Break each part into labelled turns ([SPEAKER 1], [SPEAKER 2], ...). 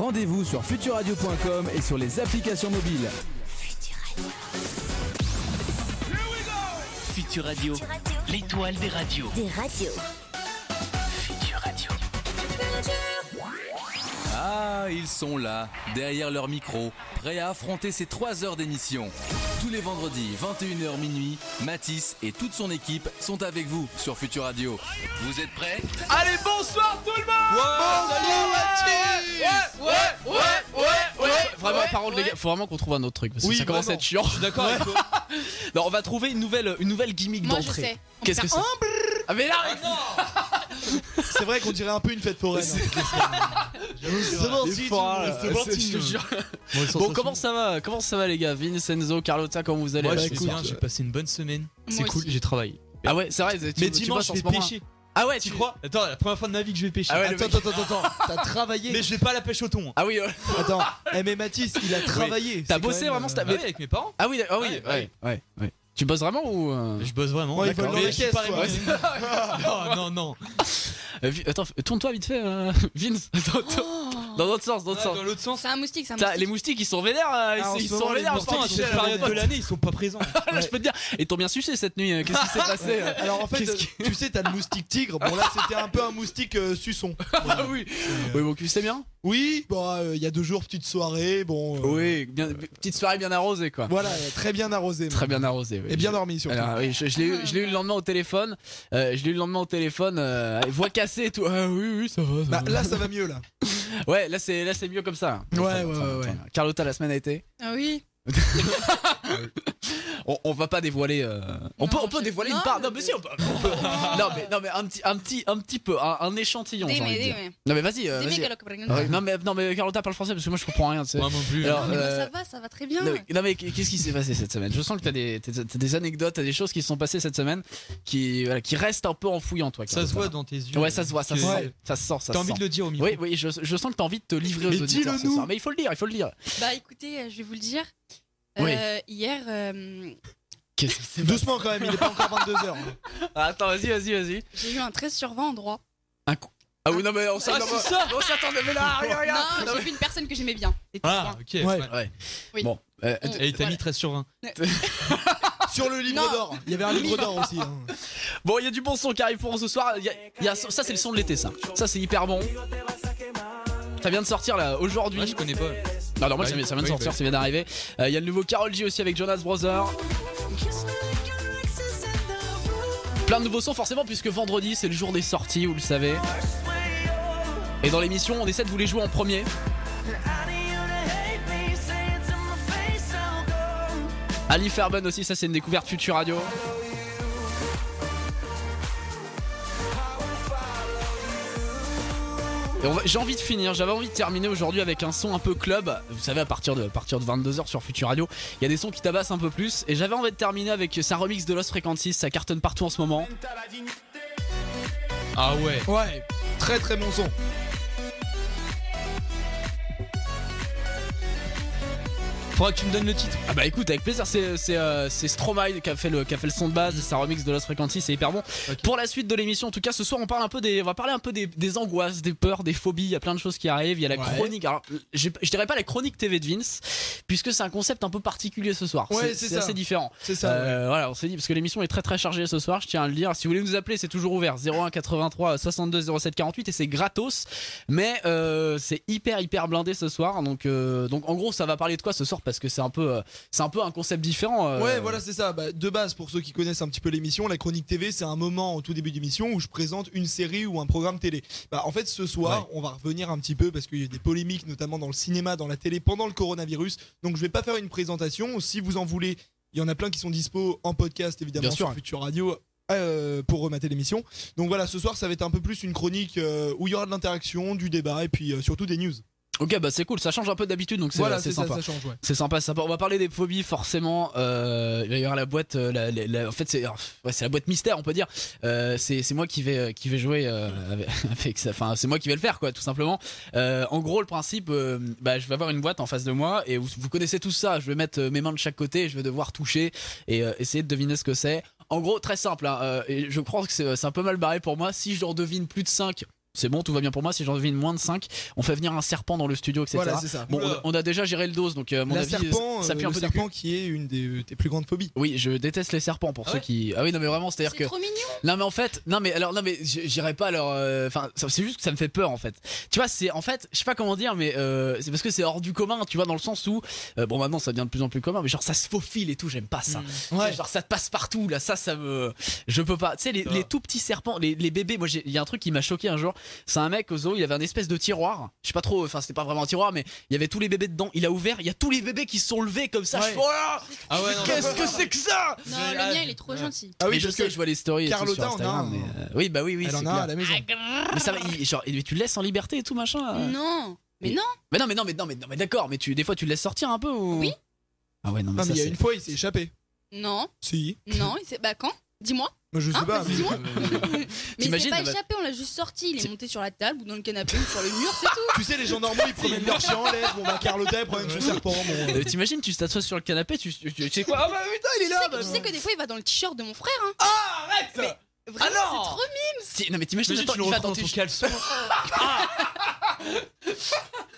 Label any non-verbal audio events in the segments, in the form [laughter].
[SPEAKER 1] rendez-vous sur futuradio.com et sur les applications mobiles.
[SPEAKER 2] Futur Radio, l'étoile des radios.
[SPEAKER 3] Des radios.
[SPEAKER 2] Futur Radio.
[SPEAKER 1] Ah, ils sont là, derrière leur micro, prêts à affronter ces 3 heures d'émission. Tous les vendredis, 21h minuit, Mathis et toute son équipe sont avec vous sur Futur Radio. Vous êtes prêts
[SPEAKER 4] Allez, bonsoir tout le monde
[SPEAKER 5] Mathis
[SPEAKER 4] Ouais, ouais, ouais, ouais, Vraiment,
[SPEAKER 5] ouais,
[SPEAKER 4] par contre, les gars, faut vraiment qu'on trouve un autre truc parce que
[SPEAKER 5] Oui,
[SPEAKER 4] ça commence à
[SPEAKER 5] vraiment.
[SPEAKER 4] être chiant. [laughs]
[SPEAKER 5] D'accord avec toi.
[SPEAKER 4] Non, on va trouver une nouvelle, une nouvelle gimmick
[SPEAKER 6] Moi, je
[SPEAKER 4] d'entrée.
[SPEAKER 6] sais. On
[SPEAKER 4] Qu'est-ce
[SPEAKER 6] peut
[SPEAKER 4] que c'est
[SPEAKER 6] faire
[SPEAKER 4] Ah, mais là, arrête. [laughs]
[SPEAKER 5] C'est vrai qu'on dirait un peu une fête foraine. hein,
[SPEAKER 4] C'est bon, si,
[SPEAKER 5] fort,
[SPEAKER 4] tu-
[SPEAKER 5] là.
[SPEAKER 4] c'est bon,
[SPEAKER 5] C'est-
[SPEAKER 4] si,
[SPEAKER 5] je te
[SPEAKER 4] tu-
[SPEAKER 5] jure.
[SPEAKER 4] Bon, comment ça va Comment ça va, les gars Vince, Enzo, Carlotta, comment vous allez
[SPEAKER 5] Moi,
[SPEAKER 4] Bah,
[SPEAKER 5] je vais
[SPEAKER 4] écoute,
[SPEAKER 5] bien,
[SPEAKER 4] euh,
[SPEAKER 5] j'ai passé une bonne semaine. C'est
[SPEAKER 6] Moi
[SPEAKER 5] cool,
[SPEAKER 6] aussi.
[SPEAKER 5] j'ai travaillé.
[SPEAKER 4] Ah, ouais, c'est vrai. tu-
[SPEAKER 5] Mais
[SPEAKER 4] tu
[SPEAKER 5] dimanche,
[SPEAKER 4] bosses en
[SPEAKER 5] je
[SPEAKER 4] ce moment,
[SPEAKER 5] vais
[SPEAKER 4] hein.
[SPEAKER 5] pêcher.
[SPEAKER 4] Ah, ouais,
[SPEAKER 5] Tu
[SPEAKER 4] tu
[SPEAKER 5] crois Attends, la première fois de ma vie que je vais pêcher.
[SPEAKER 4] Ah ouais, le
[SPEAKER 5] attends,
[SPEAKER 4] mec-
[SPEAKER 5] attends, attends, attends, t'as travaillé. Mais je vais pas la pêche au thon.
[SPEAKER 4] Ah, oui, euh,
[SPEAKER 5] Attends, eh, mais Mathis, il a travaillé.
[SPEAKER 4] T'as
[SPEAKER 5] C'est
[SPEAKER 4] bossé
[SPEAKER 5] quand même,
[SPEAKER 4] vraiment,
[SPEAKER 5] euh,
[SPEAKER 4] c'est-
[SPEAKER 5] Ah oui, avec mes parents.
[SPEAKER 4] ah, oui, ah, oui,
[SPEAKER 5] Ouais,
[SPEAKER 4] ouais, ouais, ouais. Tu bosses vraiment ou. euh,
[SPEAKER 5] Je bosse vraiment.
[SPEAKER 1] Ouais, il
[SPEAKER 5] d'accord.
[SPEAKER 1] vole dans
[SPEAKER 5] Mais
[SPEAKER 1] les
[SPEAKER 5] je suis pas
[SPEAKER 1] caisses,
[SPEAKER 5] rémunéré.
[SPEAKER 1] [laughs]
[SPEAKER 5] Non,
[SPEAKER 4] [laughs]
[SPEAKER 5] non, non.
[SPEAKER 4] euh, Vi- Attends, f- tourne-toi vite fait, euh, [laughs] Vince. Attends, tourne- Dans l'autre sens, dans l'autre sens.
[SPEAKER 5] Dans l'autre sens.
[SPEAKER 6] C'est un moustique, c'est un
[SPEAKER 4] T'as- Les
[SPEAKER 6] moustique.
[SPEAKER 4] moustiques, ils sont vénères. euh, ils-
[SPEAKER 5] Ah, en
[SPEAKER 4] Ils
[SPEAKER 5] ce
[SPEAKER 4] sont
[SPEAKER 5] moment, les
[SPEAKER 4] vénères. je
[SPEAKER 5] pourtant,
[SPEAKER 4] t'en
[SPEAKER 5] à
[SPEAKER 4] dis,
[SPEAKER 5] cette
[SPEAKER 4] euh,
[SPEAKER 5] période de l'année, ils sont pas présents.
[SPEAKER 4] Là, je peux te dire, ils t'ont bien sucé cette nuit. euh, Qu'est-ce
[SPEAKER 5] [laughs]
[SPEAKER 4] qui s'est passé euh
[SPEAKER 5] Alors en fait,
[SPEAKER 4] Qu'est-ce
[SPEAKER 5] tu sais, t'as le moustique tigre. Bon là, c'était un peu un moustique euh, suçon.
[SPEAKER 4] [laughs]
[SPEAKER 5] euh,
[SPEAKER 4] Ah oui. Oui, bon, tu sais bien.
[SPEAKER 5] Oui, bon, euh, il y a deux jours, petite soirée. Bon, euh,
[SPEAKER 4] Oui, bien, petite soirée bien arrosée, quoi.
[SPEAKER 5] voilà, très bien arrosé.
[SPEAKER 4] Très bien arrosée. oui.
[SPEAKER 5] Et bien dormi surtout.
[SPEAKER 4] Alors, oui, je, je l'ai eu, je l'ai eu le lendemain au téléphone. euh, je l'ai eu le lendemain au téléphone. euh, voix cassée, et tout. Ah oui, oui, ça va. ça
[SPEAKER 5] Bah,
[SPEAKER 4] va.
[SPEAKER 5] là, ça va mieux là.
[SPEAKER 4] [laughs] Ouais, là c'est là c'est mieux comme ça.
[SPEAKER 5] Ouais,
[SPEAKER 4] Enfin,
[SPEAKER 5] ouais,
[SPEAKER 4] enfin,
[SPEAKER 5] ouais,
[SPEAKER 4] enfin, Carlotta, la semaine a été.
[SPEAKER 6] Ah oui.
[SPEAKER 4] On, on va pas dévoiler. euh, On
[SPEAKER 6] Non,
[SPEAKER 4] peut on peut
[SPEAKER 6] je-
[SPEAKER 4] dévoiler une
[SPEAKER 6] non,
[SPEAKER 4] part.
[SPEAKER 6] mais-
[SPEAKER 4] Non mais si on peut. on
[SPEAKER 5] [laughs]
[SPEAKER 4] peut- non mais non mais un petit un petit un petit peu Euh, un, un échantillon. j'ai
[SPEAKER 6] Dime,
[SPEAKER 4] envie de dire.
[SPEAKER 6] dime.
[SPEAKER 4] Non mais vas-y. euh,
[SPEAKER 6] Dime
[SPEAKER 4] vas-y.
[SPEAKER 6] que lo que pregunto.
[SPEAKER 4] Ouais, non mais non mais Carlotta parle français parce que moi je comprends rien. Tu sais.
[SPEAKER 5] non plus.
[SPEAKER 4] Alors,
[SPEAKER 6] Mais moi,
[SPEAKER 4] euh,
[SPEAKER 6] Ça va, ça va très bien.
[SPEAKER 5] bah
[SPEAKER 4] Non mais, non, mais qu'est-ce qui s'est passé cette semaine Je sens que t'as des, t'as- t'as des anecdotes, t'as des choses qui se sont passées cette semaine qui, voilà, qui restent un peu enfouies en toi.
[SPEAKER 7] Ça se
[SPEAKER 4] Carlotta.
[SPEAKER 7] voit dans tes yeux.
[SPEAKER 4] Ouais, ça se voit, ça
[SPEAKER 7] Que-
[SPEAKER 4] se sent,
[SPEAKER 7] Ouais.
[SPEAKER 4] ça se sent, ça
[SPEAKER 7] T'as
[SPEAKER 4] se
[SPEAKER 7] envie
[SPEAKER 4] sent.
[SPEAKER 7] de le dire au micro.
[SPEAKER 4] Oui, oui, je, je sens que t'as envie de te livrer
[SPEAKER 5] Mais
[SPEAKER 4] aux auditeurs
[SPEAKER 5] dis-le
[SPEAKER 4] ce
[SPEAKER 5] nous.
[SPEAKER 4] soir. Mais il faut le dire, il faut le dire.
[SPEAKER 6] Bah écoutez, euh, je vais vous le dire.
[SPEAKER 4] Oui.
[SPEAKER 6] Euh, Hier, euh,
[SPEAKER 4] Qu'est-ce qui s'est
[SPEAKER 5] Doucement quand même, il est pas encore hein. 22h.
[SPEAKER 4] passé Ah, Attends, vas-y, vas-y, vas-y.
[SPEAKER 6] j'ai eu un 13 sur 20 en droit.
[SPEAKER 4] Ah oui, non, mais on s'en- non, mais- on s'attendait, mais là, regarde,
[SPEAKER 6] Non,
[SPEAKER 4] regarde.
[SPEAKER 6] j'ai vu une personne que j'aimais
[SPEAKER 5] [laughs]
[SPEAKER 6] bien. C'était
[SPEAKER 7] Ah, ok.
[SPEAKER 5] Ouais.
[SPEAKER 7] ouais.
[SPEAKER 6] Oui.
[SPEAKER 4] Bon, euh,
[SPEAKER 6] On-
[SPEAKER 7] Et t'as
[SPEAKER 6] voilà.
[SPEAKER 7] mis 13 sur 20.
[SPEAKER 5] Sur le livre
[SPEAKER 6] Non.
[SPEAKER 5] d'or. Il y avait un livre d'or aussi. hein.
[SPEAKER 4] [laughs] Bon, il y a du bon son qui arrive pour vous ce soir. Il y a- il y a- ça, c'est le son de l'été, ça. Ça, c'est hyper bon. Ça vient de sortir là aujourd'hui.
[SPEAKER 7] Moi, je connais pas.
[SPEAKER 4] Non, non, moi
[SPEAKER 7] Ouais,
[SPEAKER 4] ça, vient- ça vient de
[SPEAKER 7] oui,
[SPEAKER 4] sortir,
[SPEAKER 7] bah
[SPEAKER 4] ça vient d'arriver. Euh, Il y a le nouveau Carol G aussi avec Jonas Brothers. Plein de nouveaux sons forcément puisque vendredi c'est le jour des sorties, vous le savez. Et dans l'émission on essaie de vous les jouer en premier. Ali Fairbairn aussi, ça c'est une découverte future radio. Et on va- J'ai envie de finir, j'avais envie de terminer aujourd'hui avec un son un peu club. Vous savez, à partir de, à partir de 22h sur Future Radio, il y a des sons qui tabassent un peu plus. Et j'avais envie de terminer avec sa remix de Lost Frequencies, ça cartonne partout en ce moment.
[SPEAKER 7] Ah ouais.
[SPEAKER 5] Ouais, très très bon son.
[SPEAKER 7] Faudra que tu me donnes le titre.
[SPEAKER 4] Ah bah écoute, avec plaisir, c'est c'est, euh, c'est Stromae qui a, fait le, qui a fait le son de base, sa remix de Lost Frequencies, c'est hyper bon.
[SPEAKER 7] Ok.
[SPEAKER 4] Pour la suite de l'émission, en tout cas, ce soir, on, parle un peu des, on va parler un peu des, des angoisses, des peurs, des phobies. Il y a plein de choses qui arrivent. Il y a la
[SPEAKER 5] Ouais.
[SPEAKER 4] chronique. Alors, j'ai- je dirais pas la chronique TV de Vince, puisque c'est un concept un peu particulier ce soir.
[SPEAKER 5] Ouais,
[SPEAKER 4] C'est-
[SPEAKER 5] c'est
[SPEAKER 4] c'est
[SPEAKER 5] ça.
[SPEAKER 4] assez différent.
[SPEAKER 5] C'est ça. ouais.
[SPEAKER 4] Euh, Voilà, on s'est dit, parce que l'émission est très très chargée ce soir, je tiens à le dire. Si vous voulez nous appeler, c'est toujours ouvert 01 83 62 07 48 et c'est gratos. Mais euh, c'est hyper hyper blindé ce soir. Donc, euh, donc en gros, ça va parler de quoi ce soir Parce que c'est un peu euh, c'est un peu un concept différent. euh.
[SPEAKER 5] Ouais, voilà, c'est ça. Bah, de base, pour ceux qui connaissent un petit peu l'émission, la chronique TV, c'est un moment au tout début d'émission où je présente une série ou un programme télé. Bah, en fait, ce soir, on va revenir un petit peu parce qu'il y a eu des polémiques, notamment dans le cinéma, dans la télé, pendant le coronavirus. Donc, je vais pas faire une présentation. Si vous en voulez, il y en a plein qui sont dispo en podcast, évidemment,
[SPEAKER 4] Bien
[SPEAKER 5] sur
[SPEAKER 4] sûr.
[SPEAKER 5] Future Radio. euh, pour remater l'émission. Donc voilà, ce soir, ça va être un peu plus une chronique euh, où il y aura de l'interaction, du débat et puis euh, surtout des news.
[SPEAKER 4] Ok, bah c'est cool, ça change un peu d'habitude, donc c'est
[SPEAKER 5] Voilà,
[SPEAKER 4] c'est
[SPEAKER 5] c'est ça,
[SPEAKER 4] sympa.
[SPEAKER 5] ça change, ouais.
[SPEAKER 4] C'est sympa, c'est sympa. On va parler des phobies, forcément. Euh, il va y avoir la boîte. euh, la- la- la- en fait, c'est ouais, c'est la boîte mystère, on peut dire. Euh, c'est c'est moi qui vais, euh, qui vais jouer euh, avec, [laughs] avec ça. Enfin, c'est moi qui vais le faire, quoi, tout simplement. Euh, en gros, le principe, euh, bah, je vais avoir une boîte en face de moi et vous, vous connaissez tout ça. Je vais mettre euh, mes mains de chaque côté et je vais devoir toucher et euh, essayer de deviner ce que c'est. En gros, très simple. hein, euh, et je crois que c'est c'est un peu mal barré pour moi. Si j'en devine plus de 5, c'est bon, tout va bien pour moi. Si j'en devine moins de 5, on fait venir un serpent dans le studio, etc.
[SPEAKER 5] Voilà, c'est ça.
[SPEAKER 4] Bon, on a- on a déjà géré le dose, donc euh, à mon
[SPEAKER 5] La
[SPEAKER 4] avis,
[SPEAKER 5] serpent,
[SPEAKER 4] ça
[SPEAKER 5] euh,
[SPEAKER 4] pue un
[SPEAKER 5] le
[SPEAKER 4] peu du cul.
[SPEAKER 5] serpent qui est une des euh, tes plus grandes phobies.
[SPEAKER 4] Oui, je déteste les serpents pour ceux qui. Ah oui, non mais vraiment, c'est-à-dire que.
[SPEAKER 6] C'est trop mignon.
[SPEAKER 4] Non mais en fait, non mais alors non mais j- j'irai pas leur. euh, Enfin, ça- c'est juste que ça me fait peur en fait. Tu vois, c'est en fait, je sais pas comment dire, mais euh, c'est parce que c'est hors du commun. Tu vois, dans le sens où euh, bon maintenant ça devient de plus en plus commun, mais genre ça se faufile et tout, j'aime pas
[SPEAKER 6] Mm.
[SPEAKER 4] ça. Tu sais, Genre ça te passe partout là, ça ça me, je peux pas. Tu sais les, les tout petits serpents, les, les bébés. Moi j'ai- il y a un truc qui m'a choqué un jour. C'est un mec au zoo, il avait un espèce de tiroir. Je sais pas trop, enfin c'était pas vraiment un tiroir, mais il y avait tous les bébés dedans. Il a ouvert, il y a tous les bébés qui se sont levés comme ça. Je
[SPEAKER 5] Ouais.
[SPEAKER 4] fais, oh là là,
[SPEAKER 7] Ah ouais, non,
[SPEAKER 4] Qu'est-ce que c'est que ça
[SPEAKER 6] Non,
[SPEAKER 7] J'ai-
[SPEAKER 6] le
[SPEAKER 7] ah,
[SPEAKER 6] mien, il est trop gentil.
[SPEAKER 5] Ah
[SPEAKER 4] mais je
[SPEAKER 5] parce
[SPEAKER 4] sais,
[SPEAKER 5] que
[SPEAKER 4] je vois les stories et tout
[SPEAKER 5] Carlotta
[SPEAKER 4] sur
[SPEAKER 5] en a
[SPEAKER 4] Instagram.
[SPEAKER 5] un.
[SPEAKER 4] mais, euh, oui, bah oui, oui.
[SPEAKER 5] elle
[SPEAKER 4] c'est
[SPEAKER 5] en a
[SPEAKER 4] clair.
[SPEAKER 5] un à la maison.
[SPEAKER 4] Mais ça va, il- genre, il- tu le laisses en liberté et tout machin. euh.
[SPEAKER 6] Ah. Non. Mais
[SPEAKER 4] Oui.
[SPEAKER 6] non.
[SPEAKER 4] Mais non, mais non, mais non, mais, non, mais d'accord, mais tu, des fois tu le laisses sortir un peu ou.
[SPEAKER 6] Oui.
[SPEAKER 4] Ah ouais, non, mais
[SPEAKER 5] Non,
[SPEAKER 4] ça
[SPEAKER 5] mais il y a
[SPEAKER 4] c'est.
[SPEAKER 5] une fois, il s'est échappé.
[SPEAKER 6] Non.
[SPEAKER 5] Si.
[SPEAKER 6] Non. il s'est- Bah quand Dis-moi.
[SPEAKER 5] Moi, je sais
[SPEAKER 6] Hein
[SPEAKER 5] pas.
[SPEAKER 6] Vas-y,
[SPEAKER 5] mais- [laughs]
[SPEAKER 6] dis-moi. mais il
[SPEAKER 4] T'imagines,
[SPEAKER 6] s'est pas
[SPEAKER 4] bah-
[SPEAKER 6] échappé, on l'a juste sorti. Il
[SPEAKER 4] C'est-
[SPEAKER 6] est monté sur la table ou dans le canapé ou sur le mur,
[SPEAKER 5] [laughs]
[SPEAKER 6] c'est tout.
[SPEAKER 5] Tu sais, les gens normaux, ils
[SPEAKER 6] [laughs]
[SPEAKER 5] promènent leur chien en l'air. Bon, bah, Carlotta, elle promène son serpent. bon.
[SPEAKER 4] Euh, T'imagines, tu t'assois sur le canapé, tu, tu, tu- tu sais quoi Ah bah putain, il est
[SPEAKER 6] Tu
[SPEAKER 4] là
[SPEAKER 6] sais que-
[SPEAKER 4] bah,
[SPEAKER 6] Tu sais que des fois, il va dans le t-shirt de mon frère. hein.
[SPEAKER 4] arrête
[SPEAKER 6] Vraiment,
[SPEAKER 4] Ah non
[SPEAKER 6] c'est trop mignon.
[SPEAKER 4] Si- Non, mais t'imagines,
[SPEAKER 7] Imagine,
[SPEAKER 4] attends,
[SPEAKER 7] tu le
[SPEAKER 4] il va
[SPEAKER 7] retrouves
[SPEAKER 4] dans
[SPEAKER 7] dans
[SPEAKER 4] tes
[SPEAKER 7] ton
[SPEAKER 4] [laughs]
[SPEAKER 7] caleçon.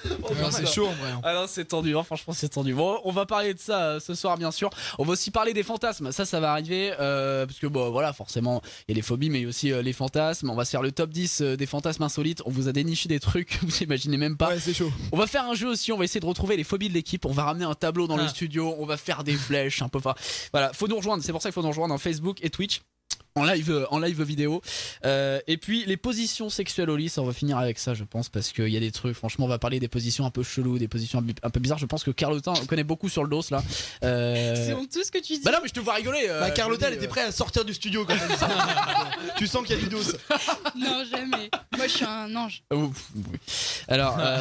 [SPEAKER 5] Non, C'est chaud, en vrai.
[SPEAKER 4] Oh, Ah non, c'est tendu, hein, franchement, c'est tendu. Bon, on va parler de ça euh, ce soir, bien sûr. On va aussi parler des fantasmes. Ça, ça va arriver. euh, parce que, bon, voilà, forcément, il y a les phobies, mais il y a aussi euh, les fantasmes. On va se faire le top 10 euh, des fantasmes insolites. On vous a déniché des trucs, [laughs] que vous imaginez même pas.
[SPEAKER 5] Ouais, c'est chaud.
[SPEAKER 4] On va faire un jeu aussi. On va essayer de retrouver les phobies de l'équipe. On va ramener un tableau dans le
[SPEAKER 7] Ah.
[SPEAKER 4] studio. On va faire des flèches, un peu. Enfin, voilà, faut nous rejoindre. C'est pour ça qu'il faut nous rejoindre en Facebook et Twitch. En live, euh, en live vidéo. Euh, et puis les positions sexuelles au lit, ça, on va finir avec ça, je pense, parce qu'il y a des trucs. Franchement, on va parler des positions un peu cheloues, des positions un peu- un peu bizarres. Je pense que Carlotin connaît beaucoup sur le dos là. Euh,
[SPEAKER 6] C'est honteux ce que tu dis.
[SPEAKER 4] Bah non, mais je te vois rigoler. euh,
[SPEAKER 5] Bah, Carlotta, elle
[SPEAKER 4] je dis,
[SPEAKER 5] était
[SPEAKER 4] euh,
[SPEAKER 5] prête à sortir du studio quand
[SPEAKER 4] [laughs]
[SPEAKER 5] elle dit ça. tu sens qu'il y a du dos.
[SPEAKER 6] [laughs] Non, jamais. Moi, je suis un ange.
[SPEAKER 4] Oh, pff, oui. Alors, euh,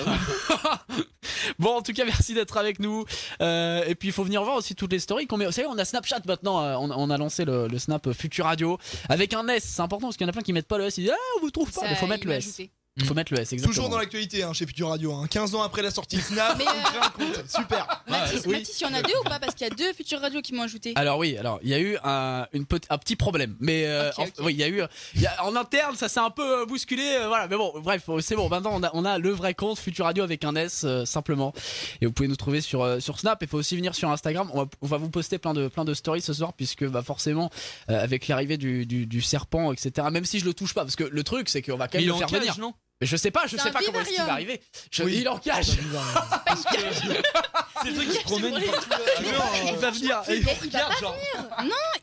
[SPEAKER 4] [laughs] bon, en tout cas, merci d'être avec nous. Euh, et puis, il faut venir voir aussi toutes les stories qu'on met. Vous savez, on a Snapchat maintenant. euh, on, on a lancé le, le Snap Future Radio avec un S. C'est important parce qu'il y en a plein qui mettent pas le S. Ils disent, ah, on vous trouve pas.
[SPEAKER 6] Ça,
[SPEAKER 4] Il faut mettre
[SPEAKER 6] il
[SPEAKER 4] le
[SPEAKER 6] m'a
[SPEAKER 4] S.
[SPEAKER 6] ajouté.
[SPEAKER 4] Il faut mettre le S, exactement.
[SPEAKER 5] Mm. Toujours dans l'actualité hein, chez Futur Radio. hein. 15 ans après la sortie de Snap,
[SPEAKER 6] [laughs] Mais,
[SPEAKER 5] on
[SPEAKER 6] euh,
[SPEAKER 5] crée un compte. Super.
[SPEAKER 6] Mathis,
[SPEAKER 5] Oui.
[SPEAKER 6] Mathis, il y en a deux ou pas Parce qu'il y a deux futures radios qui m'ont ajouté.
[SPEAKER 4] Alors oui, alors il y a eu un, une pet- un petit problème, mais euh,
[SPEAKER 6] Ok,
[SPEAKER 4] en-
[SPEAKER 6] ok.
[SPEAKER 4] oui, il y a eu il y a- en interne ça s'est un peu euh, bousculé, euh, voilà. Mais bon, bref, euh, c'est bon. Maintenant on a, on a le vrai compte Futur Radio avec un S euh, simplement, et vous pouvez nous trouver sur euh, sur Snap. Il faut aussi venir sur Instagram. On va, on va vous poster plein de plein de stories ce soir puisque bah forcément euh, avec l'arrivée du, du, du serpent etc. Même si je le touche pas, parce que le truc c'est qu'on va quand
[SPEAKER 7] Mais
[SPEAKER 4] même
[SPEAKER 7] il est
[SPEAKER 4] le faire
[SPEAKER 7] en
[SPEAKER 4] venir.
[SPEAKER 7] cage, non
[SPEAKER 4] Mais je sais pas, je
[SPEAKER 6] C'est
[SPEAKER 4] sais
[SPEAKER 6] un
[SPEAKER 4] pas comment est-ce qu'il va
[SPEAKER 6] vivarium.
[SPEAKER 4] arriver. Je-
[SPEAKER 5] Oui.
[SPEAKER 4] Il est en cage. [laughs]
[SPEAKER 7] C'est le truc qui se promène.
[SPEAKER 6] Il,
[SPEAKER 5] Tu veux, hein,
[SPEAKER 7] Il va venir.
[SPEAKER 6] il va- il va
[SPEAKER 7] regarde,
[SPEAKER 6] pas
[SPEAKER 7] genre.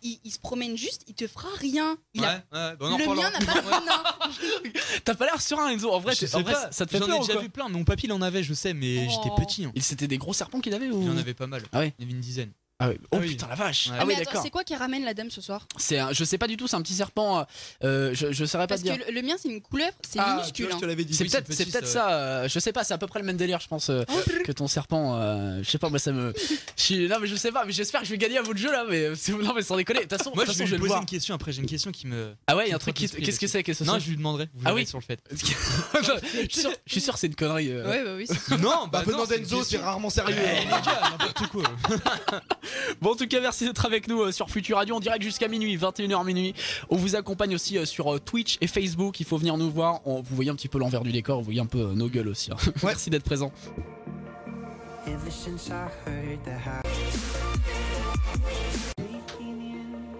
[SPEAKER 6] il- il se promène juste, il te fera rien. Il
[SPEAKER 7] Ouais,
[SPEAKER 6] a-
[SPEAKER 7] ouais, bah on en
[SPEAKER 6] le
[SPEAKER 7] reparlera.
[SPEAKER 6] mien n'a
[SPEAKER 7] [laughs]
[SPEAKER 6] pas de venin.
[SPEAKER 4] T'as pas l'air serein Enzo. En vrai,
[SPEAKER 7] Je
[SPEAKER 4] t'es-
[SPEAKER 7] sais
[SPEAKER 4] en vrai,
[SPEAKER 7] pas,
[SPEAKER 4] ça te fait
[SPEAKER 7] J'en
[SPEAKER 4] peur
[SPEAKER 7] ai
[SPEAKER 4] ou
[SPEAKER 7] déjà
[SPEAKER 4] quoi
[SPEAKER 7] vu plein. Mon papy, il en avait, je sais, mais
[SPEAKER 6] Oh.
[SPEAKER 7] j'étais petit. hein.
[SPEAKER 4] Il- C'était des gros serpents qu'il avait ou
[SPEAKER 7] Il en avait pas mal.
[SPEAKER 4] Ah ouais.
[SPEAKER 7] Il y avait une dizaine.
[SPEAKER 4] Ah ouais. Oh
[SPEAKER 7] Ah oui.
[SPEAKER 4] putain la vache.
[SPEAKER 7] Ouais.
[SPEAKER 4] Ah oui
[SPEAKER 6] Mais attends,
[SPEAKER 4] d'accord.
[SPEAKER 6] c'est quoi qui ramène la dame ce soir
[SPEAKER 4] C'est un, je sais pas du tout, c'est un petit serpent. euh, euh, je je saurais Ah, pas
[SPEAKER 6] Parce
[SPEAKER 4] te
[SPEAKER 6] que
[SPEAKER 4] dire.
[SPEAKER 6] le, le mien, c'est une couleuvre, c'est
[SPEAKER 5] Ah, tu
[SPEAKER 6] minuscule.
[SPEAKER 5] vois, je te
[SPEAKER 6] hein.
[SPEAKER 5] l'avais dit.
[SPEAKER 4] C'est
[SPEAKER 7] oui,
[SPEAKER 4] peut-être
[SPEAKER 7] c'est
[SPEAKER 4] c'est
[SPEAKER 7] petit,
[SPEAKER 4] peut-être
[SPEAKER 7] ça,
[SPEAKER 4] ça. euh, je sais pas, c'est à peu près le même délire, je pense, euh,
[SPEAKER 6] Oh.
[SPEAKER 4] que ton serpent. euh, je sais pas, moi ça me. je suis- non mais je sais pas, mais j'espère que je vais gagner à votre jeu là, mais [laughs] euh, c'est- non mais sans déconner. De toute façon, de
[SPEAKER 7] Moi,
[SPEAKER 4] toute façon,
[SPEAKER 7] je vais
[SPEAKER 4] je vais
[SPEAKER 7] lui
[SPEAKER 4] le
[SPEAKER 7] poser
[SPEAKER 4] voir.
[SPEAKER 7] une question après. J'ai une question qui me.
[SPEAKER 4] Ah ouais, il y a un
[SPEAKER 7] qui me
[SPEAKER 4] truc. qui-
[SPEAKER 7] trotte l'esprit
[SPEAKER 4] Qu'est-ce que
[SPEAKER 7] là-dessus.
[SPEAKER 4] c'est que ce
[SPEAKER 7] Non,
[SPEAKER 4] son
[SPEAKER 7] je lui demanderai. Vous
[SPEAKER 4] Ah
[SPEAKER 7] verrez
[SPEAKER 4] oui.
[SPEAKER 7] sur le fait.
[SPEAKER 4] je suis sûr- je suis sûr que c'est une connerie. euh.
[SPEAKER 6] Ouais, bah oui. c'est-
[SPEAKER 7] Non,
[SPEAKER 5] Bah, venant d'Enzo, c'est rarement sérieux. hein.
[SPEAKER 7] n'importe quoi.
[SPEAKER 4] [laughs] Bon, en tout cas, merci d'être avec nous euh, sur Futur Radio en direct jusqu'à minuit, 21h minuit. On vous accompagne aussi euh, sur euh, Twitch et Facebook. Il faut venir nous voir. On- vous voyez un petit peu l'envers du décor, vous voyez un peu euh, nos gueules aussi. hein. [laughs] merci d'être présent.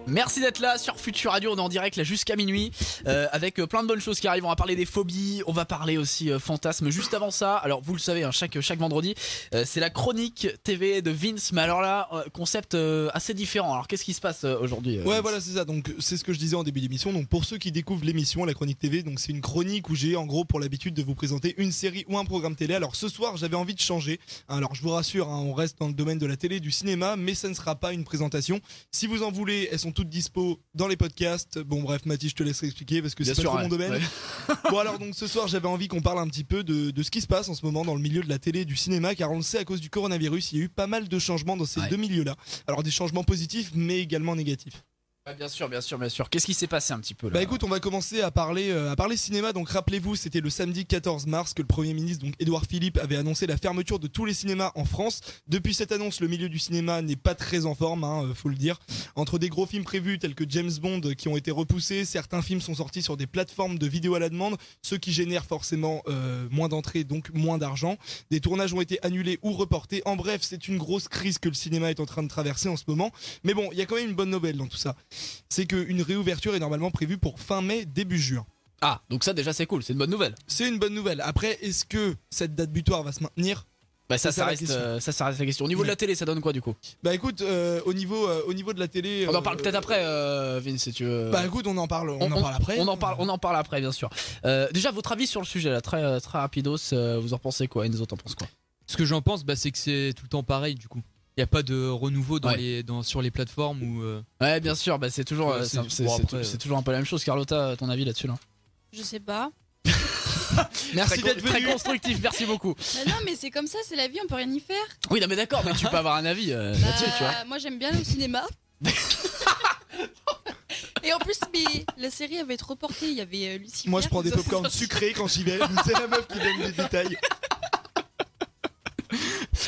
[SPEAKER 4] Merci d'être là sur Futur Radio, on est en direct là jusqu'à minuit euh, avec euh, plein de bonnes choses qui arrivent. On va parler des phobies, on va parler aussi euh, fantasmes. Juste avant ça, alors vous le savez, hein, chaque, chaque vendredi, euh, c'est la chronique TV de Vince. Mais alors là, euh, concept euh, assez différent. Alors qu'est-ce qui se passe euh, aujourd'hui euh,
[SPEAKER 5] Ouais,
[SPEAKER 4] Vince
[SPEAKER 5] voilà, c'est ça. Donc, c'est ce que je disais en début d'émission. Donc, pour ceux qui découvrent l'émission, la chronique TV, donc c'est une chronique où j'ai en gros pour l'habitude de vous présenter une série ou un programme télé. Alors, ce soir, j'avais envie de changer. Alors, je vous rassure, hein, on reste dans le domaine de la télé, du cinéma, mais ça ne sera pas une présentation. Si vous en voulez, elles sont toutes dispo dans les podcasts. Bon, bref, Mathis, je te laisserai expliquer parce que
[SPEAKER 4] Bien
[SPEAKER 5] c'est
[SPEAKER 4] sûr,
[SPEAKER 5] pas trop
[SPEAKER 4] ouais.
[SPEAKER 5] mon domaine.
[SPEAKER 4] Ouais.
[SPEAKER 5] [laughs] Bon alors donc ce soir j'avais envie qu'on parle un petit peu de, de ce qui se passe en ce moment dans le milieu de la télé, du cinéma, car on le sait à cause du coronavirus, il y a eu pas mal de changements dans ces
[SPEAKER 4] Ouais.
[SPEAKER 5] deux milieux-là. Alors des changements positifs mais également négatifs.
[SPEAKER 4] Ah, bien sûr, bien sûr, bien sûr. Qu'est-ce qui s'est passé un petit peu là
[SPEAKER 5] Bah écoute, on va commencer à parler, euh, à parler cinéma. Donc rappelez-vous, c'était le samedi 14 mars que le Premier ministre, donc Édouard Philippe, avait annoncé la fermeture de tous les cinémas en France. Depuis cette annonce, le milieu du cinéma n'est pas très en forme, hein, euh, faut le dire. Entre des gros films prévus tels que James Bond euh, qui ont été repoussés, certains films sont sortis sur des plateformes de vidéo à la demande, ce qui génère forcément euh, moins d'entrées, donc moins d'argent. Des tournages ont été annulés ou reportés. En bref, c'est une grosse crise que le cinéma est en train de traverser en ce moment. Mais bon, il y a quand même une bonne nouvelle dans tout ça c'est qu'une réouverture est normalement prévue pour fin mai, début juin.
[SPEAKER 4] Ah, donc ça déjà c'est cool, c'est une bonne nouvelle.
[SPEAKER 5] C'est une bonne nouvelle. Après, est-ce que cette date butoir va se maintenir
[SPEAKER 4] Bah ça,
[SPEAKER 5] C'est
[SPEAKER 4] ça,
[SPEAKER 5] ça la
[SPEAKER 4] reste,
[SPEAKER 5] question.
[SPEAKER 4] euh, ça, ça reste la question. Au niveau de la télé, ça donne quoi du coup
[SPEAKER 5] Bah écoute, euh, au, niveau, euh, au niveau de la télé...
[SPEAKER 4] On en
[SPEAKER 5] euh,
[SPEAKER 4] parle peut-être après, euh, Vince, si tu veux.
[SPEAKER 5] Bah écoute, on en parle, on, en parle après.
[SPEAKER 4] On en parle, on en parle après, bien sûr. Euh, déjà, votre avis sur le sujet, là, très, euh, très rapidos, euh, vous en pensez quoi Enzo, t'en penses quoi
[SPEAKER 7] Ce que j'en pense, bah, c'est que c'est tout le temps pareil du coup. Il n'y a pas de renouveau dans
[SPEAKER 4] Ouais.
[SPEAKER 7] les, dans, sur les plateformes ou. euh,
[SPEAKER 4] Ouais, bien sûr, bah, c'est toujours, euh,
[SPEAKER 7] Ouais,
[SPEAKER 4] c'est
[SPEAKER 7] c'est-
[SPEAKER 4] c'est-
[SPEAKER 7] bon,
[SPEAKER 4] c'est tou-
[SPEAKER 7] après, euh.
[SPEAKER 4] c'est toujours un peu la même chose. Carlotta, ton avis là-dessus là
[SPEAKER 6] Je sais pas.
[SPEAKER 5] Merci
[SPEAKER 4] Très
[SPEAKER 5] d'être
[SPEAKER 4] con- Très
[SPEAKER 5] venu.
[SPEAKER 4] constructif, merci beaucoup.
[SPEAKER 6] Bah non, mais c'est comme ça, c'est la vie, on peut rien y faire.
[SPEAKER 4] Oui, non, mais d'accord, mais tu peux avoir un avis euh, là-dessus,
[SPEAKER 6] Bah,
[SPEAKER 4] tu vois.
[SPEAKER 6] Moi, j'aime bien le cinéma. Et en plus, mais la série avait été reportée. Il y avait euh, Lucifer.
[SPEAKER 5] Moi je prends des
[SPEAKER 6] ils ont-
[SPEAKER 5] popcorn sucrés quand j'y vais. [laughs] C'est la meuf qui donne des détails.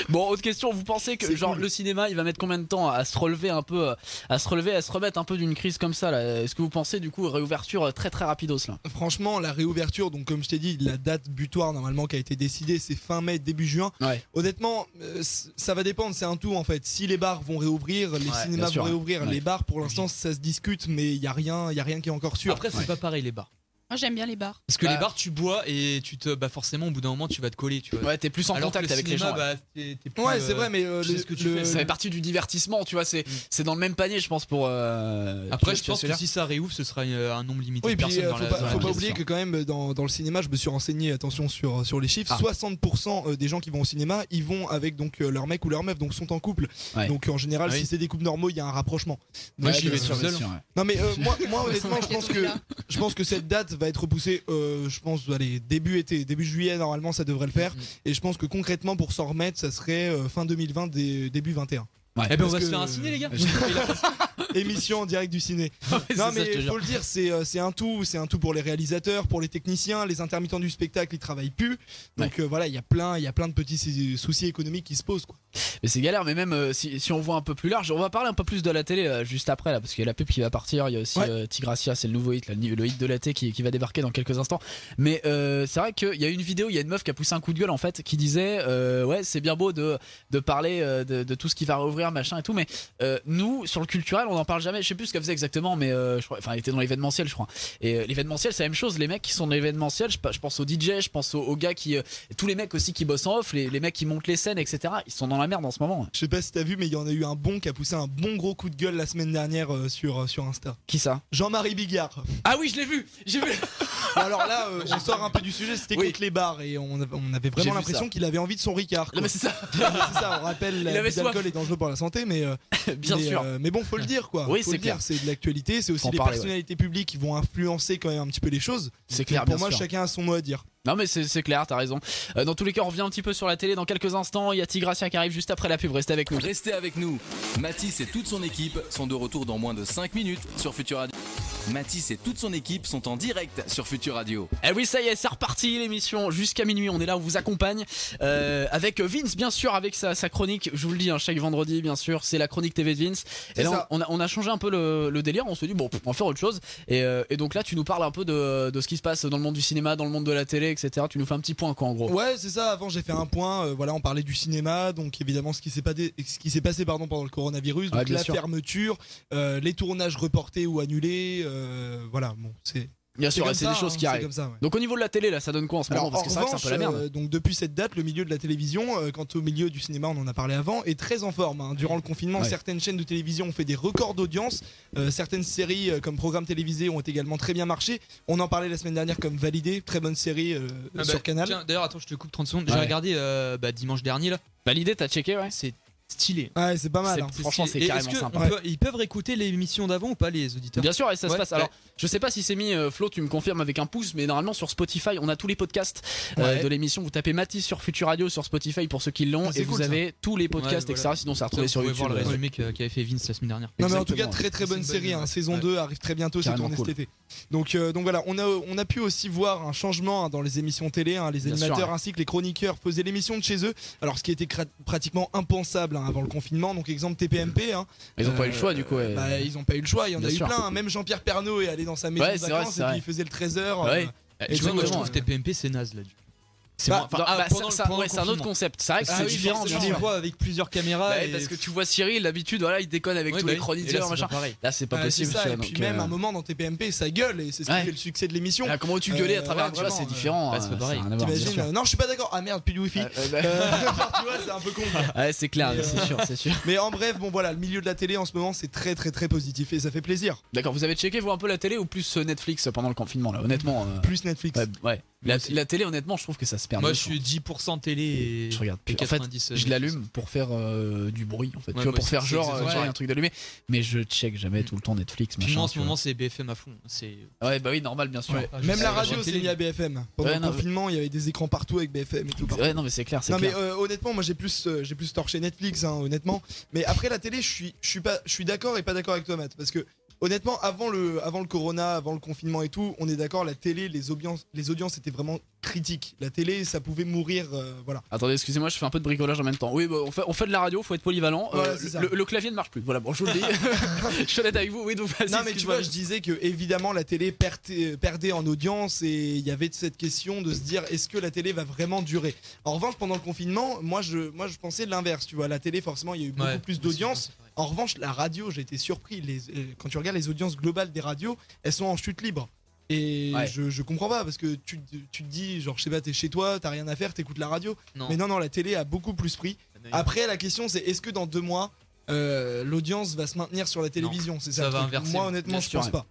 [SPEAKER 4] Bon, autre question, vous pensez que
[SPEAKER 5] C'est
[SPEAKER 4] genre
[SPEAKER 5] cool.
[SPEAKER 4] le cinéma, il va mettre combien de temps à se relever un peu, euh, à se relever, à se remettre un peu d'une crise comme ça là Est-ce que vous pensez du coup réouverture euh, très très rapidos là
[SPEAKER 5] Franchement, la réouverture, donc comme je t'ai dit, la date butoir normalement qui a été décidée, c'est fin mai, début juin.
[SPEAKER 4] Ouais.
[SPEAKER 5] Honnêtement, euh, c- ça va dépendre, c'est un tout en fait. Si les bars vont réouvrir, les
[SPEAKER 4] Ouais, bien
[SPEAKER 5] cinémas
[SPEAKER 4] sûr, hein.
[SPEAKER 5] vont réouvrir,
[SPEAKER 4] ouais.
[SPEAKER 5] les bars pour l'instant ça se discute, mais il n'y a, rien- y a rien qui est encore sûr.
[SPEAKER 7] Après, c'est
[SPEAKER 4] Ouais.
[SPEAKER 7] pas pareil les bars.
[SPEAKER 6] Moi, j'aime bien les bars.
[SPEAKER 7] Parce que
[SPEAKER 4] Bah.
[SPEAKER 7] les bars, tu bois et tu te. Bah, forcément, au bout d'un moment, tu vas te coller, tu vois.
[SPEAKER 4] Ouais, t'es plus en
[SPEAKER 7] Alors que
[SPEAKER 4] contact
[SPEAKER 7] le
[SPEAKER 4] avec les
[SPEAKER 7] cinéma,
[SPEAKER 4] gens. ouais.
[SPEAKER 7] bah, t'es- t'es plus,
[SPEAKER 5] Ouais,
[SPEAKER 7] euh,
[SPEAKER 5] c'est vrai, mais euh,
[SPEAKER 7] tu sais
[SPEAKER 5] le-
[SPEAKER 7] ce que tu
[SPEAKER 5] le- Mm.
[SPEAKER 7] fais,
[SPEAKER 4] ça fait partie du divertissement, tu vois, c'est c'est dans le même panier, je pense, pour. euh, tu vois
[SPEAKER 7] Après,
[SPEAKER 4] ce
[SPEAKER 7] je pense
[SPEAKER 4] veux
[SPEAKER 7] que
[SPEAKER 4] dire
[SPEAKER 7] si ça réouvre, ce sera euh, un nombre limité
[SPEAKER 5] Oui,
[SPEAKER 7] de
[SPEAKER 5] puis
[SPEAKER 7] personnes
[SPEAKER 5] euh,
[SPEAKER 7] dans
[SPEAKER 5] faut
[SPEAKER 7] la
[SPEAKER 5] pas,
[SPEAKER 7] dans la
[SPEAKER 5] faut pas
[SPEAKER 7] pièce,
[SPEAKER 5] oublier
[SPEAKER 7] tu
[SPEAKER 5] que quand même dans, dans le cinéma, je me suis renseigné, attention sur sur les chiffres,
[SPEAKER 4] Ah.
[SPEAKER 5] 60% euh, des gens qui vont au cinéma, ils vont avec donc euh, leur mec ou leur meuf, donc sont en couple.
[SPEAKER 4] Ouais.
[SPEAKER 5] Donc en général,
[SPEAKER 7] Ah oui.
[SPEAKER 5] si c'est des couples normaux, il y a un rapprochement.
[SPEAKER 7] Moi,
[SPEAKER 5] Donc,
[SPEAKER 7] j'y vais
[SPEAKER 5] euh,
[SPEAKER 7] tout seul.
[SPEAKER 5] Non mais
[SPEAKER 7] [laughs]
[SPEAKER 5] euh, moi, moi honnêtement, je
[SPEAKER 6] T'es
[SPEAKER 5] pense
[SPEAKER 6] tout
[SPEAKER 5] que
[SPEAKER 6] là.
[SPEAKER 5] je pense que cette date va être repoussée. euh, je pense allez début été, début juillet normalement, ça devrait le faire.
[SPEAKER 7] Mhm.
[SPEAKER 5] Et je pense que concrètement pour s'en remettre, ça serait euh, fin 2020, dé- début 21.
[SPEAKER 7] vois. Eh ben, on
[SPEAKER 5] Parce
[SPEAKER 7] va se
[SPEAKER 5] que-
[SPEAKER 7] faire un ciné, les gars.
[SPEAKER 5] [laughs] Émission en direct du ciné.
[SPEAKER 4] [laughs]
[SPEAKER 5] Non mais faut le dire, c'est euh, c'est un tout, c'est un tout pour les réalisateurs, pour les techniciens, les intermittents du spectacle, ils travaillent plus. Donc euh, voilà, il y a plein, il y a plein de petits sou- soucis économiques qui se posent quoi.
[SPEAKER 4] Mais c'est galère, mais même euh, si, si on voit un peu plus large, on va parler un peu plus de la télé euh, juste après là, parce qu'il y a la pub qui va partir, il y a aussi
[SPEAKER 5] Ouais.
[SPEAKER 4] euh, Tigracia, c'est le nouveau hit, là, le le hit de la télé qui, qui va débarquer dans quelques instants. Mais euh, c'est vrai qu'il y a une vidéo, il y a une meuf qui a poussé un coup de gueule en fait, qui disait euh, ouais c'est bien beau de, de parler euh, de, de tout ce qui va réouvrir machin et tout, mais euh, nous sur le culturel on n'en parle jamais. Je sais plus ce qu'elle faisait exactement, mais euh, je crois- enfin elle était dans l'événementiel je crois. Et euh, l'événementiel c'est la même chose, les mecs qui sont dans l'événementiel, je, pa- je pense aux DJ, je pense aux, aux gars qui, euh, tous les mecs aussi qui bossent en off, les, les mecs qui montent les scènes etc. Ils sont dans la merde en ce moment.
[SPEAKER 5] Je sais pas si t'as vu, mais il y en a eu un bon qui a poussé un bon gros coup de gueule la semaine dernière euh, sur euh, sur Insta.
[SPEAKER 4] Qui ça
[SPEAKER 5] Jean-Marie Bigard.
[SPEAKER 4] Ah oui, je l'ai vu. J'ai vu.
[SPEAKER 5] Bon, alors là, euh, on sort un peu du sujet, c'était
[SPEAKER 4] Oui.
[SPEAKER 5] contre les bars et on avait, on avait
[SPEAKER 4] J'ai
[SPEAKER 5] vraiment
[SPEAKER 4] vu
[SPEAKER 5] l'impression qu'il avait envie de son Ricard.
[SPEAKER 4] Non
[SPEAKER 5] quoi.
[SPEAKER 4] mais c'est ça,
[SPEAKER 5] [laughs] c'est ça, on rappelle,
[SPEAKER 4] avait
[SPEAKER 5] l'alcool
[SPEAKER 4] soif.
[SPEAKER 5] est dangereux pour la santé, mais euh,
[SPEAKER 4] [laughs] bien
[SPEAKER 5] mais,
[SPEAKER 4] sûr.
[SPEAKER 5] euh, mais bon, faut le dire quoi.
[SPEAKER 4] Oui,
[SPEAKER 5] Faut
[SPEAKER 4] c'est
[SPEAKER 5] le dire,
[SPEAKER 4] clair.
[SPEAKER 5] C'est de l'actualité, c'est aussi
[SPEAKER 4] Faut en
[SPEAKER 5] les
[SPEAKER 4] parler, ouais.
[SPEAKER 5] personnalités publiques qui vont influencer quand même un petit peu les choses.
[SPEAKER 4] C'est clair,
[SPEAKER 5] Donc, Pour
[SPEAKER 4] bien
[SPEAKER 5] moi,
[SPEAKER 4] sûr.
[SPEAKER 5] chacun a son mot à dire.
[SPEAKER 4] Non mais c'est c'est clair, t'as raison. Euh, dans tous les cas, on revient un petit peu sur la télé dans quelques instants. Il y a Tigracia qui arrive juste après la pub. Restez avec nous.
[SPEAKER 1] Restez avec nous. Mathis et toute son équipe sont de retour dans moins de 5 minutes sur Future Radio. Mathis et toute son équipe sont en direct sur Future Radio.
[SPEAKER 4] Eh oui, ça y est, c'est reparti l'émission jusqu'à minuit. On est là, on vous accompagne euh, avec Vince, bien sûr, avec sa, sa chronique. Je vous le dis, hein, chaque vendredi, bien sûr, c'est la chronique TV de Vince. Et
[SPEAKER 5] C'est
[SPEAKER 4] là,
[SPEAKER 5] ça.
[SPEAKER 4] on on a, on a changé un peu le, le délire. On se dit bon, pff, on va faire autre chose. Et, euh, et donc là, tu nous parles un peu de, de ce qui se passe dans le monde du cinéma, dans le monde de la télé, etc. Tu nous fais un petit point, quoi, en gros.
[SPEAKER 5] Ouais, c'est ça. Avant, j'ai fait un point. euh, voilà, on parlait du cinéma, donc évidemment ce qui s'est pas dé- ce qui s'est passé pardon pendant le coronavirus, donc
[SPEAKER 4] Ouais, bien
[SPEAKER 5] la
[SPEAKER 4] sûr.
[SPEAKER 5] fermeture, euh, les tournages reportés ou annulés. euh, voilà, bon, c'est
[SPEAKER 4] Bien
[SPEAKER 5] c'est
[SPEAKER 4] sûr,
[SPEAKER 5] comme
[SPEAKER 4] et c'est
[SPEAKER 5] ça,
[SPEAKER 4] des choses
[SPEAKER 5] hein,
[SPEAKER 4] qui
[SPEAKER 5] c'est
[SPEAKER 4] arrivent.
[SPEAKER 5] comme ça, ouais.
[SPEAKER 4] Donc au niveau de la télé, là, ça donne quoi en ce moment
[SPEAKER 5] Alors,
[SPEAKER 4] Parce que
[SPEAKER 5] en
[SPEAKER 4] c'est vrai que c'est un peu la
[SPEAKER 5] revanche,
[SPEAKER 4] merde.
[SPEAKER 5] euh, donc depuis cette date, le milieu de la télévision, euh, quant au milieu du cinéma, on en a parlé avant, est très en forme. hein. Durant le confinement,
[SPEAKER 4] Ouais.
[SPEAKER 5] certaines chaînes de télévision ont fait des records d'audience. Euh, certaines séries euh, comme programmes télévisés ont également très bien marché. On en parlait la semaine dernière comme Validé, très bonne série euh,
[SPEAKER 7] Ah bah,
[SPEAKER 5] sur Canal.
[SPEAKER 7] tiens, D'ailleurs, attends, je te coupe 30 secondes.
[SPEAKER 4] Ouais.
[SPEAKER 7] J'ai regardé euh, bah, dimanche dernier là.
[SPEAKER 4] Validé, t'as checké, ouais
[SPEAKER 7] C'est stylé.
[SPEAKER 5] Ouais, c'est pas mal. hein.
[SPEAKER 4] C'est- Franchement,
[SPEAKER 7] stylé.
[SPEAKER 4] c'est
[SPEAKER 7] Et
[SPEAKER 4] carrément
[SPEAKER 7] est-ce que
[SPEAKER 4] sympa.
[SPEAKER 7] on peut- ils peuvent réécouter l'émission d'avant ou pas, les auditeurs
[SPEAKER 4] Bien sûr, et ça se
[SPEAKER 7] Ouais.
[SPEAKER 4] passe. Alors, je sais pas si c'est mis, euh, Flo, tu me confirmes avec un pouce, mais normalement sur Spotify, on a tous les podcasts euh,
[SPEAKER 7] Ouais.
[SPEAKER 4] de l'émission. Vous tapez Mathis sur Future Radio sur Spotify pour ceux qui l'ont,
[SPEAKER 5] Ah,
[SPEAKER 4] et
[SPEAKER 5] c'est
[SPEAKER 4] vous
[SPEAKER 5] cool, ça.
[SPEAKER 4] avez tous les podcasts,
[SPEAKER 7] Ouais,
[SPEAKER 4] etc.
[SPEAKER 7] voilà.
[SPEAKER 4] Sinon, c'est
[SPEAKER 7] Vous
[SPEAKER 4] retrouvé sur
[SPEAKER 7] pouvez
[SPEAKER 4] YouTube.
[SPEAKER 7] voir le
[SPEAKER 4] euh,
[SPEAKER 7] résumé que- qu'avait fait Vince la semaine dernière.
[SPEAKER 5] Non mais en tout
[SPEAKER 4] Exactement,
[SPEAKER 5] cas très très
[SPEAKER 7] ouais.
[SPEAKER 5] bonne
[SPEAKER 7] C'est une bonne
[SPEAKER 5] série, hein.
[SPEAKER 7] idée.
[SPEAKER 5] saison
[SPEAKER 7] Ouais.
[SPEAKER 5] 2 arrive très bientôt, c'est
[SPEAKER 4] Carrément
[SPEAKER 5] tourné
[SPEAKER 4] cool.
[SPEAKER 5] cet été. Donc, euh, donc voilà, on a, on a pu aussi voir un changement hein, dans les émissions télé, hein. les
[SPEAKER 4] Bien
[SPEAKER 5] animateurs
[SPEAKER 4] sûr, ouais.
[SPEAKER 5] ainsi que les chroniqueurs faisaient l'émission de chez eux, alors ce qui était cra- pratiquement impensable hein, avant le confinement, donc exemple TPMP, hein.
[SPEAKER 4] Ils ont pas eu le
[SPEAKER 5] Euh,
[SPEAKER 4] choix, du coup. ouais.
[SPEAKER 5] bah, ils ont pas eu le choix, il y en
[SPEAKER 4] Bien
[SPEAKER 5] a
[SPEAKER 4] sûr.
[SPEAKER 5] eu plein, hein. même Jean-Pierre Pernaud est allé dans sa maison
[SPEAKER 4] Ouais,
[SPEAKER 5] de
[SPEAKER 4] c'est vrai,
[SPEAKER 5] vacances
[SPEAKER 4] c'est
[SPEAKER 5] et
[SPEAKER 4] vrai.
[SPEAKER 5] puis il faisait le euh, 13h.
[SPEAKER 4] Ouais. Bah,
[SPEAKER 7] Et tu vois, moi je trouve
[SPEAKER 4] Exactement.
[SPEAKER 7] TPMP c'est naze là. du coup.
[SPEAKER 4] C'est
[SPEAKER 5] bah,
[SPEAKER 4] moins-
[SPEAKER 7] bah,
[SPEAKER 4] ah,
[SPEAKER 7] ah,
[SPEAKER 4] bah,
[SPEAKER 7] pendant
[SPEAKER 4] ça-
[SPEAKER 7] le-
[SPEAKER 4] ça-
[SPEAKER 7] pendant
[SPEAKER 4] ouais,
[SPEAKER 7] le
[SPEAKER 4] c'est un autre
[SPEAKER 7] confinement.
[SPEAKER 4] concept. C'est vrai que
[SPEAKER 5] Ah
[SPEAKER 4] c'est
[SPEAKER 5] oui,
[SPEAKER 4] différent. bien
[SPEAKER 5] forcément.
[SPEAKER 7] Tu les
[SPEAKER 4] sûr.
[SPEAKER 7] vois avec plusieurs caméras.
[SPEAKER 4] Bah,
[SPEAKER 7] et-
[SPEAKER 4] Parce que tu vois Cyril, d'habitude, voilà, il déconne avec
[SPEAKER 7] Ouais,
[SPEAKER 4] tous
[SPEAKER 7] bah,
[SPEAKER 4] les
[SPEAKER 7] et là,
[SPEAKER 4] chroniqueurs,
[SPEAKER 7] c'est
[SPEAKER 4] machin.
[SPEAKER 7] pas pareil.
[SPEAKER 4] Là, c'est pas
[SPEAKER 5] Ouais, Bah, c'est
[SPEAKER 4] possible.
[SPEAKER 5] ça,
[SPEAKER 4] ça,
[SPEAKER 5] et
[SPEAKER 4] donc,
[SPEAKER 5] puis même
[SPEAKER 4] euh,
[SPEAKER 5] à un moment dans TPMP, ça gueule et c'est ce qui
[SPEAKER 4] Ouais.
[SPEAKER 5] fait le succès de l'émission.
[SPEAKER 4] ah, comment tu gueulais à
[SPEAKER 5] Euh,
[SPEAKER 4] travers un
[SPEAKER 5] ouais,
[SPEAKER 4] voilà, c'est
[SPEAKER 5] vraiment,
[SPEAKER 4] différent.
[SPEAKER 7] ouais, Bah, c'est pas
[SPEAKER 4] euh, ça a
[SPEAKER 7] pareil.
[SPEAKER 4] rien à voir, bien
[SPEAKER 5] T'imagines
[SPEAKER 4] sûr.
[SPEAKER 5] euh, Non, je suis pas d'accord. Ah merde, plus de wifi.
[SPEAKER 4] Ouais, ouais, bah,
[SPEAKER 5] Euh, [laughs] tu vois, c'est un peu con. quoi.
[SPEAKER 4] [laughs] ouais, c'est clair,
[SPEAKER 5] Mais, euh,
[SPEAKER 4] c'est sûr, c'est sûr.
[SPEAKER 5] Mais en bref, bon voilà, le milieu de la télé en ce moment, c'est très très très positif et ça fait plaisir.
[SPEAKER 4] D'accord, vous avez checké vous un peu la télé ou plus euh, Netflix pendant le confinement là, honnêtement. euh,
[SPEAKER 5] Plus Netflix.
[SPEAKER 4] Ouais, ouais. La,
[SPEAKER 7] aussi.
[SPEAKER 4] la télé, honnêtement, je trouve que ça se perd.
[SPEAKER 7] Moi
[SPEAKER 4] mieux,
[SPEAKER 7] je suis 10% télé et.
[SPEAKER 4] Je regarde plus.
[SPEAKER 7] et
[SPEAKER 4] En fait,
[SPEAKER 7] 90,
[SPEAKER 4] je
[SPEAKER 7] euh,
[SPEAKER 4] l'allume pour faire euh, du bruit, en fait. tu
[SPEAKER 7] Ouais,
[SPEAKER 4] vois,
[SPEAKER 7] moi
[SPEAKER 4] pour
[SPEAKER 7] aussi,
[SPEAKER 4] faire
[SPEAKER 7] c'est
[SPEAKER 4] genre, euh,
[SPEAKER 7] exactement
[SPEAKER 4] tu vois,
[SPEAKER 7] pareil.
[SPEAKER 4] un truc d'allumé. Mais je check jamais tout le temps Netflix,
[SPEAKER 7] Puis
[SPEAKER 4] machin.
[SPEAKER 7] moi en ce
[SPEAKER 4] tu vois.
[SPEAKER 7] moment c'est BFM à fond. C'est.
[SPEAKER 4] Ouais, bah oui, normal, bien sûr. Ouais,
[SPEAKER 5] Même la radio
[SPEAKER 7] c'est
[SPEAKER 5] s'est mise à BFM. Pendant
[SPEAKER 4] Ouais,
[SPEAKER 5] le
[SPEAKER 4] non,
[SPEAKER 5] confinement, il y avait des écrans partout avec BFM et tout. partout.
[SPEAKER 4] non, mais c'est clair, c'est
[SPEAKER 5] Non mais
[SPEAKER 4] clair.
[SPEAKER 5] euh, honnêtement, moi j'ai plus euh, j'ai plus torché Netflix hein, honnêtement. Mais après la télé, je suis je suis pas je suis d'accord et pas d'accord avec toi Matt parce que honnêtement avant le avant le corona, avant le confinement et tout, on est d'accord la télé les audiences les audiences étaient vraiment critiques. La télé, ça pouvait mourir euh, voilà.
[SPEAKER 4] Attendez, excusez-moi, je fais un peu de bricolage en même temps. Oui, bah, on, fait, on fait de la radio, faut être polyvalent. Euh,
[SPEAKER 5] Voilà, c'est ça.
[SPEAKER 4] le, le clavier ne marche plus. Voilà, bon, je vous le
[SPEAKER 5] [laughs]
[SPEAKER 4] dis. [laughs] je suis honnête avec vous. Oui, donc vas-y,
[SPEAKER 5] Non mais tu
[SPEAKER 4] excuse-moi.
[SPEAKER 5] vois, je disais que évidemment la télé perdait, perdait en audience et il y avait cette question de se dire est-ce que la télé va vraiment durer. En revanche, pendant le confinement, moi je moi je pensais l'inverse, tu vois, la télé forcément, il y a eu beaucoup plus d'audience. En revanche, la radio, j'ai été surpris. Les- euh, quand tu regardes les audiences globales des radios, elles sont en chute libre. Et
[SPEAKER 4] Ouais.
[SPEAKER 5] je, je comprends pas parce que tu, te- tu te dis, genre, je sais pas, t'es chez toi, t'as rien à faire, t'écoutes la radio.
[SPEAKER 7] Non.
[SPEAKER 5] Mais non, non, la télé a beaucoup plus pris. Après, la question, c'est est-ce que dans deux mois, euh, l'audience va se maintenir sur la télévision C'est ça,
[SPEAKER 7] Ça
[SPEAKER 5] le
[SPEAKER 7] va
[SPEAKER 5] truc.
[SPEAKER 7] inverser.
[SPEAKER 5] Moi, honnêtement,
[SPEAKER 4] Bien
[SPEAKER 5] je
[SPEAKER 4] sûr,
[SPEAKER 5] pense
[SPEAKER 4] ouais.
[SPEAKER 5] pas.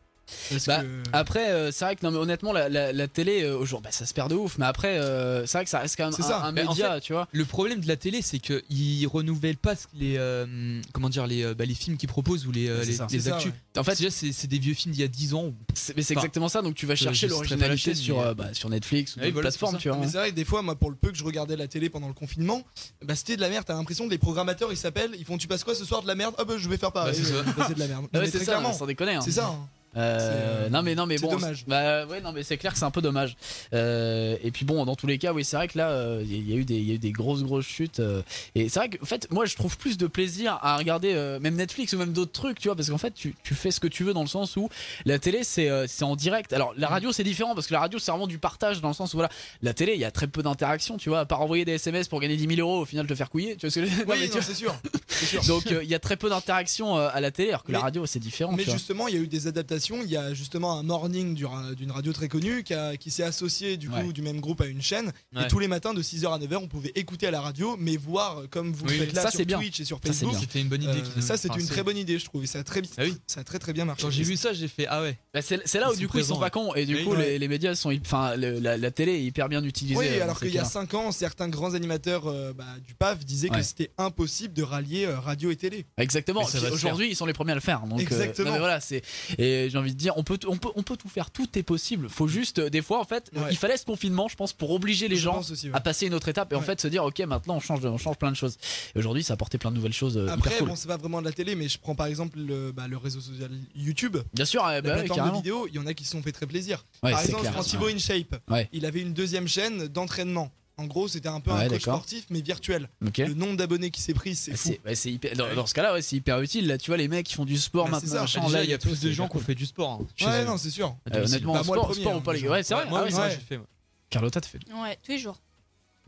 [SPEAKER 5] Parce
[SPEAKER 4] Bah,
[SPEAKER 5] que-
[SPEAKER 4] Après, euh, c'est vrai que non, mais honnêtement, la, la- la télé euh, aujourd'hui, bah, ça se perd de ouf. Mais après, euh, c'est vrai que ça reste quand même
[SPEAKER 5] C'est
[SPEAKER 4] un,
[SPEAKER 5] ça.
[SPEAKER 4] un
[SPEAKER 7] Mais Bah, en
[SPEAKER 4] média, tu vois.
[SPEAKER 7] Le problème de la télé, c'est que ils renouvellent pas ce- les euh, comment dire les euh, bah, les films qu'ils proposent ou les euh,
[SPEAKER 4] C'est
[SPEAKER 7] les,
[SPEAKER 4] ça.
[SPEAKER 7] les
[SPEAKER 5] C'est ça,
[SPEAKER 7] actus.
[SPEAKER 5] ouais.
[SPEAKER 4] En
[SPEAKER 7] En fait,
[SPEAKER 4] fait,
[SPEAKER 7] déjà c'est c'est des vieux films d'il y a 10 ans.
[SPEAKER 4] c'est- mais c'est
[SPEAKER 7] Enfin,
[SPEAKER 4] exactement ça. Donc tu vas
[SPEAKER 7] je-
[SPEAKER 4] chercher
[SPEAKER 7] je serais pas
[SPEAKER 4] l'originalité
[SPEAKER 7] la chaîne,
[SPEAKER 4] sur,
[SPEAKER 7] mais-
[SPEAKER 4] euh, bah, sur Netflix ou
[SPEAKER 7] Ah Oui,
[SPEAKER 4] d'autres
[SPEAKER 7] voilà, c'est
[SPEAKER 4] plateformes,
[SPEAKER 7] pour ça.
[SPEAKER 4] tu vois.
[SPEAKER 5] Mais c'est vrai que des fois, moi, pour le peu que je regardais la télé pendant le confinement, bah, c'était de la merde. T'as l'impression que les programmateurs, ils s'appellent, ils font tu passes quoi ce soir de la merde Ah bah je vais faire pareil.
[SPEAKER 7] Bah, c'est ça.
[SPEAKER 5] euh, bah, c'est de la merde.
[SPEAKER 4] Ah ouais,
[SPEAKER 5] Mais
[SPEAKER 4] c'est
[SPEAKER 5] très
[SPEAKER 4] ça,
[SPEAKER 5] clairement,
[SPEAKER 4] sans déconner. hein.
[SPEAKER 5] C'est ça. hein.
[SPEAKER 4] Euh,
[SPEAKER 5] C'est, euh,
[SPEAKER 4] non mais non mais
[SPEAKER 5] c'est
[SPEAKER 4] bon.
[SPEAKER 5] dommage.
[SPEAKER 4] Bah ouais non mais c'est clair que c'est un peu dommage. Euh, et puis bon dans tous les cas oui c'est vrai que là euh, il y, a eu des il y a eu des grosses grosses chutes euh, et c'est vrai que en fait moi je trouve plus de plaisir à regarder euh, même Netflix ou même d'autres trucs tu vois parce qu'en fait tu, tu fais ce que tu veux dans le sens où la télé c'est euh, c'est en direct alors la radio c'est différent parce que la radio c'est vraiment du partage dans le sens où voilà la télé il y a très peu d'interaction tu vois à part envoyer des SMS pour gagner 10 000 euros au final te faire couiller tu vois ce que je veux dire Non, mais
[SPEAKER 5] Oui,
[SPEAKER 4] tu
[SPEAKER 5] non, c'est sûr. C'est sûr.
[SPEAKER 4] vois, donc euh, il y a très peu d'interaction euh, à la télé alors que la
[SPEAKER 5] Mais-
[SPEAKER 4] radio c'est différent
[SPEAKER 5] Mais
[SPEAKER 4] tu vois.
[SPEAKER 5] justement, il y a eu des adaptations. Il y a justement un morning du ra- d'une radio très connue qui, a- qui s'est associé du coup
[SPEAKER 4] Ouais.
[SPEAKER 5] du même groupe à une chaîne.
[SPEAKER 7] Ouais.
[SPEAKER 5] Et tous les matins de 6h à 9h, on pouvait écouter à la radio, mais voir euh, comme vous le
[SPEAKER 7] Oui,
[SPEAKER 5] faites là
[SPEAKER 4] ça, c'est
[SPEAKER 5] sur
[SPEAKER 4] bien.
[SPEAKER 5] Twitch et sur
[SPEAKER 4] Ça, c'est
[SPEAKER 5] Facebook.
[SPEAKER 4] bien.
[SPEAKER 7] C'était une bonne idée.
[SPEAKER 5] Euh,
[SPEAKER 7] qu'ils-
[SPEAKER 5] ça, c'est
[SPEAKER 7] enfin,
[SPEAKER 5] une très bonne idée, je trouve. Et ça a très,
[SPEAKER 7] Ah oui.
[SPEAKER 5] ça a très très bien marché.
[SPEAKER 7] Quand j'ai vu ça, j'ai fait ah ouais.
[SPEAKER 4] Bah, c'est c'est là où
[SPEAKER 7] Ils
[SPEAKER 4] du
[SPEAKER 7] sont
[SPEAKER 4] coup ils sont
[SPEAKER 7] présents,
[SPEAKER 4] pas cons et du
[SPEAKER 7] Oui,
[SPEAKER 4] coup
[SPEAKER 5] ouais.
[SPEAKER 4] les, les médias sont enfin le- la, la télé est hyper bien utilisée.
[SPEAKER 5] Oui,
[SPEAKER 4] euh,
[SPEAKER 5] alors
[SPEAKER 4] c'est
[SPEAKER 5] qu'il y a
[SPEAKER 4] clair.
[SPEAKER 5] 5 ans, certains grands animateurs euh, bah, du PAF disaient
[SPEAKER 4] Ouais.
[SPEAKER 5] que c'était impossible de rallier euh, radio et télé.
[SPEAKER 4] exactement.
[SPEAKER 7] Mais ça
[SPEAKER 4] Puis
[SPEAKER 7] va se
[SPEAKER 4] Aujourd'hui ils sont les premiers à le faire. Donc, euh,
[SPEAKER 5] Exactement.
[SPEAKER 4] non, mais voilà c'est et j'ai envie de dire on peut t- on peut on peut tout faire tout est possible. Faut juste euh, des fois en fait
[SPEAKER 5] Ouais.
[SPEAKER 4] il fallait ce confinement je pense pour obliger les
[SPEAKER 5] Je
[SPEAKER 4] gens
[SPEAKER 5] pense aussi, ouais.
[SPEAKER 4] à passer une autre étape et en
[SPEAKER 5] Ouais.
[SPEAKER 4] fait se dire ok maintenant on change de- on change plein de choses. Et Aujourd'hui ça a apporté plein de nouvelles choses euh,
[SPEAKER 5] Après,
[SPEAKER 4] hyper cool.
[SPEAKER 5] bon, c'est pas vraiment de la télé, mais je prends par exemple le, bah, le réseau social YouTube.
[SPEAKER 4] bien sûr euh,
[SPEAKER 5] La
[SPEAKER 4] bah, ouais,
[SPEAKER 5] plateforme de
[SPEAKER 4] carrément.
[SPEAKER 5] vidéo, il y en a qui se sont fait très plaisir.
[SPEAKER 4] Ouais,
[SPEAKER 5] Par
[SPEAKER 4] c'est
[SPEAKER 5] exemple,
[SPEAKER 4] clair.
[SPEAKER 5] je prends Thibaut InShape.
[SPEAKER 4] Ouais.
[SPEAKER 5] Il avait une deuxième chaîne d'entraînement. En gros, c'était un peu
[SPEAKER 4] Ouais,
[SPEAKER 5] un coach
[SPEAKER 4] d'accord.
[SPEAKER 5] sportif, mais virtuel.
[SPEAKER 4] Ok.
[SPEAKER 5] Le nombre d'abonnés qui s'est pris, c'est
[SPEAKER 4] Bah,
[SPEAKER 5] fou.
[SPEAKER 4] C'est bah, c'est hyper dans, dans ce cas là ouais c'est hyper utile là tu vois les mecs qui font du sport
[SPEAKER 5] Bah, c'est
[SPEAKER 4] maintenant.
[SPEAKER 5] ça.
[SPEAKER 4] machin,
[SPEAKER 7] Bah, déjà,
[SPEAKER 4] live
[SPEAKER 7] il y
[SPEAKER 4] et
[SPEAKER 7] a
[SPEAKER 4] tout,
[SPEAKER 7] plus
[SPEAKER 4] c'est
[SPEAKER 7] de gens
[SPEAKER 4] hyper
[SPEAKER 7] qui ont fait du sport. hein, chez
[SPEAKER 5] Ouais,
[SPEAKER 7] eux.
[SPEAKER 5] non, c'est sûr.
[SPEAKER 7] À
[SPEAKER 4] Euh,
[SPEAKER 7] domicile.
[SPEAKER 4] honnêtement,
[SPEAKER 5] Bah,
[SPEAKER 4] sport,
[SPEAKER 5] moi, le premier,
[SPEAKER 4] sport ou pas, les gars. Ouais, c'est vrai.
[SPEAKER 7] Ouais, moi,
[SPEAKER 4] ah ouais,
[SPEAKER 7] ça,
[SPEAKER 5] ouais.
[SPEAKER 7] j'ai fait. ouais.
[SPEAKER 4] Carlotta, t'as fait.
[SPEAKER 6] Ouais, tous les jours.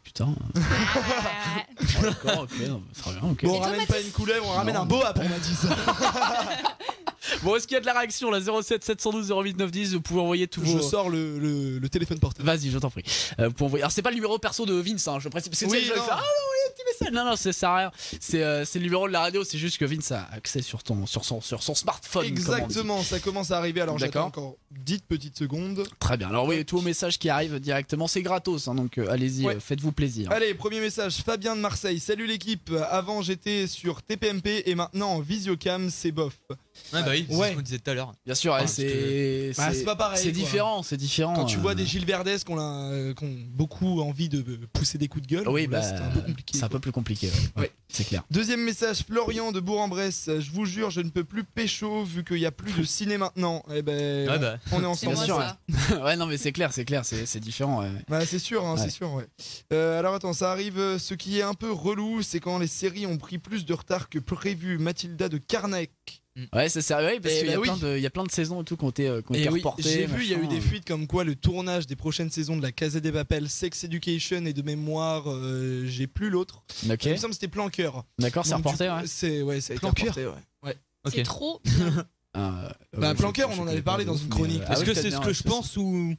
[SPEAKER 4] Putain.
[SPEAKER 6] Ah,
[SPEAKER 4] Oh, D'accord, ok, non, mais très bien, ok.
[SPEAKER 5] Bon, on
[SPEAKER 6] toi,
[SPEAKER 5] ramène
[SPEAKER 6] Mathis
[SPEAKER 5] pas une couleuvre, on ramène un boa pour Mathis.
[SPEAKER 4] [laughs] Bon, est-ce qu'il y a de la réaction là 07 712 08 910, vous pouvez envoyer tous
[SPEAKER 5] Je
[SPEAKER 4] vos.
[SPEAKER 5] sors le, le- le téléphone portable.
[SPEAKER 4] Vas-y, je t'en prie. Euh, vous pouvez envoyer. Alors, c'est pas le numéro perso de Vince, hein, je précise. parce que tu sais,
[SPEAKER 5] Oui,
[SPEAKER 4] les gens, ils
[SPEAKER 5] non.
[SPEAKER 4] font, Ah non, oui, petit message. Non, non, c'est- ça sert à rien. C'est euh, c'est le numéro de la radio, c'est juste que Vince a accès sur, ton, sur, son, sur son smartphone. comme on dit.
[SPEAKER 5] Exactement, ça commence à arriver. Alors j'attends
[SPEAKER 4] D'accord.
[SPEAKER 5] encore 10 petites secondes.
[SPEAKER 4] Très bien. Alors, oui, tout au message qui arrive directement, c'est gratos. hein, donc, euh, allez-y,
[SPEAKER 5] Ouais.
[SPEAKER 4] euh, faites-vous plaisir.
[SPEAKER 5] Allez, premier message, Fabien de Marseille. Salut l'équipe. Avant j'étais sur TPMP et maintenant en visiocam, c'est bof.
[SPEAKER 7] Ouais, bah oui, c'est
[SPEAKER 5] Ouais.
[SPEAKER 7] ce qu'on disait tout à l'heure.
[SPEAKER 4] Bien sûr, eh,
[SPEAKER 7] parce
[SPEAKER 4] c'est.
[SPEAKER 5] Bah, c'est pas pareil,
[SPEAKER 4] C'est
[SPEAKER 5] quoi.
[SPEAKER 4] différent, c'est différent.
[SPEAKER 5] Quand tu
[SPEAKER 4] euh,
[SPEAKER 5] vois des Gilles Verdès qu'on a, euh, qu'on beaucoup envie de euh, pousser des coups de gueule,
[SPEAKER 4] Oui,
[SPEAKER 5] bon, là,
[SPEAKER 4] bah,
[SPEAKER 5] c'est un peu compliqué.
[SPEAKER 4] C'est un
[SPEAKER 5] quoi.
[SPEAKER 4] peu plus compliqué. ouais.
[SPEAKER 5] Ouais.
[SPEAKER 4] C'est clair.
[SPEAKER 5] Deuxième message, Florian de Bourg-en-Bresse. Je vous jure, je ne peux plus pécho vu qu'il n'y a plus de ciné maintenant. Eh ben,
[SPEAKER 4] Ah
[SPEAKER 7] Ouais, bah.
[SPEAKER 5] on est
[SPEAKER 6] C'est
[SPEAKER 5] ensemble.
[SPEAKER 6] moi
[SPEAKER 4] sûr, hein.
[SPEAKER 6] ça.
[SPEAKER 4] ouais, non, mais c'est clair, c'est clair, c'est c'est différent. ouais.
[SPEAKER 5] Bah, c'est sûr, hein,
[SPEAKER 4] Ouais.
[SPEAKER 5] c'est sûr. Ouais. Euh, alors attends, ça arrive. euh, Ce qui est un peu relou, c'est quand les séries ont pris plus de retard que prévu. Mathilda de Carnac.
[SPEAKER 4] Ouais, c'est sérieux, ouais, parce
[SPEAKER 5] Eh
[SPEAKER 4] qu'il y, a
[SPEAKER 5] bah oui. Eh
[SPEAKER 4] plein de- il y a plein de saisons et tout qui ont été, euh, qui ont été reportées.
[SPEAKER 5] j'ai vu, il y a eu
[SPEAKER 4] machin. euh.
[SPEAKER 5] des fuites comme quoi le tournage des prochaines saisons de la Casa des Papel, Sex Education et de mémoire, euh, j'ai plus l'autre. Euh,
[SPEAKER 4] Ok,
[SPEAKER 5] Il me semble que c'était Plan Cœur.
[SPEAKER 4] d'accord, c'est
[SPEAKER 5] Donc,
[SPEAKER 4] reporté,
[SPEAKER 5] du coup,
[SPEAKER 4] ouais.
[SPEAKER 5] C'est ouais, ça a été
[SPEAKER 7] Plan Cœur
[SPEAKER 5] reporté, ouais.
[SPEAKER 7] Ok.
[SPEAKER 4] [laughs]
[SPEAKER 6] C'est trop. bien.
[SPEAKER 4] Ah, euh,
[SPEAKER 5] Bah,
[SPEAKER 4] ouais,
[SPEAKER 5] Planqueur,
[SPEAKER 4] je-
[SPEAKER 5] on
[SPEAKER 4] je
[SPEAKER 5] en avait
[SPEAKER 4] connais
[SPEAKER 5] parlé
[SPEAKER 4] pas de
[SPEAKER 5] dans
[SPEAKER 4] ouf,
[SPEAKER 5] une
[SPEAKER 4] mais,
[SPEAKER 5] chronique.
[SPEAKER 4] euh, ah
[SPEAKER 7] Est-ce
[SPEAKER 4] ouais,
[SPEAKER 7] que
[SPEAKER 4] peut-être
[SPEAKER 7] c'est ce
[SPEAKER 4] bien,
[SPEAKER 7] que je
[SPEAKER 4] c'est- [laughs]
[SPEAKER 7] pense ou.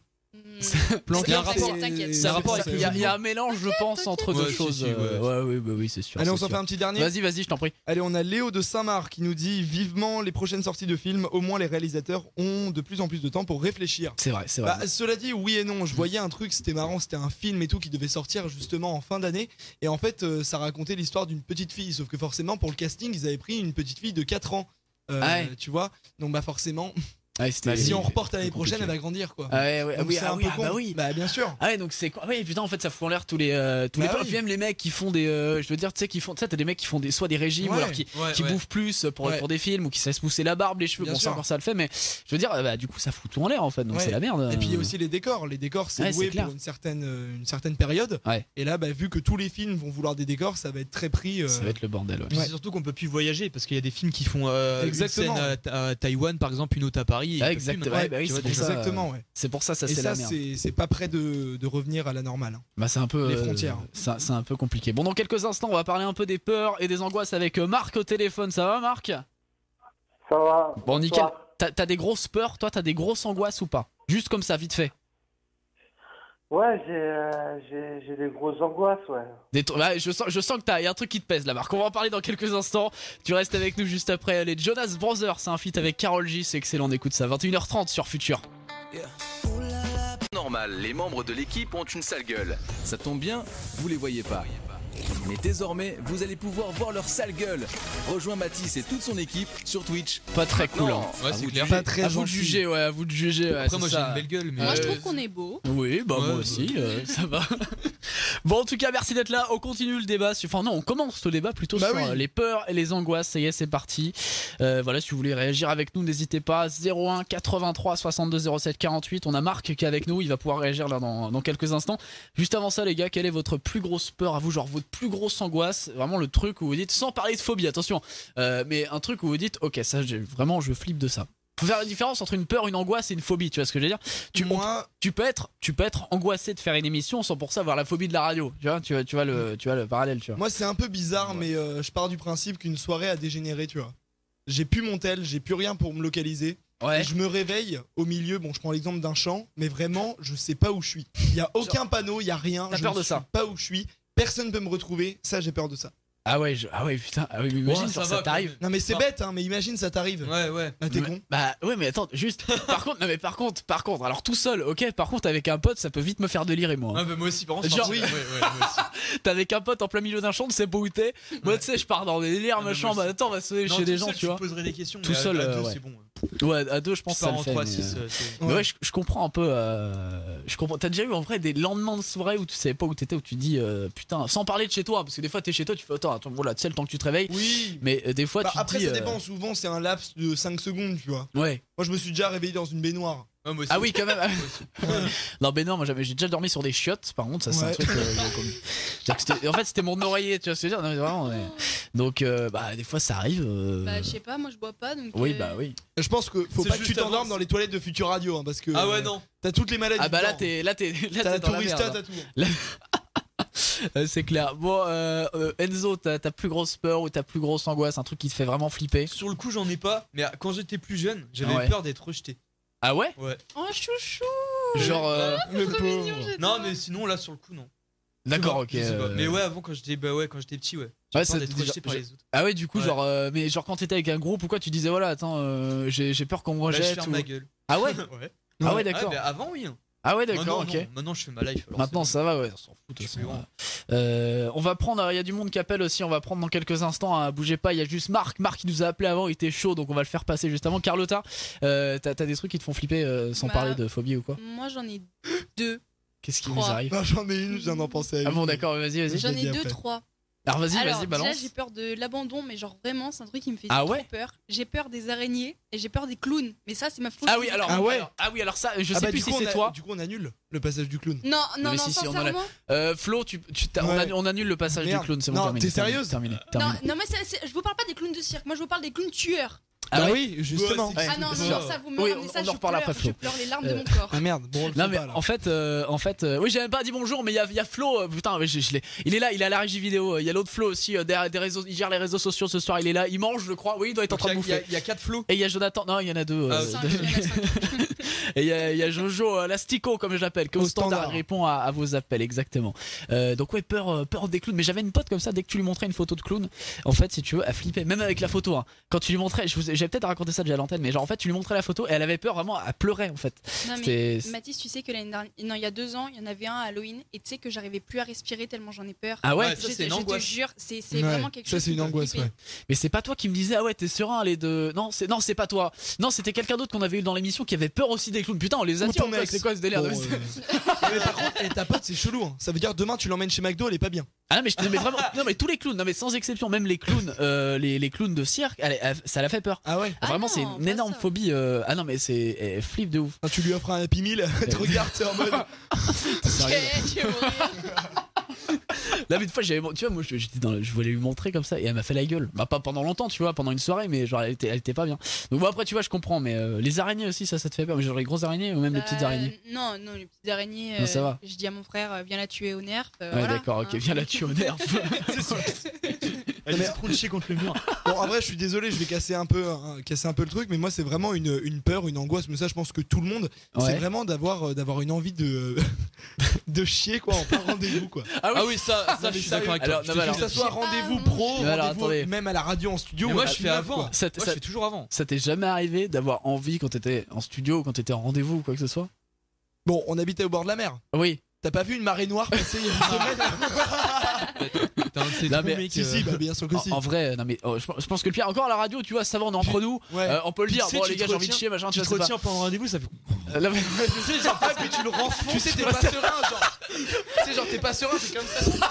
[SPEAKER 6] Hmm.
[SPEAKER 7] Plan
[SPEAKER 6] Il y a un rapport. T'inquiète,
[SPEAKER 4] c'est un rapport
[SPEAKER 5] c'est-
[SPEAKER 4] avec- Il y, a- il y a un mélange, je pense, entre
[SPEAKER 7] Ouais,
[SPEAKER 4] deux
[SPEAKER 7] si,
[SPEAKER 4] choses.
[SPEAKER 7] si, ouais.
[SPEAKER 4] euh, Ouais, oui, bah oui, c'est sûr.
[SPEAKER 5] Allez, on
[SPEAKER 4] c'est
[SPEAKER 5] s'en fait
[SPEAKER 4] sûr.
[SPEAKER 5] un petit dernier.
[SPEAKER 4] Vas-y, vas-y, je t'en prie.
[SPEAKER 5] Allez, on a Léo de Saint-Marc qui nous dit vivement les prochaines sorties de films. Au moins, les réalisateurs ont de plus en plus de temps pour réfléchir.
[SPEAKER 4] C'est vrai, c'est vrai.
[SPEAKER 5] Bah, cela dit, oui et non. Je voyais un truc, c'était marrant, c'était un film et tout qui devait sortir justement en fin d'année. Et en fait, euh, ça racontait l'histoire d'une petite fille. Sauf que forcément, pour le casting, ils avaient pris une petite fille de 4 ans. Euh,
[SPEAKER 4] Ah ouais. Ah
[SPEAKER 5] Tu vois Donc, bah forcément,
[SPEAKER 4] Ouais, c'était-
[SPEAKER 5] [laughs] Bah, si on reporte à l'année
[SPEAKER 4] c'est
[SPEAKER 5] prochaine, elle
[SPEAKER 4] compliqué.
[SPEAKER 5] va grandir quoi.
[SPEAKER 4] Ah ouais, ouais,
[SPEAKER 5] Donc,
[SPEAKER 4] oui,
[SPEAKER 5] c'est
[SPEAKER 4] ah
[SPEAKER 5] un
[SPEAKER 4] oui,
[SPEAKER 5] peu
[SPEAKER 4] ah
[SPEAKER 5] con.
[SPEAKER 4] bah oui.
[SPEAKER 5] Bah, bien sûr.
[SPEAKER 4] Ah ouais donc c'est quoi Oui putain en fait ça fout en l'air tous les euh, tous les
[SPEAKER 5] Bah
[SPEAKER 4] plans.
[SPEAKER 5] oui.
[SPEAKER 4] Puis même les mecs qui font des euh, je veux dire tu sais qui font tu sais t'as des mecs qui font des soit des régimes
[SPEAKER 5] Ouais.
[SPEAKER 4] ou alors qui qui bouffent plus pour,
[SPEAKER 5] Ouais.
[SPEAKER 4] pour des films ou qui se laissent pousser la barbe les cheveux
[SPEAKER 5] Bien
[SPEAKER 4] bon ça
[SPEAKER 5] sûr.
[SPEAKER 4] encore ça le fait mais je veux dire euh, bah du coup ça fout tout en l'air en fait donc
[SPEAKER 5] Ouais.
[SPEAKER 4] c'est la merde
[SPEAKER 5] Et puis il y a
[SPEAKER 4] euh.
[SPEAKER 5] aussi les décors. Les décors, c'est
[SPEAKER 4] Ouais,
[SPEAKER 5] loué
[SPEAKER 4] c'est clair.
[SPEAKER 5] pour une certaine, euh, une certaine période.
[SPEAKER 4] Ouais.
[SPEAKER 5] Et là, bah, vu que tous les films vont vouloir des décors, ça va être très pris. euh,
[SPEAKER 4] ça va être le bordel ouais.
[SPEAKER 7] Puis
[SPEAKER 5] Ouais.
[SPEAKER 7] c'est surtout qu'on peut plus voyager parce qu'il y a des films qui font euh, une
[SPEAKER 5] Exactement.
[SPEAKER 7] scène à, Ta- à Taïwan par exemple, une autre à Paris. et
[SPEAKER 4] Ah,
[SPEAKER 7] ils peuvent plus
[SPEAKER 4] exactement.
[SPEAKER 7] maintenant.
[SPEAKER 4] Ouais, bah oui,
[SPEAKER 7] tu vois,
[SPEAKER 4] c'est pour
[SPEAKER 7] des-
[SPEAKER 4] ça.
[SPEAKER 5] Exactement, ouais.
[SPEAKER 4] c'est pour ça ça
[SPEAKER 5] euh, Et
[SPEAKER 4] c'est
[SPEAKER 5] ça,
[SPEAKER 4] la merde
[SPEAKER 5] c'est c'est pas près de, de revenir à la normale. hein.
[SPEAKER 4] bah c'est un peu
[SPEAKER 5] les
[SPEAKER 4] euh,
[SPEAKER 5] frontières.
[SPEAKER 4] ça- c'est un peu compliqué bon dans quelques instants on va parler un peu des peurs et des angoisses avec euh, Marc au téléphone ça va Marc
[SPEAKER 3] Ça va.
[SPEAKER 4] bon nickel
[SPEAKER 3] Bonsoir.
[SPEAKER 4] T'as- t'as des grosses peurs toi t'as des grosses angoisses ou pas juste comme ça vite fait
[SPEAKER 3] Ouais, j'ai, euh, j'ai, j'ai des grosses angoisses, ouais.
[SPEAKER 4] Des tr- ouais, je, sens, je sens que t'as y a un truc qui te pèse là, Marc. On va en parler dans quelques instants. Tu restes avec nous juste après les Jonas Brothers. C'est un feat avec Carol J. C'est excellent. On écoute ça. 21h30 sur Future.
[SPEAKER 1] Normal, les membres de l'équipe ont une sale gueule. Ça tombe bien, vous les voyez pas. Mais désormais, vous allez pouvoir voir leur sale gueule. Rejoins Mathis et toute son équipe sur Twitch.
[SPEAKER 4] Pas très cool.
[SPEAKER 1] Non,
[SPEAKER 4] hein.
[SPEAKER 7] Ouais,
[SPEAKER 1] à
[SPEAKER 7] c'est
[SPEAKER 1] vous de
[SPEAKER 7] clair.
[SPEAKER 1] juger.
[SPEAKER 5] Pas très
[SPEAKER 4] À vous de
[SPEAKER 5] gentil.
[SPEAKER 4] juger, ouais, à vous de juger. ouais,
[SPEAKER 7] Après,
[SPEAKER 4] c'est
[SPEAKER 7] moi j'ai
[SPEAKER 4] ça.
[SPEAKER 7] une belle gueule, mais.
[SPEAKER 6] Moi, je
[SPEAKER 4] Euh,
[SPEAKER 6] trouve qu'on est beau.
[SPEAKER 4] Oui, bah
[SPEAKER 7] Ouais,
[SPEAKER 4] moi
[SPEAKER 7] ouais.
[SPEAKER 4] aussi, euh, ça va. [laughs] bon, en tout cas, merci d'être là. On continue le débat. sur- Enfin, non, on commence le débat plutôt
[SPEAKER 5] Bah
[SPEAKER 4] sur
[SPEAKER 5] oui.
[SPEAKER 4] euh, les peurs et les angoisses. Ça y est, c'est parti. Euh, voilà, si vous voulez réagir avec nous, n'hésitez pas. 01 83 62 07 48. On a Marc qui est avec nous. Il va pouvoir réagir là dans, dans quelques instants. Juste avant ça, les gars, quelle est votre plus grosse peur à vous Genre votre plus grosse angoisse Vraiment le truc où vous dites, sans parler de phobie, attention, euh, mais un truc où vous dites, ok, ça, j'ai- vraiment, je flippe de ça. Faut faire la différence entre une peur, une angoisse et une phobie. Tu vois ce que je veux dire tu, on-
[SPEAKER 5] Moi,
[SPEAKER 4] tu peux être tu peux être angoissé de faire une émission sans pour ça avoir la phobie de la radio tu vois tu vois tu vois le tu vois le parallèle tu vois
[SPEAKER 5] moi c'est un peu bizarre, mais euh, je pars du principe qu'une soirée a dégénéré, tu vois. J'ai plus mon tel, j'ai plus rien pour me localiser. Et
[SPEAKER 4] ouais
[SPEAKER 5] Je me réveille au milieu, bon, je prends l'exemple d'un champ, mais vraiment, je sais pas où je suis. Il y a aucun panneau, il y a rien.
[SPEAKER 4] T'as
[SPEAKER 5] je
[SPEAKER 4] peur
[SPEAKER 5] ne
[SPEAKER 4] de ça
[SPEAKER 5] sais Pas où je suis. Personne peut me retrouver. Ça, j'ai peur de ça.
[SPEAKER 4] ah ouais je- ah ouais putain ah ouais, mais imagine
[SPEAKER 7] Ouais,
[SPEAKER 4] genre,
[SPEAKER 7] va,
[SPEAKER 4] ça
[SPEAKER 7] quand
[SPEAKER 4] t'arrive
[SPEAKER 5] Non, mais c'est
[SPEAKER 7] Ah.
[SPEAKER 5] bête, hein, mais imagine, ça t'arrive.
[SPEAKER 7] même. Ouais, ouais.
[SPEAKER 5] Bah, t'es
[SPEAKER 4] Ouais.
[SPEAKER 5] con.
[SPEAKER 4] bah ouais mais attends
[SPEAKER 7] [laughs]
[SPEAKER 4] juste par contre non mais par contre par contre alors tout seul ok par contre avec un pote ça peut vite me faire délirer moi hein.
[SPEAKER 7] Ah, bah, moi aussi, par contre, je
[SPEAKER 4] Genre-
[SPEAKER 7] pense- ouais, ouais, moi aussi.
[SPEAKER 4] [laughs] t'es avec un pote en plein milieu d'un champ tu sais pas où t'es moi tu sais je pars dans des délires
[SPEAKER 7] Ah, mais
[SPEAKER 4] machin
[SPEAKER 7] moi
[SPEAKER 4] bah
[SPEAKER 7] aussi.
[SPEAKER 4] attends on va sonner
[SPEAKER 7] Non,
[SPEAKER 4] chez
[SPEAKER 7] tout
[SPEAKER 4] des gens
[SPEAKER 7] seul,
[SPEAKER 4] tu vois
[SPEAKER 7] poserais des questions.
[SPEAKER 4] Tout
[SPEAKER 7] mais à-
[SPEAKER 4] seul,
[SPEAKER 7] à
[SPEAKER 4] euh,
[SPEAKER 7] deux,
[SPEAKER 4] ouais.
[SPEAKER 7] c'est bon.
[SPEAKER 4] ouais à deux je pense
[SPEAKER 7] Je
[SPEAKER 4] que ça
[SPEAKER 7] pars
[SPEAKER 4] le
[SPEAKER 7] en
[SPEAKER 4] fait
[SPEAKER 7] 3,
[SPEAKER 4] mais,
[SPEAKER 7] 6.
[SPEAKER 4] euh,
[SPEAKER 7] euh, c'est-
[SPEAKER 4] mais
[SPEAKER 5] Ouais.
[SPEAKER 4] ouais, je, je comprends un peu. euh, je comprends. T'as déjà eu en vrai des lendemains de soirée où tu savais pas où t'étais, où tu te dis euh, putain, sans parler de chez toi, parce que des fois t'es chez toi, tu fais attends, attends, voilà, tu sais le temps que tu te réveilles.
[SPEAKER 5] Oui.
[SPEAKER 4] Mais euh, des fois
[SPEAKER 5] Bah,
[SPEAKER 4] tu te
[SPEAKER 5] après,
[SPEAKER 4] dis.
[SPEAKER 5] ça
[SPEAKER 4] euh,
[SPEAKER 5] dépend. Souvent, c'est un laps de 5 secondes, tu vois.
[SPEAKER 4] Ouais.
[SPEAKER 5] Moi, je me suis déjà réveillé dans une baignoire.
[SPEAKER 7] Ouais, moi aussi.
[SPEAKER 4] Ah oui, quand
[SPEAKER 7] [laughs]
[SPEAKER 4] même.
[SPEAKER 7] Moi aussi.
[SPEAKER 4] non, mais non, moi j'avais- j'ai déjà dormi sur des chiottes, par contre, ça c'est un
[SPEAKER 5] Ouais.
[SPEAKER 4] truc. euh, bon, comme- c'est-à-dire que c'était- en fait, c'était mon oreiller, tu vois ce que je veux dire Non, mais vraiment, ouais. Donc, euh, bah, des fois ça arrive. euh,
[SPEAKER 6] Bah, je sais pas, moi je bois pas donc.
[SPEAKER 4] Oui,
[SPEAKER 6] euh,
[SPEAKER 4] bah oui.
[SPEAKER 5] Je pense que faut
[SPEAKER 7] C'est
[SPEAKER 5] pas que tu
[SPEAKER 7] juste avant,
[SPEAKER 5] t'endormes
[SPEAKER 7] c'est-
[SPEAKER 5] dans les toilettes de Future Radio, hein, parce que
[SPEAKER 7] Ah ouais,
[SPEAKER 5] euh,
[SPEAKER 7] non.
[SPEAKER 5] t'as toutes les maladies.
[SPEAKER 4] Ah bah là,
[SPEAKER 5] dedans.
[SPEAKER 4] t'es là, t'es là,
[SPEAKER 5] T'as
[SPEAKER 4] t'es
[SPEAKER 5] la
[SPEAKER 4] dans la merde.
[SPEAKER 5] tourista,
[SPEAKER 4] là.
[SPEAKER 5] t'as tout.
[SPEAKER 4] Euh, C'est clair. Bon, euh, euh, Enzo, t'as ta plus grosse peur ou ta plus grosse angoisse, un truc qui te fait vraiment flipper
[SPEAKER 7] Sur le coup, j'en ai pas, mais quand j'étais plus jeune, j'avais
[SPEAKER 4] Ouais.
[SPEAKER 7] peur d'être rejeté.
[SPEAKER 4] Ah ouais
[SPEAKER 7] Ouais.
[SPEAKER 6] Oh chouchou, Ah,
[SPEAKER 4] Genre. euh,
[SPEAKER 5] Le
[SPEAKER 6] trop
[SPEAKER 5] pauvre.
[SPEAKER 6] mignon, j'adore.
[SPEAKER 7] Non, mais sinon, là, sur le coup, non.
[SPEAKER 4] D'accord, ok.
[SPEAKER 7] Je sais pas.
[SPEAKER 4] euh,
[SPEAKER 7] Mais ouais, avant quand j'étais bah ouais, quand j'étais petit, ouais. J'ai
[SPEAKER 4] Ouais,
[SPEAKER 7] peur
[SPEAKER 4] ça
[SPEAKER 7] d'être
[SPEAKER 4] te-
[SPEAKER 7] rejeté par
[SPEAKER 4] je-
[SPEAKER 7] les autres.
[SPEAKER 4] Ah ouais, du coup,
[SPEAKER 7] Ouais.
[SPEAKER 4] genre, euh, mais genre quand t'étais avec un groupe ou quoi, tu disais voilà, attends, euh, j'ai j'ai peur qu'on me
[SPEAKER 7] Bah, je
[SPEAKER 4] rejette.
[SPEAKER 7] ferme
[SPEAKER 4] ou-
[SPEAKER 7] ma gueule.
[SPEAKER 4] Ah
[SPEAKER 7] [laughs]
[SPEAKER 4] ouais, ah ouais,
[SPEAKER 7] Ah,
[SPEAKER 4] d'accord.
[SPEAKER 7] bah, avant oui. hein.
[SPEAKER 4] Ah ouais, d'accord,
[SPEAKER 7] Maintenant,
[SPEAKER 4] ok.
[SPEAKER 7] non. Maintenant je fais ma life. alors
[SPEAKER 4] Maintenant,
[SPEAKER 7] c'est
[SPEAKER 4] ça va, ouais, on s'en fout. de toute
[SPEAKER 7] Je suis
[SPEAKER 4] façon,
[SPEAKER 7] loin.
[SPEAKER 4] ouais. Euh, on va prendre, alors, il y a du monde qui appelle aussi, on va prendre dans quelques instants, hein, bougez pas, il y a juste Marc, Marc qui nous a appelé avant, il était chaud, donc on va le faire passer juste avant. Carlotta, euh, t'as t'as des trucs qui te font flipper euh, sans
[SPEAKER 6] Bah.
[SPEAKER 4] parler de phobie ou quoi
[SPEAKER 6] Moi, j'en ai deux.
[SPEAKER 4] Qu'est-ce qui nous
[SPEAKER 6] Trois.
[SPEAKER 4] arrive
[SPEAKER 5] Non, j'en ai une, je viens d'en penser à une.
[SPEAKER 4] Ah bon, d'accord, vas-y, vas-y.
[SPEAKER 5] Je
[SPEAKER 6] J'en
[SPEAKER 5] l'ai dit
[SPEAKER 6] ai deux,
[SPEAKER 5] après.
[SPEAKER 6] trois.
[SPEAKER 4] Alors vas-y,
[SPEAKER 6] Alors,
[SPEAKER 4] vas-y,
[SPEAKER 6] déjà,
[SPEAKER 4] balance.
[SPEAKER 6] j'ai peur de l'abandon, mais genre vraiment, c'est un truc qui me fait
[SPEAKER 4] Ah
[SPEAKER 6] trop
[SPEAKER 4] ouais
[SPEAKER 6] peur. J'ai peur des araignées et j'ai peur des clowns. Mais ça, c'est ma phobie.
[SPEAKER 4] Ah oui, alors,
[SPEAKER 5] Ah ouais
[SPEAKER 4] alors- ah oui, alors ça, je
[SPEAKER 5] Ah
[SPEAKER 4] sais
[SPEAKER 5] bah,
[SPEAKER 4] plus
[SPEAKER 5] du
[SPEAKER 4] si
[SPEAKER 5] coup, on
[SPEAKER 4] c'est
[SPEAKER 5] a-
[SPEAKER 4] toi.
[SPEAKER 5] Du coup, on annule le passage du clown.
[SPEAKER 6] Non, non,
[SPEAKER 4] mais
[SPEAKER 6] non,
[SPEAKER 4] si, si, on en a-
[SPEAKER 6] sincèrement.
[SPEAKER 4] Euh, Flo, tu, tu- t'as- on,
[SPEAKER 5] Ouais.
[SPEAKER 4] annu- on annule le passage
[SPEAKER 5] Merde.
[SPEAKER 4] du clown, c'est bon,
[SPEAKER 5] Non,
[SPEAKER 4] terminé.
[SPEAKER 5] t'es
[SPEAKER 4] terminé,
[SPEAKER 5] sérieuse
[SPEAKER 4] Terminé,
[SPEAKER 6] Non,
[SPEAKER 4] terminé.
[SPEAKER 6] non, mais c'est- c'est- je vous parle pas des clowns de cirque. Moi, je vous parle des clowns tueurs.
[SPEAKER 4] Ah ouais
[SPEAKER 5] oui,
[SPEAKER 7] justement. Ouais.
[SPEAKER 6] bah Ah non,
[SPEAKER 7] c'est
[SPEAKER 6] non,
[SPEAKER 7] ça.
[SPEAKER 6] ça, vous me
[SPEAKER 4] Oui,
[SPEAKER 6] ramenez
[SPEAKER 4] on-
[SPEAKER 6] ça,
[SPEAKER 4] on en
[SPEAKER 6] je
[SPEAKER 4] reparle
[SPEAKER 6] pleure,
[SPEAKER 4] après, Flo.
[SPEAKER 6] Je pleure les larmes de
[SPEAKER 4] Euh,
[SPEAKER 6] mon corps.
[SPEAKER 5] Ah merde, bon, on le
[SPEAKER 4] Non
[SPEAKER 5] fait
[SPEAKER 4] mais
[SPEAKER 5] pas, là.
[SPEAKER 4] en fait, euh, en fait, euh, oui j'avais pas dit bonjour, mais il y a, il y a Flo, euh, putain, mais je, je l'ai- il est là, il est à la régie vidéo, euh, il y a l'autre Flo aussi, euh, derrière des réseaux, il gère les réseaux sociaux ce soir, il est là, il mange je crois, oui il doit être en
[SPEAKER 7] Donc,
[SPEAKER 4] train de
[SPEAKER 7] il y a-
[SPEAKER 4] bouffer.
[SPEAKER 7] il y, a quatre flots.
[SPEAKER 4] Et il y a Jonathan, non il y en a deux,
[SPEAKER 7] Ah,
[SPEAKER 4] euh,
[SPEAKER 6] Cinq,
[SPEAKER 4] deux.
[SPEAKER 6] il y en a cinq.
[SPEAKER 4] et il y, a- il y a Jojo euh, Lastico comme je l'appelle, que au
[SPEAKER 5] Au
[SPEAKER 4] standard,
[SPEAKER 5] standard.
[SPEAKER 4] il répond à, à vos appels exactement. Euh, donc ouais peur, euh, peur des clowns, mais j'avais une pote comme ça, dès que tu lui montrais une photo de clown, en fait si tu veux, elle flippait, même avec la photo, hein. quand tu lui montrais, je vous ai- j'avais peut-être raconté ça déjà à l'antenne, mais genre en fait tu lui montrais la photo et elle avait peur vraiment, elle pleurait en fait.
[SPEAKER 6] Non, mais
[SPEAKER 4] C'était-
[SPEAKER 6] Mathis, tu sais que l'année dernière, non, il y a deux ans, il y en avait un à Halloween et tu sais que j'arrivais plus à respirer tellement j'en ai peur.
[SPEAKER 4] Ah ouais,
[SPEAKER 7] Ouais, ça,
[SPEAKER 6] Je-
[SPEAKER 7] c'est une
[SPEAKER 6] je te
[SPEAKER 7] angoisse.
[SPEAKER 6] jure, c'est c'est
[SPEAKER 5] Ouais,
[SPEAKER 6] vraiment quelque
[SPEAKER 5] Ça,
[SPEAKER 6] chose.
[SPEAKER 5] c'est
[SPEAKER 6] qui
[SPEAKER 5] une
[SPEAKER 6] me
[SPEAKER 5] angoisse,
[SPEAKER 6] fait
[SPEAKER 5] ouais.
[SPEAKER 4] Mais c'est pas toi qui me disais ah ouais t'es serein les deux non c'est non c'est pas toi non c'était quelqu'un d'autre qu'on avait eu dans l'émission qui avait peur aussi des clowns putain on les
[SPEAKER 5] Ou
[SPEAKER 4] attire
[SPEAKER 5] ton
[SPEAKER 4] quoi,
[SPEAKER 5] ex.
[SPEAKER 4] c'est quoi ce délire [laughs]
[SPEAKER 5] Bon,
[SPEAKER 4] de-
[SPEAKER 5] euh, mais par contre, eh, ta pote, c'est chelou. hein. Ça veut dire demain, tu l'emmènes chez McDo, elle est pas bien.
[SPEAKER 4] ah non, mais je te- mais vraiment [laughs] non mais tous les clowns non mais sans exception même les clowns euh, les, les clowns de cirque elle- elle- ça la fait peur
[SPEAKER 5] Ah ouais
[SPEAKER 6] Ah
[SPEAKER 4] vraiment
[SPEAKER 6] non,
[SPEAKER 4] c'est
[SPEAKER 6] pas
[SPEAKER 4] une énorme
[SPEAKER 6] ça.
[SPEAKER 4] phobie euh, ah non mais c'est elle flippe de ouf
[SPEAKER 5] Enfin, Ah, Tu lui offres un Happy Meal, [laughs] elle te regarde, t'es en mode.
[SPEAKER 4] [laughs] Sérieux.
[SPEAKER 6] flipper. Ok, ok.
[SPEAKER 4] Là, mais une fois, j'avais, tu vois, moi, je- j'étais dans, le- je voulais lui montrer comme ça, et elle m'a fait la gueule. Bah, pas pendant longtemps, tu vois, pendant une soirée, mais genre, elle était, elle était pas bien. Donc, bon, après, tu vois, je comprends, mais euh, les araignées aussi, ça, ça te fait peur. Mais genre, les grosses araignées ou même les petites
[SPEAKER 6] Euh,
[SPEAKER 4] araignées.
[SPEAKER 6] Non, non, les petites araignées.
[SPEAKER 4] Non, ça
[SPEAKER 6] euh,
[SPEAKER 4] va.
[SPEAKER 6] Je dis à mon frère, euh, viens la tuer au nerf. euh,
[SPEAKER 4] ouais,
[SPEAKER 6] voilà,
[SPEAKER 4] d'accord, ok,
[SPEAKER 6] hein.
[SPEAKER 4] viens la tuer au
[SPEAKER 5] [laughs]
[SPEAKER 4] nerf.
[SPEAKER 5] Elle est contre le mur. Bon, en vrai, je suis désolé, je vais casser un peu, hein, casser un peu le truc, mais moi, c'est vraiment une, une peur, une angoisse. Mais ça, je pense que tout le monde, c'est
[SPEAKER 4] Ouais.
[SPEAKER 5] vraiment d'avoir, euh, d'avoir une envie de, [laughs] de chier, quoi, en plein rendez-vous, quoi.
[SPEAKER 7] Ah oui, ça, ça je suis d'accord avec toi.
[SPEAKER 4] Alors,
[SPEAKER 7] Je
[SPEAKER 4] non,
[SPEAKER 7] te
[SPEAKER 4] mais
[SPEAKER 7] jure,
[SPEAKER 4] alors-
[SPEAKER 5] que ça
[SPEAKER 7] ça-
[SPEAKER 5] soit
[SPEAKER 6] j'ai pas
[SPEAKER 5] rendez-vous
[SPEAKER 6] mon-
[SPEAKER 5] pro,
[SPEAKER 4] Mais alors,
[SPEAKER 5] rendez-vous
[SPEAKER 4] attendez.
[SPEAKER 5] même à la radio en studio.
[SPEAKER 7] Mais moi
[SPEAKER 5] à
[SPEAKER 7] je fais
[SPEAKER 5] neuf,
[SPEAKER 7] avant.
[SPEAKER 5] quoi.
[SPEAKER 7] Moi
[SPEAKER 4] Ça-
[SPEAKER 7] je
[SPEAKER 4] ça-
[SPEAKER 7] fais toujours avant.
[SPEAKER 4] Ça t'est jamais arrivé d'avoir envie quand t'étais en studio ou quand t'étais en rendez-vous ou quoi que ce soit
[SPEAKER 5] Bon, on habitait au bord de la mer.
[SPEAKER 4] Oui.
[SPEAKER 5] T'as pas vu une marée noire passer
[SPEAKER 4] [laughs]
[SPEAKER 5] il y a une semaine
[SPEAKER 7] T'as un de ces
[SPEAKER 4] Non,
[SPEAKER 7] trous,
[SPEAKER 4] mais-
[SPEAKER 7] mec,
[SPEAKER 5] Si,
[SPEAKER 7] euh,
[SPEAKER 5] si, bah, bien sûr que si.
[SPEAKER 4] En, en vrai, euh, non mais oh, je, pense- je pense que le pire, encore à la radio, tu vois, ça va, on est entre nous,
[SPEAKER 5] Ouais.
[SPEAKER 4] euh, on peut le
[SPEAKER 7] Puis
[SPEAKER 4] dire.
[SPEAKER 7] tu sais,
[SPEAKER 4] bon,
[SPEAKER 7] tu
[SPEAKER 4] les
[SPEAKER 7] te
[SPEAKER 4] gars, j'ai envie de
[SPEAKER 7] retiens-
[SPEAKER 4] chier, machin,
[SPEAKER 7] tu
[SPEAKER 4] tu
[SPEAKER 7] te
[SPEAKER 4] vois, c'est
[SPEAKER 7] retiens pendant un rendez-vous, ça fait.
[SPEAKER 4] pas- Euh, là, [laughs] mais-
[SPEAKER 5] tu sais, genre, pas que tu le renfonces. Tu sais, t'es pas serein, genre. Tu sais, genre, t'es pas serein, c'est comme ça.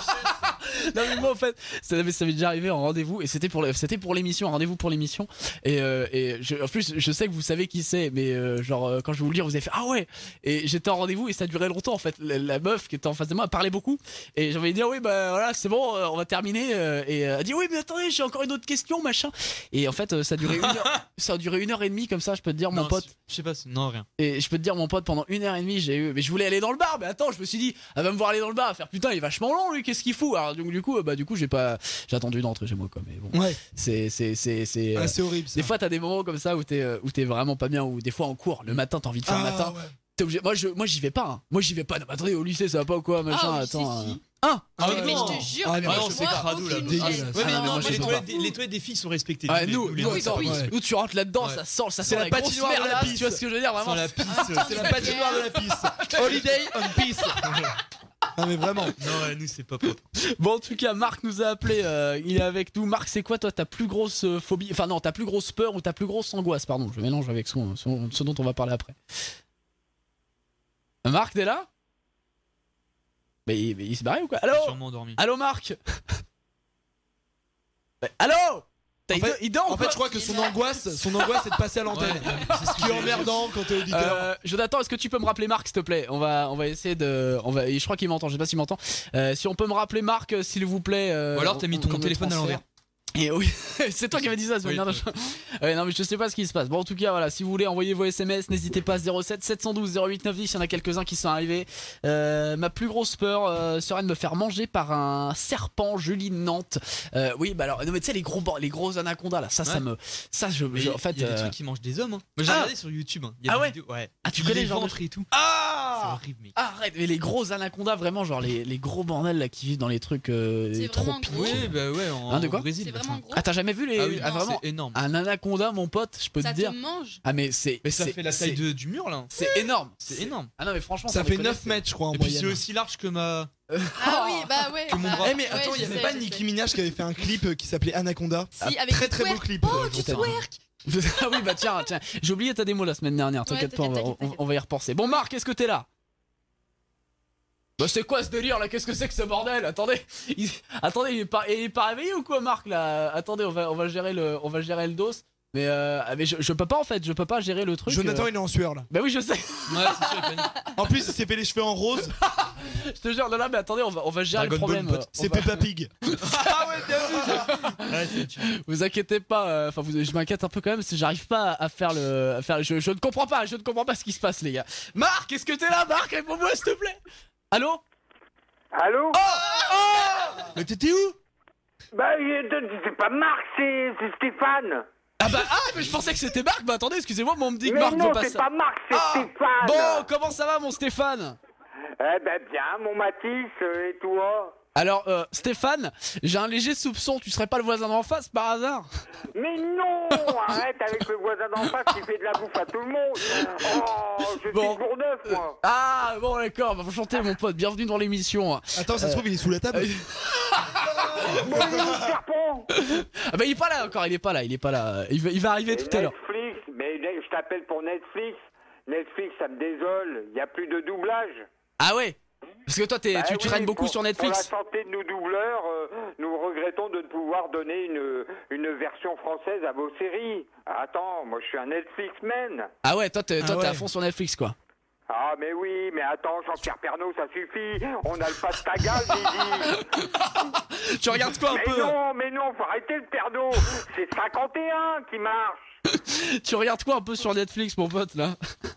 [SPEAKER 4] Non mais moi en fait, ça, mais ça m'est déjà arrivé en rendez-vous et c'était pour le- c'était pour l'émission, un rendez-vous pour l'émission et, euh, et je- en plus je sais que vous savez qui c'est mais euh, genre euh, quand je vais vous le dire vous avez fait ah ouais et j'étais en rendez-vous et ça durait longtemps en fait la, la meuf qui était en face de moi elle parlait beaucoup et j'avais dit ah oui bah voilà c'est bon euh, on va terminer euh, et euh, elle dit oui mais attendez j'ai encore une autre question machin et en fait euh, ça durait une heure, ça a duré une heure et demie comme ça je peux te dire mon
[SPEAKER 7] Non,
[SPEAKER 4] pote
[SPEAKER 7] c'est- Je sais pas, c'est- non, rien.
[SPEAKER 4] et je peux te dire, mon pote, pendant une heure et demie, j'ai eu. Mais je voulais aller dans le bar, mais attends, je me suis dit, elle va me voir aller dans le bar, elle va faire putain, il est vachement long, lui, qu'est-ce qu'il fout Alors, donc, du coup, euh, bah, du coup, j'ai pas. J'ai attendu d'entrer chez moi, quoi, mais bon.
[SPEAKER 5] Ouais,
[SPEAKER 4] C'est. c'est, c'est, c'est, euh,
[SPEAKER 5] ah, c'est horrible. Ça.
[SPEAKER 4] Des fois, t'as des moments comme ça où t'es, euh, où t'es vraiment pas bien, ou des fois en cours, le matin, t'as envie de faire
[SPEAKER 5] Ah,
[SPEAKER 4] le matin.
[SPEAKER 5] ouais.
[SPEAKER 4] T'es obligé... Moi, je, moi, j'y vais pas, hein. Moi, j'y vais pas. Non, mais attendez, au lycée, ça va pas ou quoi, machin,
[SPEAKER 6] Ah, au lycée,
[SPEAKER 4] attends.
[SPEAKER 6] si.
[SPEAKER 4] euh, hein
[SPEAKER 5] Ah,
[SPEAKER 6] Mais
[SPEAKER 5] non.
[SPEAKER 6] je te jure,
[SPEAKER 5] Ah, mais
[SPEAKER 6] moi,
[SPEAKER 5] non,
[SPEAKER 7] c'est
[SPEAKER 6] moi,
[SPEAKER 7] crado, là.
[SPEAKER 6] aucune
[SPEAKER 5] Dégueulasse.
[SPEAKER 6] gêne.
[SPEAKER 4] Ouais, mais Ah, non, non, moi, je
[SPEAKER 7] les,
[SPEAKER 4] les comprends
[SPEAKER 7] toilettes,
[SPEAKER 4] toilettes-
[SPEAKER 7] des filles sont respectées.
[SPEAKER 4] Ah, nous, nous,
[SPEAKER 6] oui,
[SPEAKER 4] attends,
[SPEAKER 6] oui,
[SPEAKER 5] oui.
[SPEAKER 4] nous, tu rentres là-dedans,
[SPEAKER 7] Ouais.
[SPEAKER 4] ça sort, Ah, ça
[SPEAKER 5] C'est
[SPEAKER 4] sent
[SPEAKER 5] la
[SPEAKER 4] la, grosse
[SPEAKER 5] patinoire de
[SPEAKER 4] merde,
[SPEAKER 5] la
[SPEAKER 4] là,
[SPEAKER 5] pisse.
[SPEAKER 4] tu vois ce que je veux dire, vraiment. Ah,
[SPEAKER 7] la pisse.
[SPEAKER 5] C'est la patinoire de
[SPEAKER 4] [laughs]
[SPEAKER 5] la piste. Holiday on peace. non mais vraiment.
[SPEAKER 7] Non, ouais, nous, c'est pas propre.
[SPEAKER 4] Bon, en tout cas, Marc nous a appelé. euh, il est avec nous. Marc, c'est quoi, toi, ta plus grosse euh, phobie Enfin, non, ta plus grosse peur ou ta plus grosse angoisse Pardon, je mélange avec ce, ce- ce dont on va parler après. Marc, t'es là mais, il- mais il s'est barré ou quoi Allô
[SPEAKER 7] J'ai sûrement endormi.
[SPEAKER 4] Allô, Marc [laughs] Mais Allô T'as-
[SPEAKER 5] En
[SPEAKER 4] il,
[SPEAKER 5] fait-
[SPEAKER 4] do- il dort ou
[SPEAKER 5] En fait,
[SPEAKER 4] quoi
[SPEAKER 5] je crois que son angoisse, son angoisse, c'est de passer à l'antenne.
[SPEAKER 7] c'est ce
[SPEAKER 5] Ce qui est emmerdant quand t'es auditeur.
[SPEAKER 4] Euh, Jonathan, est-ce que tu peux me rappeler Marc, s'il te plaît On va, on va essayer de. On va, je crois qu'il m'entend. Je sais pas s'il m'entend. Euh, si on peut me rappeler Marc, euh, s'il vous plaît. euh,
[SPEAKER 7] Ou alors, t'as mis
[SPEAKER 4] on-
[SPEAKER 7] ton
[SPEAKER 4] qu'on me
[SPEAKER 7] téléphone à
[SPEAKER 4] transfère.
[SPEAKER 7] l'envers.
[SPEAKER 4] Et oui, [laughs] c'est toi qui m'as dit ça, ce
[SPEAKER 7] Oui.
[SPEAKER 4] mec. Non, je- Ouais, non, mais je sais pas ce qui se passe. Bon, en tout cas, voilà, si vous voulez envoyer vos SMS, n'hésitez pas 07 712 08 90. Il y en a quelques-uns qui sont arrivés. Euh, ma plus grosse peur euh, serait de me faire manger par un serpent, Julie de Nantes. Euh, oui, bah alors, non, mais tu sais, les gros, ban- les gros anacondas là, ça, ça
[SPEAKER 7] Ouais.
[SPEAKER 4] me. Ça, je. je- en fait.
[SPEAKER 7] il y a des
[SPEAKER 4] euh,
[SPEAKER 7] trucs qui mangent des hommes. Hein. Moi, j'ai
[SPEAKER 4] Ah
[SPEAKER 7] regardé sur YouTube. hein. Il y a
[SPEAKER 4] Ah
[SPEAKER 7] des
[SPEAKER 4] ouais
[SPEAKER 7] vidéos- ouais.
[SPEAKER 4] Ah, tu
[SPEAKER 7] Il
[SPEAKER 4] connais
[SPEAKER 7] les
[SPEAKER 4] le genre de
[SPEAKER 7] ventre et tout.
[SPEAKER 5] Ah.
[SPEAKER 7] c'est horrible, mec.
[SPEAKER 4] Arrête, mais les gros anacondas, vraiment, genre les, les gros bordels là qui vivent dans les trucs euh,
[SPEAKER 6] C'est
[SPEAKER 4] les
[SPEAKER 6] vraiment
[SPEAKER 4] tropiques.
[SPEAKER 6] gros.
[SPEAKER 7] Oui, bah ouais, en,
[SPEAKER 4] Hein, de quoi
[SPEAKER 7] au Brésil.
[SPEAKER 6] C'est
[SPEAKER 7] bah,
[SPEAKER 6] vraiment
[SPEAKER 7] ça.
[SPEAKER 6] gros.
[SPEAKER 4] Ah, t'as jamais vu les.
[SPEAKER 7] Ah oui,
[SPEAKER 4] ah,
[SPEAKER 7] non,
[SPEAKER 4] vraiment
[SPEAKER 7] c'est énorme.
[SPEAKER 4] Un anaconda, mon pote, je peux
[SPEAKER 6] Ça
[SPEAKER 4] te dire.
[SPEAKER 6] te mange.
[SPEAKER 4] Ah, mais c'est.
[SPEAKER 7] Mais ça
[SPEAKER 4] c'est-
[SPEAKER 7] fait la taille
[SPEAKER 4] c'est-
[SPEAKER 7] de- du mur là.
[SPEAKER 4] C'est énorme.
[SPEAKER 7] C'est énorme.
[SPEAKER 4] Ah non, mais franchement,
[SPEAKER 5] Ça
[SPEAKER 4] sans
[SPEAKER 5] fait
[SPEAKER 4] déconner,
[SPEAKER 5] 9
[SPEAKER 4] c'est-
[SPEAKER 5] mètres, je crois, en
[SPEAKER 7] Et puis
[SPEAKER 5] moyenne.
[SPEAKER 7] c'est aussi large que ma.
[SPEAKER 6] Ah oui, bah ouais.
[SPEAKER 7] Que mon
[SPEAKER 6] bah,
[SPEAKER 7] bras.
[SPEAKER 5] Eh, mais
[SPEAKER 6] ouais,
[SPEAKER 5] attends,
[SPEAKER 6] je
[SPEAKER 5] il y avait
[SPEAKER 6] sais,
[SPEAKER 5] pas
[SPEAKER 6] je
[SPEAKER 5] Nicki
[SPEAKER 6] sais.
[SPEAKER 5] Minaj qui avait fait un clip euh, qui s'appelait Anaconda
[SPEAKER 6] Si, avec
[SPEAKER 5] Très
[SPEAKER 6] du
[SPEAKER 5] très beau
[SPEAKER 6] twerk.
[SPEAKER 5] clip.
[SPEAKER 6] Oh, du
[SPEAKER 4] Peut-être.
[SPEAKER 6] twerk
[SPEAKER 4] [laughs] ah oui, bah tiens, tiens. J'ai oublié t'as des mots la semaine dernière, t'inquiète
[SPEAKER 6] Ouais,
[SPEAKER 4] pas, on va,
[SPEAKER 6] t'inquiète,
[SPEAKER 4] on-
[SPEAKER 6] t'inquiète.
[SPEAKER 4] on va y repenser. Bon, Marc, est-ce que t'es là Bah, c'est quoi ce délire là Qu'est-ce que c'est que ce bordel Attendez, il... attendez, il est, pas... il est pas réveillé ou quoi, Marc là Attendez, on va, on va gérer le, on va gérer le dos. Mais, euh, ah, mais je, je peux pas en fait, je peux pas gérer le truc.
[SPEAKER 5] Jonathan,
[SPEAKER 4] euh.
[SPEAKER 5] il est en sueur là.
[SPEAKER 4] Bah oui, je sais. [laughs]
[SPEAKER 7] Ouais, c'est sûr, il panique.
[SPEAKER 5] En plus, il s'est fait les cheveux en [laughs] rose.
[SPEAKER 4] Je te jure, non, là, mais attendez, on va, on va gérer le
[SPEAKER 5] Dragon Ball,
[SPEAKER 4] problème.
[SPEAKER 5] pote.
[SPEAKER 4] euh,
[SPEAKER 5] C'est
[SPEAKER 4] on va-
[SPEAKER 5] Peppa Pig.
[SPEAKER 7] Ah ouais, bien vu Ouais, c'est dur.
[SPEAKER 4] Vous inquiétez pas, euh, enfin vous- je m'inquiète un peu quand même, si j'arrive pas à faire le. à faire, je, je ne comprends pas, je ne comprends pas ce qui se passe les gars. Marc, est-ce que t'es là Marc Réponds-moi s'il te plaît Allô Oh,
[SPEAKER 3] Allô
[SPEAKER 7] Mais t'étais où
[SPEAKER 3] Bah, il- c'est pas Marc, c'est c'est Stéphane.
[SPEAKER 4] Ah bah ah mais je pensais que c'était Marc, bah attendez, excusez-moi, mais on me dit que
[SPEAKER 3] Mais
[SPEAKER 4] Marc
[SPEAKER 3] non,
[SPEAKER 4] veut pas
[SPEAKER 3] c'est
[SPEAKER 4] ça.
[SPEAKER 3] pas Marc, c'est
[SPEAKER 4] Ah,
[SPEAKER 3] Stéphane.
[SPEAKER 4] Bon, comment ça va mon Stéphane
[SPEAKER 3] Eh ben bien, mon Matisse, euh, et
[SPEAKER 4] [laughs]
[SPEAKER 3] toi
[SPEAKER 4] Alors euh, Stéphane, j'ai un léger soupçon, tu serais pas le voisin d'en face par hasard
[SPEAKER 3] Mais
[SPEAKER 4] [laughs]
[SPEAKER 3] non Arrête avec le voisin d'en face qui fait de la bouffe à tout le monde Oh, je
[SPEAKER 4] Bon.
[SPEAKER 3] suis gourneuf, moi
[SPEAKER 4] Ah bon d'accord, bah enchanté mon pote, bienvenue dans l'émission. Euh,
[SPEAKER 5] Attends, ça se trouve, il est sous la table.
[SPEAKER 3] Bon, il est où le serpent
[SPEAKER 4] [laughs] Ah bah il est pas là encore, il est pas là, il est pas là, il va, il va arriver tout à l'heure.
[SPEAKER 3] Netflix, mais ne- je t'appelle pour Netflix. Netflix, ça me désole, il n'y a plus de doublage.
[SPEAKER 4] Ah ouais Parce que toi t'es-
[SPEAKER 3] Bah
[SPEAKER 4] tu tu
[SPEAKER 3] oui,
[SPEAKER 4] traînes beaucoup
[SPEAKER 3] pour-
[SPEAKER 4] sur Netflix.
[SPEAKER 3] Pour la santé de nos doubleurs, euh, nous regrettons de ne pouvoir donner une, une version française à vos séries. Attends, moi je suis un Netflix man.
[SPEAKER 4] Ah ouais, toi t'es
[SPEAKER 5] Ah
[SPEAKER 4] toi, t'es à
[SPEAKER 5] ouais.
[SPEAKER 4] fond sur Netflix quoi. [laughs]
[SPEAKER 3] Ah mais oui, mais attends, Jean-Pierre Pernaut, ça suffit. On a le Pastagal, Didi.
[SPEAKER 4] [laughs] Tu regardes quoi un
[SPEAKER 3] Mais non, mais non, faut arrêter le Pernaut. C'est 51 qui marche.
[SPEAKER 4] Tu regardes quoi un peu sur Netflix mon pote là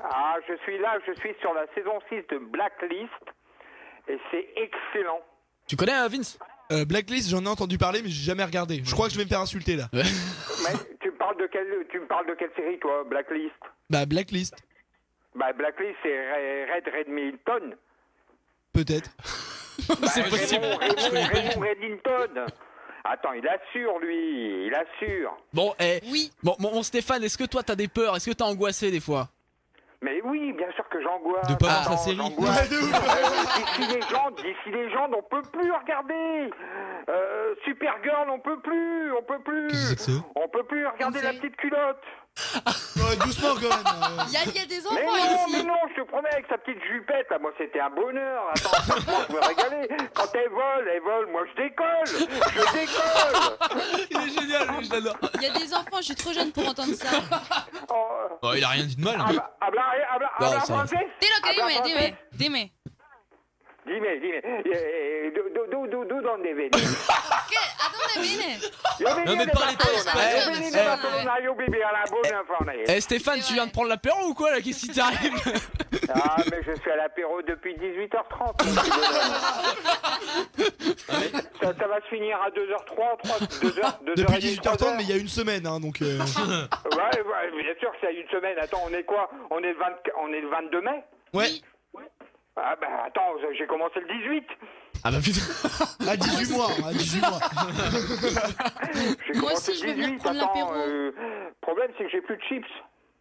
[SPEAKER 3] Ah, je suis là, je suis sur la saison 6 de Blacklist. Et c'est excellent.
[SPEAKER 4] Tu connais euh, Vince
[SPEAKER 5] Euh, Blacklist, j'en ai entendu parler, mais j'ai jamais regardé. Je crois que je vais me faire insulter là.
[SPEAKER 3] Mais tu me parles de quelle, tu me parles de quelle série, toi, Blacklist
[SPEAKER 5] Bah, Blacklist,
[SPEAKER 3] Bah, Blacklist, c'est Re- Red Redmilton. Bah,
[SPEAKER 5] peut-être.
[SPEAKER 4] [laughs] C'est possible.
[SPEAKER 3] Raymond, Raymond, Raymond Reddington. Attends, il assure, lui. Il assure.
[SPEAKER 4] Bon, eh,
[SPEAKER 6] Oui,
[SPEAKER 4] bon, mon, mon Stéphane, est-ce que toi t'as des peurs Est-ce que t'es angoissé des fois Ah.
[SPEAKER 3] Mais oui, bien sûr que j'angoisse.
[SPEAKER 7] De pas voir
[SPEAKER 3] Attends,
[SPEAKER 7] sa série.
[SPEAKER 3] j'angoisse. D'ici les gens, d'ici les gens, on peut plus regarder. Euh, Supergirl, on peut plus, on peut
[SPEAKER 7] Qu'est-ce que c'est
[SPEAKER 3] plus.
[SPEAKER 7] que ça
[SPEAKER 3] On peut plus regarder
[SPEAKER 6] Une
[SPEAKER 3] la
[SPEAKER 6] série.
[SPEAKER 3] petite culotte.
[SPEAKER 4] Ah,
[SPEAKER 5] Ouais, doucement quand
[SPEAKER 4] hein.
[SPEAKER 5] même. euh.
[SPEAKER 6] il y, a- il y a des
[SPEAKER 3] Mais
[SPEAKER 6] enfants
[SPEAKER 3] non, mais
[SPEAKER 6] ici.
[SPEAKER 3] non, je te promets, avec sa petite jupette, là, moi c'était un bonheur. Attends, franchement, je me régalais. Quand elle vole, elle vole, moi je décolle. Je décolle.
[SPEAKER 4] Il est génial, je l'adore.
[SPEAKER 6] Il y a des enfants, je suis trop jeune pour entendre ça.
[SPEAKER 3] Oh,
[SPEAKER 7] Oh, il a rien dit de mal. hein.
[SPEAKER 3] habla, [laughs] habla, eh, habla,
[SPEAKER 7] bah,
[SPEAKER 4] Non,
[SPEAKER 3] habla
[SPEAKER 4] ça-
[SPEAKER 3] français.
[SPEAKER 6] Dilo que
[SPEAKER 3] Habla
[SPEAKER 6] dime,
[SPEAKER 3] français.
[SPEAKER 6] dime, dime.
[SPEAKER 3] Dime, dime, eh, eh, du, du, du, du, du dónde venís?
[SPEAKER 6] Que, ¿A dónde viene? Ah,
[SPEAKER 3] Yo venía
[SPEAKER 7] me
[SPEAKER 3] de
[SPEAKER 7] parle pas
[SPEAKER 3] Barcelona,
[SPEAKER 4] espagnol,
[SPEAKER 3] yo venía de
[SPEAKER 5] ¿eh?
[SPEAKER 4] monsieur.
[SPEAKER 3] Barcelona, yo vivía a la buena
[SPEAKER 4] Eh
[SPEAKER 3] journée.
[SPEAKER 4] Stéphane,
[SPEAKER 6] C'est
[SPEAKER 4] tu
[SPEAKER 6] vrai.
[SPEAKER 4] viens de prendre l'apéro ou quoi là Qu'est-ce qui t'arrive
[SPEAKER 3] Ah, mais je suis à l'apéro depuis 18h30. mon petit bonhomme. ça, ça va se finir à 2h03, 2h, 2h30.
[SPEAKER 5] Depuis 18h30, mais il y a une semaine, hein, donc.
[SPEAKER 4] [laughs]
[SPEAKER 5] euh,
[SPEAKER 3] Ouais, ouais, bien sûr que c'est à une semaine. Attends, on est quoi on est, le 20 on est le 22 mai
[SPEAKER 5] Ouais,
[SPEAKER 3] Ah, bah attends, j'ai commencé le 18.
[SPEAKER 4] Ah bah putain.
[SPEAKER 5] à 18 mois, à 18 mois.
[SPEAKER 3] J'ai
[SPEAKER 6] [laughs] Moi
[SPEAKER 3] commencé
[SPEAKER 6] aussi,
[SPEAKER 3] le
[SPEAKER 6] je veux venir
[SPEAKER 3] 18.
[SPEAKER 6] prendre
[SPEAKER 3] Attends,
[SPEAKER 6] l'apéro.
[SPEAKER 3] euh, problème, c'est que j'ai [laughs] plus de chips.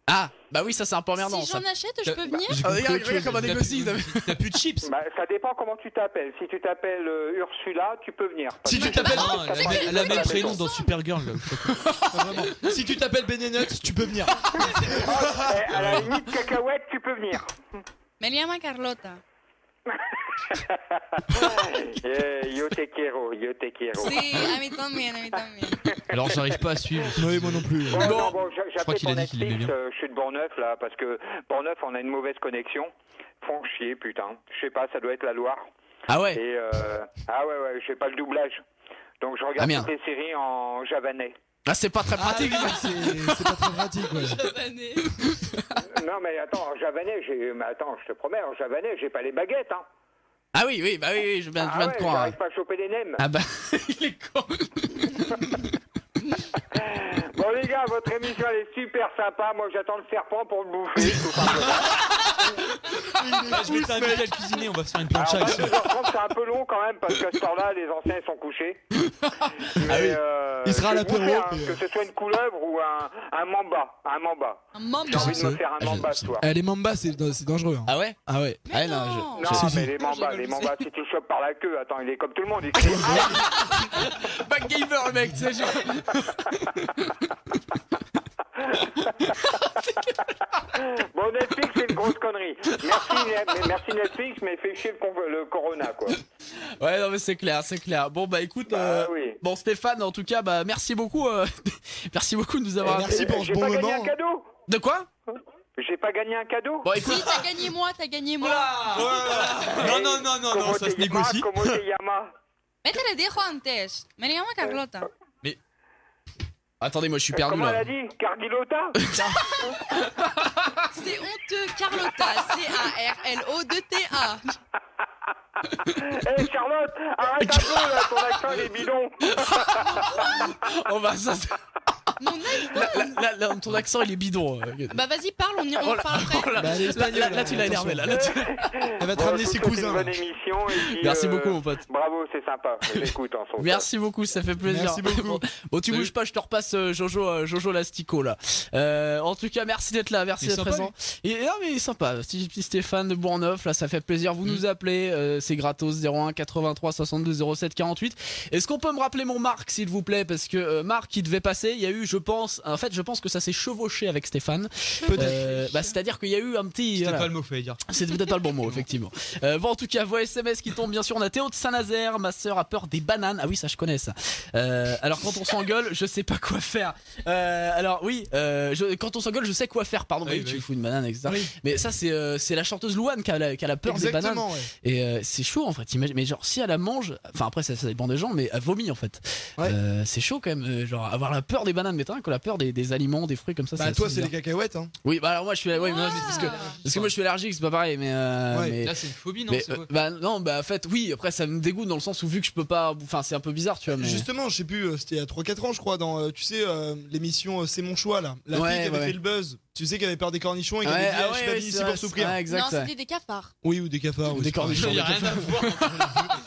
[SPEAKER 4] Ah, bah oui, ça c'est un peu emmerdant.
[SPEAKER 6] si
[SPEAKER 4] ça.
[SPEAKER 6] j'en achète, je peux
[SPEAKER 7] Bah,
[SPEAKER 6] venir
[SPEAKER 7] j'ai
[SPEAKER 4] Ah,
[SPEAKER 7] compris
[SPEAKER 4] regarde,
[SPEAKER 7] autre
[SPEAKER 4] regarde
[SPEAKER 7] chose.
[SPEAKER 4] comment
[SPEAKER 7] T'as
[SPEAKER 4] négocie,
[SPEAKER 7] plus- T'as plus de chips.
[SPEAKER 3] Bah, ça dépend comment tu t'appelles. Si tu t'appelles euh, Ursula, tu peux venir. Parce
[SPEAKER 5] Si tu
[SPEAKER 3] que-
[SPEAKER 5] t'appelles-
[SPEAKER 7] Non, Ah, elle a-
[SPEAKER 6] C'est
[SPEAKER 7] elle a même
[SPEAKER 6] quel truc
[SPEAKER 7] prénom
[SPEAKER 6] ensemble
[SPEAKER 7] dans Supergirl. [laughs] là.
[SPEAKER 5] Si tu t'appelles Benenuts, tu peux venir.
[SPEAKER 3] [laughs] Eh, à la limite, cacahuète, tu peux venir.
[SPEAKER 6] Me llama Carlota.
[SPEAKER 3] Eh, yo te quiero, yo te quiero.
[SPEAKER 6] Sí, a mí también, a mí también.
[SPEAKER 7] Alors, j'arrive pas à suivre.
[SPEAKER 5] Oui, moi non plus.
[SPEAKER 3] Bon, non, bon, j'a-
[SPEAKER 7] crois
[SPEAKER 3] j'appelais
[SPEAKER 7] qu'il a
[SPEAKER 3] pour
[SPEAKER 7] dit qu'il aimait
[SPEAKER 3] Netflix,
[SPEAKER 7] bien.
[SPEAKER 3] euh, je suis de Bourneuf, là, parce que Bourneuf, on a une mauvaise connexion. Font chier, putain. Je sais pas, ça doit être la Loire.
[SPEAKER 4] Ah ouais.
[SPEAKER 3] Et, euh, ah ouais, ouais, j'ai pas le doublage. Donc je regarde
[SPEAKER 4] Ah, merde.
[SPEAKER 3] toutes les séries en javanais.
[SPEAKER 4] Ah c'est pas très
[SPEAKER 5] Ah,
[SPEAKER 4] pratique.
[SPEAKER 5] oui, c'est c'est pas très pratique, ouais.
[SPEAKER 3] non, mais attends, en javanais, j'ai... Mais attends, je te promets, en javanais, j'ai pas les baguettes, hein.
[SPEAKER 4] [laughs] Ah oui, oui, bah oui, oui, je viens, je
[SPEAKER 3] Ah
[SPEAKER 4] viens
[SPEAKER 3] ouais,
[SPEAKER 4] de croire.
[SPEAKER 3] j'arrive pas à choper les nems.
[SPEAKER 4] Ah bah il est con.
[SPEAKER 3] Bon les gars, votre émission elle est super sympa. Moi j'attends le serpent pour le bouffer. tout simplement.
[SPEAKER 7] Ah, je vais t'inviter à le cuisiner, on va se faire une plancha
[SPEAKER 3] bah, Alors,
[SPEAKER 7] ici.
[SPEAKER 3] 22h30, Ah, c'est un peu long quand même, parce qu'à ce temps-là, les anciens sont
[SPEAKER 5] [laughs]
[SPEAKER 3] couchés. Mais,
[SPEAKER 5] Ah oui.
[SPEAKER 3] euh,
[SPEAKER 5] Il sera
[SPEAKER 3] je
[SPEAKER 5] à
[SPEAKER 3] vais vous
[SPEAKER 5] l'apéro,
[SPEAKER 3] faire, hein,
[SPEAKER 5] mais-
[SPEAKER 3] Que ce soit une couleuvre ou un, un mamba. Un mamba.
[SPEAKER 6] Un membre.
[SPEAKER 3] J'ai envie de
[SPEAKER 5] c'est-
[SPEAKER 3] me faire un
[SPEAKER 4] ah, je-
[SPEAKER 3] mamba
[SPEAKER 4] c'est-
[SPEAKER 3] ce soir.
[SPEAKER 5] Eh, les mambas, c'est c'est dangereux. hein.
[SPEAKER 4] Ah ouais
[SPEAKER 5] Ah ouais.
[SPEAKER 6] Mais
[SPEAKER 4] Ouais, non,
[SPEAKER 6] non.
[SPEAKER 4] je-
[SPEAKER 3] Non,
[SPEAKER 4] je-
[SPEAKER 5] Si, si.
[SPEAKER 3] mais les mambas,
[SPEAKER 6] Je-
[SPEAKER 3] les
[SPEAKER 6] je-
[SPEAKER 3] mambas, si tu le chopes par la queue, attends, il est comme tout le monde.
[SPEAKER 5] [laughs]
[SPEAKER 3] Il crie,
[SPEAKER 4] Backgamer, le mec, c'est genre.
[SPEAKER 3] Bon, Netflix, c'est une grosse connerie. Merci, Ne- merci Netflix, mais fait chier le, con- le corona, quoi.
[SPEAKER 4] Ouais, non, mais c'est clair, c'est clair. Bon, bah écoute. euh,
[SPEAKER 3] Bah oui.
[SPEAKER 4] Bon Stéphane, en tout cas, bah merci beaucoup, euh, [laughs] merci beaucoup de nous avoir.
[SPEAKER 5] Eh, merci.
[SPEAKER 3] Et-
[SPEAKER 5] pour ce
[SPEAKER 3] J'ai
[SPEAKER 5] bon
[SPEAKER 3] pas gagné
[SPEAKER 5] moment.
[SPEAKER 3] un cadeau
[SPEAKER 4] De quoi
[SPEAKER 3] J'ai pas gagné un cadeau
[SPEAKER 4] Bon
[SPEAKER 6] Si,
[SPEAKER 4] Bah, écoute,
[SPEAKER 6] t'as gagné moi, t'as gagné moi.
[SPEAKER 7] Non, non, non, non, non,
[SPEAKER 3] Como
[SPEAKER 7] ça
[SPEAKER 3] te
[SPEAKER 7] se
[SPEAKER 3] llamas,
[SPEAKER 7] négocie.
[SPEAKER 3] como te llamas
[SPEAKER 6] Mais te le dijo antes. Me llamo Carlota.
[SPEAKER 4] attendez, moi je suis perdu
[SPEAKER 3] Comment elle
[SPEAKER 4] là.
[SPEAKER 3] a dit Cargilota
[SPEAKER 6] C'est honteux, Carlota. C-A-R-L-O-2-T-A.
[SPEAKER 3] Eh Charlotte, arrête un peu là, ton accent il est bidon
[SPEAKER 4] Oh bah ça, ça-
[SPEAKER 6] [laughs] Mon iPhone.
[SPEAKER 4] là, là, là, là, ton accent il est bidon. euh.
[SPEAKER 6] Bah vas-y, parle,
[SPEAKER 7] Oh
[SPEAKER 6] on y on en parle après.
[SPEAKER 4] Là,
[SPEAKER 5] Bah, elle est
[SPEAKER 4] là,
[SPEAKER 5] espagnole,
[SPEAKER 4] là, là, tu l'as énervé là. là, tu-
[SPEAKER 5] Elle va te
[SPEAKER 3] Bon,
[SPEAKER 5] ramener
[SPEAKER 3] je
[SPEAKER 5] ses
[SPEAKER 3] vous souhaite
[SPEAKER 5] cousins.
[SPEAKER 3] une bonne émission et puis,
[SPEAKER 4] [laughs] Merci
[SPEAKER 3] euh,
[SPEAKER 4] beaucoup mon pote.
[SPEAKER 3] Bravo, c'est sympa, hein. j'écoute en son
[SPEAKER 4] Merci beaucoup, ça fait plaisir.
[SPEAKER 5] Merci beaucoup.
[SPEAKER 4] [laughs] Bon, bon, tu
[SPEAKER 7] Salut.
[SPEAKER 4] bouges pas, je te repasse euh, Jojo, euh, Jojo Lastico là. Euh, en tout cas, merci d'être là, merci
[SPEAKER 7] Il est
[SPEAKER 4] d'être
[SPEAKER 7] sympa,
[SPEAKER 4] présent. Et non mais il est sympa, petit, petit Stéphane de Bourneuf là, ça fait plaisir.
[SPEAKER 7] Mm.
[SPEAKER 4] Vous nous appelez, euh, c'est gratos 01 83 62 07 48. Est-ce qu'on peut me rappeler mon Marc s'il vous plaît parce que euh, Marc il devait passer, il y a eu je pense, en fait je pense que ça s'est chevauché avec Stéphane. Euh, bah, c'est-à-dire qu'il y a eu un petit.
[SPEAKER 7] C'était
[SPEAKER 4] voilà.
[SPEAKER 7] pas le mot qu'il fallait dire.
[SPEAKER 4] C'est peut-être pas le bon
[SPEAKER 5] [laughs]
[SPEAKER 4] mot, effectivement. Euh, bon, en tout cas, voix SMS qui tombe, bien sûr. On a Théo de Saint-Nazaire, ma sœur a peur des bananes. Ah oui, ça, je connais ça. Euh, alors, quand on s'engueule, je sais pas quoi faire. Euh, alors, oui, euh, je- quand on s'engueule, je sais quoi faire. Pardon,
[SPEAKER 7] Oui,
[SPEAKER 4] mais oui,
[SPEAKER 7] bah
[SPEAKER 4] tu
[SPEAKER 7] oui.
[SPEAKER 4] fous une banane, etc.
[SPEAKER 5] Oui.
[SPEAKER 4] Mais ça, c'est euh, c'est la chanteuse Louane qui a la, qui a la peur des bananes.
[SPEAKER 5] Exactement, ouais.
[SPEAKER 4] Et euh, c'est chaud, en fait. Imagine- Mais genre, si elle la mange, enfin, après, ça, ça dépend des gens, mais elle vomit, en fait.
[SPEAKER 5] Ouais.
[SPEAKER 4] Euh, c'est chaud, quand même. euh, genre, avoir la peur des bananes, mais t'as que la peur des, des aliments, des fruits comme ça.
[SPEAKER 5] Bah,
[SPEAKER 4] c'est
[SPEAKER 5] toi,
[SPEAKER 4] assez
[SPEAKER 5] c'est les
[SPEAKER 4] bizarre.
[SPEAKER 5] cacahuètes. Hein.
[SPEAKER 4] Oui, bah alors, moi, je suis. Ouais, mais
[SPEAKER 6] Ouah.
[SPEAKER 4] non, mais parce que. Parce que moi je suis allergique, c'est pas pareil, mais, euh,
[SPEAKER 5] Ouais.
[SPEAKER 4] mais-
[SPEAKER 7] Là, c'est une phobie, non
[SPEAKER 4] mais,
[SPEAKER 7] c'est
[SPEAKER 4] euh,
[SPEAKER 7] quoi
[SPEAKER 4] bah non, bah en fait oui, après ça me dégoûte dans le sens où vu que je peux pas, enfin c'est un peu bizarre tu vois. Mais...
[SPEAKER 5] Justement, je sais plus, euh, c'était il y a 3-4 ans, je crois, dans, euh, tu sais, euh, l'émission euh, C'est mon choix, là. La
[SPEAKER 4] Ouais,
[SPEAKER 5] fille qui avait
[SPEAKER 4] ouais.
[SPEAKER 5] fait le buzz. Tu sais, qui avait peur des cornichons et qui avait
[SPEAKER 4] Ouais,
[SPEAKER 5] dit,
[SPEAKER 4] ah
[SPEAKER 5] eh, je suis
[SPEAKER 4] ouais,
[SPEAKER 5] pas
[SPEAKER 4] ouais,
[SPEAKER 5] venu
[SPEAKER 4] c'est
[SPEAKER 5] ici
[SPEAKER 4] vrai,
[SPEAKER 5] pour souffrir.
[SPEAKER 4] ouais, exact,
[SPEAKER 6] non,
[SPEAKER 4] ouais.
[SPEAKER 6] c'était des cafards.
[SPEAKER 5] Oui, ou des cafards. oui,
[SPEAKER 4] Des
[SPEAKER 5] c'est pareil.
[SPEAKER 4] cornichons.
[SPEAKER 7] Il y a rien à voir.
[SPEAKER 4] [laughs]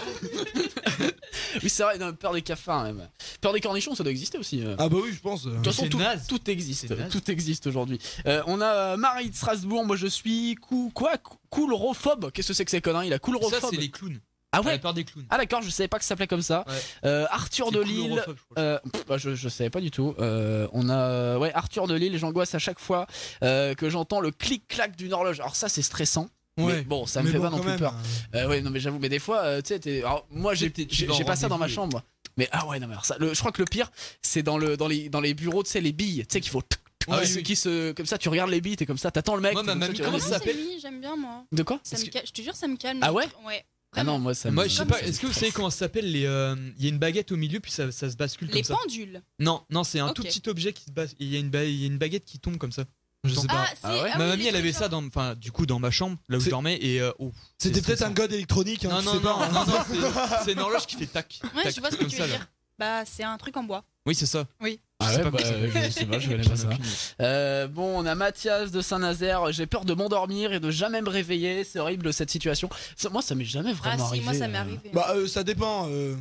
[SPEAKER 4] Oui c'est vrai, non, peur des cafards même. Peur des cornichons ça doit exister aussi. euh.
[SPEAKER 5] Ah bah oui, je pense. euh.
[SPEAKER 4] de toute façon,
[SPEAKER 7] c'est
[SPEAKER 4] tout,
[SPEAKER 7] naze.
[SPEAKER 4] tout existe,
[SPEAKER 7] C'est naze.
[SPEAKER 4] tout existe aujourd'hui. Euh, on a euh, Marie de Strasbourg, moi je suis cou quoi cou- coulrophobe. Qu'est-ce que c'est que ces conneries La
[SPEAKER 7] Ça,
[SPEAKER 4] coulrophobe.
[SPEAKER 7] c'est les clowns.
[SPEAKER 4] Ah
[SPEAKER 7] Ouais. La
[SPEAKER 4] ouais.
[SPEAKER 7] peur des clowns.
[SPEAKER 4] Ah d'accord, je savais pas que ça s'appelait comme ça.
[SPEAKER 7] Ouais.
[SPEAKER 4] Euh, Arthur
[SPEAKER 7] C'est
[SPEAKER 4] de Lille,
[SPEAKER 7] clownerophobe, je crois.
[SPEAKER 4] Euh, pff, bah, je, je savais pas du tout. Euh, on a euh, ouais Arthur de Lille, j'angoisse à chaque fois euh, que j'entends le clic-clac d'une horloge. Alors ça c'est stressant. Mais
[SPEAKER 5] Ouais.
[SPEAKER 4] bon, ça me
[SPEAKER 5] Mais
[SPEAKER 4] fait
[SPEAKER 5] bon,
[SPEAKER 4] pas non
[SPEAKER 5] quand
[SPEAKER 4] plus
[SPEAKER 5] même,
[SPEAKER 4] peur.
[SPEAKER 5] euh,
[SPEAKER 4] Euh, ouais, non mais j'avoue, mais des fois, euh, tu sais, t'es- alors, moi j'ai
[SPEAKER 7] Tu- tu
[SPEAKER 4] j'ai
[SPEAKER 7] vas au
[SPEAKER 4] j'ai pas ça dans ma
[SPEAKER 7] rendez-vous,
[SPEAKER 4] chambre. moi. Mais ah ouais, non mais alors ça, le- je crois que le pire, c'est dans le dans les dans les bureaux, tu sais, les billes, tu sais qu'il faut. tuc, tuc,
[SPEAKER 7] Ah
[SPEAKER 4] tuc,
[SPEAKER 7] oui, oui.
[SPEAKER 4] qui se comme ça, tu regardes les billes, t'es comme ça, t'attends le mec.
[SPEAKER 7] Moi,
[SPEAKER 4] t'es
[SPEAKER 7] ma
[SPEAKER 4] comme ça,
[SPEAKER 7] mamie,
[SPEAKER 4] tu
[SPEAKER 7] comment
[SPEAKER 6] Moi,
[SPEAKER 4] regardes-
[SPEAKER 7] ça
[SPEAKER 6] c'est
[SPEAKER 7] s'appelle
[SPEAKER 6] mis, J'aime bien moi.
[SPEAKER 4] De quoi
[SPEAKER 6] Ça
[SPEAKER 4] Parce
[SPEAKER 6] me
[SPEAKER 4] que-
[SPEAKER 6] ca- Je te jure, ça me calme.
[SPEAKER 4] Ah ouais
[SPEAKER 6] Ouais.
[SPEAKER 4] Ah non,
[SPEAKER 6] vraiment.
[SPEAKER 4] moi ça. me-
[SPEAKER 7] Moi, je sais
[SPEAKER 6] Comme
[SPEAKER 7] pas,
[SPEAKER 6] ça.
[SPEAKER 7] est-ce que vous savez comment ça s'appelle les. euh, Il y a une baguette au milieu, puis ça, ça se bascule
[SPEAKER 6] Les
[SPEAKER 7] comme ça.
[SPEAKER 6] pendules.
[SPEAKER 7] Non, non, c'est un
[SPEAKER 6] Ok.
[SPEAKER 7] tout petit objet qui se bas- Il y, a une ba- il y a une baguette qui tombe comme ça. Je sais pas.
[SPEAKER 6] Ah, c'est.
[SPEAKER 4] Ah ouais
[SPEAKER 6] ah
[SPEAKER 7] Ma
[SPEAKER 6] oui,
[SPEAKER 7] mamie,
[SPEAKER 6] les
[SPEAKER 7] elle avait
[SPEAKER 6] trucs
[SPEAKER 7] ça dans, enfin, du coup, dans ma chambre, là où je
[SPEAKER 5] C'est-
[SPEAKER 7] dormais, et euh, oh.
[SPEAKER 5] C'était
[SPEAKER 7] c'est
[SPEAKER 5] peut-être un
[SPEAKER 7] stressant.
[SPEAKER 5] god électronique, hein,
[SPEAKER 7] Non,
[SPEAKER 5] tu
[SPEAKER 7] non,
[SPEAKER 5] sais
[SPEAKER 7] non,
[SPEAKER 5] pas. hein.
[SPEAKER 7] non, non, c'est- c'est une horloge qui fait tac.
[SPEAKER 6] Ouais,
[SPEAKER 7] tac,
[SPEAKER 6] je vois ce que
[SPEAKER 7] comme
[SPEAKER 6] tu veux
[SPEAKER 7] ça, là.
[SPEAKER 6] dire. Bah, c'est un truc
[SPEAKER 4] [laughs]
[SPEAKER 6] en bois.
[SPEAKER 7] Oui, c'est
[SPEAKER 4] Ah
[SPEAKER 7] ça. Je sais
[SPEAKER 4] ouais,
[SPEAKER 7] pas
[SPEAKER 4] bah,
[SPEAKER 7] comment ça s'appelle.
[SPEAKER 4] je sais pas,
[SPEAKER 7] [laughs]
[SPEAKER 4] je connais
[SPEAKER 7] J'en
[SPEAKER 4] pas
[SPEAKER 7] ai
[SPEAKER 4] ça.
[SPEAKER 7] aucune idée.
[SPEAKER 4] Euh, bon, on a Mathias de Saint-Nazaire. J'ai peur de m'endormir et de jamais me réveiller. C'est horrible cette situation. Ça- moi, ça m'est jamais
[SPEAKER 6] Ah,
[SPEAKER 4] vraiment
[SPEAKER 6] si,
[SPEAKER 4] arrivé.
[SPEAKER 6] moi, ça m'est
[SPEAKER 4] euh.
[SPEAKER 6] arrivé.
[SPEAKER 5] Bah, euh, ça dépend. euh,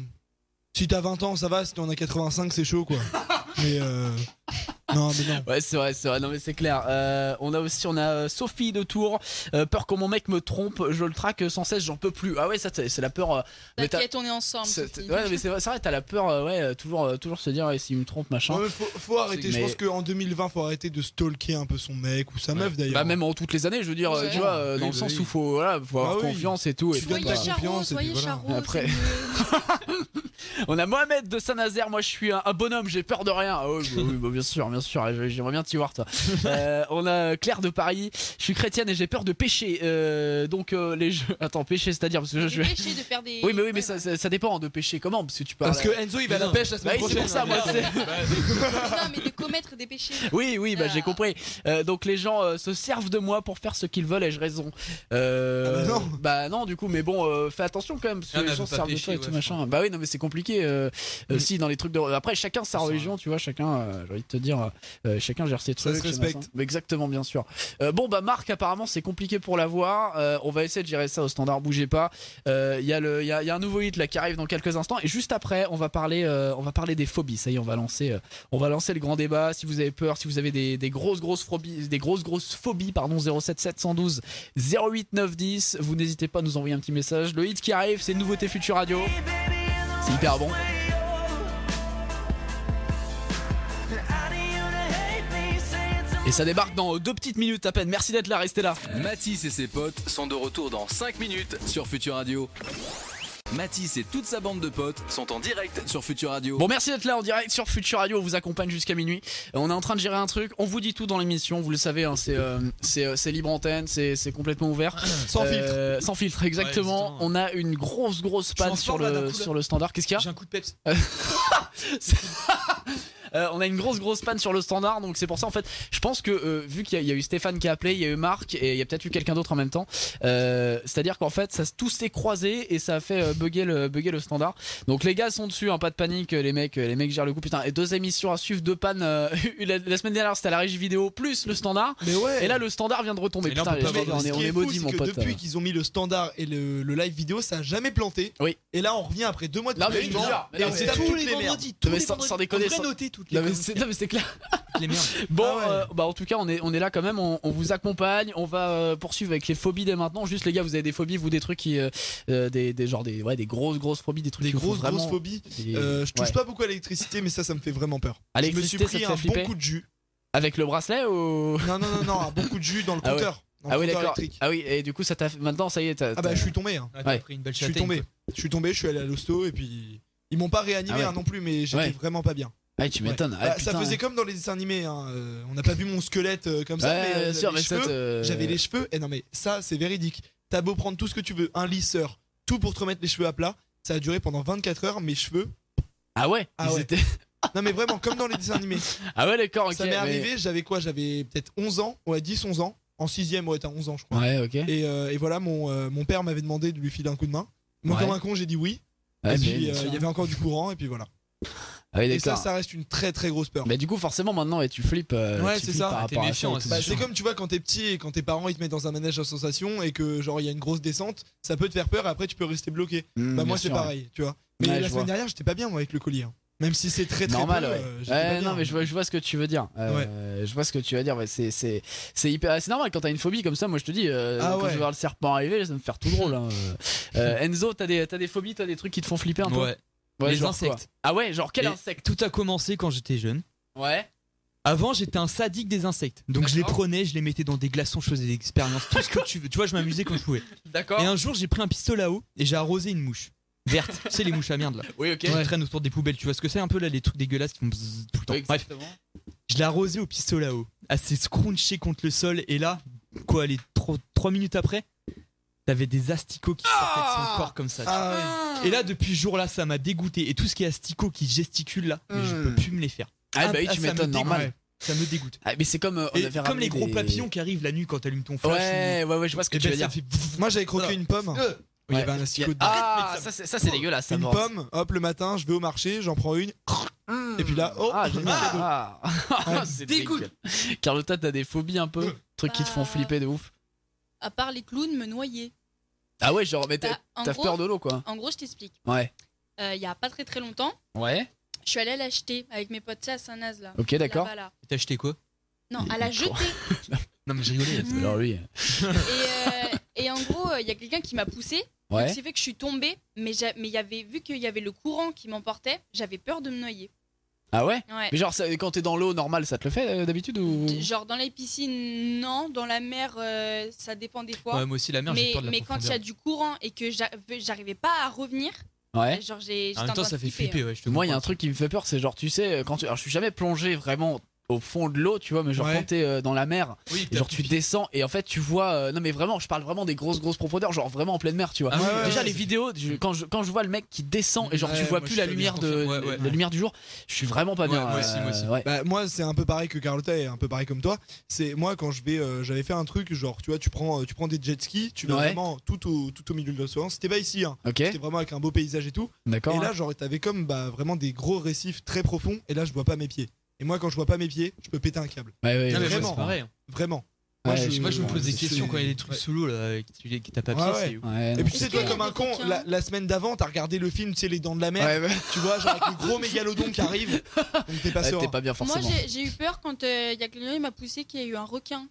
[SPEAKER 5] Si t'as 20 ans, ça va. Si t'en as 85, c'est chaud, quoi. Mais euh... Non, mais non.
[SPEAKER 4] Ouais, c'est vrai, c'est vrai. Non, mais c'est clair. Euh, on a aussi, on a euh, Sophie de Tours. Euh, peur que mon mec me trompe. Je le traque sans cesse. J'en peux plus. Ah ouais, ça, c'est c'est la peur. euh, mais t'as-
[SPEAKER 6] T'inquiète, on est ensemble.
[SPEAKER 4] c'est-
[SPEAKER 6] Sophie.
[SPEAKER 4] ouais, mais c'est vrai, c'est vrai, t'as la peur. euh, ouais, euh, toujours, euh, toujours se dire ouais, s'il me trompe, machin.
[SPEAKER 5] Ouais, mais faut, faut arrêter. Je
[SPEAKER 4] Mais-
[SPEAKER 5] pense qu'en 2020, faut arrêter de stalker un peu son mec ou sa meuf d'ailleurs.
[SPEAKER 4] Bah même en toutes les années, je veux dire,
[SPEAKER 6] Ouais.
[SPEAKER 4] tu vois, euh,
[SPEAKER 7] Oui,
[SPEAKER 4] dans le
[SPEAKER 7] bah
[SPEAKER 4] sens
[SPEAKER 7] oui.
[SPEAKER 4] où faut, voilà, faut avoir
[SPEAKER 5] Bah oui.
[SPEAKER 4] confiance et tout. Et
[SPEAKER 5] Tu
[SPEAKER 4] puis,
[SPEAKER 5] donnes
[SPEAKER 4] bah,
[SPEAKER 6] Soyez charros,
[SPEAKER 5] confiance et
[SPEAKER 6] soyez
[SPEAKER 5] puis voilà.
[SPEAKER 6] charros.
[SPEAKER 4] Après-
[SPEAKER 6] c'est mieux.
[SPEAKER 4] [laughs] On a Mohamed de Saint-Nazaire, moi je suis un, un bonhomme, j'ai peur de rien. Ah
[SPEAKER 7] Oh,
[SPEAKER 4] oui, [laughs] bah oui, bah bien sûr, bien sûr, j'aimerais bien t'y voir [laughs] toi. Euh, on a Claire de Paris, je suis chrétienne et j'ai peur de pécher. Euh, donc euh, les jeux... [laughs] Attends, pécher, c'est-à-dire parce que je
[SPEAKER 6] J'ai
[SPEAKER 4] vais...
[SPEAKER 6] péché de faire des.
[SPEAKER 4] Oui mais oui mais ça, ça, ça dépend de pécher comment parce que tu parles...
[SPEAKER 5] Parce que Enzo, il va à la
[SPEAKER 7] Non.
[SPEAKER 5] pêche la
[SPEAKER 4] Bah
[SPEAKER 5] semaine
[SPEAKER 4] oui, c'est
[SPEAKER 5] prochaine.
[SPEAKER 4] pour ça moi c'est...
[SPEAKER 6] [laughs] Non, mais de commettre des péchés.
[SPEAKER 4] Oui oui bah j'ai
[SPEAKER 6] Ah.
[SPEAKER 4] compris. Euh, donc les gens euh, se servent de moi pour faire ce qu'ils veulent et je raison. Euh,
[SPEAKER 5] Ah bah non.
[SPEAKER 4] bah non du coup mais bon euh, fais attention quand même parce que
[SPEAKER 7] Ah,
[SPEAKER 4] les
[SPEAKER 7] bah,
[SPEAKER 4] gens
[SPEAKER 7] faut
[SPEAKER 4] se
[SPEAKER 7] pas
[SPEAKER 4] servent de
[SPEAKER 7] pécher,
[SPEAKER 4] toi et tout
[SPEAKER 7] ouais,
[SPEAKER 4] machin. Bah oui non mais c'est compliqué. compliqué euh, euh,
[SPEAKER 5] Mm.
[SPEAKER 4] si dans les trucs de après chacun sa religion tu vois chacun euh, j'ai envie de te dire euh, chacun gère ses
[SPEAKER 5] Ça
[SPEAKER 4] trucs
[SPEAKER 5] se
[SPEAKER 4] chacun
[SPEAKER 5] respecte.
[SPEAKER 4] ça. Mais [laughs] exactement bien sûr Euh, bon bah Marc apparemment c'est compliqué pour l'avoir Euh, on va essayer de gérer ça au standard bougez pas Euh, il y a le il y, a- il y a un nouveau hit là qui arrive dans quelques instants et juste après on va parler euh, on va parler des phobies ça y est on va lancer euh, on va lancer le grand débat si vous avez peur si vous avez des, des grosses grosses phobies des grosses grosses phobies pardon 07 712 08 910 vous n'hésitez pas à nous envoyer un petit message le hit qui arrive c'est nouveauté future radio c'est hyper bon et ça débarque dans euh, deux petites minutes à peine merci d'être là restez là
[SPEAKER 1] Mathis et ses potes sont de retour dans 5 minutes sur Future Radio. Mathis et toute sa bande de potes sont en direct sur Future Radio.
[SPEAKER 4] Bon, merci d'être là en direct sur Future Radio. On vous accompagne jusqu'à minuit. Euh, on est en train de gérer un truc. On vous dit tout dans l'émission. Vous le savez, hein, c'est euh, c'est euh, c'est libre antenne, c'est c'est complètement ouvert.
[SPEAKER 7] Ah,
[SPEAKER 5] Sans filtre.
[SPEAKER 4] Euh, Sans filtre, exactement.
[SPEAKER 7] exactement.
[SPEAKER 4] on a une grosse, grosse panne
[SPEAKER 7] en
[SPEAKER 4] sur
[SPEAKER 7] forme, là, d'un
[SPEAKER 4] le,
[SPEAKER 7] coup, là.
[SPEAKER 4] sur le standard. Qu'est-ce qu'il y a
[SPEAKER 7] J'ai un coup de peps.
[SPEAKER 4] Euh, on a une grosse grosse panne sur le standard donc c'est pour ça en fait je pense que euh, vu qu'il y, a- il y a eu Stéphane qui a appelé il y a eu Marc et il y a peut-être eu quelqu'un d'autre en même temps euh, c'est à dire qu'en fait ça s- tout s'est croisé et ça a fait euh, bugger le bugger le standard donc les gars sont dessus hein, pas de panique euh, les mecs euh, les mecs gèrent le coup putain et deux émissions à suivre deux pannes euh, [laughs] la, la semaine dernière c'était la régie vidéo plus le standard
[SPEAKER 5] Mais ouais.
[SPEAKER 4] et là le standard vient de retomber
[SPEAKER 7] Et là, on
[SPEAKER 4] putain les
[SPEAKER 7] peut pas
[SPEAKER 5] Mais
[SPEAKER 7] avoir
[SPEAKER 4] mecs, on est,
[SPEAKER 5] ce qui
[SPEAKER 4] on
[SPEAKER 5] est
[SPEAKER 4] est
[SPEAKER 5] fou,
[SPEAKER 4] maudits
[SPEAKER 5] c'est
[SPEAKER 4] mon
[SPEAKER 5] que
[SPEAKER 4] pote
[SPEAKER 5] Depuis qu'ils ont mis le standard et le, le live vidéo, ça a jamais planté.
[SPEAKER 4] Oui.
[SPEAKER 5] Et là, on revient après deux mois de
[SPEAKER 4] Non, mais je te
[SPEAKER 5] confinement,
[SPEAKER 4] jure, mais
[SPEAKER 5] et
[SPEAKER 4] non,
[SPEAKER 5] on
[SPEAKER 4] mais
[SPEAKER 5] se
[SPEAKER 4] c'est
[SPEAKER 5] tape
[SPEAKER 4] tous
[SPEAKER 5] toutes
[SPEAKER 4] les
[SPEAKER 5] les merdes.
[SPEAKER 7] vendredis,
[SPEAKER 4] tous les vendredis. On devrait
[SPEAKER 7] noter toutes
[SPEAKER 4] Non mais c'est- non, mais c'est clair
[SPEAKER 7] les merdes.
[SPEAKER 4] Bon,
[SPEAKER 5] Ah ouais.
[SPEAKER 4] euh, bah en tout cas, on est, on est là quand même, on, on vous accompagne, on va euh, poursuivre avec les phobies dès maintenant. Juste les gars, vous avez des phobies, vous des trucs qui. euh, euh, des, des, genre des, ouais, des grosses, grosses phobies, des trucs
[SPEAKER 5] [laughs] Des
[SPEAKER 4] qui vous font
[SPEAKER 5] grosses,
[SPEAKER 4] vraiment.
[SPEAKER 5] grosses phobies.
[SPEAKER 4] des-
[SPEAKER 5] Euh, je touche
[SPEAKER 4] ouais.
[SPEAKER 5] pas beaucoup à l'électricité, mais ça, ça me fait vraiment peur.
[SPEAKER 4] À
[SPEAKER 5] Je me suis
[SPEAKER 4] l'électricité, ça
[SPEAKER 5] pris
[SPEAKER 4] te
[SPEAKER 5] un
[SPEAKER 4] fait flipper
[SPEAKER 5] bon coup de jus.
[SPEAKER 4] Avec le bracelet ou.
[SPEAKER 5] Non, non, non, non, un bon coup de jus dans le
[SPEAKER 4] Ah ouais.
[SPEAKER 5] compteur. dans le
[SPEAKER 4] Ah oui,
[SPEAKER 5] compteur
[SPEAKER 4] d'accord.
[SPEAKER 5] électrique.
[SPEAKER 4] Ah oui, et du coup, ça t'a. Maintenant, ça y est, t'as.
[SPEAKER 5] Ah bah, je suis tombé. hein.
[SPEAKER 7] Ah, t'as
[SPEAKER 4] Ouais.
[SPEAKER 7] pris une belle
[SPEAKER 5] Je suis
[SPEAKER 7] châtaigne,
[SPEAKER 5] tombé.
[SPEAKER 7] toi.
[SPEAKER 5] Je suis tombé, je suis allé à l'hosto et puis. Ils m'ont pas réanimé
[SPEAKER 4] Ah ouais.
[SPEAKER 5] hein, non plus, mais j'étais
[SPEAKER 4] Ouais.
[SPEAKER 5] vraiment pas bien.
[SPEAKER 4] Ouais, tu m'étonnes.
[SPEAKER 5] Ouais.
[SPEAKER 4] Ah,
[SPEAKER 5] Bah,
[SPEAKER 4] putain,
[SPEAKER 5] ça faisait
[SPEAKER 4] ouais.
[SPEAKER 5] comme dans les dessins animés. hein, euh, on n'a pas vu mon squelette euh, comme ça,
[SPEAKER 4] Ouais,
[SPEAKER 5] mais, euh,
[SPEAKER 4] bien sûr,
[SPEAKER 5] les
[SPEAKER 4] mais ça
[SPEAKER 5] cheveux,
[SPEAKER 4] te-
[SPEAKER 5] J'avais les cheveux, et non mais ça c'est véridique. T'as beau prendre tout ce que tu veux, un lisseur, tout pour te remettre les cheveux à plat, ça a duré pendant 24 heures, mes cheveux.
[SPEAKER 4] Ah ouais,
[SPEAKER 5] Ah
[SPEAKER 4] ils
[SPEAKER 5] ouais.
[SPEAKER 4] étaient-
[SPEAKER 5] Non mais vraiment, comme dans les dessins animés.
[SPEAKER 4] Ah ouais, d'accord, ok.
[SPEAKER 5] ça m'est
[SPEAKER 4] mais-
[SPEAKER 5] arrivé, j'avais quoi J'avais peut-être 11 ans, ouais 10, 11 ans, en 6ème, ouais t'as 11 ans je crois.
[SPEAKER 4] Ouais, ok.
[SPEAKER 5] Et, euh, et voilà, mon, euh, mon père m'avait demandé de lui filer un coup de main. Moi
[SPEAKER 4] Ouais.
[SPEAKER 5] comme un con j'ai dit oui,
[SPEAKER 4] Ouais,
[SPEAKER 5] et
[SPEAKER 4] mais-
[SPEAKER 5] puis euh, il y avait encore du courant, et puis voilà.
[SPEAKER 4] Ah oui,
[SPEAKER 5] Et ça,
[SPEAKER 4] d'accord.
[SPEAKER 5] ça reste une très très grosse peur.
[SPEAKER 4] Mais du coup, forcément, maintenant, et tu flippes. euh,
[SPEAKER 5] Ouais,
[SPEAKER 4] tu
[SPEAKER 5] c'est
[SPEAKER 4] flippes
[SPEAKER 5] ça.
[SPEAKER 4] par
[SPEAKER 7] T'es
[SPEAKER 4] rapport à
[SPEAKER 7] méfiant,
[SPEAKER 4] et tout,
[SPEAKER 7] c'est
[SPEAKER 5] Bah,
[SPEAKER 7] sûr.
[SPEAKER 5] c'est comme tu vois quand t'es petit et quand tes parents ils te mettent dans un manège à sensations et que genre il y a une grosse descente, ça peut te faire peur et après tu peux rester bloqué.
[SPEAKER 4] Mmh,
[SPEAKER 5] Bah
[SPEAKER 4] bien
[SPEAKER 5] moi c'est
[SPEAKER 4] sûr, ouais.
[SPEAKER 5] pareil, tu vois. Mais
[SPEAKER 4] Ouais, je
[SPEAKER 5] la
[SPEAKER 4] vois.
[SPEAKER 5] semaine dernière, j'étais pas bien moi avec le collier. hein. Même si c'est très très
[SPEAKER 4] normal
[SPEAKER 5] peu,
[SPEAKER 4] ouais.
[SPEAKER 5] euh, j'étais
[SPEAKER 4] Ouais,
[SPEAKER 5] pas bien.
[SPEAKER 4] non mais je vois je vois ce que tu veux dire Euh, je vois ce que tu veux dire ouais, c'est c'est c'est hyper c'est normal quand t'as une phobie comme ça moi je te dis euh,
[SPEAKER 5] Ah
[SPEAKER 4] quand je
[SPEAKER 5] ouais.
[SPEAKER 4] vais voir le serpent arriver ça va me faire tout drôle hein.
[SPEAKER 5] [laughs]
[SPEAKER 4] Euh, Enzo t'as des t'as des phobies t'as des trucs qui te font flipper un peu
[SPEAKER 7] Ouais.
[SPEAKER 4] Ouais,
[SPEAKER 7] Les
[SPEAKER 4] genre
[SPEAKER 7] insectes.
[SPEAKER 4] quoi ah ouais genre quel
[SPEAKER 7] Les-
[SPEAKER 4] insecte
[SPEAKER 7] Tout a commencé quand j'étais jeune.
[SPEAKER 4] ouais
[SPEAKER 7] Avant, j'étais un sadique des insectes. Donc je les
[SPEAKER 4] D'accord.
[SPEAKER 7] prenais, je les mettais dans des glaçons, je faisais des expériences, tout ce que tu veux. Tu vois, je m'amusais quand je pouvais.
[SPEAKER 4] d'accord
[SPEAKER 7] Et un jour, j'ai pris un pistolet à eau et j'ai arrosé une mouche verte. tu sais, les mouches à merde là.
[SPEAKER 4] oui ok
[SPEAKER 7] Qui traînent autour des poubelles. Tu vois ce que c'est un peu là, les trucs dégueulasses qui font bzzz tout le temps.
[SPEAKER 4] Oui,
[SPEAKER 7] Bref,
[SPEAKER 4] exactement.
[SPEAKER 7] je l'ai arrosé au pistolet à eau. Assez scrunché contre le sol. Et là, quoi, les 3, minutes après, t'avais des asticots qui sortaient de son corps comme ça. tu
[SPEAKER 5] Ah, ouais.
[SPEAKER 7] vois. Et là, depuis ce jour-là, ça m'a dégoûté. Et tout ce qui est asticots qui gesticule là, mais
[SPEAKER 5] Hmm.
[SPEAKER 7] je peux plus me les faire.
[SPEAKER 4] ah bah oui
[SPEAKER 7] Ah,
[SPEAKER 4] tu
[SPEAKER 7] ça me
[SPEAKER 4] m'étonnes
[SPEAKER 7] dégoûte.
[SPEAKER 4] normal
[SPEAKER 7] Ça me dégoûte.
[SPEAKER 4] Ah, mais c'est comme euh, on
[SPEAKER 7] Et
[SPEAKER 4] avait
[SPEAKER 7] comme
[SPEAKER 4] ramené
[SPEAKER 7] les gros
[SPEAKER 4] des-
[SPEAKER 7] papillons qui arrivent la nuit quand t'allumes ton flash.
[SPEAKER 4] ouais ouais ouais je vois ce que
[SPEAKER 7] et
[SPEAKER 4] tu
[SPEAKER 7] ben,
[SPEAKER 4] veux
[SPEAKER 7] ça
[SPEAKER 4] dire
[SPEAKER 7] fait
[SPEAKER 5] Moi j'avais croqué
[SPEAKER 7] Voilà.
[SPEAKER 5] une pomme. hein.
[SPEAKER 7] Euh,
[SPEAKER 5] Il y
[SPEAKER 4] ouais.
[SPEAKER 5] avait un asticot dedans.
[SPEAKER 4] ah
[SPEAKER 7] mais ça-
[SPEAKER 4] ça c'est ça c'est dégueulasse ça
[SPEAKER 5] une
[SPEAKER 4] me- [laughs]
[SPEAKER 5] pomme, hop le matin, je vais au marché, j'en prends une. Et puis
[SPEAKER 7] Mm.
[SPEAKER 5] là, oh,
[SPEAKER 4] Ah, génial.
[SPEAKER 5] cadeau.
[SPEAKER 4] Ah.
[SPEAKER 5] Ah,
[SPEAKER 4] c'est
[SPEAKER 7] dégoût.
[SPEAKER 4] dégueu. Carlotta, t'as des phobies un
[SPEAKER 5] Euh.
[SPEAKER 4] peu Trucs qui te font
[SPEAKER 6] Bah.
[SPEAKER 4] flipper de ouf
[SPEAKER 6] À part les clowns, me noyer.
[SPEAKER 4] Ah ouais, genre, mais t'as
[SPEAKER 6] Bah, en,
[SPEAKER 4] t'as
[SPEAKER 6] gros,
[SPEAKER 4] peur de l'eau quoi
[SPEAKER 6] en gros, je t'explique.
[SPEAKER 4] Ouais.
[SPEAKER 6] Euh, Il y a pas très très longtemps,
[SPEAKER 4] Ouais.
[SPEAKER 6] je suis allée l'acheter avec mes potes, ça à Saint-Naz là.
[SPEAKER 4] Ok, d'accord.
[SPEAKER 6] Là-bas, là.
[SPEAKER 7] T'as acheté quoi
[SPEAKER 6] Non, à la jeter.
[SPEAKER 7] [laughs] Non mais je rigolais.
[SPEAKER 6] Mm.
[SPEAKER 4] Alors
[SPEAKER 7] Ah
[SPEAKER 4] lui.
[SPEAKER 6] Et, euh, et en gros, il y a quelqu'un qui m'a poussée.
[SPEAKER 4] Ouais.
[SPEAKER 6] Donc, c'est fait que je suis tombée, mais, j'a- mais il y avait, vu qu'il y avait le courant qui m'emportait, j'avais peur de me noyer.
[SPEAKER 4] Ah ouais
[SPEAKER 6] Ouais.
[SPEAKER 4] Mais genre, ça- quand t'es dans l'eau normal, ça te le fait euh, d'habitude ou
[SPEAKER 6] Genre dans les piscines, non. Dans la mer, euh, ça dépend des fois.
[SPEAKER 7] Ouais, moi aussi la merde, j'ai
[SPEAKER 6] mais
[SPEAKER 7] peur de la
[SPEAKER 6] mais quand il y a
[SPEAKER 7] profondeur.
[SPEAKER 6] du courant et que j'a- j'arrivais pas à revenir,
[SPEAKER 4] Ouais.
[SPEAKER 6] genre j'ai.
[SPEAKER 7] En
[SPEAKER 6] j'étais
[SPEAKER 7] même temps,
[SPEAKER 6] train
[SPEAKER 7] ça
[SPEAKER 6] de hein.
[SPEAKER 7] fait flipper, ouais, je te
[SPEAKER 4] Moi, il y a
[SPEAKER 7] comprends.
[SPEAKER 4] euh, un truc qui me fait peur, c'est genre, tu sais, quand tu... Alors, je suis jamais plongé vraiment au fond de l'eau, tu vois, mais genre
[SPEAKER 5] Ouais.
[SPEAKER 4] quand t'es euh, dans la mer,
[SPEAKER 5] Oui,
[SPEAKER 4] et genre tu descends et en fait tu vois. euh, non mais vraiment, je parle vraiment des grosses grosses profondeurs, genre vraiment en pleine mer, tu vois.
[SPEAKER 7] Ah oui,
[SPEAKER 5] ouais,
[SPEAKER 4] Déjà
[SPEAKER 5] ouais,
[SPEAKER 4] les
[SPEAKER 5] c'est-
[SPEAKER 4] vidéos, je- quand, je, quand je vois le mec qui descend et genre tu
[SPEAKER 5] Ouais,
[SPEAKER 4] vois
[SPEAKER 5] moi,
[SPEAKER 4] plus
[SPEAKER 5] je
[SPEAKER 4] la
[SPEAKER 5] suis
[SPEAKER 4] lumière
[SPEAKER 5] d'accord,
[SPEAKER 4] de
[SPEAKER 5] ouais, ouais.
[SPEAKER 4] la lumière du jour, je suis vraiment pas
[SPEAKER 7] Ouais,
[SPEAKER 4] bien.
[SPEAKER 7] moi aussi, moi
[SPEAKER 4] euh,
[SPEAKER 7] aussi.
[SPEAKER 4] ouais.
[SPEAKER 5] Bah, moi c'est un peu pareil que Carlotta et un peu pareil comme toi. C'est moi quand je vais euh, j'avais fait un truc genre tu vois tu prends euh, tu prends des jet skis, tu vas
[SPEAKER 4] Ouais.
[SPEAKER 5] vraiment tout au tout au milieu de l'océan. C'était pas ici hein.
[SPEAKER 4] Ok,
[SPEAKER 5] C'était vraiment avec un beau paysage et tout.
[SPEAKER 4] d'accord.
[SPEAKER 5] et
[SPEAKER 4] hein.
[SPEAKER 5] là genre t'avais comme bah vraiment des gros récifs très profonds et là je vois pas mes pieds. Et moi quand je vois pas mes pieds, je peux péter un câble.
[SPEAKER 4] Ouais, ouais,
[SPEAKER 5] Non, mais
[SPEAKER 4] ouais,
[SPEAKER 5] vraiment.
[SPEAKER 4] c'est pareil. hein.
[SPEAKER 7] pareil. hein.
[SPEAKER 5] Vraiment.
[SPEAKER 4] Ouais,
[SPEAKER 5] je-
[SPEAKER 7] Moi, je me pose des
[SPEAKER 5] c'est-
[SPEAKER 7] questions quand il y a des trucs
[SPEAKER 5] ouais.
[SPEAKER 7] sous l'eau là, que tu que t'as pas
[SPEAKER 5] Ouais,
[SPEAKER 7] pied,
[SPEAKER 5] ouais.
[SPEAKER 7] c'est ouf.
[SPEAKER 4] Ouais,
[SPEAKER 5] Et
[SPEAKER 4] non.
[SPEAKER 5] puis tu sais
[SPEAKER 6] Est-ce
[SPEAKER 5] toi
[SPEAKER 6] qu'il y a
[SPEAKER 5] comme un
[SPEAKER 6] des
[SPEAKER 5] con,
[SPEAKER 6] requins
[SPEAKER 5] la, la semaine d'avant t'as regardé le film, tu sais les dents de la mer,
[SPEAKER 4] Ouais, ouais.
[SPEAKER 5] tu vois genre avec le gros mégalodon qui arrive. Donc t'es pas
[SPEAKER 4] Ouais,
[SPEAKER 5] serein.
[SPEAKER 4] t'es pas bien
[SPEAKER 6] Moi,
[SPEAKER 4] forcément.
[SPEAKER 6] j'ai- j'ai eu peur quand euh, il y a quelqu'un qui m'a poussé qu'il y a eu un requin.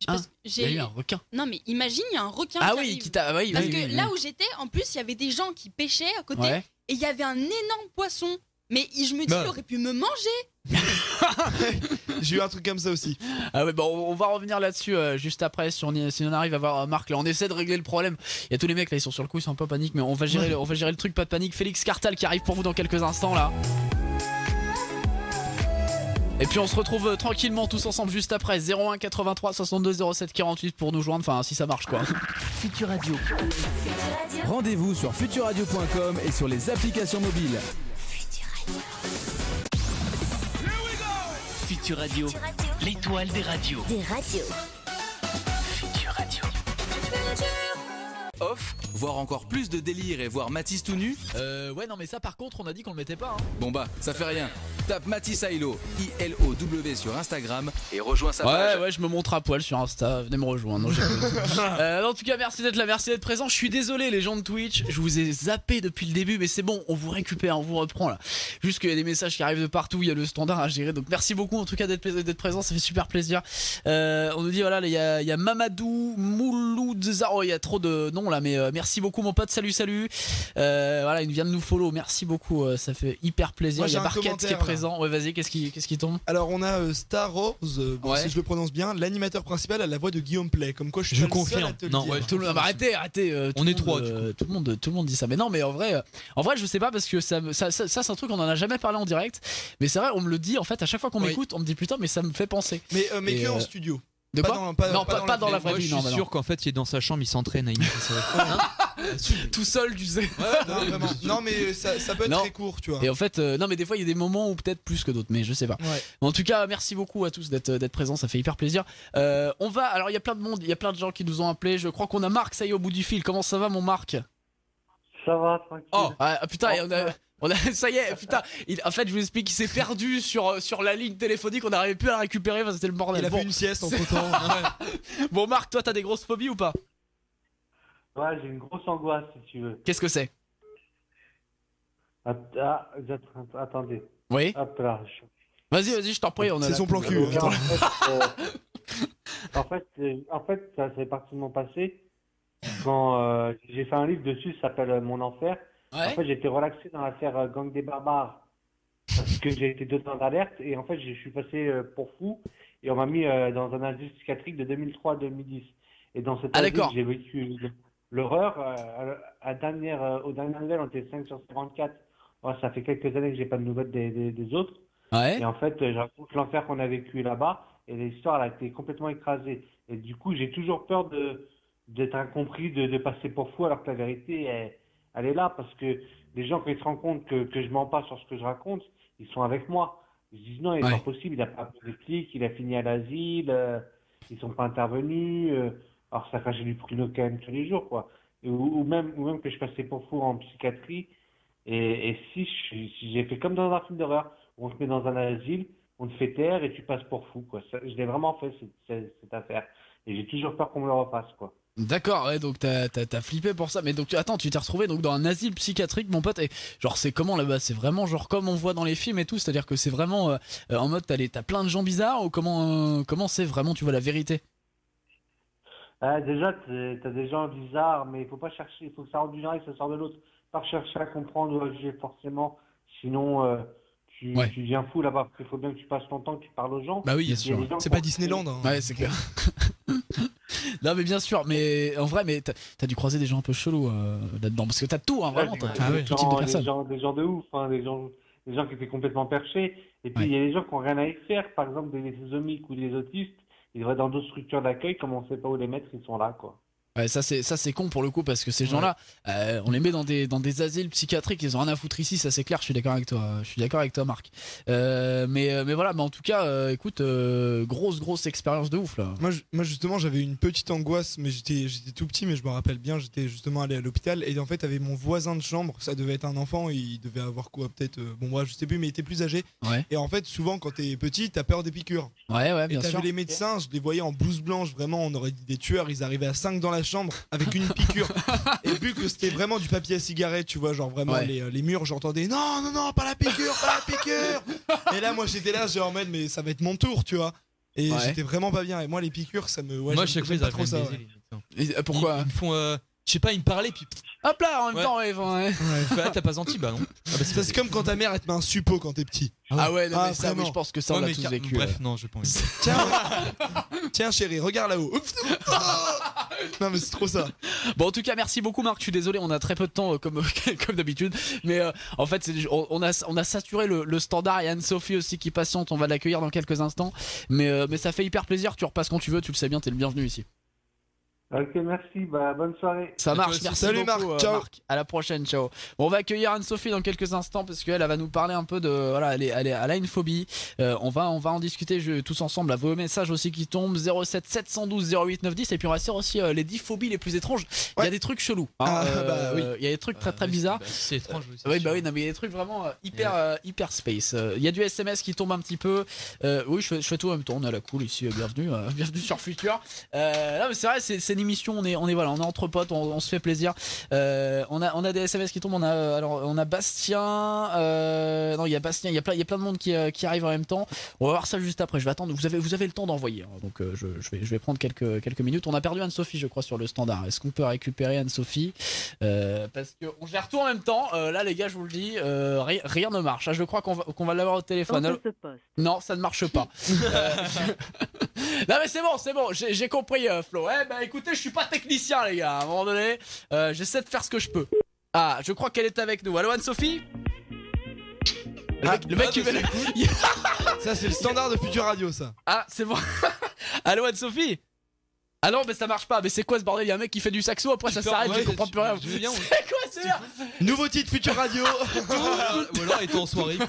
[SPEAKER 6] Je sais pas
[SPEAKER 4] Hein
[SPEAKER 6] ce-
[SPEAKER 4] Il y a
[SPEAKER 6] j'ai
[SPEAKER 4] eu un requin.
[SPEAKER 6] Non, mais imagine, il y a un requin
[SPEAKER 4] Ah
[SPEAKER 6] qui
[SPEAKER 4] oui,
[SPEAKER 6] arrive.
[SPEAKER 4] qui t'a. ah oui,
[SPEAKER 6] Parce
[SPEAKER 4] oui,
[SPEAKER 6] que
[SPEAKER 4] oui, oui.
[SPEAKER 6] là où j'étais, en plus, il y avait des gens qui pêchaient à côté
[SPEAKER 4] Ouais.
[SPEAKER 6] et il y avait un énorme poisson. Mais il- je me dis,
[SPEAKER 7] Bah.
[SPEAKER 6] il aurait pu me manger.
[SPEAKER 5] J'ai eu un truc comme ça aussi.
[SPEAKER 4] Ah ouais, bah on on va revenir là-dessus euh, juste après si on, y- si on arrive à voir euh, Marc. Là, on essaie de régler le problème. Il y a tous les mecs là, ils sont sur le coup, ils sont un peu en panique, mais on va gérer, le, on va gérer le truc, pas de panique. Félix Cartal qui arrive pour vous dans quelques instants là. Et puis on se retrouve euh, tranquillement tous ensemble juste après 01 83 62 07 48 pour nous joindre, enfin si ça marche quoi.
[SPEAKER 2] Futur Radio.
[SPEAKER 1] Rendez-vous sur futuradio.com et sur les applications mobiles.
[SPEAKER 2] Futur Radio. L'étoile des radios.
[SPEAKER 8] Des radios.
[SPEAKER 2] Futur Radio.
[SPEAKER 1] Off, voir encore plus de délire et voir Matisse tout nu
[SPEAKER 4] Euh, ouais non mais ça par contre on a dit qu'on le mettait pas. Hein.
[SPEAKER 1] Bon bah, ça fait rien. Tape Matisse Ailo, I-L-O-W sur Instagram et rejoins sa page. [laughs]
[SPEAKER 4] Ouais ouais je me montre à poil sur Insta, venez me rejoindre. Non, j'ai pas- Euh, en tout cas merci d'être là, merci d'être présent. Je suis désolé les gens de Twitch, je vous ai zappé depuis le début mais c'est bon, on vous récupère, on vous reprend là. Juste qu'il y a des messages qui arrivent de partout, il y a le standard à gérer. Donc merci beaucoup en tout cas d'être d'être présent, ça fait super plaisir. Euh, on nous dit voilà, il y a, il y a Mamadou, Mouloud, Zara- oh, il y a trop de noms là mais euh, merci beaucoup mon pote, salut salut. Euh, voilà, il vient de nous follow, merci beaucoup, euh, ça fait hyper plaisir.
[SPEAKER 5] Moi,
[SPEAKER 4] il y
[SPEAKER 5] j'ai
[SPEAKER 4] a
[SPEAKER 5] un
[SPEAKER 4] Barquette qui est
[SPEAKER 5] commentaire, là.
[SPEAKER 4] présent. Ouais vas-y, qu'est-ce qui, qu'est-ce qui tombe
[SPEAKER 5] Alors on a euh, Star Wars, euh, bon,
[SPEAKER 4] Ouais.
[SPEAKER 5] si je le prononce bien, l'animateur principal a la voix de Guillaume Play, comme quoi je suis
[SPEAKER 7] Je
[SPEAKER 5] pas le seul
[SPEAKER 7] confirme.
[SPEAKER 5] à te le
[SPEAKER 7] Non,
[SPEAKER 5] dire.
[SPEAKER 7] ouais,
[SPEAKER 4] Tout
[SPEAKER 5] [laughs]
[SPEAKER 4] le- ah bah, arrêtez, arrêtez. euh, tout
[SPEAKER 7] On
[SPEAKER 4] le
[SPEAKER 7] est
[SPEAKER 4] monde,
[SPEAKER 7] trois, du
[SPEAKER 4] euh, tout le monde, tout le monde dit ça. Mais non, mais en vrai, euh, en vrai, je sais pas parce que ça, me- ça, ça, ça, c'est un truc on en a jamais parlé en direct. Mais c'est vrai, on me le dit en fait à chaque fois qu'on
[SPEAKER 5] Oui.
[SPEAKER 4] m'écoute, on me dit putain, mais ça me fait penser.
[SPEAKER 5] Mais, euh, mais
[SPEAKER 4] Et,
[SPEAKER 5] que
[SPEAKER 4] euh,
[SPEAKER 5] en studio.
[SPEAKER 4] De
[SPEAKER 5] Pas
[SPEAKER 4] quoi
[SPEAKER 5] dans- pas-
[SPEAKER 4] Non,
[SPEAKER 5] pas
[SPEAKER 4] pas,
[SPEAKER 5] dans
[SPEAKER 4] pas
[SPEAKER 5] la-
[SPEAKER 4] dans, la vraie
[SPEAKER 7] Moi, je
[SPEAKER 4] vie.
[SPEAKER 7] suis
[SPEAKER 4] non, bah non.
[SPEAKER 7] sûr qu'en fait, il est dans sa chambre, il s'entraîne à imiter sa
[SPEAKER 4] [laughs]
[SPEAKER 7] voix.
[SPEAKER 5] Ah,
[SPEAKER 4] Tout seul, tu sais.
[SPEAKER 5] non, vraiment. Non, mais ça, ça peut être
[SPEAKER 4] Non.
[SPEAKER 5] très court, tu vois.
[SPEAKER 4] Et en fait, euh, non, mais des fois, il y a des moments où peut-être plus que d'autres, mais je sais pas.
[SPEAKER 5] Ouais.
[SPEAKER 4] Mais en tout cas, merci beaucoup à tous d'être d'être présents, ça fait hyper plaisir. Euh, on va, alors il y a plein de monde, il y a plein de gens qui nous ont appelés. Je crois qu'on a Marc, ça y est, au bout du fil. Comment ça va, mon Marc
[SPEAKER 9] Ça va, tranquille.
[SPEAKER 4] Oh ah, putain, et on a, on a- [laughs] ça y est, putain. il- en fait, je vous explique, il s'est perdu sur, euh, sur la ligne téléphonique, on n'arrivait plus à la récupérer, enfin, c'était le
[SPEAKER 5] Il
[SPEAKER 4] bordel.
[SPEAKER 5] a
[SPEAKER 4] Bon,
[SPEAKER 5] fait une sieste entre temps.
[SPEAKER 4] [laughs] bon, Marc, toi, t'as des grosses phobies ou pas
[SPEAKER 9] Ouais, j'ai une grosse angoisse, si tu veux.
[SPEAKER 4] Qu'est-ce que c'est
[SPEAKER 9] Att- ah, att- attendez.
[SPEAKER 4] Oui
[SPEAKER 9] Hop là. je-
[SPEAKER 4] Vas-y, vas-y, je t'en prie, on a
[SPEAKER 5] C'est
[SPEAKER 4] la-
[SPEAKER 5] son plan cul.
[SPEAKER 9] En fait, euh,
[SPEAKER 5] hein, [laughs]
[SPEAKER 9] en fait, euh, en fait, ça c'est parti de mon passé. Quand euh, j'ai fait un livre dessus, ça s'appelle euh, Mon enfer. En
[SPEAKER 4] Ouais
[SPEAKER 9] fait, j'étais relaxé dans l'affaire euh, Gang des barbares parce que j'ai été deux ans d'alerte et en fait, je suis passé euh, pour fou et on m'a mis euh, dans un asile psychiatrique de 2003 à 2010. Et dans cet
[SPEAKER 4] Ah,
[SPEAKER 9] asile,
[SPEAKER 4] d'accord.
[SPEAKER 9] j'ai vécu l- l'horreur. Euh, à la- à dernière, euh, aux dernières nouvelles, on était 5 sur 54. Oh, ça fait quelques années que j'ai pas de nouvelles des, des- des autres.
[SPEAKER 4] Ouais
[SPEAKER 9] Et en fait, euh, je raconte l'enfer qu'on a vécu là-bas et l'histoire elle a été complètement écrasée. Et du coup, j'ai toujours peur de d'être incompris, de, de passer pour fou, alors que la vérité, elle, elle est là parce que les gens, quand ils se rendent compte que, que je mens pas sur ce que je raconte, ils sont avec moi. Ils se disent non, il est
[SPEAKER 4] Ouais.
[SPEAKER 9] pas possible, il a pas appelé les flics, il a fini à l'asile, euh, ils sont pas intervenus, euh, alors ça crachait du pruneau quand même tous les jours, quoi. Et- ou, ou même, ou même que je passais pour fou en psychiatrie. Et, et si je suis- si j'ai fait comme dans un film d'horreur, où on te met dans un asile, on te fait taire et tu passes pour fou, quoi. Ça, je l'ai vraiment fait, cette, cette- cette affaire. Et j'ai toujours peur qu'on me le refasse, quoi.
[SPEAKER 4] D'accord, ouais, donc t'as t'as- t'as flippé pour ça. Mais donc, tu- attends, tu t'es retrouvé donc dans un asile psychiatrique, mon pote. Et genre, c'est comment là-bas C'est vraiment genre comme on voit dans les films et tout C'est-à-dire que c'est vraiment euh, euh, en mode t'as les- t'as plein de gens bizarres ou comment euh, comment c'est vraiment, tu vois, la vérité
[SPEAKER 9] Ah, déjà, t'es- t'as des gens bizarres, mais il faut pas chercher, il faut que ça rentre du genre et que ça sort de l'autre. Pas chercher à comprendre ou à juger forcément, sinon euh, tu,
[SPEAKER 4] Ouais.
[SPEAKER 9] tu deviens fou là-bas, parce qu'il faut bien que tu passes ton temps, que tu parles aux gens.
[SPEAKER 4] Bah oui, bien
[SPEAKER 9] Il y a des gens
[SPEAKER 5] C'est
[SPEAKER 9] qui
[SPEAKER 5] pas
[SPEAKER 9] ont-
[SPEAKER 5] Disneyland. hein.
[SPEAKER 4] Ouais, c'est clair. [laughs] non, mais bien sûr, mais en vrai, mais t'as t'as dû croiser des gens un peu chelous euh, là-dedans parce que t'as tout, hein, vraiment. T'as
[SPEAKER 9] Ah
[SPEAKER 4] tout
[SPEAKER 9] ouais.
[SPEAKER 4] type de
[SPEAKER 9] Des
[SPEAKER 4] personnes.
[SPEAKER 9] gens, des gens de ouf, hein, des gens, des gens qui étaient complètement perchés. Et puis, il y a des gens qui n'ont rien à y faire, par exemple des nécessisomiques ou des autistes. Ils vont être dans d'autres structures d'accueil, comme on ne sait pas où les mettre, ils sont là, quoi.
[SPEAKER 4] Ouais, ça c'est ça c'est con pour le coup parce que ces gens-là, euh, on les met dans des dans des asiles psychiatriques, ils ont rien à foutre ici, ça c'est clair. Je suis d'accord avec toi. Je suis d'accord avec toi, Marc. Euh, mais euh, mais voilà, mais en tout cas, euh, écoute, euh, grosse grosse expérience de ouf là.
[SPEAKER 5] Moi, ju- moi, justement, j'avais une petite angoisse, mais j'étais j'étais tout petit, mais je me rappelle bien, j'étais justement allé à l'hôpital et en fait, avait mon voisin de chambre, ça devait être un enfant, il devait avoir quoi, peut-être, euh, bon, moi, je sais plus, mais il était plus âgé.
[SPEAKER 4] Ouais.
[SPEAKER 5] Et en fait, souvent, quand t'es petit, t'as peur des piqûres.
[SPEAKER 4] Ouais ouais,
[SPEAKER 5] Et
[SPEAKER 4] bien
[SPEAKER 5] t'avais
[SPEAKER 4] sûr.
[SPEAKER 5] les médecins, je les voyais en blouse blanche, vraiment, on aurait dit des tueurs, ils arrivaient à 5 dans la chambre
[SPEAKER 4] [laughs]
[SPEAKER 5] avec une piqûre. et vu que c'était vraiment du papier à cigarette, tu vois, genre vraiment
[SPEAKER 4] Ouais.
[SPEAKER 5] les, euh, les murs, j'entendais non, non, non, pas la piqûre, pas la piqûre. et là, moi, j'étais là, genre en mode, mais ça va être mon tour, tu vois. Et
[SPEAKER 4] Ouais.
[SPEAKER 5] j'étais vraiment pas bien. Et moi, les piqûres, ça me. ouais,
[SPEAKER 7] Moi, à chaque
[SPEAKER 5] j'aime-
[SPEAKER 7] fois,
[SPEAKER 5] j'aime
[SPEAKER 7] ils
[SPEAKER 5] pas
[SPEAKER 7] arrivent à
[SPEAKER 5] trop
[SPEAKER 7] me
[SPEAKER 5] ça.
[SPEAKER 7] baiser,
[SPEAKER 5] ouais.
[SPEAKER 7] les gens.
[SPEAKER 4] Et, euh,
[SPEAKER 7] Ils,
[SPEAKER 4] pourquoi
[SPEAKER 7] ils me font. euh, je sais pas, ils me parlaient, puis. pff,
[SPEAKER 4] Hop là, en même
[SPEAKER 7] Ouais.
[SPEAKER 4] temps, ouais, ouais.
[SPEAKER 7] ah, t'as pas senti Bah non. Ah, bah,
[SPEAKER 5] Ça, c'est comme quand ta mère, elle te met un suppôt quand t'es petit.
[SPEAKER 4] Ah ouais, non,
[SPEAKER 5] Ah,
[SPEAKER 4] mais ça,
[SPEAKER 5] vraiment.
[SPEAKER 4] oui, je pense que ça
[SPEAKER 7] Ouais,
[SPEAKER 4] on l'a
[SPEAKER 7] mais
[SPEAKER 4] tous
[SPEAKER 7] car-
[SPEAKER 4] vécu.
[SPEAKER 7] Bref,
[SPEAKER 4] ouais.
[SPEAKER 7] non, j'ai pas envie.
[SPEAKER 5] Tiens, ouais. Tiens, chérie, regarde là-haut.
[SPEAKER 4] [laughs]
[SPEAKER 5] Oups. non, mais c'est trop ça.
[SPEAKER 4] Bon, en tout cas, merci beaucoup, Marc. Je suis désolé, on a très peu de temps euh, comme [laughs] comme d'habitude, mais euh, en fait, c'est- on, on a on a saturé le, le standard. Et Anne-Sophie aussi qui patiente, on va l'accueillir dans quelques instants. Mais euh, mais ça fait hyper plaisir. Tu repasses quand tu veux, tu le sais bien, t'es le bienvenu ici.
[SPEAKER 9] Ok, merci, bah, bonne soirée.
[SPEAKER 4] Ça
[SPEAKER 7] À toi
[SPEAKER 4] marche,
[SPEAKER 7] aussi.
[SPEAKER 4] merci
[SPEAKER 5] Salut,
[SPEAKER 4] beaucoup,
[SPEAKER 5] Marc.
[SPEAKER 4] euh,
[SPEAKER 5] Ciao.
[SPEAKER 4] À la prochaine, ciao. Bon, on va accueillir Anne-Sophie dans quelques instants parce qu'elle elle va nous parler un peu de voilà, elle, est- elle, est- elle a une phobie. Euh, on va on va en discuter je- tous ensemble. À vos messages aussi qui tombent 07 712 08 910 et puis on va faire aussi euh, les 10 phobies les plus étranges. Il y a
[SPEAKER 5] Ouais.
[SPEAKER 4] des trucs chelous.
[SPEAKER 5] Ah,
[SPEAKER 4] euh,
[SPEAKER 5] bah oui.
[SPEAKER 4] Il y a des trucs très très
[SPEAKER 7] Euh, oui,
[SPEAKER 4] bizarres.
[SPEAKER 7] bah, C'est étrange aussi.
[SPEAKER 4] Oui, bah oui, non, mais il y a des trucs vraiment euh, hyper, euh, hyper space. Euh, Il y a du SMS qui tombe un petit peu. Euh, oui, je fais, je fais tout en même temps. On est à la cool ici. euh, bienvenue, euh, [laughs] bienvenue sur Futur. Euh, non, mais c'est vrai, c'est c'est une émission. On est, on est, voilà, on est entre potes, on, on se fait plaisir. Euh, on, a, on a des SMS qui tombent. On a, euh, alors, on a Bastien. euh, non, il y a Bastien. Il y a plein, il y a plein de monde qui, euh, qui arrive en même temps. On va voir ça juste après. Je vais attendre. Vous avez, vous avez le temps d'envoyer. hein. donc, euh, je, je vais, je vais prendre quelques, quelques minutes. On a perdu Anne-Sophie, je crois, sur le standard. Est-ce qu'on peut récupérer Anne-Sophie euh, parce que on gère tout en même temps. Euh, là, les gars, je vous le dis, euh, ri- rien ne marche. Ah, je crois qu'on va, qu'on va l'avoir au téléphone. Alors- non, ça ne marche pas. Euh, [laughs] non, mais c'est bon, c'est bon. J'ai j'ai compris, euh, Flo. Eh ben, écoutez, je suis pas technicien, les gars. À un moment donné, euh, j'essaie de faire ce que je peux. Ah, je crois qu'elle est avec nous. Allô, Anne-Sophie le mec, le
[SPEAKER 5] Ah,
[SPEAKER 4] mec qui fait le-
[SPEAKER 5] bah,
[SPEAKER 4] [laughs]
[SPEAKER 5] Ça, c'est le standard de Future Radio, ça.
[SPEAKER 4] Ah, c'est bon. [laughs] Allô, Anne-Sophie Ah non, mais ça marche pas. Mais c'est quoi ce bordel Il y a un mec qui fait du saxo, après ça
[SPEAKER 7] Super,
[SPEAKER 4] s'arrête,
[SPEAKER 7] ouais,
[SPEAKER 4] je comprends plus
[SPEAKER 7] je-
[SPEAKER 4] rien.
[SPEAKER 7] je veux bien, on-
[SPEAKER 4] C'est quoi ce merde
[SPEAKER 5] Nouveau titre Future
[SPEAKER 7] [laughs]
[SPEAKER 5] Radio.
[SPEAKER 7] Ou alors, étant en soirée. écoute,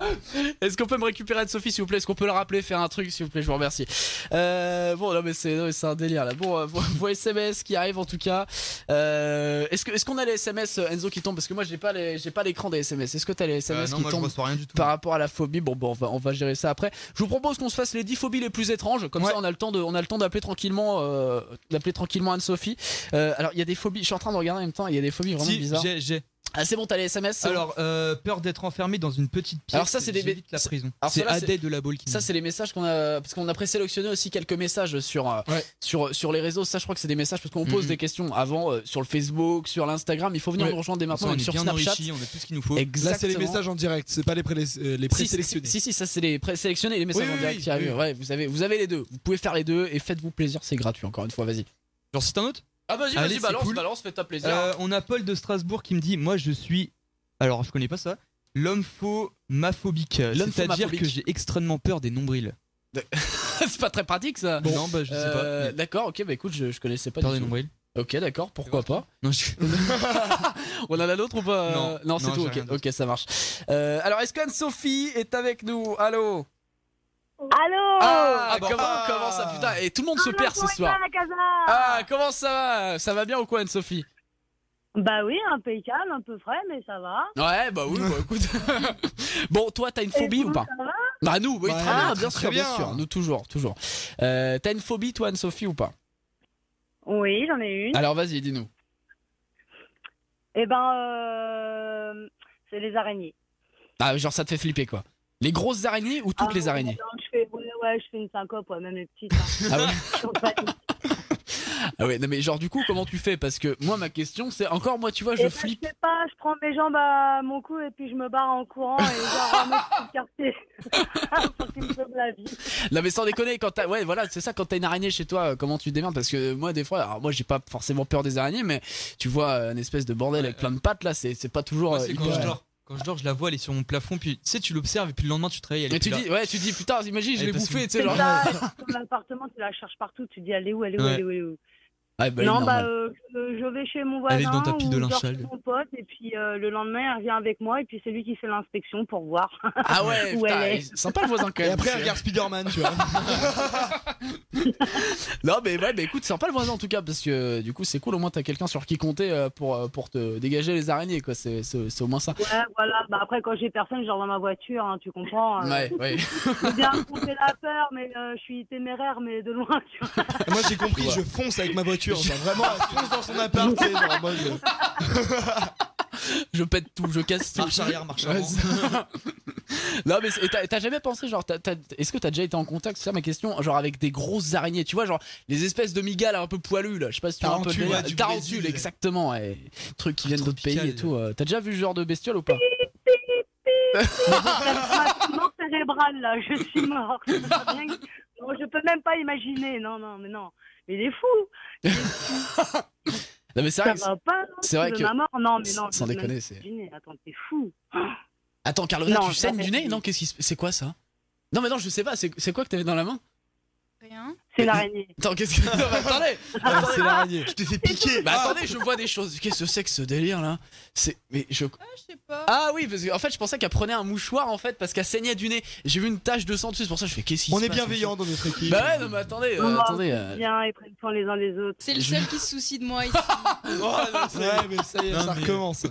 [SPEAKER 7] euh,
[SPEAKER 4] Est-ce qu'on peut me récupérer de Sophie, s'il vous plaît Est-ce qu'on peut le rappeler, faire un truc, s'il vous plaît Je vous remercie. Euh, bon, non, mais c'est non, mais c'est un délire là. Bon, euh, vos vos SMS qui arrivent en tout cas. Euh, est-ce que- est-ce qu'on a les SMS euh, Enzo qui tombent Parce que moi, j'ai pas les- j'ai pas l'écran des SMS. Est-ce que t'as les
[SPEAKER 7] euh,
[SPEAKER 4] SMS
[SPEAKER 7] non,
[SPEAKER 4] qui
[SPEAKER 7] moi, je
[SPEAKER 4] tombent
[SPEAKER 7] reçois rien du tout.
[SPEAKER 4] par rapport à la phobie Bon, bon, on va, on va gérer ça après. Je vous propose qu'on se fasse les 10 phobies les plus étranges. Comme
[SPEAKER 5] Ouais.
[SPEAKER 4] ça, on a le temps de, on a le temps d'appeler tranquillement, euh, d'appeler tranquillement Anne-Sophie. Euh, alors, il y a des phobies. Je suis en train de regarder en même temps. Il y a des phobies vraiment
[SPEAKER 7] Si,
[SPEAKER 4] bizarres.
[SPEAKER 7] j'ai, j'ai.
[SPEAKER 4] Ah, c'est bon, t'as les SMS. c'est bon
[SPEAKER 7] Alors, euh, peur d'être enfermé dans une petite pièce.
[SPEAKER 4] Alors ça, c'est des-
[SPEAKER 7] j'évite la prison.
[SPEAKER 4] Alors
[SPEAKER 7] C'est
[SPEAKER 4] ça, là, c'est-
[SPEAKER 7] Adé de la boule qui
[SPEAKER 4] Ça, c'est les messages qu'on a. Parce qu'on a présélectionné aussi quelques messages sur, euh,
[SPEAKER 5] Ouais.
[SPEAKER 4] sur, sur les réseaux. Ça, je crois que c'est des messages parce qu'on pose
[SPEAKER 7] Mhm.
[SPEAKER 4] des questions avant euh, sur le Facebook, sur l'Instagram. Il faut venir
[SPEAKER 5] Ouais.
[SPEAKER 4] nous rejoindre dès maintenant
[SPEAKER 7] on
[SPEAKER 4] même
[SPEAKER 7] est
[SPEAKER 4] sur
[SPEAKER 7] bien
[SPEAKER 4] Snapchat.
[SPEAKER 7] enrichi, on a tout ce qu'il nous faut.
[SPEAKER 4] Exactement.
[SPEAKER 5] Là, c'est les messages en direct, c'est pas les, prélé- euh, les
[SPEAKER 4] Si, si,
[SPEAKER 5] présélectionnés.
[SPEAKER 4] si, si, ça c'est les présélectionnés, les messages
[SPEAKER 5] Oui,
[SPEAKER 4] en
[SPEAKER 5] oui,
[SPEAKER 4] direct
[SPEAKER 5] oui,
[SPEAKER 4] qui arrivent.
[SPEAKER 5] oui.
[SPEAKER 4] Ouais, vous avez, vous avez les deux. Vous pouvez faire les deux et faites-vous plaisir, c'est gratuit. Encore une fois, vas-y.
[SPEAKER 7] Genre, c'est un autre
[SPEAKER 4] Ah vas-y,
[SPEAKER 7] Allez, vas-y, c'est balance, cool.
[SPEAKER 4] balance, fais-toi plaisir.
[SPEAKER 7] Euh, on a Paul de Strasbourg qui me dit Moi, je suis. Alors, je connais pas ça. L'homme faux maphobique. C'est-à-dire
[SPEAKER 4] L'homphomaphobique.
[SPEAKER 7] que j'ai extrêmement peur des nombrils.
[SPEAKER 4] [laughs] c'est pas très pratique ça.
[SPEAKER 7] Non, bah, je sais
[SPEAKER 4] Euh,
[SPEAKER 7] pas.
[SPEAKER 4] D'accord, ok, bah écoute, je, je connaissais pas.
[SPEAKER 7] Peur
[SPEAKER 4] du
[SPEAKER 7] des
[SPEAKER 4] tout.
[SPEAKER 7] nombrils.
[SPEAKER 4] Ok, d'accord, pourquoi pas.
[SPEAKER 7] Non,
[SPEAKER 4] [laughs]
[SPEAKER 7] je-
[SPEAKER 4] On en a d'autres ou pas
[SPEAKER 7] Non.
[SPEAKER 4] c'est
[SPEAKER 7] Non,
[SPEAKER 4] tout.
[SPEAKER 7] j'ai
[SPEAKER 4] Ok,
[SPEAKER 7] rien d'autre.
[SPEAKER 4] ok, ça marche. Euh, alors, est-ce qu'Anne-Sophie est avec nous Allô
[SPEAKER 8] Oh, Allô
[SPEAKER 4] Ah,
[SPEAKER 7] Ah, bon.
[SPEAKER 4] comment,
[SPEAKER 7] Ah.
[SPEAKER 4] comment ça Putain, et tout le monde se
[SPEAKER 8] Comment
[SPEAKER 4] perd ce
[SPEAKER 8] ça va,
[SPEAKER 4] soir.
[SPEAKER 8] la casa
[SPEAKER 4] Ah, comment ça va Ça va bien ou quoi, Anne-Sophie
[SPEAKER 8] Bah oui, impeccable, un peu frais, mais ça va.
[SPEAKER 4] Ouais, bah oui, bah écoute. [laughs] bon, toi, t'as une phobie
[SPEAKER 8] Et
[SPEAKER 4] ou
[SPEAKER 8] vous,
[SPEAKER 4] pas
[SPEAKER 8] ça va
[SPEAKER 4] Bah, nous, oui, très bien,
[SPEAKER 5] Bah, très,
[SPEAKER 4] bien
[SPEAKER 5] très
[SPEAKER 4] sûr, bien
[SPEAKER 5] bien.
[SPEAKER 4] sûr. Nous, toujours, toujours. Euh, t'as une phobie, toi, Anne-Sophie, ou pas
[SPEAKER 8] Oui, j'en ai une.
[SPEAKER 4] Alors, vas-y, dis-nous.
[SPEAKER 8] Eh ben, euh, c'est les araignées.
[SPEAKER 4] Ah, genre, ça te fait flipper, quoi. Les grosses araignées ou toutes
[SPEAKER 8] Ah,
[SPEAKER 4] les araignées
[SPEAKER 8] non, je fais, ouais, ouais, je fais une syncope, ouais, même les petites. hein.
[SPEAKER 4] Ah ouais
[SPEAKER 8] [laughs] Je trouve ça-
[SPEAKER 4] [laughs] Ah ouais, non, mais genre, du coup, comment tu fais Parce que moi, ma question, c'est encore, moi, tu vois,
[SPEAKER 8] Eh
[SPEAKER 4] je
[SPEAKER 8] ben,
[SPEAKER 4] flippe.
[SPEAKER 8] Je sais pas, je prends mes jambes à mon cou et puis je me barre en courant et genre, un mec qui quartier
[SPEAKER 4] [laughs]
[SPEAKER 8] [laughs] pour qu'il me sauve la vie.
[SPEAKER 4] Non mais sans déconner, quand t'as, ouais, voilà, c'est ça, quand t'as une araignée chez toi, euh, comment tu te démerdes Parce que moi, des fois, alors moi, j'ai pas forcément peur des araignées, mais tu vois euh, une espèce de bordel avec plein de pattes là, c'est, c'est pas toujours.
[SPEAKER 7] Moi,
[SPEAKER 4] euh,
[SPEAKER 7] c'est
[SPEAKER 4] hyper-
[SPEAKER 7] quand je dors. Quand Quand je dors, je la vois, elle est sur mon plafond, puis tu sais, tu l'observes, et puis le lendemain, tu travailles. Elle
[SPEAKER 4] Et tu dis, ouais, tu dis, putain, imagine, je
[SPEAKER 7] Elle
[SPEAKER 4] l'ai
[SPEAKER 7] est pas
[SPEAKER 4] bouffé,
[SPEAKER 7] sous-
[SPEAKER 4] tu sais, genre.
[SPEAKER 7] [laughs]
[SPEAKER 8] Bah, comme l'appartement, tu la cherches partout, tu dis elle est où, elle est où,
[SPEAKER 7] Ouais.
[SPEAKER 8] elle est où, elle est où.
[SPEAKER 4] Ah, bah,
[SPEAKER 8] non,
[SPEAKER 4] normal.
[SPEAKER 8] bah, euh, euh, je vais chez mon voisin,
[SPEAKER 7] Elle est dans ta pile de
[SPEAKER 8] ou je
[SPEAKER 7] linge
[SPEAKER 8] dors
[SPEAKER 7] sale.
[SPEAKER 8] chez mon pote, et puis euh, le lendemain, elle revient avec moi, et puis c'est lui qui fait l'inspection pour voir.
[SPEAKER 4] Ah
[SPEAKER 8] euh,
[SPEAKER 4] ouais,
[SPEAKER 8] [laughs] Où
[SPEAKER 4] putain,
[SPEAKER 8] elle est.
[SPEAKER 4] il- sympa le voisin quand
[SPEAKER 5] Et
[SPEAKER 4] même.
[SPEAKER 5] après, elle
[SPEAKER 4] c'est-
[SPEAKER 5] regarde Spider-Man, tu vois.
[SPEAKER 4] Non, mais ouais, mais écoute, sympa le voisin en tout cas, parce que euh, du coup, c'est cool, au moins t'as quelqu'un sur qui compter euh, pour, euh, pour te dégager les araignées, quoi. C'est c'est- c'est au moins ça.
[SPEAKER 8] ouais, voilà. Bah, après, quand j'ai personne, je dors dans ma voiture, hein, tu comprends. euh,
[SPEAKER 4] Ouais,
[SPEAKER 5] [laughs]
[SPEAKER 4] ouais.
[SPEAKER 8] Je veux bien affronter la peur, mais euh, je suis téméraire, mais de loin, tu vois.
[SPEAKER 5] Et moi, j'ai compris,
[SPEAKER 4] Ouais.
[SPEAKER 5] je fonce avec ma voiture. Genre, vraiment, elle fonce dans son appart, tu sais, genre, moi, je...
[SPEAKER 4] [laughs] Je pète tout, je casse tout.
[SPEAKER 5] Marche arrière, marche
[SPEAKER 4] Ouais,
[SPEAKER 5] avant.
[SPEAKER 4] c'est- [laughs] non mais c'est- et t'as- et t'as jamais pensé genre t'as- t'as- est-ce que t'as déjà été en contact c'est ça ma question genre avec des grosses araignées tu vois genre les espèces de migales un peu poilues là je sais pas si tu vois un peu le
[SPEAKER 5] Tarentule,
[SPEAKER 4] délire.
[SPEAKER 5] ouais, du
[SPEAKER 4] Tarentule,
[SPEAKER 5] Brésil.
[SPEAKER 4] exactement ouais. trucs qui viennent d'autres pays
[SPEAKER 7] Tropical.
[SPEAKER 4] et tout euh. t'as déjà vu ce genre de bestiole ou pas [laughs]
[SPEAKER 8] Ma mort cérébrale, là, je suis mort. Je sais pas bien que- Non, je peux même pas imaginer. Non, non, mais non. Mais il est fou.
[SPEAKER 4] non mais c'est
[SPEAKER 8] Ça
[SPEAKER 4] vrai que-
[SPEAKER 8] va pas. non,
[SPEAKER 4] c'est vrai
[SPEAKER 8] tu veux
[SPEAKER 4] que-
[SPEAKER 8] ma mort. Non, mais non.
[SPEAKER 4] sans
[SPEAKER 8] je peux même
[SPEAKER 4] déconner
[SPEAKER 8] pas
[SPEAKER 4] c'est
[SPEAKER 8] imaginer. Attends, t'es fou.
[SPEAKER 4] attends Carlona
[SPEAKER 8] Non,
[SPEAKER 4] tu saignes du
[SPEAKER 8] j'arrête.
[SPEAKER 4] nez non qu'est-ce qui se- c'est quoi ça non mais non je sais pas c'est c'est quoi que t'avais dans la main
[SPEAKER 6] Rien.
[SPEAKER 8] C'est l'araignée.
[SPEAKER 4] [laughs]
[SPEAKER 8] Ah,
[SPEAKER 4] attends qu'est-ce que non, mais
[SPEAKER 8] [laughs]
[SPEAKER 4] attendez
[SPEAKER 7] c'est l'araignée. Je t'ai fait piquer.
[SPEAKER 4] bah
[SPEAKER 5] Ah.
[SPEAKER 4] attendez je vois des choses qu'est-ce que c'est que ce délire là c'est mais je
[SPEAKER 6] Ah, je sais pas.
[SPEAKER 4] Ah oui, parce qu'en fait, je pensais qu'elle prenait un mouchoir en fait parce qu'elle saignait du nez. J'ai vu une tache de sang dessus, c'est pour ça que je fais qu'est-ce qui
[SPEAKER 5] On
[SPEAKER 4] se
[SPEAKER 5] est
[SPEAKER 4] passe,
[SPEAKER 5] bienveillants dans notre équipe.
[SPEAKER 4] Bah ouais, non mais attendez, euh,
[SPEAKER 8] Non,
[SPEAKER 4] attendez. euh,
[SPEAKER 8] Bien, ils prennent soin les uns les autres.
[SPEAKER 6] C'est le seul qui se soucie
[SPEAKER 4] [laughs]
[SPEAKER 6] de moi ici.
[SPEAKER 4] euh.
[SPEAKER 5] Ouais, mais ça y est,
[SPEAKER 7] Non,
[SPEAKER 5] ça
[SPEAKER 7] mais-
[SPEAKER 5] recommence.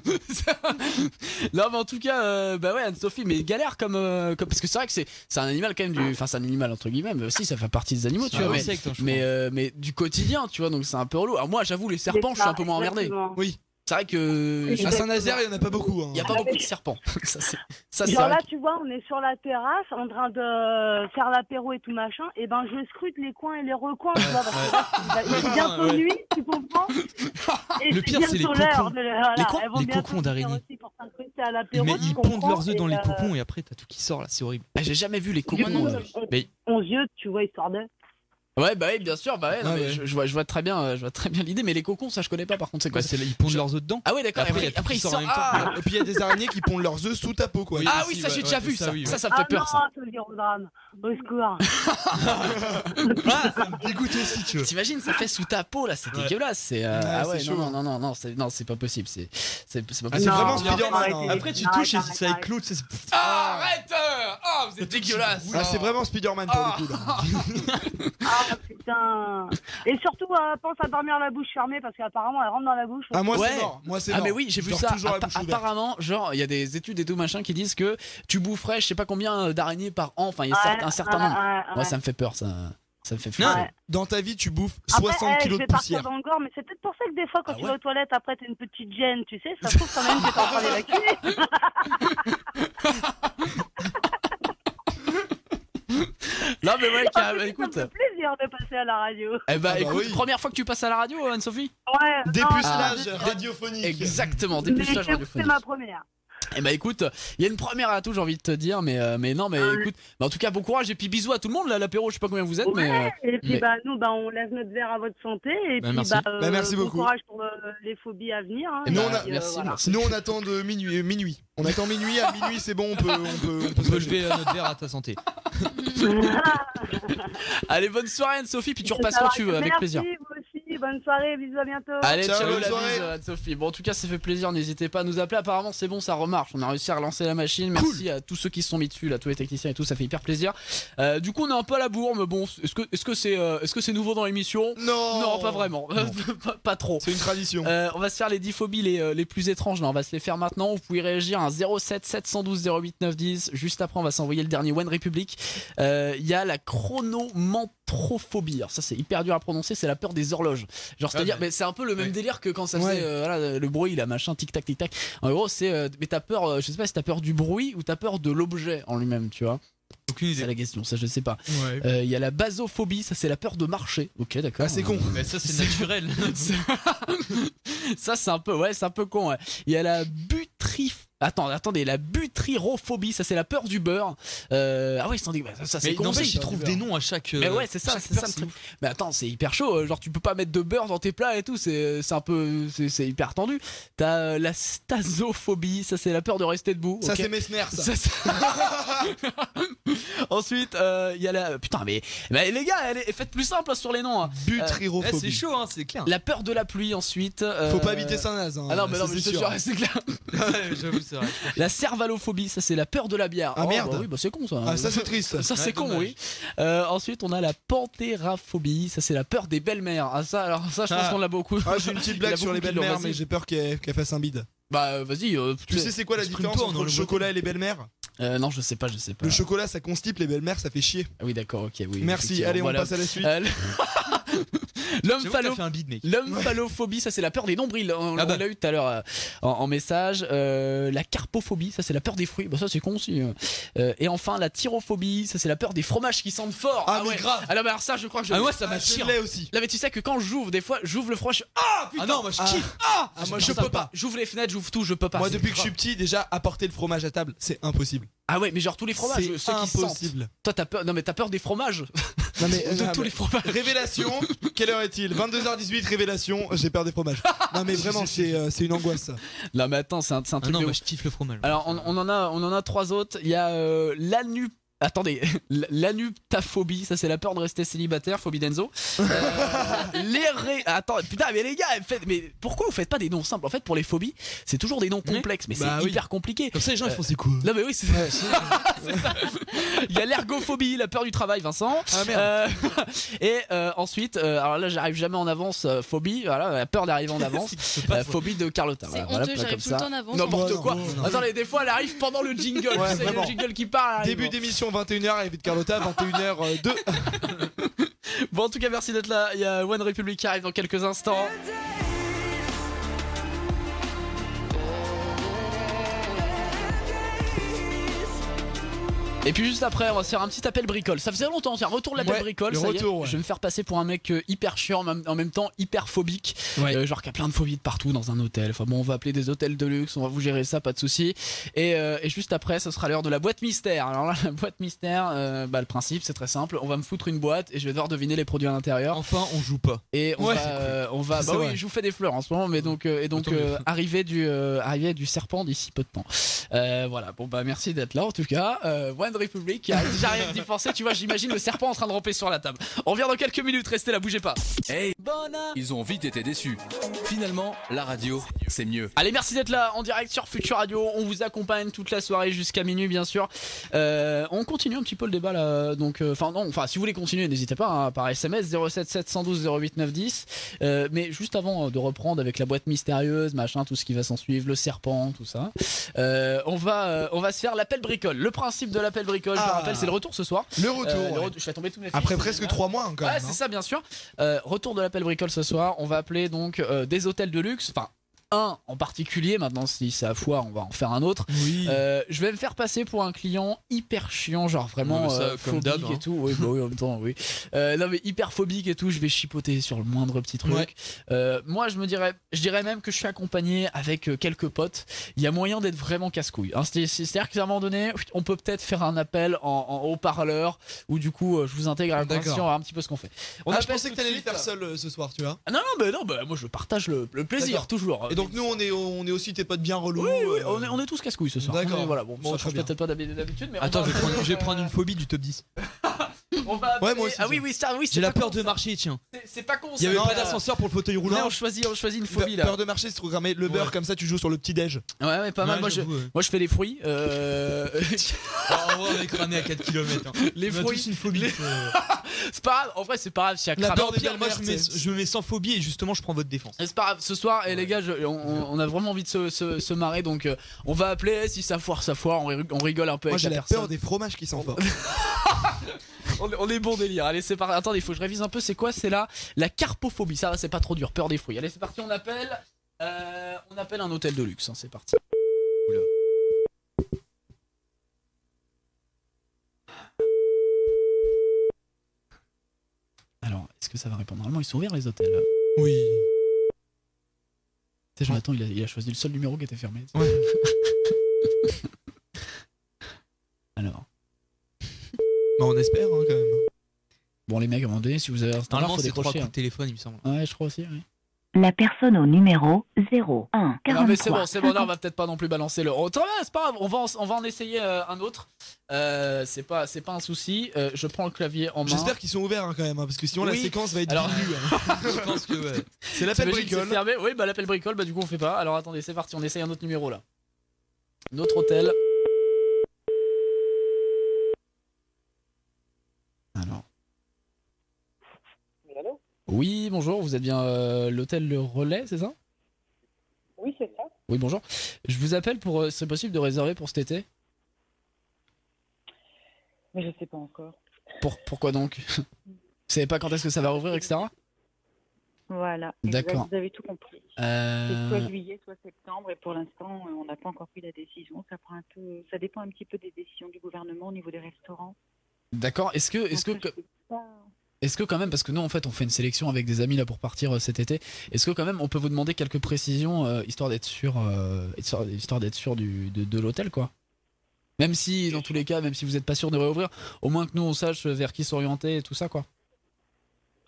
[SPEAKER 4] non mais en tout cas, euh, bah ouais, Anne-Sophie, mais galère comme, euh, comme- parce que c'est vrai que c'est c'est un animal quand même du, enfin c'est un animal entre guillemets, mais aussi ça fait partie des animaux, tu vois. Mais, mais, euh, mais du quotidien, tu vois, donc c'est un peu relou. Alors moi, j'avoue, les serpents,
[SPEAKER 8] C'est
[SPEAKER 4] je suis
[SPEAKER 8] ça,
[SPEAKER 4] un peu moins emmerdé.
[SPEAKER 8] exactement.
[SPEAKER 4] C'est vrai que
[SPEAKER 8] Oui.
[SPEAKER 5] À Saint-Nazaire, il y en a pas beaucoup. Hein.
[SPEAKER 4] il y a pas beaucoup de serpents. [laughs] ça c'est, ça c'est
[SPEAKER 8] Genre
[SPEAKER 4] vrai.
[SPEAKER 8] là, tu vois, on est sur la terrasse en train de faire l'apéro et tout machin. Et ben, je scrute les coins et les recoins, tu vois, parce que là, il est bientôt
[SPEAKER 7] Ouais.
[SPEAKER 8] nuit, tu comprends et
[SPEAKER 7] Le pire, c'est les
[SPEAKER 8] bientôt l'heure
[SPEAKER 7] cocons.
[SPEAKER 8] de- voilà,
[SPEAKER 7] Les quoi
[SPEAKER 8] elles vont
[SPEAKER 7] Les
[SPEAKER 8] bientôt
[SPEAKER 7] cocons
[SPEAKER 8] venir
[SPEAKER 7] d'araignée.
[SPEAKER 8] aussi pour s'incruster à l'apéro,
[SPEAKER 7] Mais
[SPEAKER 8] tu
[SPEAKER 7] ils pondent
[SPEAKER 8] comprends,
[SPEAKER 7] leurs œufs dans
[SPEAKER 8] et,
[SPEAKER 7] les
[SPEAKER 8] euh,
[SPEAKER 7] cocons hein. et après t'as tout qui sort là, c'est horrible.
[SPEAKER 4] Ah, j'ai jamais vu les
[SPEAKER 8] du
[SPEAKER 4] cocons.
[SPEAKER 6] non,
[SPEAKER 4] euh.
[SPEAKER 8] coup, on-
[SPEAKER 7] Mais-
[SPEAKER 8] on yeux, tu vois, histoire de.
[SPEAKER 4] Ouais, bah oui, bien sûr, bah ouais, non,
[SPEAKER 5] Ouais,
[SPEAKER 4] mais
[SPEAKER 5] ouais.
[SPEAKER 4] Je, je vois, je vois très bien, euh, je vois très bien l'idée, mais les cocons, ça je connais pas. Par contre, c'est quoi
[SPEAKER 7] Bah,
[SPEAKER 4] ça
[SPEAKER 7] c'est là, ils pondent
[SPEAKER 4] Je-
[SPEAKER 7] leurs œufs dedans.
[SPEAKER 4] Ah oui, d'accord.
[SPEAKER 7] Après,
[SPEAKER 4] Après,
[SPEAKER 7] il y a tout
[SPEAKER 4] après,
[SPEAKER 7] qui
[SPEAKER 4] il
[SPEAKER 7] sort
[SPEAKER 4] sort.
[SPEAKER 7] en même temps.
[SPEAKER 4] Ah,
[SPEAKER 5] Et puis il y a des araignées qui pondent leurs œufs sous ta peau, quoi.
[SPEAKER 4] Ah oui,
[SPEAKER 7] aussi,
[SPEAKER 4] ça
[SPEAKER 7] ouais,
[SPEAKER 4] j'ai
[SPEAKER 7] ouais,
[SPEAKER 4] déjà vu
[SPEAKER 7] ça,
[SPEAKER 4] ça.
[SPEAKER 7] oui,
[SPEAKER 4] Ça,
[SPEAKER 7] ouais.
[SPEAKER 4] ça me fait
[SPEAKER 8] ah
[SPEAKER 4] peur.
[SPEAKER 8] non,
[SPEAKER 4] Ça.
[SPEAKER 8] te dire au drame. Au secours.
[SPEAKER 7] Ah, ça me dégoûte aussi, tu vois.
[SPEAKER 4] T'imagines, ça fait sous ta peau là, c'est
[SPEAKER 7] Ouais.
[SPEAKER 4] dégueulasse. C'est euh,
[SPEAKER 5] Ouais,
[SPEAKER 4] ah ouais,
[SPEAKER 5] c'est
[SPEAKER 4] non,
[SPEAKER 5] chaud. hein. Ah,
[SPEAKER 4] non, non, non, non, c'est non, c'est pas possible. C'est c'est c'est pas
[SPEAKER 5] c'est
[SPEAKER 4] possible.
[SPEAKER 8] Non,
[SPEAKER 5] vraiment
[SPEAKER 8] non,
[SPEAKER 5] Spider-Man,
[SPEAKER 8] arrête,
[SPEAKER 5] hein.
[SPEAKER 8] arrête,
[SPEAKER 7] Après, tu
[SPEAKER 8] arrête,
[SPEAKER 7] touches et
[SPEAKER 8] arrête,
[SPEAKER 7] ça
[SPEAKER 8] arrête.
[SPEAKER 7] éclate. c'est-
[SPEAKER 4] Ah, arrête euh, Ah, vous êtes dégueulasse.
[SPEAKER 5] Ah, c'est vraiment Spider-Man pour
[SPEAKER 4] Ah.
[SPEAKER 5] le coup. Là.
[SPEAKER 8] Ah putain. Et surtout, euh, pense à dormir la bouche fermée parce qu'apparemment, elle rentre dans la bouche.
[SPEAKER 5] Ah, moi,
[SPEAKER 4] Ouais.
[SPEAKER 5] c'est mort. Moi, c'est
[SPEAKER 4] Ah
[SPEAKER 5] mort.
[SPEAKER 4] mais oui, j'ai
[SPEAKER 5] Je
[SPEAKER 4] vu
[SPEAKER 5] dors
[SPEAKER 4] ça.
[SPEAKER 5] toujours la
[SPEAKER 4] Appa-
[SPEAKER 5] bouche ouverte.
[SPEAKER 4] apparemment, genre il y a des études et tout machin qui disent que tu boufferais, je sais pas combien euh, d'araignées par an. Enfin, il y a
[SPEAKER 8] Ouais,
[SPEAKER 4] certes- un certain
[SPEAKER 8] ouais,
[SPEAKER 4] nombre.
[SPEAKER 8] ouais,
[SPEAKER 4] Moi,
[SPEAKER 8] ouais.
[SPEAKER 4] ça me fait peur, ça. Ça me fait
[SPEAKER 7] Non,
[SPEAKER 4] flipper.
[SPEAKER 8] Ouais.
[SPEAKER 5] Dans ta vie, tu bouffes
[SPEAKER 8] Après,
[SPEAKER 5] 60
[SPEAKER 8] eh,
[SPEAKER 5] kilos
[SPEAKER 8] je
[SPEAKER 5] de
[SPEAKER 8] vais partir
[SPEAKER 5] poussière.
[SPEAKER 8] dans le gore, mais c'est peut-être pour ça que des fois, quand
[SPEAKER 4] Ah
[SPEAKER 8] tu
[SPEAKER 4] ouais
[SPEAKER 8] vas aux toilettes, après, t'as une petite gêne, tu sais. Ça se trouve quand même que t'es en
[SPEAKER 4] [laughs]
[SPEAKER 8] train d'évacuer.
[SPEAKER 4] Non mais ouais,
[SPEAKER 8] En
[SPEAKER 4] carrément,
[SPEAKER 8] plus,
[SPEAKER 4] bah, écoute.
[SPEAKER 8] Ah, Ça me fait plaisir de passer à la radio.
[SPEAKER 4] Eh bah,
[SPEAKER 5] Ah bah
[SPEAKER 4] écoute,
[SPEAKER 5] oui.
[SPEAKER 4] première fois que tu passes à la radio, Anne-Sophie
[SPEAKER 8] Ouais. non, euh,
[SPEAKER 5] Dépucelage
[SPEAKER 4] Ah.
[SPEAKER 5] radiophonique.
[SPEAKER 4] Exactement,
[SPEAKER 8] mais
[SPEAKER 4] dépucelage
[SPEAKER 8] j'avoue que C'est
[SPEAKER 4] radiophonique.
[SPEAKER 8] ma première.
[SPEAKER 4] Eh bah écoute, il y a une première à tout, j'ai envie de te dire, mais, euh, mais non, mais
[SPEAKER 8] Ah oui.
[SPEAKER 4] écoute, bah, en tout cas, bon courage et puis bisous à tout le monde là, à l'apéro, je sais pas combien vous êtes, mais. euh,
[SPEAKER 8] Et puis,
[SPEAKER 4] mais-
[SPEAKER 8] bah, nous, bah, on lève notre verre à votre santé. Et
[SPEAKER 7] Bah,
[SPEAKER 8] puis,
[SPEAKER 7] merci.
[SPEAKER 8] bah, euh,
[SPEAKER 5] Bah, merci
[SPEAKER 8] bon
[SPEAKER 5] beaucoup.
[SPEAKER 8] courage pour euh, les phobies à venir. hein.
[SPEAKER 4] eh
[SPEAKER 5] Nous,
[SPEAKER 4] bah,
[SPEAKER 5] on a-
[SPEAKER 8] Et, euh,
[SPEAKER 4] merci,
[SPEAKER 8] voilà.
[SPEAKER 4] merci.
[SPEAKER 5] Nous, on attend de minuit. euh, minuit. On attend minuit. À minuit, c'est bon, on peut, on peut, on peut
[SPEAKER 7] On
[SPEAKER 5] se
[SPEAKER 7] peut
[SPEAKER 5] lever.
[SPEAKER 7] lever euh, notre verre à ta santé.
[SPEAKER 4] Allez, bonne soirée Anne-Sophie, puis tu
[SPEAKER 8] Ça
[SPEAKER 4] repasses quand
[SPEAKER 8] va.
[SPEAKER 4] tu veux, avec
[SPEAKER 8] Merci,
[SPEAKER 4] plaisir.
[SPEAKER 8] vous aussi. Bonne soirée. Bisous, à bientôt.
[SPEAKER 4] Allez, ciao,
[SPEAKER 5] Ciao, bonne
[SPEAKER 4] la
[SPEAKER 5] soirée.
[SPEAKER 4] bise, Anne-Sophie. Bon, en tout cas, ça fait plaisir, n'hésitez pas à nous appeler. Apparemment, c'est bon, ça remarche. On a réussi à relancer la machine. Merci à tous ceux qui se sont mis dessus, là, tous les techniciens et tout, ça fait hyper plaisir. Euh, du coup, on est un peu à la bourre, mais bon, est-ce que est-ce que c'est euh, est-ce que c'est nouveau dans l'émission
[SPEAKER 5] Non.
[SPEAKER 4] Non, [laughs] pas vraiment, Pas- pas trop.
[SPEAKER 5] C'est une tradition.
[SPEAKER 4] Euh, on va se faire les 10 phobies les, euh, les plus étranges. Là. On va se les faire maintenant. Vous pouvez réagir à un 07 712 08 910. Juste après, on va s'envoyer le dernier One Republic. Euh, Il y a la chronomantrophobie. Alors, ça, c'est hyper dur à prononcer. C'est la peur des horloges. Genre, c'est-à-dire, mais c'est un peu le même
[SPEAKER 7] Ouais.
[SPEAKER 4] délire que quand ça
[SPEAKER 5] Ouais.
[SPEAKER 4] faisait euh, voilà, le bruit, là, machin, tic-tac, tic-tac. En gros, c'est. euh, mais t'as peur, euh, je sais pas si t'as peur du bruit ou t'as peur de l'objet en lui-même, tu vois.
[SPEAKER 7] Aucune
[SPEAKER 4] C'est
[SPEAKER 7] idée.
[SPEAKER 4] la question, ça, je sais pas.
[SPEAKER 7] Ouais.
[SPEAKER 4] Euh, Il y a la basophobie. Ça, c'est la peur de marcher. Ok, d'accord.
[SPEAKER 5] Ah, c'est con.
[SPEAKER 4] [laughs]
[SPEAKER 7] Mais ça, c'est naturel.
[SPEAKER 4] Ça, c'est un peu, ouais, c'est un peu con. ouais. Il y a la butrif- Attends, attendez, la butyrophobie, ça c'est la peur du beurre. Euh, ah ouais, ils se sont dit, bah, ça, ça c'est
[SPEAKER 7] Mais
[SPEAKER 4] con,
[SPEAKER 7] n'empêche,
[SPEAKER 4] ça,
[SPEAKER 7] ils
[SPEAKER 4] peur du
[SPEAKER 7] trouvent
[SPEAKER 4] beurre.
[SPEAKER 7] des noms à chaque. euh,
[SPEAKER 4] Mais ouais, c'est ça,
[SPEAKER 7] chaque
[SPEAKER 4] c'est ça
[SPEAKER 7] peur,
[SPEAKER 4] le truc. Mais attends, c'est hyper chaud. euh, Genre, tu peux pas mettre de beurre dans tes plats et tout. C'est c'est un peu. C'est c'est hyper tendu. T'as euh, la stasophobie. Ça, c'est la peur de rester debout.
[SPEAKER 5] Ça,
[SPEAKER 4] ok
[SPEAKER 5] c'est Messner, ça.
[SPEAKER 4] Ça, c'est- Ensuite, euh, il y a la. Putain, mais. mais les gars, allez, faites plus simple hein, sur les noms. hein.
[SPEAKER 7] où- Eh,
[SPEAKER 5] Butyrophobie.
[SPEAKER 7] c'est chaud, hein, c'est clair.
[SPEAKER 4] La peur de la pluie, ensuite. euh,
[SPEAKER 5] Faut pas habiter Saint-Naz. Hein,
[SPEAKER 4] Ah non, mais
[SPEAKER 5] ça,
[SPEAKER 4] non, mais je
[SPEAKER 5] c'est
[SPEAKER 4] te
[SPEAKER 5] sûr.
[SPEAKER 4] jure, [laughs] c'est clair.
[SPEAKER 7] Ouais, J'avoue, c'est vrai.
[SPEAKER 4] La cervalophobie, ça, c'est la peur de la bière.
[SPEAKER 5] Ah,
[SPEAKER 4] Oh,
[SPEAKER 5] merde.
[SPEAKER 4] bah oui, bah c'est con ça.
[SPEAKER 5] Ah, ça, c'est triste.
[SPEAKER 4] Ça, c'est
[SPEAKER 7] Ouais,
[SPEAKER 4] con,
[SPEAKER 7] dommage.
[SPEAKER 4] oui. Euh, ensuite, on a la panthéraphobie. Ça, c'est la peur des belles-mères. Ah, ça, alors, ça, je pense
[SPEAKER 5] Ah.
[SPEAKER 4] qu'on l'a beaucoup.
[SPEAKER 5] Ah, j'ai une
[SPEAKER 4] [laughs]
[SPEAKER 5] petite
[SPEAKER 4] Il y
[SPEAKER 5] blague
[SPEAKER 4] a
[SPEAKER 5] sur
[SPEAKER 4] beaucoup
[SPEAKER 5] les
[SPEAKER 4] qui l'ont
[SPEAKER 5] belles-mères,
[SPEAKER 4] passé.
[SPEAKER 5] mais j'ai peur qu'elle qu'elle fasse un bide.
[SPEAKER 4] Bah, euh, vas-y. euh,
[SPEAKER 5] Tu sais, c'est quoi la
[SPEAKER 7] exprime-toi,
[SPEAKER 5] différence
[SPEAKER 7] on
[SPEAKER 5] entre
[SPEAKER 7] en
[SPEAKER 5] le
[SPEAKER 7] le
[SPEAKER 5] chocolat et les belles-mères
[SPEAKER 4] Euh, non, je sais pas, je sais pas.
[SPEAKER 5] Le chocolat, ça constipe, les belles-mères, ça fait chier.
[SPEAKER 4] Ah oui, d'accord, ok, oui.
[SPEAKER 5] Merci,
[SPEAKER 4] effectivement,
[SPEAKER 5] allez, on
[SPEAKER 4] voilà.
[SPEAKER 5] passe à la suite.
[SPEAKER 4] Euh, le- L'homme
[SPEAKER 7] J'avoue, t'as
[SPEAKER 4] phallo-
[SPEAKER 7] fait un bid, mec.
[SPEAKER 4] L'homme phallophobie, ça c'est la peur des nombrils. On,
[SPEAKER 7] Ah
[SPEAKER 4] on
[SPEAKER 7] bah.
[SPEAKER 4] l'a eu tout à l'heure euh, en, en message. Euh, la carpophobie, ça c'est la peur des fruits. Bah ça c'est con aussi. euh. Euh, et enfin la tyrophobie, ça c'est la peur des fromages qui sentent fort.
[SPEAKER 5] Ah, mais grave.
[SPEAKER 4] Alors alors ça je crois que je.
[SPEAKER 7] Ah, moi, ça
[SPEAKER 5] Ah, je
[SPEAKER 7] m'attire.
[SPEAKER 5] l'ai aussi.
[SPEAKER 4] Là mais tu sais que quand j'ouvre des fois j'ouvre le fromage. Ah,
[SPEAKER 7] Ah non, moi, je
[SPEAKER 5] Ah.
[SPEAKER 7] kiffe.
[SPEAKER 5] Ah, moi,
[SPEAKER 4] je
[SPEAKER 5] je
[SPEAKER 4] peux
[SPEAKER 5] peux
[SPEAKER 4] pas.
[SPEAKER 5] pas.
[SPEAKER 4] J'ouvre les fenêtres, j'ouvre tout, je peux pas.
[SPEAKER 5] Moi,
[SPEAKER 4] C'est
[SPEAKER 5] depuis que je
[SPEAKER 4] grave.
[SPEAKER 5] suis petit, déjà, apporter le fromage à table, c'est impossible.
[SPEAKER 4] Ah ouais mais genre tous les fromages. Ceux
[SPEAKER 5] C'est
[SPEAKER 4] qui sentent.
[SPEAKER 5] impossible.
[SPEAKER 4] Toi t'as peur. Non mais t'as peur des fromages.
[SPEAKER 5] [laughs] Non, mais,
[SPEAKER 4] [laughs]
[SPEAKER 5] euh,
[SPEAKER 4] De
[SPEAKER 5] non,
[SPEAKER 4] euh, tous
[SPEAKER 5] mais-
[SPEAKER 4] les fromages.
[SPEAKER 5] Révélation, quelle heure est-il 22h18, révélation, j'ai peur des fromages. Non mais vraiment, c'est euh, c'est une angoisse. ça.
[SPEAKER 4] [laughs] Non mais attends c'est un, c'est un
[SPEAKER 7] Ah
[SPEAKER 4] truc
[SPEAKER 7] non,
[SPEAKER 4] de
[SPEAKER 7] moi,
[SPEAKER 4] ouf.
[SPEAKER 7] je kiffe le fromage.
[SPEAKER 4] Alors on, on en a on en a trois autres. Il y a euh, l'anu attendez [laughs] l- l'anuptaphobie ça c'est la peur de rester célibataire phobie d'Enzo.
[SPEAKER 7] [laughs]
[SPEAKER 4] Euh, les ré... attends putain mais les gars faites- mais pourquoi vous faites pas des noms simples en fait pour les phobies c'est toujours des noms
[SPEAKER 7] Oui.
[SPEAKER 4] complexes mais
[SPEAKER 7] Bah
[SPEAKER 4] c'est
[SPEAKER 7] oui.
[SPEAKER 4] hyper compliqué. Euh,
[SPEAKER 7] Comme ça, les gens, ils font c'est quoi
[SPEAKER 4] Non mais oui c'est [laughs] C'est ça. Il y a l'ergophobie la peur du travail Vincent.
[SPEAKER 5] Ah merde.
[SPEAKER 4] Euh, [laughs] et euh, ensuite euh, alors là j'arrive jamais en avance euh, phobie voilà la peur d'arriver
[SPEAKER 7] [laughs]
[SPEAKER 4] en avance. La phobie de Carlotta.
[SPEAKER 6] C'est
[SPEAKER 4] voilà, voilà,
[SPEAKER 6] honteux,
[SPEAKER 4] pas comme
[SPEAKER 6] j'arrive tout
[SPEAKER 4] ça.
[SPEAKER 6] le temps en avance.
[SPEAKER 4] N'importe
[SPEAKER 5] Non, non,
[SPEAKER 4] quoi.
[SPEAKER 5] non, non.
[SPEAKER 4] Attendez, des fois elle arrive pendant le jingle.
[SPEAKER 5] Ouais,
[SPEAKER 4] tu sais, il y a
[SPEAKER 5] vraiment.
[SPEAKER 4] le jingle qui hein, part. elle arrive.
[SPEAKER 5] Début d'émission 21h, Evie de Carlotta, 21h02.
[SPEAKER 4] Bon, en tout cas, merci d'être là. Il y a One Republic qui arrive dans quelques instants. Et puis juste après, on va se faire un petit appel bricole. Ça faisait longtemps, tiens, retour de l'appel
[SPEAKER 5] Ouais,
[SPEAKER 4] bricole.
[SPEAKER 5] le
[SPEAKER 4] ça y est.
[SPEAKER 5] retour, ouais.
[SPEAKER 4] Je vais me faire passer pour un mec euh, hyper chiant, mais en même temps hyper phobique.
[SPEAKER 7] Ouais.
[SPEAKER 4] Euh, genre qui a plein de phobies de partout dans un hôtel. Enfin bon, on va appeler des hôtels de luxe, on va vous gérer ça, pas de souci. Et, euh, et juste après, ce sera l'heure de la boîte mystère. Alors là, [laughs] la boîte mystère, euh, bah, le principe, c'est très simple. On va me foutre une boîte et je vais devoir deviner les produits à l'intérieur.
[SPEAKER 7] Enfin, on joue pas.
[SPEAKER 4] Et on
[SPEAKER 7] Ouais,
[SPEAKER 4] va,
[SPEAKER 7] c'est cool.
[SPEAKER 4] euh, on va.
[SPEAKER 5] C'est
[SPEAKER 4] Bah oui,
[SPEAKER 5] vrai.
[SPEAKER 4] je vous fais des fleurs en ce moment, mais donc euh, et donc
[SPEAKER 7] Autant mieux.
[SPEAKER 4] euh, arrivée du euh, arrivée du serpent d'ici peu de temps. Euh, voilà. Bon bah merci d'être là en tout cas. Euh, One Republic. [laughs]
[SPEAKER 7] [laughs]
[SPEAKER 4] qui arrive- Déjà rien que d'y penser, tu vois, j'imagine le serpent en train de ramper sur la table. On revient dans quelques minutes. Restez là, bougez pas.
[SPEAKER 1] Hey, ils ont vite été déçus. Finalement, la radio, c'est mieux.
[SPEAKER 4] Allez, merci d'être là en direct sur Future Radio. On vous accompagne toute la soirée jusqu'à minuit, bien sûr. Euh, on continue un petit peu le débat là. Donc, euh, enfin, non, enfin, si vous voulez continuer, n'hésitez pas hein, par SMS 07 712 08 910. Euh, mais juste avant euh, de reprendre avec la boîte mystérieuse, machin, tout ce qui va s'en suivre, le serpent, tout ça, euh, on va, euh, on va se faire l'appel bricole. Le principe de l'appel bricole, je le
[SPEAKER 5] Ah.
[SPEAKER 4] rappelle, c'est le retour ce soir.
[SPEAKER 5] Le
[SPEAKER 4] Euh,
[SPEAKER 5] retour.
[SPEAKER 4] le
[SPEAKER 5] ouais.
[SPEAKER 4] retour- je vais tomber tous mes
[SPEAKER 5] Après
[SPEAKER 4] fils.
[SPEAKER 5] presque 3 mois hein, quand
[SPEAKER 4] Ouais,
[SPEAKER 5] même.
[SPEAKER 4] c'est
[SPEAKER 5] hein.
[SPEAKER 4] ça, bien sûr. Euh, retour de l'appel bricole ce soir. On va appeler donc euh, des hôtels de luxe. Enfin, un en particulier. Maintenant, si ça foire, on va en faire un autre.
[SPEAKER 7] Oui.
[SPEAKER 4] Euh, je vais me faire passer pour un client hyper chiant, genre vraiment
[SPEAKER 7] Non, mais ça,
[SPEAKER 4] euh,
[SPEAKER 7] comme
[SPEAKER 4] phobique
[SPEAKER 7] d'hab, hein.
[SPEAKER 4] et tout. Oui, bah oui, en même temps, oui. Euh, non, mais hyper phobique et tout. Je vais chipoter sur le moindre petit truc.
[SPEAKER 7] Ouais.
[SPEAKER 4] Euh, moi, je me dirais, je dirais même que je suis accompagné avec euh, quelques potes. Il y a moyen d'être vraiment casse-couille. hein. C'est- c'est- C'est-à-dire qu'à un moment donné, on peut peut-être faire un appel en, en haut-parleur où du coup, euh, je vous intègre à la
[SPEAKER 7] D'accord.
[SPEAKER 4] conversation, on va voir un petit peu ce qu'on fait. On
[SPEAKER 5] Ah, je
[SPEAKER 4] appelle
[SPEAKER 5] pensais
[SPEAKER 4] tout de
[SPEAKER 5] que t'allais les
[SPEAKER 4] suite.
[SPEAKER 5] faire seul euh, ce soir, tu vois.
[SPEAKER 4] Ah, Non, non, bah, non, bah, moi je partage le, le plaisir
[SPEAKER 5] D'accord.
[SPEAKER 4] toujours. hein.
[SPEAKER 5] Et donc nous, on est, on est aussi tes potes bien relous.
[SPEAKER 4] Oui, oui,
[SPEAKER 5] euh,
[SPEAKER 4] on est, on est tous casse-couilles ce soir.
[SPEAKER 5] D'accord.
[SPEAKER 4] On est- Voilà, bon,
[SPEAKER 5] Bon,
[SPEAKER 4] ça
[SPEAKER 5] très
[SPEAKER 4] change
[SPEAKER 5] bien.
[SPEAKER 4] peut-être pas d'hab- d'habitude, mais on
[SPEAKER 7] Attends,
[SPEAKER 4] va
[SPEAKER 7] je vais, prendre,
[SPEAKER 4] appeler,
[SPEAKER 7] je vais
[SPEAKER 4] euh,
[SPEAKER 7] prendre une phobie du top 10.
[SPEAKER 4] [laughs] On va appeler-
[SPEAKER 5] Ouais, moi aussi,
[SPEAKER 4] Ah
[SPEAKER 5] tiens.
[SPEAKER 4] oui, oui, ça, oui, c'est
[SPEAKER 7] J'ai la
[SPEAKER 4] pas
[SPEAKER 7] peur
[SPEAKER 4] con,
[SPEAKER 7] de
[SPEAKER 4] ça.
[SPEAKER 7] marcher, tiens.
[SPEAKER 4] C'est- C'est pas con.
[SPEAKER 7] Il y avait
[SPEAKER 4] ça.
[SPEAKER 7] pas
[SPEAKER 4] [laughs]
[SPEAKER 7] d'ascenseur pour le fauteuil
[SPEAKER 4] Là,
[SPEAKER 7] roulant.
[SPEAKER 4] euh, on choisit, on choisit une
[SPEAKER 5] peur-
[SPEAKER 4] phobie là.
[SPEAKER 5] Peur de marcher, c'est programmé. Le beurre, comme ça, tu joues sur le petit déj.
[SPEAKER 4] Ouais, ouais, pas mal. Moi, je, moi, je fais les fruits. euh, [laughs]
[SPEAKER 7] on est cramé à 4 km.
[SPEAKER 4] les
[SPEAKER 7] On a
[SPEAKER 4] fruits.
[SPEAKER 7] tous une phobie. euh.
[SPEAKER 4] les- [laughs] c'est pas grave. En vrai, c'est pas grave. Si y a
[SPEAKER 7] La
[SPEAKER 4] crabe-
[SPEAKER 7] peur
[SPEAKER 5] des
[SPEAKER 7] moi, je
[SPEAKER 5] belles-mères,
[SPEAKER 7] me,
[SPEAKER 5] c'est-
[SPEAKER 7] je me sens phobie et justement, je prends votre défense.
[SPEAKER 4] C'est pas grave, ce soir, et les gars, je- on, on- on a vraiment envie de se, se- se marrer, donc euh, on va appeler, si ça foire, ça foire, on, rig- on rigole un peu
[SPEAKER 5] Moi,
[SPEAKER 4] avec
[SPEAKER 5] j'ai
[SPEAKER 4] la
[SPEAKER 5] la
[SPEAKER 4] personne.
[SPEAKER 5] peur des fromages qui s'en forment.
[SPEAKER 4] On, est- on est bon délire, allez c'est parti, attendez, il faut que je révise un peu, c'est quoi C'est là la carpophobie, ça va, c'est pas trop dur, peur des fruits. Allez c'est parti, on appelle, euh, on appelle un hôtel de luxe, hein, c'est parti. Alors, est-ce que ça va répondre Normalement, ils sont ouverts les hôtels.
[SPEAKER 5] Oui.
[SPEAKER 4] [laughs] Tu sais, Jonathan, il a, il a choisi le seul numéro qui était fermé.
[SPEAKER 5] Bah, on espère, hein, quand même.
[SPEAKER 4] Bon, les mecs, à un moment donné, si vous avez un standard,
[SPEAKER 7] Normalement,
[SPEAKER 4] faut
[SPEAKER 7] c'est trois
[SPEAKER 4] décrocher.
[SPEAKER 7] coups de téléphone, il me semble.
[SPEAKER 4] hein. Ouais, je crois aussi, oui.
[SPEAKER 10] La personne au numéro 01
[SPEAKER 4] Non, mais c'est
[SPEAKER 10] 43.
[SPEAKER 4] bon, c'est bon, là, on va peut-être pas non plus balancer le. Oh, ça va, c'est pas grave, on va en, on va en essayer euh, un autre. Euh, c'est pas, c'est pas un souci. Euh, je prends le clavier en main.
[SPEAKER 5] J'espère qu'ils sont ouverts hein, quand même, hein, parce que sinon la
[SPEAKER 4] Oui.
[SPEAKER 5] séquence va être
[SPEAKER 4] Alors-
[SPEAKER 5] diluée. hein.
[SPEAKER 4] [laughs]
[SPEAKER 7] Je pense que ouais.
[SPEAKER 5] C'est l'appel
[SPEAKER 4] T'imagines,
[SPEAKER 5] bricole.
[SPEAKER 4] c'est fermé. Oui, bah l'appel bricole, bah du coup on fait pas. Alors attendez, c'est parti, on essaye un autre numéro là. Notre hôtel. Alors. Oui, bonjour, vous êtes bien euh, l'hôtel Le Relais, c'est ça
[SPEAKER 11] Oui, c'est ça.
[SPEAKER 4] Oui, bonjour. Je vous appelle pour. euh, c'est possible de réserver pour cet été
[SPEAKER 11] Mais je sais pas encore.
[SPEAKER 4] pour, Pourquoi donc [laughs] Vous savez pas quand est-ce que ça va rouvrir, etc.
[SPEAKER 11] Voilà.
[SPEAKER 4] D'accord.
[SPEAKER 11] Exact, Vous avez tout compris. C'est soit
[SPEAKER 4] Euh,
[SPEAKER 11] juillet, soit septembre, et pour l'instant, euh, on n'a pas encore pris la décision. Ça prend un peu, ça dépend un petit peu des décisions du gouvernement au niveau des restaurants.
[SPEAKER 4] D'accord, est-ce que. Est-ce que... Est-ce que quand même, parce que nous en fait on fait une sélection avec des amis là pour partir euh, cet été, est-ce que quand même on peut vous demander quelques précisions euh, histoire d'être sûr, euh, histoire, histoire d'être sûr du, de, de l'hôtel quoi Même si dans tous les cas, même si vous n'êtes pas sûr de réouvrir, au moins que nous on sache euh, vers qui s'orienter et tout ça quoi.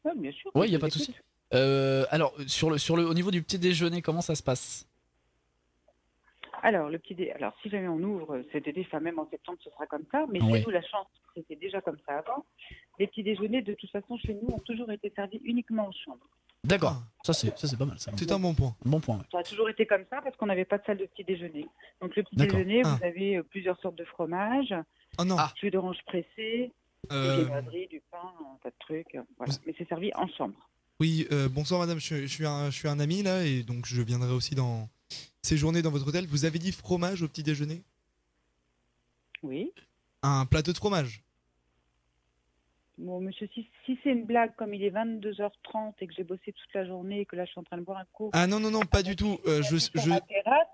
[SPEAKER 11] Oui, bien sûr.
[SPEAKER 4] Ouais, y a
[SPEAKER 11] je
[SPEAKER 4] pas de
[SPEAKER 11] vous
[SPEAKER 4] souci.
[SPEAKER 11] écoute.
[SPEAKER 4] Euh, alors sur le, sur le, au niveau du petit déjeuner, comment ça se passe
[SPEAKER 11] Alors, le petit dé- Alors, si jamais on ouvre euh, cet été, enfin, même en septembre, ce sera comme ça. Mais chez
[SPEAKER 4] Oui.
[SPEAKER 11] nous, la chance, c'était déjà comme ça avant. Les petits déjeuners, de toute façon, chez nous, ont toujours été servis uniquement en chambre.
[SPEAKER 4] D'accord, ça c'est ça c'est pas mal ça.
[SPEAKER 5] C'est un bon point.
[SPEAKER 4] Bon point. ouais.
[SPEAKER 11] Ça a toujours été comme ça parce qu'on n'avait pas de salle de petit déjeuner. Donc le petit
[SPEAKER 4] D'accord.
[SPEAKER 11] déjeuner,
[SPEAKER 5] Ah.
[SPEAKER 11] vous avez euh, plusieurs sortes de fromages,
[SPEAKER 5] Ah non.
[SPEAKER 11] jus d'orange pressé,
[SPEAKER 5] Euh,
[SPEAKER 11] des viennoiseries, du pain, un tas de trucs. euh, Voilà. Mais c'est servi en chambre.
[SPEAKER 5] Oui, euh, bonsoir madame, je, je suis un, je suis un ami là et donc je viendrai aussi dans ces journées dans votre hôtel. Vous avez dit fromage au petit déjeuner
[SPEAKER 11] Oui.
[SPEAKER 5] Un plateau de fromage
[SPEAKER 11] Bon, monsieur, si, si c'est une blague, comme il est 22h30 et que j'ai bossé toute la journée et que là je suis en train de boire un coup
[SPEAKER 5] Ah non, non, non, pas du tout. euh, je,
[SPEAKER 11] sur
[SPEAKER 5] je-
[SPEAKER 11] la terrasse,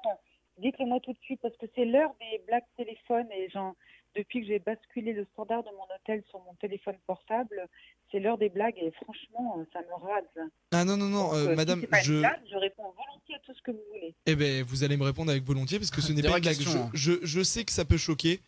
[SPEAKER 11] dites-le moi tout de suite parce que c'est l'heure des blagues téléphone et genre, depuis que j'ai basculé le standard de mon hôtel sur mon téléphone portable, c'est l'heure des blagues et franchement, euh, ça me rase.
[SPEAKER 5] Ah non, non, non, euh,
[SPEAKER 11] Euh, si
[SPEAKER 5] madame,
[SPEAKER 11] c'est pas une
[SPEAKER 5] je.
[SPEAKER 11] blague, je réponds volontiers à tout ce que vous voulez.
[SPEAKER 5] Eh ben, vous allez me répondre avec volontiers parce que ce n'est
[SPEAKER 4] Des
[SPEAKER 5] pas
[SPEAKER 4] vraies
[SPEAKER 5] une blague.
[SPEAKER 4] questions, hein.
[SPEAKER 5] Je, je- je sais que ça peut choquer.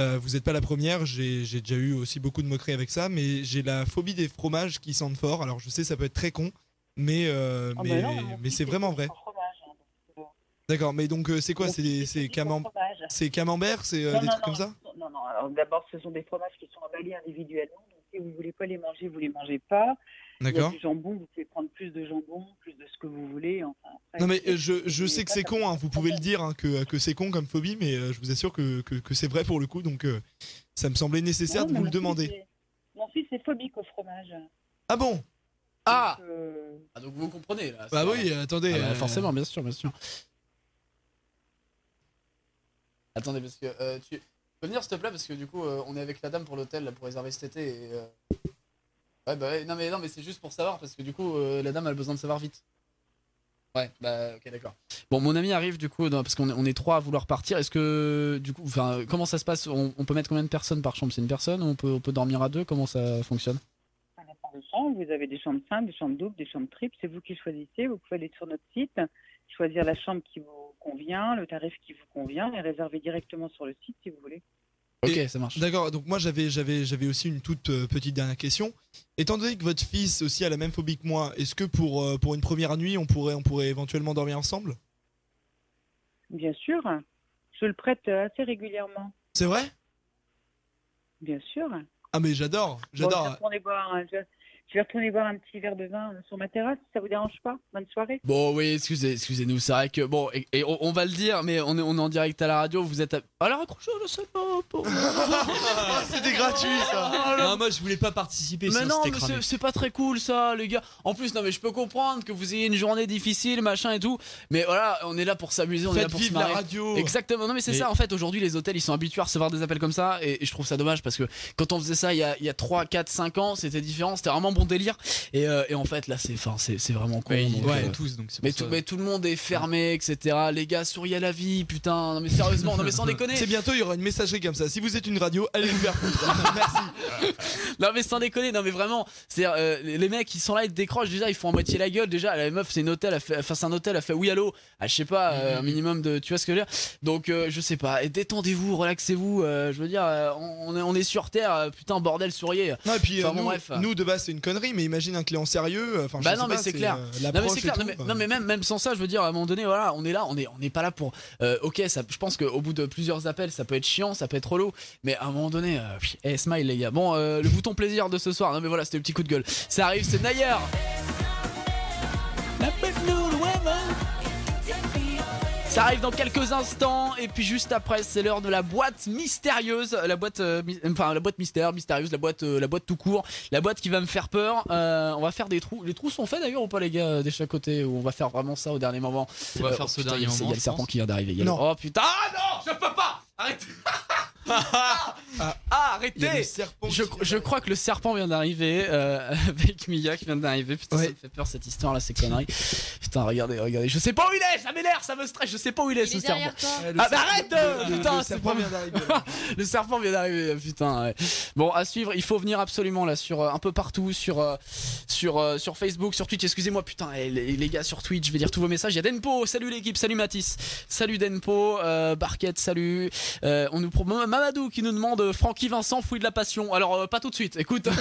[SPEAKER 5] Euh, vous n'êtes pas la première. J'ai j'ai déjà eu aussi beaucoup de moqueries avec ça, mais j'ai la phobie des fromages qui sentent fort. Alors, je sais, ça peut être très con, mais, euh,
[SPEAKER 11] Ah,
[SPEAKER 5] mais,
[SPEAKER 11] bah non, mon
[SPEAKER 5] mais
[SPEAKER 11] fils,
[SPEAKER 5] c'est vraiment
[SPEAKER 11] il
[SPEAKER 5] vrai.
[SPEAKER 11] est en fromage, hein, donc, euh,
[SPEAKER 5] D'accord, mais donc, euh, c'est quoi
[SPEAKER 11] mon
[SPEAKER 5] C'est
[SPEAKER 11] fils,
[SPEAKER 5] des-
[SPEAKER 11] il
[SPEAKER 5] c'est
[SPEAKER 11] fait du
[SPEAKER 5] camem-
[SPEAKER 11] fromage.
[SPEAKER 5] c'est camembert C'est euh,
[SPEAKER 11] Non,
[SPEAKER 5] des
[SPEAKER 11] non,
[SPEAKER 5] trucs
[SPEAKER 11] non,
[SPEAKER 5] comme ça
[SPEAKER 11] non, Non, non, alors d'abord, ce sont des fromages qui sont emballés individuellement. Donc, si vous ne voulez pas les manger, vous les mangez pas. Il y a
[SPEAKER 5] D'accord.
[SPEAKER 11] du jambon, vous pouvez prendre plus de jambon, plus de ce que vous voulez. Enfin, après,
[SPEAKER 5] Non, mais
[SPEAKER 11] c'est-
[SPEAKER 5] euh, je, je
[SPEAKER 11] mais
[SPEAKER 5] sais que
[SPEAKER 11] ça,
[SPEAKER 5] c'est
[SPEAKER 11] ça-
[SPEAKER 5] con, hein, vous pouvez le dire, hein, que, que c'est con comme phobie, mais euh, je vous assure que, que, que c'est vrai pour le coup, donc euh, ça me semblait nécessaire
[SPEAKER 11] Non,
[SPEAKER 5] de
[SPEAKER 11] mais
[SPEAKER 5] vous le
[SPEAKER 11] mon fils
[SPEAKER 5] demander.
[SPEAKER 11] est- Mon fils est phobique au fromage.
[SPEAKER 5] Ah bon
[SPEAKER 4] Ah,
[SPEAKER 11] Donc, euh,
[SPEAKER 4] Ah, donc vous comprenez là.
[SPEAKER 5] Bah
[SPEAKER 4] c'est-
[SPEAKER 5] oui, attendez.
[SPEAKER 4] Ah bah,
[SPEAKER 5] euh,
[SPEAKER 4] Forcément, bien sûr, bien sûr. Attendez, parce que euh, tu tu peux venir s'il te plaît, parce que du coup, euh, on est avec la dame pour l'hôtel là, pour réserver cet été. Et, euh, Ouais, bah ouais, non, mais, non, mais c'est juste pour savoir, parce que du coup, euh, la dame elle a besoin de savoir vite. Ouais, bah ok, d'accord. Bon, mon ami arrive du coup, dans- parce qu'on est, on est trois à vouloir partir. Est-ce que du coup, enfin, comment ça se passe on, on peut mettre combien de personnes par chambre C'est une personne ou on peut, on peut dormir à deux Comment ça fonctionne
[SPEAKER 11] ça n'a pas de sens. Vous avez des chambres simples, des chambres doubles, des chambres triples. C'est vous qui choisissez. Vous pouvez aller sur notre site, choisir la chambre qui vous convient, le tarif qui vous convient et réserver directement sur le site si vous voulez.
[SPEAKER 4] Ok,
[SPEAKER 5] Et-
[SPEAKER 4] ça marche.
[SPEAKER 5] D'accord, donc moi j'avais, j'avais, j'avais aussi une toute euh, petite dernière question. Étant donné que votre fils aussi a la même phobie que moi, est-ce que pour, euh, pour une première nuit, on pourrait, on pourrait éventuellement dormir ensemble
[SPEAKER 11] Bien sûr. Je le prête euh, assez régulièrement.
[SPEAKER 5] C'est vrai
[SPEAKER 11] Bien sûr.
[SPEAKER 5] Ah mais j'adore,
[SPEAKER 11] Bon, je, vais
[SPEAKER 5] j'adore.
[SPEAKER 11] retourner boire, un- je vais- je vais retourner boire un petit verre de vin euh, sur ma terrasse, si ça vous dérange pas. Bonne soirée.
[SPEAKER 4] Bon, oui, excusez, excusez-nous, c'est vrai que bon, et, et on, on va le dire, mais on est, on est en direct à la radio, vous êtes à. Ah, la raccrocheur, je sais pas. pour-
[SPEAKER 11] [laughs]
[SPEAKER 7] Ah,
[SPEAKER 5] C'était gratuit ça
[SPEAKER 7] Non, moi je voulais pas participer.
[SPEAKER 4] Ah, Mais
[SPEAKER 7] sinon
[SPEAKER 4] non,
[SPEAKER 7] c'était
[SPEAKER 4] mais
[SPEAKER 7] cramé.
[SPEAKER 4] c'est- c'est pas très cool ça, les gars. En plus, non, mais je peux comprendre que vous ayez une journée difficile, machin et tout, mais voilà, on est là pour s'amuser, on est là
[SPEAKER 5] Faites
[SPEAKER 4] pour se
[SPEAKER 5] vivre la
[SPEAKER 4] marrer.
[SPEAKER 5] radio
[SPEAKER 4] Exactement, non mais c'est
[SPEAKER 7] Mais-
[SPEAKER 4] ça en fait, aujourd'hui les hôtels ils sont habitués à recevoir des appels comme ça et, et je trouve ça dommage parce que quand on faisait ça il y a, il y a 3, 4, 5 ans c'était différent, c'était vraiment bon délire. Et, euh, et en fait, là, c'est enfin, c'est c'est vraiment con.
[SPEAKER 7] Ouais,
[SPEAKER 4] donc,
[SPEAKER 7] ouais,
[SPEAKER 4] euh,
[SPEAKER 7] tous, donc c'est pour
[SPEAKER 4] mais,
[SPEAKER 7] ça.
[SPEAKER 4] tout, mais tout le monde est fermé, etc. Les gars, souriez à la vie, putain. Non, mais sérieusement, non, mais
[SPEAKER 7] [laughs]
[SPEAKER 5] [laughs]
[SPEAKER 4] sans déconner.
[SPEAKER 5] C'est bientôt, il y aura une messagerie comme ça. Si vous êtes une radio, allez vous faire [laughs] foutre.
[SPEAKER 4] [laughs] non mais sans déconner, non mais vraiment, c'est les mecs ils sont là, ils te décrochent déjà, ils font à moitié la gueule déjà. La meuf c'est une hôtel, elle fait, face un hôtel, elle fait oui allô, ah, je sais pas,
[SPEAKER 5] Mm-hmm.
[SPEAKER 4] euh, un minimum de, tu vois ce que je veux dire. Donc euh, je sais pas, et détendez-vous, relaxez-vous. euh, je veux dire, euh, on, on est, on est sur terre, euh, putain bordel souriez.
[SPEAKER 5] Non, et puis euh,
[SPEAKER 4] Enfin, bon,
[SPEAKER 5] nous,
[SPEAKER 4] bref.
[SPEAKER 5] nous, de base c'est une connerie, mais imagine un client sérieux. Enfin, je
[SPEAKER 4] bah
[SPEAKER 5] sais
[SPEAKER 4] non mais
[SPEAKER 5] pas,
[SPEAKER 4] c'est clair.
[SPEAKER 5] euh,
[SPEAKER 4] non mais
[SPEAKER 5] l'approche
[SPEAKER 4] c'est
[SPEAKER 5] et
[SPEAKER 4] clair.
[SPEAKER 5] tout,
[SPEAKER 4] non, mais,
[SPEAKER 5] bah.
[SPEAKER 4] non, mais même même sans ça, je veux dire à un moment donné voilà, on est là, on est on n'est pas là pour euh, OK, ça je pense que au bout de plusieurs appels, ça peut être chiant, ça peut être relou, mais à un moment donné euh, pff, eh, smile les gars. Bon, euh, le bouton plaisir de ce soir. Non mais voilà, c'était le petit coup de gueule. Ça arrive, c'est Nayer. Ça arrive dans quelques instants et puis juste après c'est l'heure de la boîte mystérieuse, la boîte euh, mi- enfin la boîte mystère, mystérieuse, la boîte euh, la boîte tout court, la boîte qui va me faire peur. Euh, on va faire des trous. Les trous sont faits d'ailleurs ou pas les gars euh, des chaque côté ou on va faire vraiment ça au dernier moment.
[SPEAKER 7] On va
[SPEAKER 4] Euh,
[SPEAKER 7] faire
[SPEAKER 4] oh,
[SPEAKER 7] ce
[SPEAKER 4] putain,
[SPEAKER 7] dernier
[SPEAKER 4] il y a-
[SPEAKER 7] moment,
[SPEAKER 4] Il y a le
[SPEAKER 7] je
[SPEAKER 4] serpent
[SPEAKER 7] pense.
[SPEAKER 4] qui vient d'arriver. il y a le-
[SPEAKER 7] Non.
[SPEAKER 4] Oh putain ah, non, je peux pas.
[SPEAKER 5] [laughs]
[SPEAKER 4] Arrête. Ah,
[SPEAKER 5] Il y a
[SPEAKER 4] arrêtez
[SPEAKER 5] le serpent
[SPEAKER 4] je, je crois que le serpent vient d'arriver euh, [laughs] avec Mia qui vient d'arriver. Putain, ça me fait peur cette histoire là, ces conneries. Putain, regardez, regardez. Je sais pas où il est, ça m'énerve, ça me stresse. Je sais pas où il est ce serpent.
[SPEAKER 5] derrière toi. Ouais, Eh, le
[SPEAKER 4] Ah, mais
[SPEAKER 5] serpent-
[SPEAKER 4] arrête euh,
[SPEAKER 5] le- le-
[SPEAKER 4] Putain,
[SPEAKER 5] le
[SPEAKER 4] c'est
[SPEAKER 5] serpent
[SPEAKER 4] pas-
[SPEAKER 5] vient d'arriver.
[SPEAKER 4] [laughs] le serpent vient d'arriver, putain. ouais. Bon, à suivre, il faut venir absolument là, sur euh, un peu partout, sur euh, sur euh, sur Facebook, sur Twitch. Excusez-moi, putain, eh, les, les gars sur Twitch, je vais lire tous vos messages. Il y a Denpo, salut l'équipe, salut Mathis, salut Denpo, euh, Barquette, salut. Euh, on nous pro- Mamadou qui nous demande euh, Francky Vincent, fouille de la passion. Alors euh, pas tout de suite, écoute. [laughs]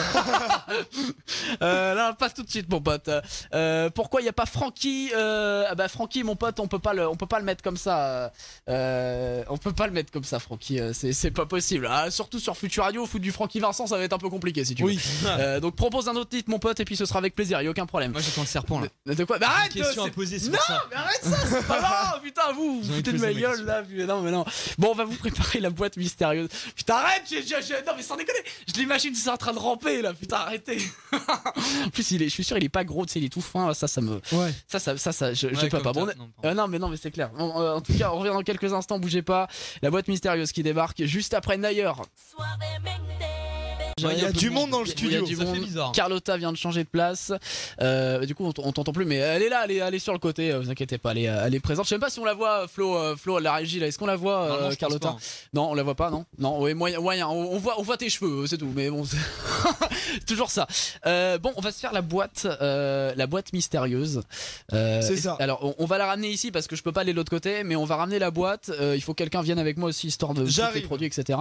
[SPEAKER 4] Euh, là, passe tout de suite, mon pote. Euh, pourquoi il n'y a pas Francky euh, ah Bah, Francky, mon pote, on peut pas le, on peut pas le mettre comme ça. Euh, on peut pas le mettre comme ça, Francky. euh, c'est, c'est pas possible. Ah, surtout sur Future Radio, foutre du Francky Vincent, ça va être un peu compliqué si tu veux.
[SPEAKER 7] Oui.
[SPEAKER 4] Euh, donc propose un autre titre, mon pote, et puis ce sera avec plaisir. Y a aucun problème. Moi, j'attends le serpent là. De, de quoi Bah,
[SPEAKER 7] Une
[SPEAKER 4] arrête.
[SPEAKER 7] question
[SPEAKER 4] c'est-
[SPEAKER 7] à poser sur
[SPEAKER 4] Non,
[SPEAKER 7] ça.
[SPEAKER 4] Ah, mais arrête ça. C'est [laughs] pas grave. Putain, vous,
[SPEAKER 7] J'ai
[SPEAKER 4] vous
[SPEAKER 7] envie de
[SPEAKER 4] foutez de ma
[SPEAKER 7] poser ma
[SPEAKER 4] gueule là. putain, Non, mais non. Bon, on va vous préparer la boîte mystérieuse. Putain, arrête. j'ai- j'ai- j'ai- Non, mais sans déconner. Je l'imagine, c'est en train de ramper là. Putain, arrêtez. [laughs] En plus, il est, je suis sûr, il est pas gros, tu sais, il est tout fin. Ça, ça me. Ça, ça, ça, ça, je, je
[SPEAKER 7] Ouais,
[SPEAKER 4] peux
[SPEAKER 7] comme
[SPEAKER 4] pas. Bon,
[SPEAKER 7] toi,
[SPEAKER 4] on-
[SPEAKER 7] non,
[SPEAKER 4] euh, non, mais non, mais c'est clair. Bon, euh, en tout cas, on revient dans quelques instants. Bougez pas. La boîte mystérieuse qui débarque juste après Nayer.
[SPEAKER 5] Ouais, il y a du monde dans le studio,
[SPEAKER 4] Il y a du
[SPEAKER 5] ça fait
[SPEAKER 4] monde.
[SPEAKER 5] bizarre.
[SPEAKER 4] Carlotta vient de changer de place. Euh, du coup, on t- on t'entend plus, mais elle est là, elle est, elle est sur le côté. euh, vous inquiétez pas, elle est, euh, elle est présente. Je sais même pas si on la voit, euh, Flo, euh, Flo, la régie là. Est-ce qu'on la voit, euh,
[SPEAKER 7] Normalement, je pense
[SPEAKER 4] Carlotta
[SPEAKER 7] pas, hein.
[SPEAKER 4] Non, on la voit pas, non. Non, ouais, moyen, moyen. On, on voit, on voit tes cheveux, euh, c'est tout. Mais bon, c'est- [laughs] toujours ça. Euh, bon, on va se faire la boîte, euh, la boîte mystérieuse. Euh,
[SPEAKER 5] C'est
[SPEAKER 4] et-
[SPEAKER 5] ça.
[SPEAKER 4] Alors, on, on va la ramener ici parce que je peux pas aller de l'autre côté, mais on va ramener la boîte. Euh, il faut que quelqu'un vienne avec moi aussi histoire de tous les
[SPEAKER 5] J'arrive.
[SPEAKER 4] produits, etc.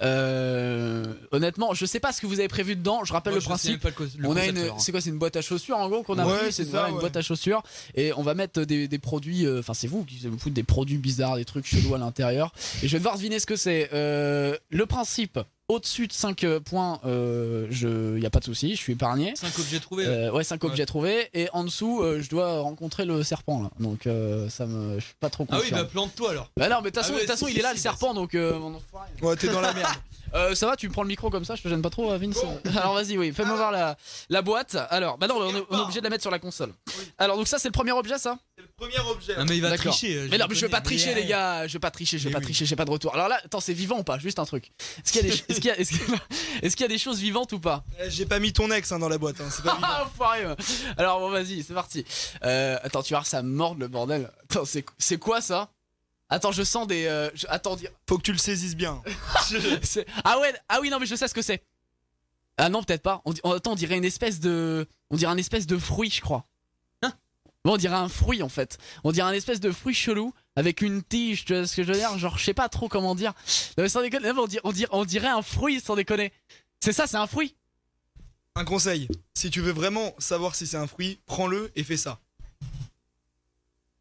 [SPEAKER 4] Euh, honnêtement, je sais pas ce que vous avez prévu dedans. Je rappelle
[SPEAKER 7] Moi,
[SPEAKER 4] le
[SPEAKER 7] je sais même
[SPEAKER 4] principe.
[SPEAKER 7] pas le cause- le
[SPEAKER 4] on a
[SPEAKER 7] concept,
[SPEAKER 4] une,
[SPEAKER 7] alors. hein.
[SPEAKER 4] c'est quoi, c'est une boîte à chaussures en gros qu'on a
[SPEAKER 7] Ouais,
[SPEAKER 4] pris,
[SPEAKER 7] c'est
[SPEAKER 4] une-
[SPEAKER 7] ça,
[SPEAKER 4] voilà, une
[SPEAKER 7] ouais.
[SPEAKER 4] boîte à chaussures et on va mettre des, des produits. euh, Enfin, c'est vous qui me foutez des produits bizarres, des trucs chelous à l'intérieur. Et je vais devoir deviner ce que c'est. Euh, le principe. Au-dessus de 5 points, il n'y a pas de souci, je suis épargné.
[SPEAKER 7] 5 objets trouvés.
[SPEAKER 4] Euh, ouais, 5
[SPEAKER 7] Ouais.
[SPEAKER 4] objets trouvés. Et en dessous, euh, je dois rencontrer le serpent. Là. Donc, euh, ça me. Je suis pas trop
[SPEAKER 7] Ah oui,
[SPEAKER 4] confiant.
[SPEAKER 7] bah plante-toi alors.
[SPEAKER 4] Bah non, mais de toute façon,
[SPEAKER 7] Ah
[SPEAKER 4] de
[SPEAKER 7] ouais,
[SPEAKER 4] toute façon,
[SPEAKER 7] si,
[SPEAKER 4] il est
[SPEAKER 7] si,
[SPEAKER 4] là,
[SPEAKER 7] si,
[SPEAKER 4] le serpent, donc euh, mon enfoiré. Ouais,
[SPEAKER 5] t'es dans la merde.
[SPEAKER 4] [laughs] Euh, ça va, tu me prends le micro comme ça, je te gêne pas trop, euh, Vince. [laughs] Alors vas-y, oui, fais-moi voir la, la boîte. Alors, bah non, on est, on est obligé de la mettre sur la console. Alors, donc ça, c'est le premier objet, ça
[SPEAKER 5] Premier objet.
[SPEAKER 7] Non, mais il va
[SPEAKER 4] D'accord.
[SPEAKER 7] tricher, euh, je
[SPEAKER 4] Mais non,
[SPEAKER 7] le
[SPEAKER 4] mais je vais pas
[SPEAKER 7] connais.
[SPEAKER 4] tricher,
[SPEAKER 7] Mais,
[SPEAKER 4] les gars. Je vais pas tricher, je vais pas tricher, j'ai pas de retour. Alors là, attends, c'est vivant ou pas Juste un truc. Est-ce
[SPEAKER 7] [laughs]
[SPEAKER 4] qu'il y, a des- est-ce qu'il y a- est-ce qu'il y a- est-ce qu'il y a des choses vivantes ou pas
[SPEAKER 5] Euh, J'ai pas mis ton ex hein, dans la boîte. hein,
[SPEAKER 4] [laughs]
[SPEAKER 5] c'est pas évident.
[SPEAKER 4] Ah, enfoiré, ouais. Alors bon, vas-y, c'est parti. Euh, attends, tu vois, ça morde le bordel. Attends, c'est c'est quoi ça Attends, je sens des. euh, je- attends, dire.
[SPEAKER 5] Faut que tu le
[SPEAKER 4] [laughs]
[SPEAKER 5] saisisses bien.
[SPEAKER 4] C'est- ah ouais, ah oui, non, mais je sais ce que c'est. Ah non, peut-être pas. On, di- attends, on dirait une espèce de. On dirait un espèce de fruit, je crois. Hein Bon, on dirait un fruit en fait. On dirait un espèce de fruit chelou avec une tige, tu vois ce que je veux dire Genre, je sais pas trop comment dire. Non, mais sans déconner, non, mais on, dir- on dir- on dirait un
[SPEAKER 7] euh,
[SPEAKER 4] fruit sans déconner. C'est ça, c'est un fruit
[SPEAKER 5] Un conseil, si tu veux vraiment savoir si c'est un fruit, prends-le et fais ça.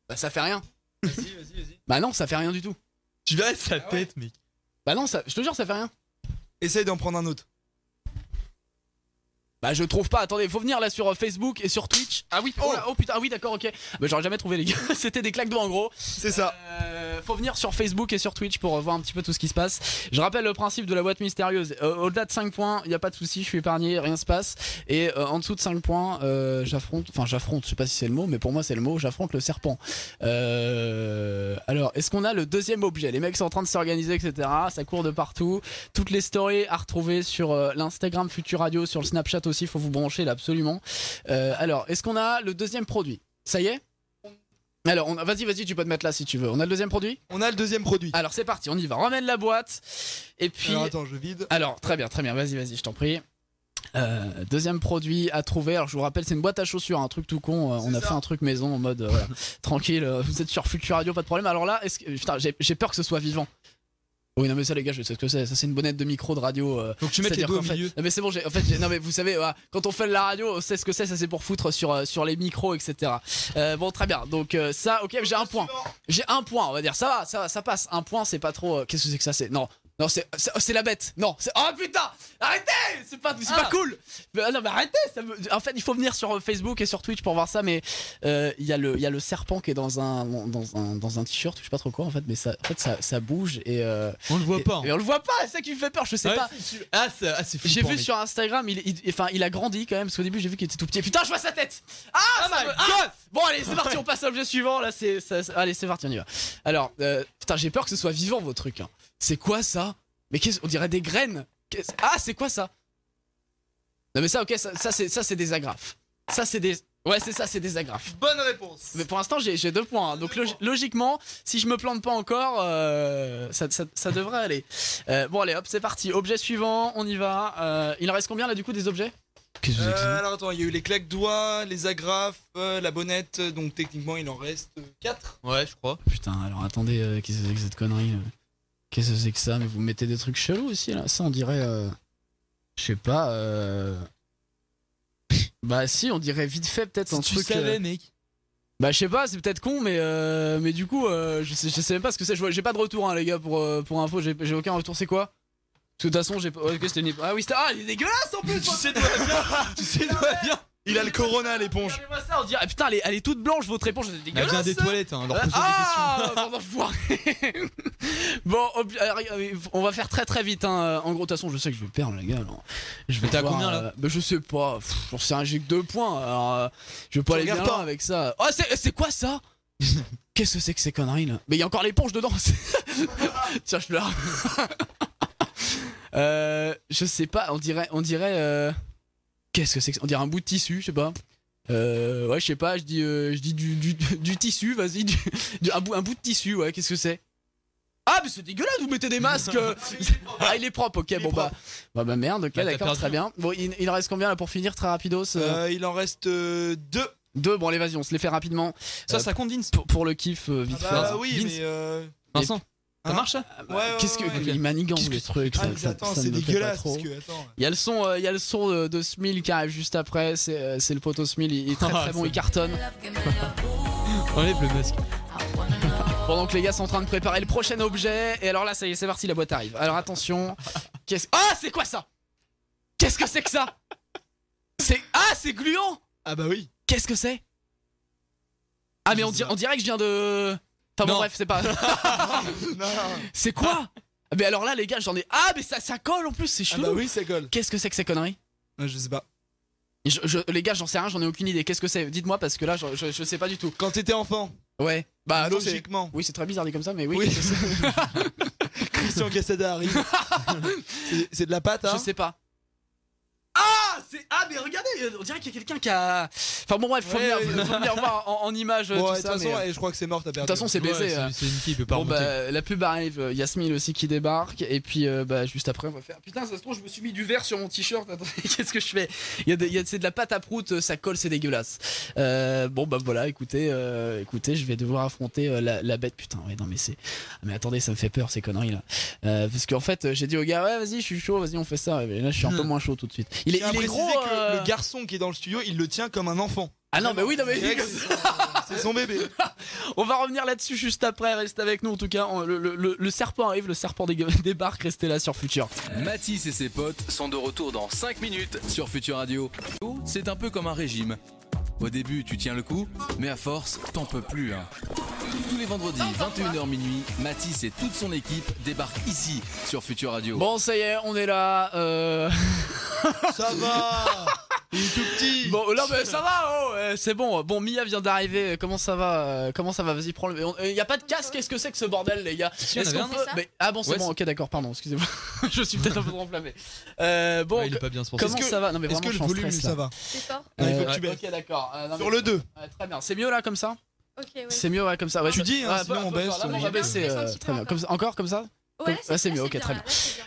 [SPEAKER 4] Bah, ça fait rien. Bah non, ça fait rien du tout.
[SPEAKER 5] Tu verrais sa tête, mec.
[SPEAKER 4] Bah non, ça, je te jure, ça fait rien.
[SPEAKER 5] Essaye d'en prendre un autre.
[SPEAKER 4] Bah je trouve pas, attendez, faut venir là sur euh, Facebook et sur Twitch. Ah oui, oh, là, oh putain, ah oui d'accord, ok. Bah j'aurais jamais trouvé les gars, [laughs] c'était des claques de en gros. Euh,
[SPEAKER 5] C'est ça.
[SPEAKER 4] faut venir sur Facebook et sur Twitch pour euh, voir un petit peu tout ce qui se passe. Je rappelle le principe de la boîte mystérieuse. Euh, Au-delà de 5 points, il y a pas de souci, je suis épargné, rien se passe. Et euh, en dessous de 5 points, euh, j'affronte, enfin j'affronte, je sais pas si c'est le mot, mais pour moi c'est le mot, j'affronte le serpent. Euh, alors, est-ce qu'on a le deuxième objet Les mecs sont en train de s'organiser, etc. Ça court de partout. Toutes les stories à retrouver sur euh, l'Instagram Futur Radio, sur le Snapchat aussi. aussi, il faut vous brancher là absolument. Euh, alors, est-ce qu'on a le deuxième produit Ça y est alors, on- vas-y, vas-y, tu peux te mettre là si tu veux. On a le deuxième produit
[SPEAKER 5] On a le deuxième produit.
[SPEAKER 4] Alors, c'est parti, on y va. Ramène la boîte. Et puis.
[SPEAKER 5] Alors, attends, je vide.
[SPEAKER 4] Alors, très bien, très bien. Vas-y, vas-y, je t'en prie. Euh, deuxième produit à trouver. Alors, je vous rappelle, c'est une boîte à chaussures, un truc tout con. Euh, on a fait un truc maison en mode euh, voilà, [laughs] tranquille. euh, vous êtes sur Future Radio, pas de problème. Alors là, est-ce que- putain, j'ai j'ai peur que ce soit vivant. Oui, non, mais ça, les gars, je sais ce que c'est. Ça, c'est une bonnette de micro de radio. euh,
[SPEAKER 5] Donc, tu mets tes
[SPEAKER 4] deux
[SPEAKER 5] doigts au milieu.
[SPEAKER 4] Non, mais c'est bon, j'ai- en fait, j'ai- non, mais vous savez, voilà, quand on fait de la radio, on sait ce que c'est. Ça, c'est pour foutre sur, euh, sur les micros, etc. Euh, bon, très bien. Donc, euh, ça, ok, j'ai un point. J'ai un point, on va dire. Ça va, ça va, ça passe. Un point, c'est pas trop. euh, Qu'est-ce que c'est que ça C'est. Non, non, c'est c'est- c'est la bête. Non, c'est. Oh putain Arrêtez C'est pas, c'est pas cool Mais, ah, Non, mais arrêtez ça me- En fait, il faut venir sur euh, Facebook et sur Twitch pour voir ça, mais euh, il y, a le- il y a le serpent qui est dans un, dans un, dans un t-shirt, je sais pas trop quoi, en fait, mais ça, en fait, ça, ça bouge et.
[SPEAKER 7] on le voit pas. hein.
[SPEAKER 4] on le voit pas, c'est ça qui me fait peur, je sais
[SPEAKER 7] Ouais,
[SPEAKER 4] pas.
[SPEAKER 7] c'est- Ah, c'est ah, c'est
[SPEAKER 4] J'ai
[SPEAKER 7] flippant,
[SPEAKER 4] vu
[SPEAKER 7] mec.
[SPEAKER 4] sur Instagram, il, il- enfin, il a grandi quand même, parce qu'au début j'ai vu qu'il était tout petit. Putain, je vois sa tête Ah, ça me- ah Bon, allez, c'est parti, on passe à l'objet suivant. Là, c'est, ça- ça- allez, c'est parti, on y va. Alors, euh, putain, j'ai peur que ce soit vivant vos trucs. hein. C'est quoi ça Mais qu'est-ce, on dirait des graines. Qu'est-ce- ah, c'est quoi ça Non, mais ça, ok, ça, ça, c'est, ça, c'est des agrafes. Ça, c'est des. Ouais, c'est ça, c'est des agrafes.
[SPEAKER 5] Bonne réponse.
[SPEAKER 4] Mais pour l'instant, j'ai j'ai deux points. hein. Donc log- logiquement, si je me plante pas encore, euh, ça, ça- ça devrait aller. Euh, bon, allez, hop, c'est parti. Objet suivant, on y va. Euh, il en reste combien là du coup des objets
[SPEAKER 5] Euh, alors attends, il y a eu les claques-doigts, les agrafes, euh, la bonnette, euh, donc techniquement il en reste euh, 4.
[SPEAKER 4] Ouais, je crois. Putain, alors attendez, euh, qu'est-ce que c'est que cette connerie euh Qu'est-ce que c'est que ça Mais vous mettez des trucs chelous aussi là. Ça, on dirait. euh, Je sais pas. euh, [laughs] bah, si, on dirait vite fait peut-être un
[SPEAKER 7] tu
[SPEAKER 4] truc.
[SPEAKER 7] savais,
[SPEAKER 4] euh,
[SPEAKER 7] mec.
[SPEAKER 4] Bah je sais pas, c'est peut-être con, mais euh, mais du coup, euh, je, sais, je sais même pas ce que c'est. Je vois- J'ai pas de retour, hein, les gars, pour euh, pour info, j'ai j'ai aucun retour. C'est quoi De toute façon, j'ai pas. ouais, ok, c'était une- Ah oui, c'était. Ah, il est dégueulasse en plus. tu sais toi bien. [laughs] tu sais toi bien.
[SPEAKER 5] Il a le corona l'éponge.
[SPEAKER 4] Regardez-moi ça, on dirait. Ah, putain, elle est, elle est toute blanche votre éponge. C'est dégueulasse.
[SPEAKER 7] vient des toilettes, hein, leur poser des
[SPEAKER 4] ah, pardon, enfoiré. bon, ob- alors, euh, on va faire très très vite. Hein. En gros, de toute façon, je sais que je vais perdre, les gars. alors. Je vais
[SPEAKER 7] T'es à
[SPEAKER 4] devoir,
[SPEAKER 7] combien, là
[SPEAKER 4] euh, bah, Je sais pas. Pff, J'en sais rien, j'ai que deux points. Alors, euh, je vais pas
[SPEAKER 7] Tu
[SPEAKER 4] aller bien
[SPEAKER 7] regardes
[SPEAKER 4] loin
[SPEAKER 7] pas.
[SPEAKER 4] avec ça. Oh, c'est c'est quoi
[SPEAKER 7] [laughs]
[SPEAKER 4] ça Qu'est-ce que c'est que ces conneries là Mais il y a encore l'éponge dedans. [laughs] Tiens, je pleure. [laughs] Euh, je sais pas, on dirait. On dirait euh, Qu'est-ce que c'est que ça On dirait un bout de tissu, je sais pas. Euh, ouais, je sais pas, je dis, euh, je dis du, du, [laughs] du tissu, vas-y. du- du- un, bout, un bout de tissu, ouais, qu'est-ce que c'est ah mais c'est dégueulasse, vous mettez des masques. euh. ah il est propre, ok bon bah bah bah merde, ok
[SPEAKER 5] Bah, t'as
[SPEAKER 4] d'accord,
[SPEAKER 5] perdu.
[SPEAKER 4] très bien. Bon il, il en reste combien là pour finir très rapidos euh
[SPEAKER 5] Euh, il en reste 2.
[SPEAKER 4] Deux, bon allez vas-y on se les fait rapidement.
[SPEAKER 7] Ça, ça
[SPEAKER 4] compte Vince pour, pour le kiff euh, vite
[SPEAKER 5] Bah
[SPEAKER 4] fait.
[SPEAKER 5] oui,
[SPEAKER 4] Vince.
[SPEAKER 5] mais. euh,
[SPEAKER 7] Vincent, ça
[SPEAKER 5] Hein
[SPEAKER 7] marche ça
[SPEAKER 5] Ouais, ouais,
[SPEAKER 4] Qu'est-ce que
[SPEAKER 5] ouais, ouais.
[SPEAKER 4] il manigance les trucs
[SPEAKER 5] Ah,
[SPEAKER 4] ça-
[SPEAKER 5] mais
[SPEAKER 4] ça-
[SPEAKER 5] attends,
[SPEAKER 4] ça
[SPEAKER 5] c'est
[SPEAKER 4] me plaît pas
[SPEAKER 5] dégueulasse.
[SPEAKER 4] trop.
[SPEAKER 5] parce que, attends.
[SPEAKER 4] Il y a le son, euh, il y a le son de, de Smil qui arrive juste après. C'est euh, c'est le poteau Smil, il, il est
[SPEAKER 5] [laughs]
[SPEAKER 4] très
[SPEAKER 5] Ah,
[SPEAKER 4] très bon, il cartonne.
[SPEAKER 7] Enlève le masque.
[SPEAKER 4] Pendant que les gars sont en train de préparer le prochain objet. Et alors là, ça y est, c'est parti, la boîte arrive. Alors attention. Qu'est-ce. Ah, c'est quoi ça Qu'est-ce que c'est que ça C'est. Ah, c'est gluant
[SPEAKER 5] Ah bah oui.
[SPEAKER 4] Qu'est-ce que c'est Ah, mais on, di- on dirait que je viens de. Enfin bon, bref, c'est
[SPEAKER 5] [laughs]
[SPEAKER 4] pas. [laughs] c'est quoi Ah, Mais alors là, les gars, j'en ai. Ah, mais ça, ça colle en plus, c'est chelou.
[SPEAKER 5] bah oui, ça colle. Ah,
[SPEAKER 4] Qu'est-ce que c'est que ces conneries
[SPEAKER 5] Je sais pas.
[SPEAKER 4] Je- je- les gars, j'en sais rien, j'en ai aucune idée. Qu'est-ce que c'est Dites-moi parce que là, je, je- je sais pas du tout.
[SPEAKER 5] Quand t'étais enfant
[SPEAKER 4] Ouais. Bah, non, c'est-
[SPEAKER 5] Logiquement.
[SPEAKER 4] Oui, c'est très bizarre dit comme ça, mais oui.
[SPEAKER 5] Oui.
[SPEAKER 4] qu'est-ce que c'est [laughs]
[SPEAKER 5] Christian Cassada arrive. C'est- c'est de la pâte, hein
[SPEAKER 4] Je sais pas. Ah, c'est ah mais regardez, euh, on dirait qu'il y a quelqu'un qui a. Enfin bon bref, faut,
[SPEAKER 5] Ouais,
[SPEAKER 4] venir,
[SPEAKER 5] ouais.
[SPEAKER 4] faut venir voir en, en image euh, tout
[SPEAKER 5] Bon, ouais, de toute
[SPEAKER 4] ça.
[SPEAKER 5] façon,
[SPEAKER 4] mais, euh,
[SPEAKER 5] eh, je crois que c'est mort, t'as
[SPEAKER 4] de
[SPEAKER 5] perdu.
[SPEAKER 4] toute façon, c'est baisé. euh. bon, bah, la pub arrive, euh, Yasmine aussi qui débarque, et puis euh, bah, juste après on va faire. Putain, ça se trouve, je me suis mis du verre sur mon t-shirt. Attendez, [laughs] qu'est-ce que je fais Il y a des- il y a- C'est de la pâte à prout, euh, ça colle, c'est dégueulasse. Euh, bon, bah voilà, écoutez, euh, écoutez, je vais devoir affronter euh, la, la bête. Putain, ouais, non, mais c'est. Ah, Mais attendez, ça me fait peur ces conneries là. Euh, parce qu'en fait, euh, j'ai dit au gars, ouais, vas-y, je suis chaud, vas-y, on fait ça. Et là, je suis un peu moins chaud tout de suite. Il est,
[SPEAKER 5] Tiens à
[SPEAKER 4] il est
[SPEAKER 5] préciser
[SPEAKER 4] gros.
[SPEAKER 5] Hmm. que
[SPEAKER 4] euh,
[SPEAKER 5] le garçon qui est dans le studio, il le tient comme un enfant.
[SPEAKER 4] Ah non, mais oui, non, mais. [laughs]
[SPEAKER 5] Direct, c'est son- C'est son bébé.
[SPEAKER 4] On va revenir là-dessus juste après, reste avec nous en tout cas. on- le, le- le- le serpent arrive, le serpent dé- [laughs] débarque, restez là sur Future.
[SPEAKER 1] Mathis et ses potes sont de retour dans 5 minutes sur Future Radio. C'est un peu comme un régime. Au début, tu tiens le coup, mais à force, t'en peux plus. hein. Tous les vendredis, 21h minuit, Mathis et toute son équipe débarquent ici sur Future Radio.
[SPEAKER 4] Bon, ça y est, on est là. euh,
[SPEAKER 5] Ça va Il est tout petit.
[SPEAKER 4] Bon, non, mais ça va, oh, euh, c'est bon. Bon, Mia vient d'arriver. euh, Comment ça va euh, Comment ça va Vas-y, prends le. Il n'y a pas de casque. Qu'est-ce que c'est que ce bordel, les gars
[SPEAKER 7] on
[SPEAKER 4] Est-ce
[SPEAKER 7] avait
[SPEAKER 4] qu'on
[SPEAKER 7] un.
[SPEAKER 4] peut-
[SPEAKER 7] C'est ça
[SPEAKER 4] mais- Ah bon, c'est
[SPEAKER 7] Ouais,
[SPEAKER 4] bon.
[SPEAKER 7] c'est-
[SPEAKER 4] Ok, d'accord. Pardon.
[SPEAKER 7] [laughs]
[SPEAKER 4] Excusez-moi. [laughs] je suis peut-être un peu trop enflammé. Euh, bon,
[SPEAKER 7] Ouais, il est pas bien, c'est pour ça.
[SPEAKER 4] comment
[SPEAKER 7] Est-ce que-
[SPEAKER 4] ça va Non, mais
[SPEAKER 7] est-ce
[SPEAKER 4] vraiment,
[SPEAKER 7] que le
[SPEAKER 4] je suis en
[SPEAKER 7] volume,
[SPEAKER 4] stress,
[SPEAKER 7] ça
[SPEAKER 4] là.
[SPEAKER 7] va
[SPEAKER 6] C'est
[SPEAKER 5] Euh,
[SPEAKER 6] fort Ah,
[SPEAKER 7] Non, il faut que tu baisses.
[SPEAKER 4] Ok, d'accord. Euh, non,
[SPEAKER 7] Sur
[SPEAKER 4] mais-
[SPEAKER 7] le deux.
[SPEAKER 4] Ouais, Très bien. C'est mieux là, comme ça
[SPEAKER 6] Ok, ouais.
[SPEAKER 4] C'est mieux, ouais, comme ça. Ouais,
[SPEAKER 5] Tu
[SPEAKER 4] je-
[SPEAKER 5] dis, hein,
[SPEAKER 4] ouais, un peu-
[SPEAKER 5] sinon
[SPEAKER 4] un
[SPEAKER 5] on
[SPEAKER 4] peu fort.
[SPEAKER 5] baisse,
[SPEAKER 4] Là,
[SPEAKER 5] on
[SPEAKER 4] on va
[SPEAKER 5] baisse.
[SPEAKER 4] baisser. euh, Très bien. Comme ça- Encore comme ça
[SPEAKER 6] Ouais, là,
[SPEAKER 4] Comme- ouais, c'est mieux, ok, très bien.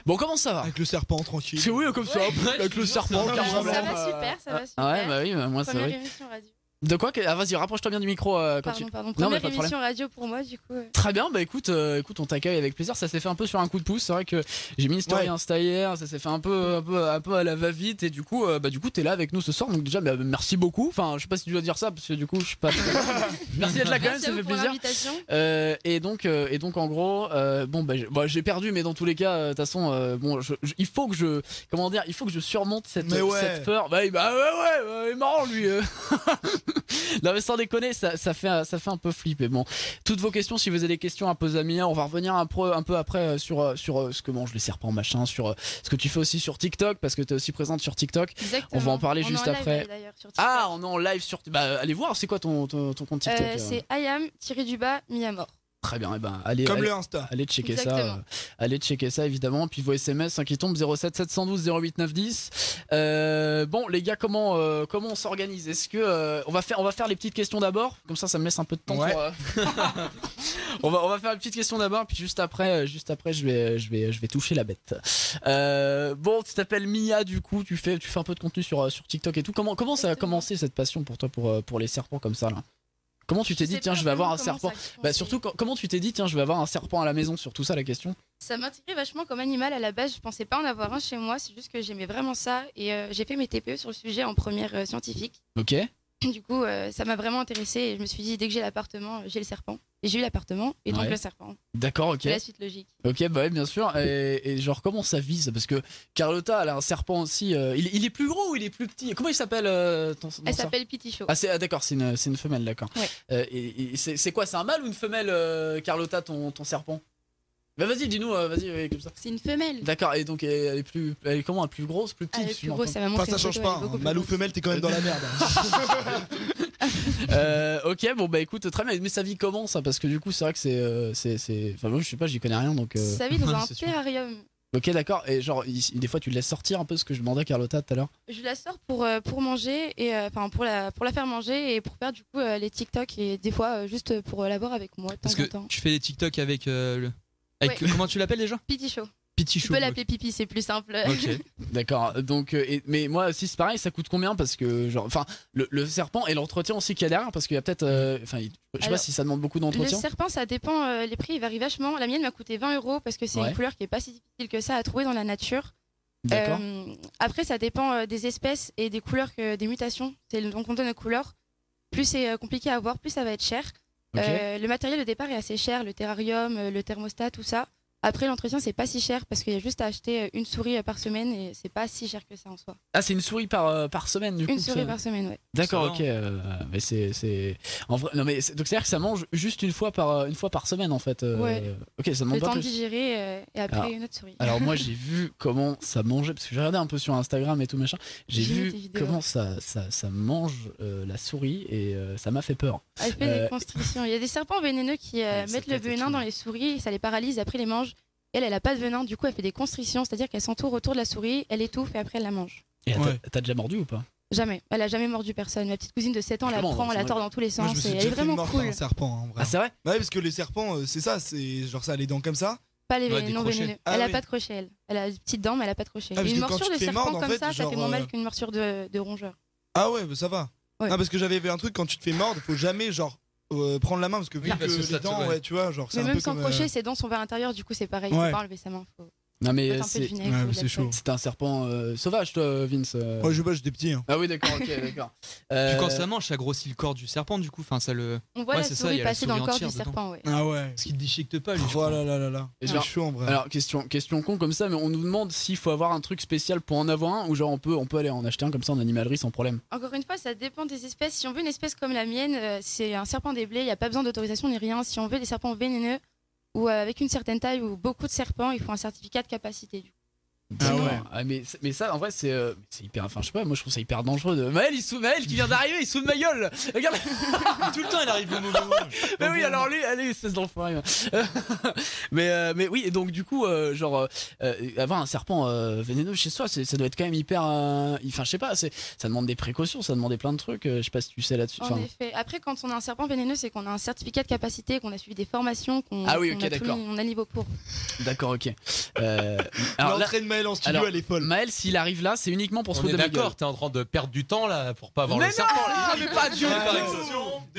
[SPEAKER 4] Bon, comment ça va
[SPEAKER 5] Avec le serpent tranquille.
[SPEAKER 4] C'est oui, comme ça, hop, [laughs] avec le serpent.
[SPEAKER 6] ça va,
[SPEAKER 4] carrément,
[SPEAKER 6] ça va
[SPEAKER 4] euh,
[SPEAKER 6] super, ça va super.
[SPEAKER 4] Ouais, bah oui, bah, moi ça
[SPEAKER 6] Première
[SPEAKER 4] oui.
[SPEAKER 6] émission radio.
[SPEAKER 4] De quoi que- Ah, vas-y, rapproche-toi bien du micro euh, quand
[SPEAKER 6] Pardon,
[SPEAKER 4] tu.
[SPEAKER 6] pardon.
[SPEAKER 4] Non, mais
[SPEAKER 6] Première
[SPEAKER 4] pas de problème.
[SPEAKER 6] émission radio pour moi, du coup. euh,
[SPEAKER 4] Très bien, bah écoute, euh, écoute, on t'accueille avec plaisir. Ça s'est fait un peu sur un coup de pouce. C'est vrai que j'ai mis une story Insta hier, ça s'est fait un peu, un peu, un peu à la va-vite. Et du coup, euh, bah du coup, t'es là avec nous ce soir. Donc déjà, bah, merci beaucoup. Enfin, je sais pas si tu dois dire ça parce que du coup, je suis pas. merci d'être là quand même,
[SPEAKER 6] Merci à
[SPEAKER 4] ça
[SPEAKER 6] vous
[SPEAKER 4] fait
[SPEAKER 6] pour
[SPEAKER 4] plaisir.
[SPEAKER 6] l'invitation.
[SPEAKER 4] Euh, et donc, euh, et donc en gros, euh, bon, bah, j'ai bah, j'ai perdu, mais dans tous les cas, euh, de toute façon, euh, bon, je- je- il faut que je, comment dire, il faut que je surmonte cette,
[SPEAKER 7] Mais ouais.
[SPEAKER 4] cette peur. Bah, il- bah, ouais, ouais, ouais, il est marrant lui.
[SPEAKER 5] [laughs]
[SPEAKER 4] euh. non mais sans déconner, ça, ça fait, euh, ça fait un peu flipper. Bon, toutes vos questions, si vous avez des questions à poser à Mia, on va revenir un peu, un peu après euh, sur, euh, sur euh, ce que mangent les serpents, machin, sur euh, ce que tu fais aussi sur TikTok, parce que t'es aussi présente sur TikTok. On va en parler
[SPEAKER 6] On est
[SPEAKER 4] juste
[SPEAKER 6] en live,
[SPEAKER 4] après.
[SPEAKER 6] là, d'ailleurs, sur TikTok.
[SPEAKER 4] ah, on est en live sur. Bah, allez voir, c'est quoi ton, ton, ton compte TikTok
[SPEAKER 6] Euh,
[SPEAKER 4] euh
[SPEAKER 6] C'est Ayam tiré du bas mis à mort.
[SPEAKER 4] Très bien, eh ben, allez,
[SPEAKER 5] Comme
[SPEAKER 4] allez,
[SPEAKER 5] le Insta.
[SPEAKER 4] allez checker ça,
[SPEAKER 6] Exactement.
[SPEAKER 4] euh, allez checker ça évidemment. Puis vos SMS hein, qui tombent 07 712 08 910. Euh, bon les gars, comment euh, comment on s'organise Est-ce que euh, on va faire on va faire les petites questions d'abord Comme ça, ça me laisse un peu de temps.
[SPEAKER 7] Ouais.
[SPEAKER 4] Pour,
[SPEAKER 5] [laughs]
[SPEAKER 4] euh, on va on va faire les petites questions d'abord, puis juste après euh, juste après je vais je vais je vais toucher la bête. Euh, bon, tu t'appelles Mia du coup, tu fais tu fais un peu de contenu sur euh, sur TikTok et tout. Comment comment ça a commencé cette passion pour toi pour euh, pour les serpents comme ça là Comment tu t'es dit tiens je vais avoir un
[SPEAKER 6] vraiment
[SPEAKER 4] serpent
[SPEAKER 6] comment ça a commencé.
[SPEAKER 4] Bah surtout quand- comment tu t'es dit tiens je vais avoir un serpent à la maison surtout ça la question.
[SPEAKER 6] Ça m'intégrait vachement comme animal à la base. Je pensais pas en avoir un chez moi. C'est juste que j'aimais vraiment ça. Et euh, j'ai fait mes TPE sur le sujet en première euh, scientifique. [clears throat]
[SPEAKER 4] Ok.
[SPEAKER 6] Du coup, euh, ça m'a vraiment intéressée. Et je me suis dit, dès que j'ai l'appartement, euh, j'ai le serpent. Et j'ai eu l'appartement et donc
[SPEAKER 4] Ouais.
[SPEAKER 6] le serpent.
[SPEAKER 4] D'accord ok.
[SPEAKER 6] C'est la suite logique.
[SPEAKER 4] Ok bah ouais, bien sûr et, et genre comment ça vise parce que Carlotta elle a un serpent aussi euh, il, il est plus gros ou il est plus petit comment il s'appelle euh, ton, ton
[SPEAKER 6] Elle
[SPEAKER 4] serpent
[SPEAKER 6] s'appelle Pitichot.
[SPEAKER 4] ah, c'est- ah, d'accord, c'est une, c'est une femelle, d'accord.
[SPEAKER 6] Ouais.
[SPEAKER 4] Euh, et, et c'est c'est quoi, c'est un mâle ou une femelle, euh, Carlotta, ton, ton serpent Bah vas-y, dis-nous, euh, vas-y, ouais, comme ça.
[SPEAKER 6] C'est une femelle. Ah,
[SPEAKER 4] D'accord, et donc elle est plus, elle est comment, elle est plus grosse, plus petite
[SPEAKER 6] Elle est plus
[SPEAKER 4] justement,
[SPEAKER 6] grosse,
[SPEAKER 4] quoi
[SPEAKER 6] elle m'a montré
[SPEAKER 5] Enfin, ça
[SPEAKER 6] une
[SPEAKER 5] change
[SPEAKER 6] photo,
[SPEAKER 5] pas.
[SPEAKER 6] elle est
[SPEAKER 5] hein.
[SPEAKER 6] beaucoup
[SPEAKER 5] Mâle ou femelle, t'es quand même dans la merde. hein.
[SPEAKER 6] [laughs]
[SPEAKER 4] Euh, ok, bon bah écoute, très bien. Mais sa vie comment ça Parce que du coup, c'est vrai que c'est, euh, c'est, c'est- enfin moi je sais pas, j'y connais rien donc. euh,
[SPEAKER 6] Ça
[SPEAKER 4] [laughs]
[SPEAKER 6] vit dans un
[SPEAKER 4] c'est sûr.
[SPEAKER 6] terrarium.
[SPEAKER 4] Ok, d'accord. Et genre, il- des fois, tu le laisses sortir un peu ce que je demandais à Carlotta tout à l'heure.
[SPEAKER 6] Je la sors pour, euh, pour manger, et euh, enfin pour, la, pour la faire manger et pour faire du coup euh, les TikTok et des fois euh, juste pour euh, la voir avec moi de
[SPEAKER 7] Parce
[SPEAKER 6] temps
[SPEAKER 7] que
[SPEAKER 6] en temps.
[SPEAKER 7] tu fais des TikTok avec euh, le. Avec
[SPEAKER 6] Ouais.
[SPEAKER 7] comment tu l'appelles déjà
[SPEAKER 6] Pitichot.
[SPEAKER 7] Petit
[SPEAKER 6] Tu peux l'appeler Pipi, c'est plus simple.
[SPEAKER 4] D'accord. Donc, euh, et- mais moi aussi, c'est pareil. Ça coûte combien Parce que, genre, enfin, le, le serpent et l'entretien aussi qu'il y a derrière, parce qu'il y a peut-être, euh, enfin, il- je sais pas
[SPEAKER 6] Alors,
[SPEAKER 4] si ça demande beaucoup
[SPEAKER 6] Le
[SPEAKER 4] d'entretien.
[SPEAKER 6] serpent, ça dépend, euh, les prix ils varient vachement. La mienne m'a coûté 20 euros parce que c'est
[SPEAKER 4] Ouais.
[SPEAKER 6] une couleur qui est pas si difficile que ça à trouver dans la nature.
[SPEAKER 4] D'accord.
[SPEAKER 6] Euh, après, ça dépend euh, des espèces et des couleurs, que, des mutations. C'est le- donc on donne aux couleurs. Plus c'est euh, compliqué à avoir, plus ça va être cher.
[SPEAKER 4] Ok.
[SPEAKER 6] Euh, le matériel de départ est assez cher, le terrarium, euh, le thermostat, tout ça. Après, l'entretien, c'est pas si cher parce qu'il y a juste à acheter euh, une souris euh, par semaine et c'est pas si cher que ça en soi.
[SPEAKER 4] Ah, c'est une souris par euh, par semaine du coup.
[SPEAKER 6] Une
[SPEAKER 4] ça-
[SPEAKER 6] souris par semaine, ouais.
[SPEAKER 4] D'accord, ok. euh, mais c'est, c'est, en vrai, non mais c'est- donc c'est à dire que ça mange juste une fois par euh, une fois par semaine en fait. euh,
[SPEAKER 6] Ouais.
[SPEAKER 4] Ok, ça demande
[SPEAKER 6] Le
[SPEAKER 4] pas
[SPEAKER 6] temps de
[SPEAKER 4] plus.
[SPEAKER 6] digérer euh, et après
[SPEAKER 4] Alors-
[SPEAKER 6] une autre souris.
[SPEAKER 4] Alors
[SPEAKER 6] [laughs]
[SPEAKER 4] moi j'ai vu comment ça mangeait parce que j'ai regardé un peu sur Instagram et tout machin. J'ai
[SPEAKER 6] J'ai vu
[SPEAKER 4] vu
[SPEAKER 6] tes vidéos.
[SPEAKER 4] comment ça ça, ça mange euh, la souris et euh, ça m'a fait peur.
[SPEAKER 6] Elle fait
[SPEAKER 4] Euh,
[SPEAKER 6] des constrictions. Il y a des serpents vénéneux qui euh, mettent le venin dans les souris, ça les paralyse, après les mange. Elle, elle a pas de venin, du coup, elle fait des constrictions, c'est-à-dire qu'elle s'entoure autour de la souris, elle étouffe et après elle la mange.
[SPEAKER 4] et t'as- t'as déjà mordu ou pas
[SPEAKER 6] Jamais. Elle a jamais mordu personne. Ma petite cousine de 7 ans la
[SPEAKER 4] Justement,
[SPEAKER 6] prend,
[SPEAKER 4] c'est
[SPEAKER 6] la
[SPEAKER 4] vrai
[SPEAKER 6] tord
[SPEAKER 4] que-
[SPEAKER 6] dans tous les
[SPEAKER 5] Moi, je
[SPEAKER 6] sens.
[SPEAKER 5] me suis
[SPEAKER 6] et
[SPEAKER 5] déjà
[SPEAKER 6] Elle est
[SPEAKER 5] fait
[SPEAKER 6] vraiment
[SPEAKER 5] mordre par
[SPEAKER 6] cool.
[SPEAKER 5] un serpent, hein, en vrai.
[SPEAKER 4] Ah, c'est vrai
[SPEAKER 5] Ouais, parce que les serpents, euh, c'est ça, c'est genre ça a les dents comme ça.
[SPEAKER 6] Pas les
[SPEAKER 5] Ouais,
[SPEAKER 6] vén-
[SPEAKER 5] des
[SPEAKER 6] non
[SPEAKER 5] crochets.
[SPEAKER 6] vénéneux.
[SPEAKER 5] Ah
[SPEAKER 6] elle a
[SPEAKER 5] oui.
[SPEAKER 6] pas de crochet, elle. Elle a des petites dents, mais elle a pas de crochet.
[SPEAKER 5] Ah, parce
[SPEAKER 6] Et une
[SPEAKER 5] que quand
[SPEAKER 6] morsure
[SPEAKER 5] tu
[SPEAKER 6] de
[SPEAKER 5] te fais
[SPEAKER 6] serpent
[SPEAKER 5] mordre, en
[SPEAKER 6] comme
[SPEAKER 5] fait,
[SPEAKER 6] ça, ça
[SPEAKER 5] genre,
[SPEAKER 6] fait moins mal
[SPEAKER 5] euh,
[SPEAKER 6] qu'une morsure de, de rongeur.
[SPEAKER 5] Ah ouais, bah, ça va.
[SPEAKER 6] Ouais.
[SPEAKER 5] Non, parce que j'avais vu un truc quand tu te fais mordre, faut jamais genre euh, prendre la main parce que vu
[SPEAKER 7] Oui, parce
[SPEAKER 5] que
[SPEAKER 7] que
[SPEAKER 5] les
[SPEAKER 7] ça te-
[SPEAKER 5] dents,
[SPEAKER 7] ouais.
[SPEAKER 5] ouais, tu vois, genre c'est
[SPEAKER 6] Mais
[SPEAKER 5] un
[SPEAKER 6] même
[SPEAKER 5] peu
[SPEAKER 6] sans
[SPEAKER 5] comme.
[SPEAKER 6] crochet,
[SPEAKER 5] euh,
[SPEAKER 6] ses dents sont vers l'intérieur, du coup, c'est pareil.
[SPEAKER 5] Ouais.
[SPEAKER 6] Faut pas enlever sa main. Faut...
[SPEAKER 4] Non mais
[SPEAKER 6] Faut
[SPEAKER 4] euh,
[SPEAKER 6] mettre un peu de
[SPEAKER 4] c'est
[SPEAKER 6] vinaigre ou de la poudre.
[SPEAKER 4] C'était un serpent euh, sauvage toi Vince. euh.
[SPEAKER 5] Ouais, je sais pas, j'étais petit. hein.
[SPEAKER 4] Ah oui d'accord
[SPEAKER 6] [laughs]
[SPEAKER 4] ok d'accord. Euh,
[SPEAKER 7] Puis quand ça mange, ça grossit le corps du serpent, du coup. Enfin, ça le.
[SPEAKER 6] On voit
[SPEAKER 7] Ouais,
[SPEAKER 6] la
[SPEAKER 7] c'est ça,
[SPEAKER 6] souris
[SPEAKER 7] il y a la
[SPEAKER 6] passer dans le
[SPEAKER 7] souris
[SPEAKER 6] corps du
[SPEAKER 7] entière dedans.
[SPEAKER 6] serpent, ouais.
[SPEAKER 5] Ah ouais.
[SPEAKER 7] Parce qu'il déchiquette pas, lui. je crois.
[SPEAKER 5] Voilà, Oh là, là, là.
[SPEAKER 4] Et
[SPEAKER 5] C'est
[SPEAKER 4] genre-
[SPEAKER 5] chaud en vrai.
[SPEAKER 4] Alors question question con comme ça mais on nous demande s'il faut avoir un truc spécial pour en avoir un ou genre on peut on peut aller en acheter un comme ça en animalerie sans problème.
[SPEAKER 6] Encore une fois, ça dépend des espèces. Si on veut une espèce comme la mienne, euh, c'est un serpent des blés, il n'y a pas besoin d'autorisation ni rien. Si on veut des serpents vénéneux ou euh, avec une certaine taille ou beaucoup de serpents, il faut un certificat de capacité. Du coup.
[SPEAKER 4] Ah ouais. mais, mais ça, en vrai, c'est euh, c'est hyper. Enfin, je sais pas, moi je trouve ça hyper dangereux. De... Maël, il se fout- Maël qui vient d'arriver, il se fout de ma gueule
[SPEAKER 5] [laughs]
[SPEAKER 4] Regarde Tout le temps, il arrive au mauvais moment. [laughs] mais oui, alors lui, allez, espèce d'enfoiré. Euh, [laughs] mais, euh, mais oui, et donc du coup, euh, genre, euh, euh, avoir un serpent euh, vénéneux chez soi, c'est- ça doit être quand même hyper. euh, Enfin, je sais pas, c'est- ça demande des précautions, ça demande des plein de trucs. euh, je sais pas si tu sais là-dessus.
[SPEAKER 6] En
[SPEAKER 4] enfin,
[SPEAKER 6] effet. Après, quand on a un serpent vénéneux, c'est qu'on a un certificat de capacité, qu'on a suivi des formations, qu'on
[SPEAKER 4] Ah oui,
[SPEAKER 6] qu'on
[SPEAKER 4] ok,
[SPEAKER 6] a tout
[SPEAKER 4] d'accord.
[SPEAKER 6] mis- on a le niveau pour.
[SPEAKER 4] D'accord, ok.
[SPEAKER 5] [laughs]
[SPEAKER 4] Euh, alors, là-
[SPEAKER 5] L'entrée de Maël en studio,
[SPEAKER 4] alors,
[SPEAKER 5] elle est folle.
[SPEAKER 4] Maël, s'il arrive là, c'est uniquement pour se
[SPEAKER 12] On
[SPEAKER 4] foutre
[SPEAKER 12] est
[SPEAKER 4] de ma gueule.
[SPEAKER 12] d'accord, t'es en train de perdre du temps là pour pas avoir
[SPEAKER 4] Mais
[SPEAKER 12] le
[SPEAKER 4] non,
[SPEAKER 12] serpent.
[SPEAKER 4] mais pas du
[SPEAKER 6] Ah,
[SPEAKER 4] tout.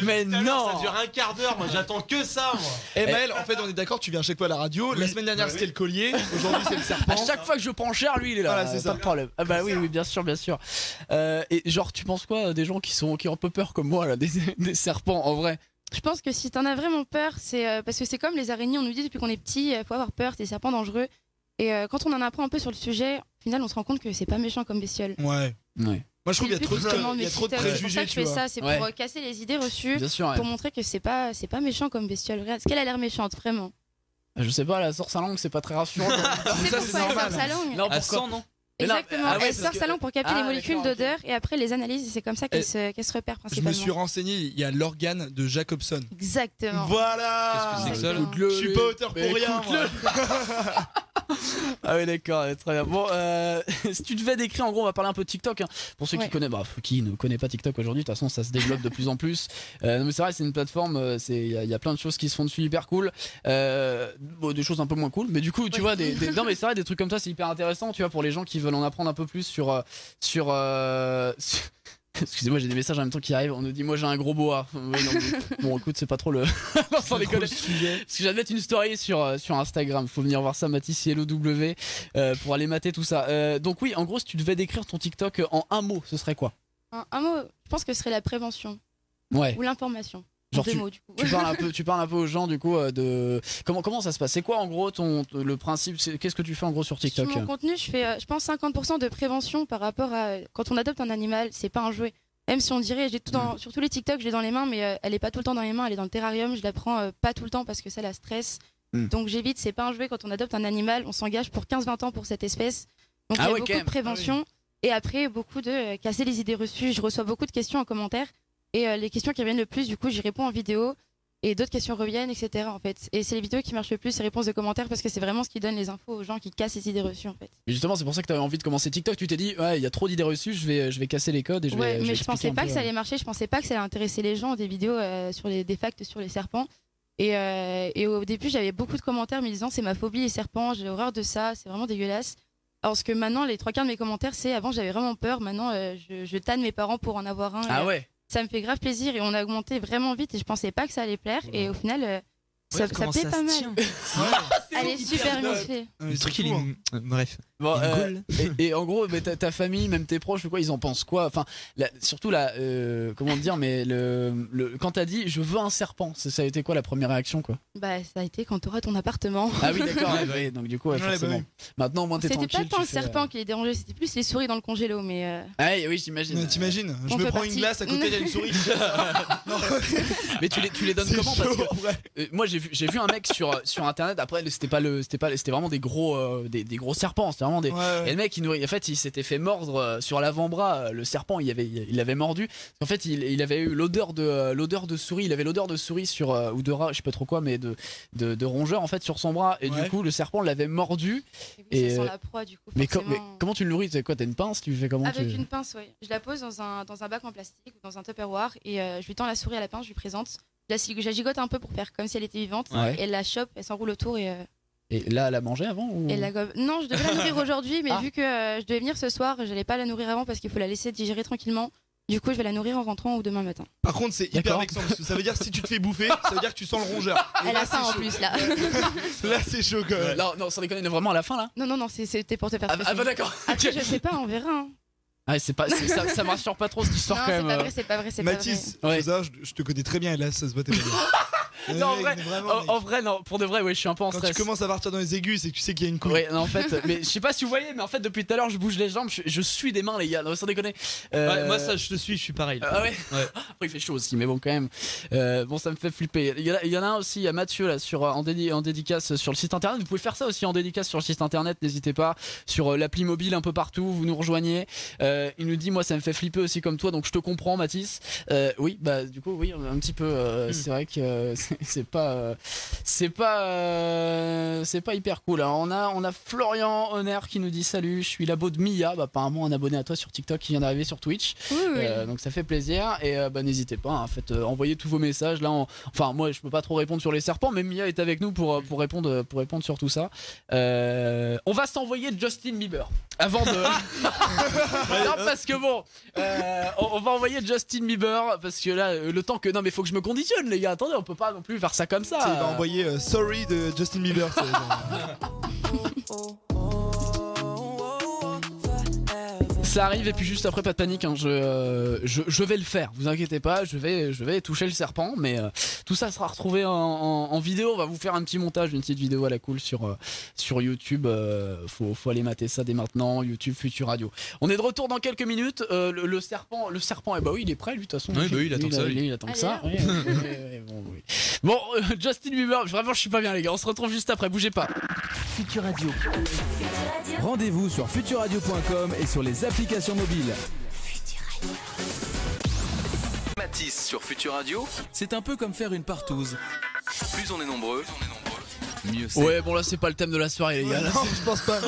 [SPEAKER 12] Mais non
[SPEAKER 4] ça
[SPEAKER 12] dure un quart d'heure, moi j'attends que ça moi
[SPEAKER 5] Eh Maël, en fait, on est d'accord, tu viens à chaque fois à la radio. La semaine dernière, c'était le collier. Aujourd'hui, c'est le serpent.
[SPEAKER 4] À chaque fois que je prends cher, lui, il est là.
[SPEAKER 5] Voilà, c'est
[SPEAKER 4] euh,
[SPEAKER 5] ça.
[SPEAKER 4] Pas de problème. Ah bah oui, oui, bien sûr, bien sûr. Euh, et genre, tu penses quoi euh, des gens qui sont qui ont un peu peur comme moi là, des, [laughs] des serpents en vrai
[SPEAKER 6] Je pense que si t'en as vraiment peur, c'est euh, parce que c'est comme les araignées, on nous dit depuis qu'on est petit, euh, faut avoir peur, c'est des serpents dangereux. Et euh, quand on en apprend un peu sur le sujet, au final, on se rend compte que c'est pas méchant comme bestiole.
[SPEAKER 5] Ouais.
[SPEAKER 4] Ouais.
[SPEAKER 5] Moi, je trouve qu'il y a trop de, il y a trop de
[SPEAKER 6] C'est pour ça
[SPEAKER 5] préjugés,
[SPEAKER 6] que je
[SPEAKER 5] tu
[SPEAKER 6] fais
[SPEAKER 5] vois.
[SPEAKER 6] ça, c'est pour euh, casser les idées reçues,
[SPEAKER 4] Bien sûr, ouais.
[SPEAKER 6] pour montrer que c'est pas, c'est pas méchant comme bestiole. Regarde, est-ce qu'elle a l'air méchante, vraiment
[SPEAKER 4] Je sais pas, la sorte sa langue, c'est pas très rassurant.
[SPEAKER 6] C'est pourquoi elle sort sa langue.
[SPEAKER 4] Non, pourquoi Mais non,
[SPEAKER 6] Exactement,
[SPEAKER 4] ah ouais,
[SPEAKER 6] elle
[SPEAKER 4] parce
[SPEAKER 6] sort
[SPEAKER 4] que-
[SPEAKER 6] sa langue pour capter
[SPEAKER 4] Ah,
[SPEAKER 6] les molécules
[SPEAKER 4] d'accord, ok.
[SPEAKER 6] d'odeur et après elle les analyse et c'est comme ça qu'elle
[SPEAKER 5] Et-
[SPEAKER 6] se, qu'elle se repère
[SPEAKER 5] Je me
[SPEAKER 6] principalement.
[SPEAKER 5] suis renseigné, il y a l'organe de Jacobson.
[SPEAKER 6] Exactement.
[SPEAKER 12] Qu'est-ce
[SPEAKER 5] Voilà
[SPEAKER 12] que c'est que ça, là
[SPEAKER 5] Je suis pas auteur pour
[SPEAKER 4] Mais
[SPEAKER 5] rien. moi.
[SPEAKER 4] [laughs] Ah oui, d'accord, euh, très bien. Bon, euh, [laughs] si tu devais décrire, en gros, on va parler un peu de TikTok. hein. Pour ceux qui connaissent, bah, qui ne connaît pas TikTok aujourd'hui, de toute façon, ça se développe de plus en plus. Euh, non, mais c'est vrai, c'est une plateforme, euh, c'est- il y, a- il y a plein de choses qui se font dessus hyper cool. Euh, bon, des choses un peu moins cool, mais du coup, tu vois, des, des- non, mais c'est vrai, des trucs comme ça, c'est hyper intéressant, tu vois, pour les gens qui veulent en apprendre un peu plus sur. euh, sur euh, [laughs] sur- Excusez-moi, j'ai des messages en même temps qui arrivent. On nous dit, moi j'ai un gros boa. Ouais, non, mais- [laughs] bon, écoute, c'est pas trop le. [laughs] Non, sans déconner. Parce que j'allais mettre une story sur, euh, sur Instagram. Faut venir voir ça, Mathis et LOW, euh, pour aller mater tout ça. Euh, donc, oui, en gros, si tu devais décrire ton TikTok euh, en un mot, ce serait quoi
[SPEAKER 6] Un, un mot, je pense que ce serait la prévention
[SPEAKER 4] Ouais.
[SPEAKER 6] ou l'information.
[SPEAKER 4] Genre,
[SPEAKER 6] Deux
[SPEAKER 4] tu,
[SPEAKER 6] mots du coup.
[SPEAKER 4] tu parles un
[SPEAKER 6] [laughs]
[SPEAKER 4] peu, tu parles un peu aux gens, du coup, euh, de. Comment, comment ça se passe C'est quoi, en gros, ton, le principe c'est- Qu'est-ce que tu fais, en gros, sur
[SPEAKER 6] Sur
[SPEAKER 4] TikTok hein.
[SPEAKER 6] mon contenu, je fais, euh, je pense, 50% de prévention par rapport à euh, quand on adopte un animal, c'est pas un jouet. Même si on dirait, j'ai tout
[SPEAKER 4] Mm.
[SPEAKER 6] dans, sur tous les TikTok, je l'ai dans les mains, mais euh, elle est pas tout le temps dans les mains, elle est dans le terrarium, je la prends euh, pas tout le temps parce que ça la stresse.
[SPEAKER 4] Mm.
[SPEAKER 6] Donc j'évite, c'est pas un jouet quand on adopte un animal, on s'engage pour 15-20 ans pour cette espèce. Donc
[SPEAKER 4] Ah
[SPEAKER 6] il y
[SPEAKER 4] ouais,
[SPEAKER 6] a
[SPEAKER 4] quand
[SPEAKER 6] beaucoup de
[SPEAKER 4] même.
[SPEAKER 6] prévention et après beaucoup de euh, casser les idées reçues. Je reçois beaucoup de questions en commentaire et euh, les questions qui reviennent le plus, du coup, j'y réponds en vidéo et d'autres questions reviennent, etc. En fait, et c'est les vidéos qui marchent le plus, les réponses de commentaires parce que c'est vraiment ce qui donne les infos aux gens qui cassent les idées reçues en fait.
[SPEAKER 4] Mais Justement, c'est pour ça que tu avais envie de commencer TikTok. Tu t'es dit, ouais, il y a trop d'idées reçues, je vais, je vais casser les codes et je vais.
[SPEAKER 6] ouais,
[SPEAKER 4] vais
[SPEAKER 6] mais je
[SPEAKER 4] expliquer
[SPEAKER 6] pensais
[SPEAKER 4] un
[SPEAKER 6] pas
[SPEAKER 4] peu,
[SPEAKER 6] que ça
[SPEAKER 4] euh,
[SPEAKER 6] allait marcher. Je pensais pas que ça allait intéresser les gens des vidéos euh, sur les des facts sur les serpents. Et, euh, et au début, j'avais beaucoup de commentaires me disant c'est ma phobie les serpents, j'ai horreur de ça, c'est vraiment dégueulasse. Alors ce que maintenant, les trois quarts de mes commentaires, c'est avant j'avais vraiment peur, maintenant euh, je, je tanne mes parents pour en avoir un.
[SPEAKER 4] Ah
[SPEAKER 6] Et, euh,
[SPEAKER 4] ouais.
[SPEAKER 6] Ça me fait grave plaisir et on a augmenté vraiment vite et je pensais pas que ça allait plaire et au final euh, ça, ça
[SPEAKER 7] comment
[SPEAKER 6] plaît
[SPEAKER 7] ça
[SPEAKER 6] pas
[SPEAKER 7] se tient
[SPEAKER 6] mal.
[SPEAKER 5] Ah,
[SPEAKER 6] Elle est super bien faite.
[SPEAKER 7] Le truc, il est.
[SPEAKER 5] hein.
[SPEAKER 7] Bref.
[SPEAKER 4] Bon,
[SPEAKER 7] Il est
[SPEAKER 4] euh,
[SPEAKER 7] cool.
[SPEAKER 4] et, et en gros, mais ta, ta famille, même tes proches, ou quoi, ils en pensent quoi Enfin, la- surtout là, euh, comment dire, mais le, le- quand t'as dit je veux un serpent, ça, ça a été quoi la première réaction quoi
[SPEAKER 6] [laughs] Bah ça a été quand t'auras ton appartement.
[SPEAKER 4] Ah oui,
[SPEAKER 6] [laughs]
[SPEAKER 4] d'accord. ouais, ouais, donc du coup, ouais,
[SPEAKER 5] Ouais, bah
[SPEAKER 4] forcément. Maintenant, au moins t'es
[SPEAKER 6] C'était
[SPEAKER 4] tranquille.
[SPEAKER 6] pas tant
[SPEAKER 4] tu
[SPEAKER 6] le
[SPEAKER 4] fais, euh,
[SPEAKER 6] serpent qui les dérangeait, c'était plus les souris dans le congélo, mais. euh,
[SPEAKER 4] Ah oui, oui, j'imagine.
[SPEAKER 5] Mais T'imagines Je
[SPEAKER 6] On
[SPEAKER 5] me
[SPEAKER 6] fait
[SPEAKER 5] prends une
[SPEAKER 6] partie.
[SPEAKER 5] glace à côté, il y a une souris. [laughs] Non.
[SPEAKER 4] [laughs] mais tu les, tu les donnes
[SPEAKER 5] C'est
[SPEAKER 4] comment Parce
[SPEAKER 5] chaud,
[SPEAKER 4] que euh, moi j'ai vu, j'ai vu un mec sur, euh, sur internet. Après, c'était pas le, c'était pas, le- c'était vraiment des gros, euh, des, des gros serpents. C'était vraiment des.
[SPEAKER 5] ouais.
[SPEAKER 4] Et le mec, il nourrit- en fait, il s'était fait mordre euh, sur l'avant-bras. euh, Le serpent, il avait, il l'avait mordu. En fait, il, il avait eu l'odeur de, euh, l'odeur de souris. Il avait l'odeur de souris sur euh, ou de rat, je sais pas trop quoi, mais de, de, de rongeur en fait sur son bras. Et
[SPEAKER 5] Ouais.
[SPEAKER 4] du coup, le serpent l'avait mordu.
[SPEAKER 6] Et oui,
[SPEAKER 4] Et,
[SPEAKER 6] ça
[SPEAKER 4] euh,
[SPEAKER 6] sent la proie, du coup.
[SPEAKER 4] Mais, com- mais
[SPEAKER 6] forcément.
[SPEAKER 4] comment tu le nourris C'est quoi T'as une pince Tu fais comment
[SPEAKER 6] Avec
[SPEAKER 4] tu-
[SPEAKER 6] une pince, oui. Je la pose dans un, dans un bac en plastique ou dans un tupperware et euh, je lui tends la souris à la pince, je lui présente. Je la, sil- je la gigote un peu pour faire comme si elle était vivante.
[SPEAKER 4] Ouais.
[SPEAKER 6] Elle la chope, elle s'enroule autour et euh,
[SPEAKER 4] Et là, elle a mangé avant ou...
[SPEAKER 6] elle la gobe. Non, je devais la
[SPEAKER 4] [laughs]
[SPEAKER 6] nourrir aujourd'hui,
[SPEAKER 4] Ah.
[SPEAKER 6] mais vu que euh, je devais venir ce soir, je n'allais pas la nourrir avant parce qu'il faut la laisser digérer tranquillement. Du coup, je vais la nourrir en rentrant ou demain matin.
[SPEAKER 5] Par contre, c'est hyper
[SPEAKER 4] D'accord.
[SPEAKER 5] vexant parce que ça veut dire si tu te fais bouffer, ça veut dire que tu sens le rongeur. Et
[SPEAKER 6] [laughs] elle
[SPEAKER 4] Ah,
[SPEAKER 5] là,
[SPEAKER 6] a faim
[SPEAKER 5] c'est
[SPEAKER 6] Ah, en
[SPEAKER 5] chaud.
[SPEAKER 6] plus,
[SPEAKER 4] [laughs]
[SPEAKER 6] là.
[SPEAKER 5] [laughs] Là, c'est chaud quand même.
[SPEAKER 4] Non, non, sans déconner, vraiment à la fin là.
[SPEAKER 6] non, non, non, c'est- c'était pour te faire
[SPEAKER 4] Ah,
[SPEAKER 6] stresser.
[SPEAKER 4] ah bah d'accord.
[SPEAKER 6] Après,
[SPEAKER 4] ok.
[SPEAKER 6] je sais pas, on verra. hein.
[SPEAKER 4] Ah, c'est pas, c'est- ça, ça me rassure pas trop cette histoire
[SPEAKER 6] Non,
[SPEAKER 4] quand
[SPEAKER 6] c'est
[SPEAKER 4] même.
[SPEAKER 6] pas
[SPEAKER 4] euh.
[SPEAKER 6] vrai, c'est pas vrai, c'est pas vrai.
[SPEAKER 5] Mathis, Fauza, je, je te connais très bien et là, ça se voit t'es pas bien.
[SPEAKER 4] non, en vrai, en- en vrai, non, pour de vrai, ouais, je suis un peu en
[SPEAKER 5] Quand
[SPEAKER 4] stress.
[SPEAKER 5] tu commences à partir dans les aigus, c'est que tu sais qu'il y a une couille.
[SPEAKER 4] Ouais, non, en
[SPEAKER 5] [laughs]
[SPEAKER 4] fait, mais je sais pas si vous voyez, mais en fait, depuis tout à l'heure, je bouge les jambes, je, je suis des mains, les gars, non, sans déconner. Euh,
[SPEAKER 7] Ouais, moi, ça, je te suis, je suis pareil.
[SPEAKER 4] Ah [laughs] ouais Après, il fait chaud aussi, mais bon, quand même. Euh, bon, ça me fait flipper. Il y, en a- il y en a un aussi, il y a Mathieu, là, sur, euh, en, dédi- en dédicace sur le site internet. Vous pouvez faire ça aussi en dédicace sur le site internet, n'hésitez pas. Sur euh, l'appli mobile, un peu partout, vous nous rejoignez. Euh, il nous dit, moi, ça me fait flipper aussi comme toi, donc je te comprends, Mathis. Euh, oui, bah, du coup, oui, un petit peu. euh, C'est vrai que euh, [laughs] c'est- c'est pas. euh, c'est pas. euh, c'est pas hyper cool. hein. On, a, on a Florian Honner qui nous dit, salut, je suis l'abo de Mia, bah, apparemment un abonné à toi sur TikTok qui vient d'arriver sur Twitch. Euh, donc ça fait plaisir et euh, bah, n'hésitez pas hein, en fait euh, envoyez tous vos messages là on- enfin moi je peux pas trop répondre sur les serpents mais Mia est avec nous pour, euh, pour répondre pour répondre sur tout ça Euh, on va s'envoyer Justin Bieber avant de
[SPEAKER 5] [laughs]
[SPEAKER 4] non parce que bon euh, on, on va envoyer Justin Bieber parce que là euh, le temps que non mais faut que je me conditionne les gars attendez on peut pas non plus faire ça comme ça
[SPEAKER 5] Tu sais, Il va
[SPEAKER 4] Euh,
[SPEAKER 5] envoyer euh, Sorry de Justin Bieber. c'est-
[SPEAKER 4] Ça arrive et puis juste après pas de panique hein, je, euh, je, je vais le faire vous inquiétez pas je vais je vais toucher le serpent mais euh, tout ça sera retrouvé en, en- en vidéo on va vous faire un petit montage une petite vidéo à la cool sur euh, sur YouTube euh, faut, faut aller mater ça dès maintenant YouTube Future Radio on est de retour dans quelques minutes euh, le, le serpent le serpent eh bah oui il est prêt lui de toute façon
[SPEAKER 7] Oui, bah oui, il attend que ça,
[SPEAKER 4] il,
[SPEAKER 7] lui.
[SPEAKER 4] il attend que
[SPEAKER 7] Allez,
[SPEAKER 4] ça
[SPEAKER 7] là.
[SPEAKER 4] [laughs] Ouais, ouais, ouais, ouais, bon, oui. bon euh, Justin Bieber vraiment je suis pas bien les gars on se retrouve juste après bougez pas
[SPEAKER 2] Futur Radio.
[SPEAKER 1] Rendez-vous sur futuradio.com et sur les applications mobiles. Matisse sur Futur Radio, c'est un peu comme faire une partouze. Plus on est nombreux, mieux c'est.
[SPEAKER 4] Ouais, bon là c'est pas le thème de la soirée les gars. Là,
[SPEAKER 5] je pense pas.
[SPEAKER 4] [laughs]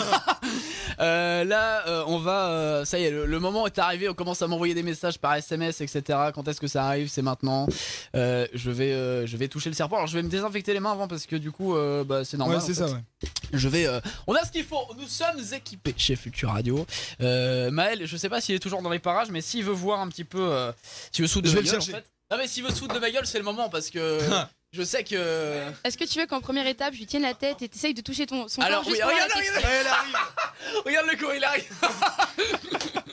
[SPEAKER 4] Euh, là, euh, on va. euh, ça y est, le, le moment est arrivé. On commence à m'envoyer des messages par SMS, etc. Quand est-ce que ça arrive C'est maintenant. Euh, je vais, euh, je vais toucher le serpent. Alors, je vais me désinfecter les mains avant parce que du coup, euh, bah, c'est normal.
[SPEAKER 5] Ouais, c'est
[SPEAKER 4] en fait.
[SPEAKER 5] ça, ouais.
[SPEAKER 4] Je vais. euh, on a ce qu'il faut. Nous sommes équipés chez Future Radio. Euh, Maël, je sais pas s'il est toujours dans les parages, mais s'il veut voir un petit peu, euh, s'il veut se foutre de
[SPEAKER 7] Je vais
[SPEAKER 4] ma
[SPEAKER 7] le
[SPEAKER 4] gueule, en
[SPEAKER 7] chercher.
[SPEAKER 4] fait. Non mais s'il veut se foutre de ma gueule, c'est le moment parce
[SPEAKER 5] [laughs]
[SPEAKER 4] que je sais que. euh,
[SPEAKER 6] Est-ce que tu veux qu'en première étape, je lui tienne la tête et t'essayes de toucher ton, son
[SPEAKER 4] Alors,
[SPEAKER 6] corps
[SPEAKER 4] oui,
[SPEAKER 6] juste
[SPEAKER 4] ah
[SPEAKER 6] pour
[SPEAKER 4] regarde,
[SPEAKER 6] la
[SPEAKER 4] regarde,
[SPEAKER 6] texture
[SPEAKER 4] Regarde le cours, il arrive. [laughs]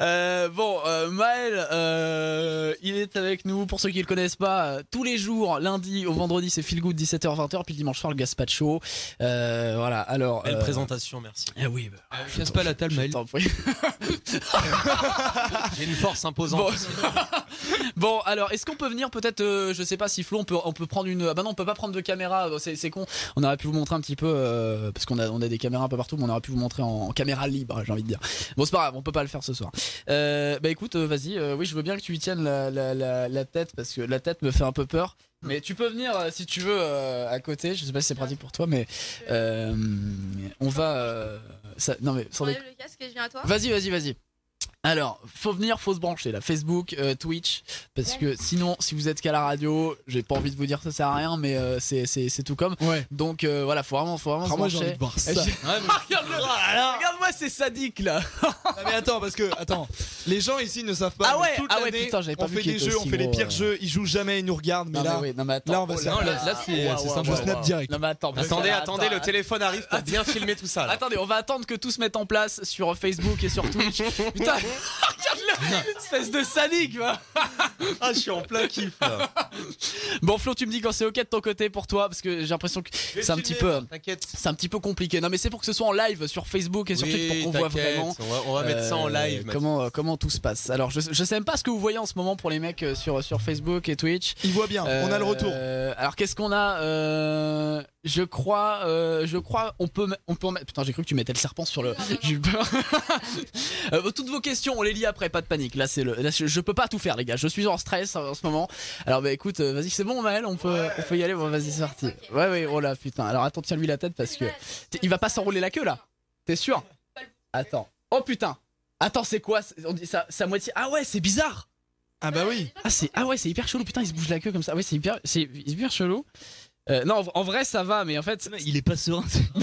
[SPEAKER 4] Euh, bon, euh, Maël, euh, il est avec nous. Pour ceux qui le connaissent pas, euh, tous les jours, lundi au vendredi, c'est Feel Good 17h-20h, puis le dimanche soir le Gaspacho. Euh, voilà. Alors,
[SPEAKER 12] Belle
[SPEAKER 4] euh,
[SPEAKER 12] présentation, merci.
[SPEAKER 4] Eh oui,
[SPEAKER 7] bah,
[SPEAKER 12] je casse pas la table, Maël.
[SPEAKER 4] [laughs]
[SPEAKER 12] J'ai une force imposante.
[SPEAKER 4] Bon. Bon, [laughs] alors, est-ce qu'on peut venir peut-être, euh, je sais pas si Flo, on peut, on peut prendre une. Ah bah non, on peut pas prendre de caméra, euh, c'est c'est con. On aurait pu vous montrer un petit peu, euh, parce qu'on a, on a des caméras un peu partout, mais on aurait pu vous montrer en, en caméra libre, j'ai envie de dire. Bon, c'est pas grave, on peut pas le faire ce soir. Euh, bah écoute, euh, vas-y, euh, oui, je veux bien que tu lui tiennes la, la, la, la tête, parce que la tête me fait un peu peur. Mais tu peux venir euh, si tu veux euh, à côté, je sais pas si c'est pratique pour toi, mais euh, on va. euh, ça- non, mais sans déconner.
[SPEAKER 6] Enlève le casque et je viens à toi.
[SPEAKER 4] Vas-y, vas-y, vas-y. Alors, faut venir, faut se brancher là, Facebook, euh, Twitch, parce que sinon, si vous êtes qu'à la radio, j'ai pas envie de vous dire ça sert à rien, mais euh, c'est- c'est c'est tout comme. Donc euh, voilà, faut vraiment, faut vraiment
[SPEAKER 5] Ah,
[SPEAKER 4] se
[SPEAKER 5] moi, j'ai
[SPEAKER 4] brancher.
[SPEAKER 5] envie de voir ça.
[SPEAKER 4] Et je-
[SPEAKER 5] [laughs]
[SPEAKER 4] [laughs]
[SPEAKER 5] Ouais,
[SPEAKER 4] Ah,
[SPEAKER 5] Oh
[SPEAKER 4] Regarde-le, regarde-moi, c'est sadique là.
[SPEAKER 5] Ah mais attends parce que attends, les gens ici ne savent pas.
[SPEAKER 4] Ah
[SPEAKER 5] mais
[SPEAKER 4] ouais,
[SPEAKER 5] toute
[SPEAKER 4] ah ouais,
[SPEAKER 5] l'année,
[SPEAKER 4] putain, j'avais pas
[SPEAKER 5] On
[SPEAKER 4] vu
[SPEAKER 5] fait
[SPEAKER 4] qu'il
[SPEAKER 5] des
[SPEAKER 4] était
[SPEAKER 5] jeux, on
[SPEAKER 4] aussi
[SPEAKER 5] fait les
[SPEAKER 4] gros,
[SPEAKER 5] pires
[SPEAKER 4] euh.
[SPEAKER 5] jeux. Ils jouent jamais, ils nous regardent. Mais
[SPEAKER 4] Non, mais
[SPEAKER 5] là,
[SPEAKER 4] oui, non, mais attends.
[SPEAKER 5] là on va.
[SPEAKER 4] Oh,
[SPEAKER 5] se
[SPEAKER 4] là,
[SPEAKER 5] faire
[SPEAKER 4] là,
[SPEAKER 5] mal.
[SPEAKER 4] là, c'est-
[SPEAKER 5] Waouh,
[SPEAKER 4] c'est
[SPEAKER 5] waouh,
[SPEAKER 4] sympa.
[SPEAKER 5] Je snap direct.
[SPEAKER 4] Non, mais attends, parce que
[SPEAKER 12] Attendez,
[SPEAKER 4] là,
[SPEAKER 12] attendez,
[SPEAKER 4] attends,
[SPEAKER 12] le téléphone arrive pour bien filmer tout ça. là.
[SPEAKER 4] Attendez, on va attendre que tout se mette en place sur Facebook et sur
[SPEAKER 12] [laughs]
[SPEAKER 4] Twitch. Putain, regarde-le, espèce de sadique.
[SPEAKER 12] Ah, je suis en plein kiff.
[SPEAKER 4] [laughs] Bon Flo, tu me dis quand c'est ok de ton côté pour toi parce que j'ai l'impression que
[SPEAKER 12] vais
[SPEAKER 4] c'est un petit
[SPEAKER 12] filmer,
[SPEAKER 4] peu
[SPEAKER 12] moi, t'inquiète.
[SPEAKER 4] c'est un petit peu compliqué. Non mais c'est pour que ce soit en live sur Facebook et sur
[SPEAKER 12] Oui,
[SPEAKER 4] Twitter pour qu'on voit
[SPEAKER 12] t'inquiète,
[SPEAKER 4] vraiment.
[SPEAKER 12] on va- on va mettre ça en live, Mathis.
[SPEAKER 4] Comment euh, comment tout se passe. Alors je, je sais même pas ce que vous voyez en ce moment pour les mecs euh, sur sur Facebook et Twitch.
[SPEAKER 5] Ils voient bien, on a le retour.
[SPEAKER 4] Alors qu'est-ce qu'on a Euh, Je crois euh, je crois on peut me- on peut en mettre putain j'ai cru que tu mettais le serpent sur le j'ai eu peur. [laughs] Euh, toutes vos questions, on les lit après, pas de panique. Là, c'est le. là, je, je peux pas tout faire, les gars. Je suis en stress euh, en ce moment. Alors, bah écoute, euh, vas-y, c'est bon, Maël, on peut, on peut y aller. Bon, vas-y, c'est parti. Ouais, ouais, oh là, putain. Alors, attends, tiens-lui la tête parce que. T'es- Il va pas s'enrouler la queue, là. T'es sûr Attends. Oh putain. Attends, c'est quoi C'est- On dit ça, ça moitié. Ah ouais, c'est bizarre.
[SPEAKER 5] Ah bah oui.
[SPEAKER 4] Ah, c'est, ah ouais, c'est hyper chelou. Putain, il se bouge la queue comme ça. Ouais, c'est hyper, c'est hyper chelou. Euh, non, en- en vrai, ça va, mais en fait. Il est pas serein. [laughs]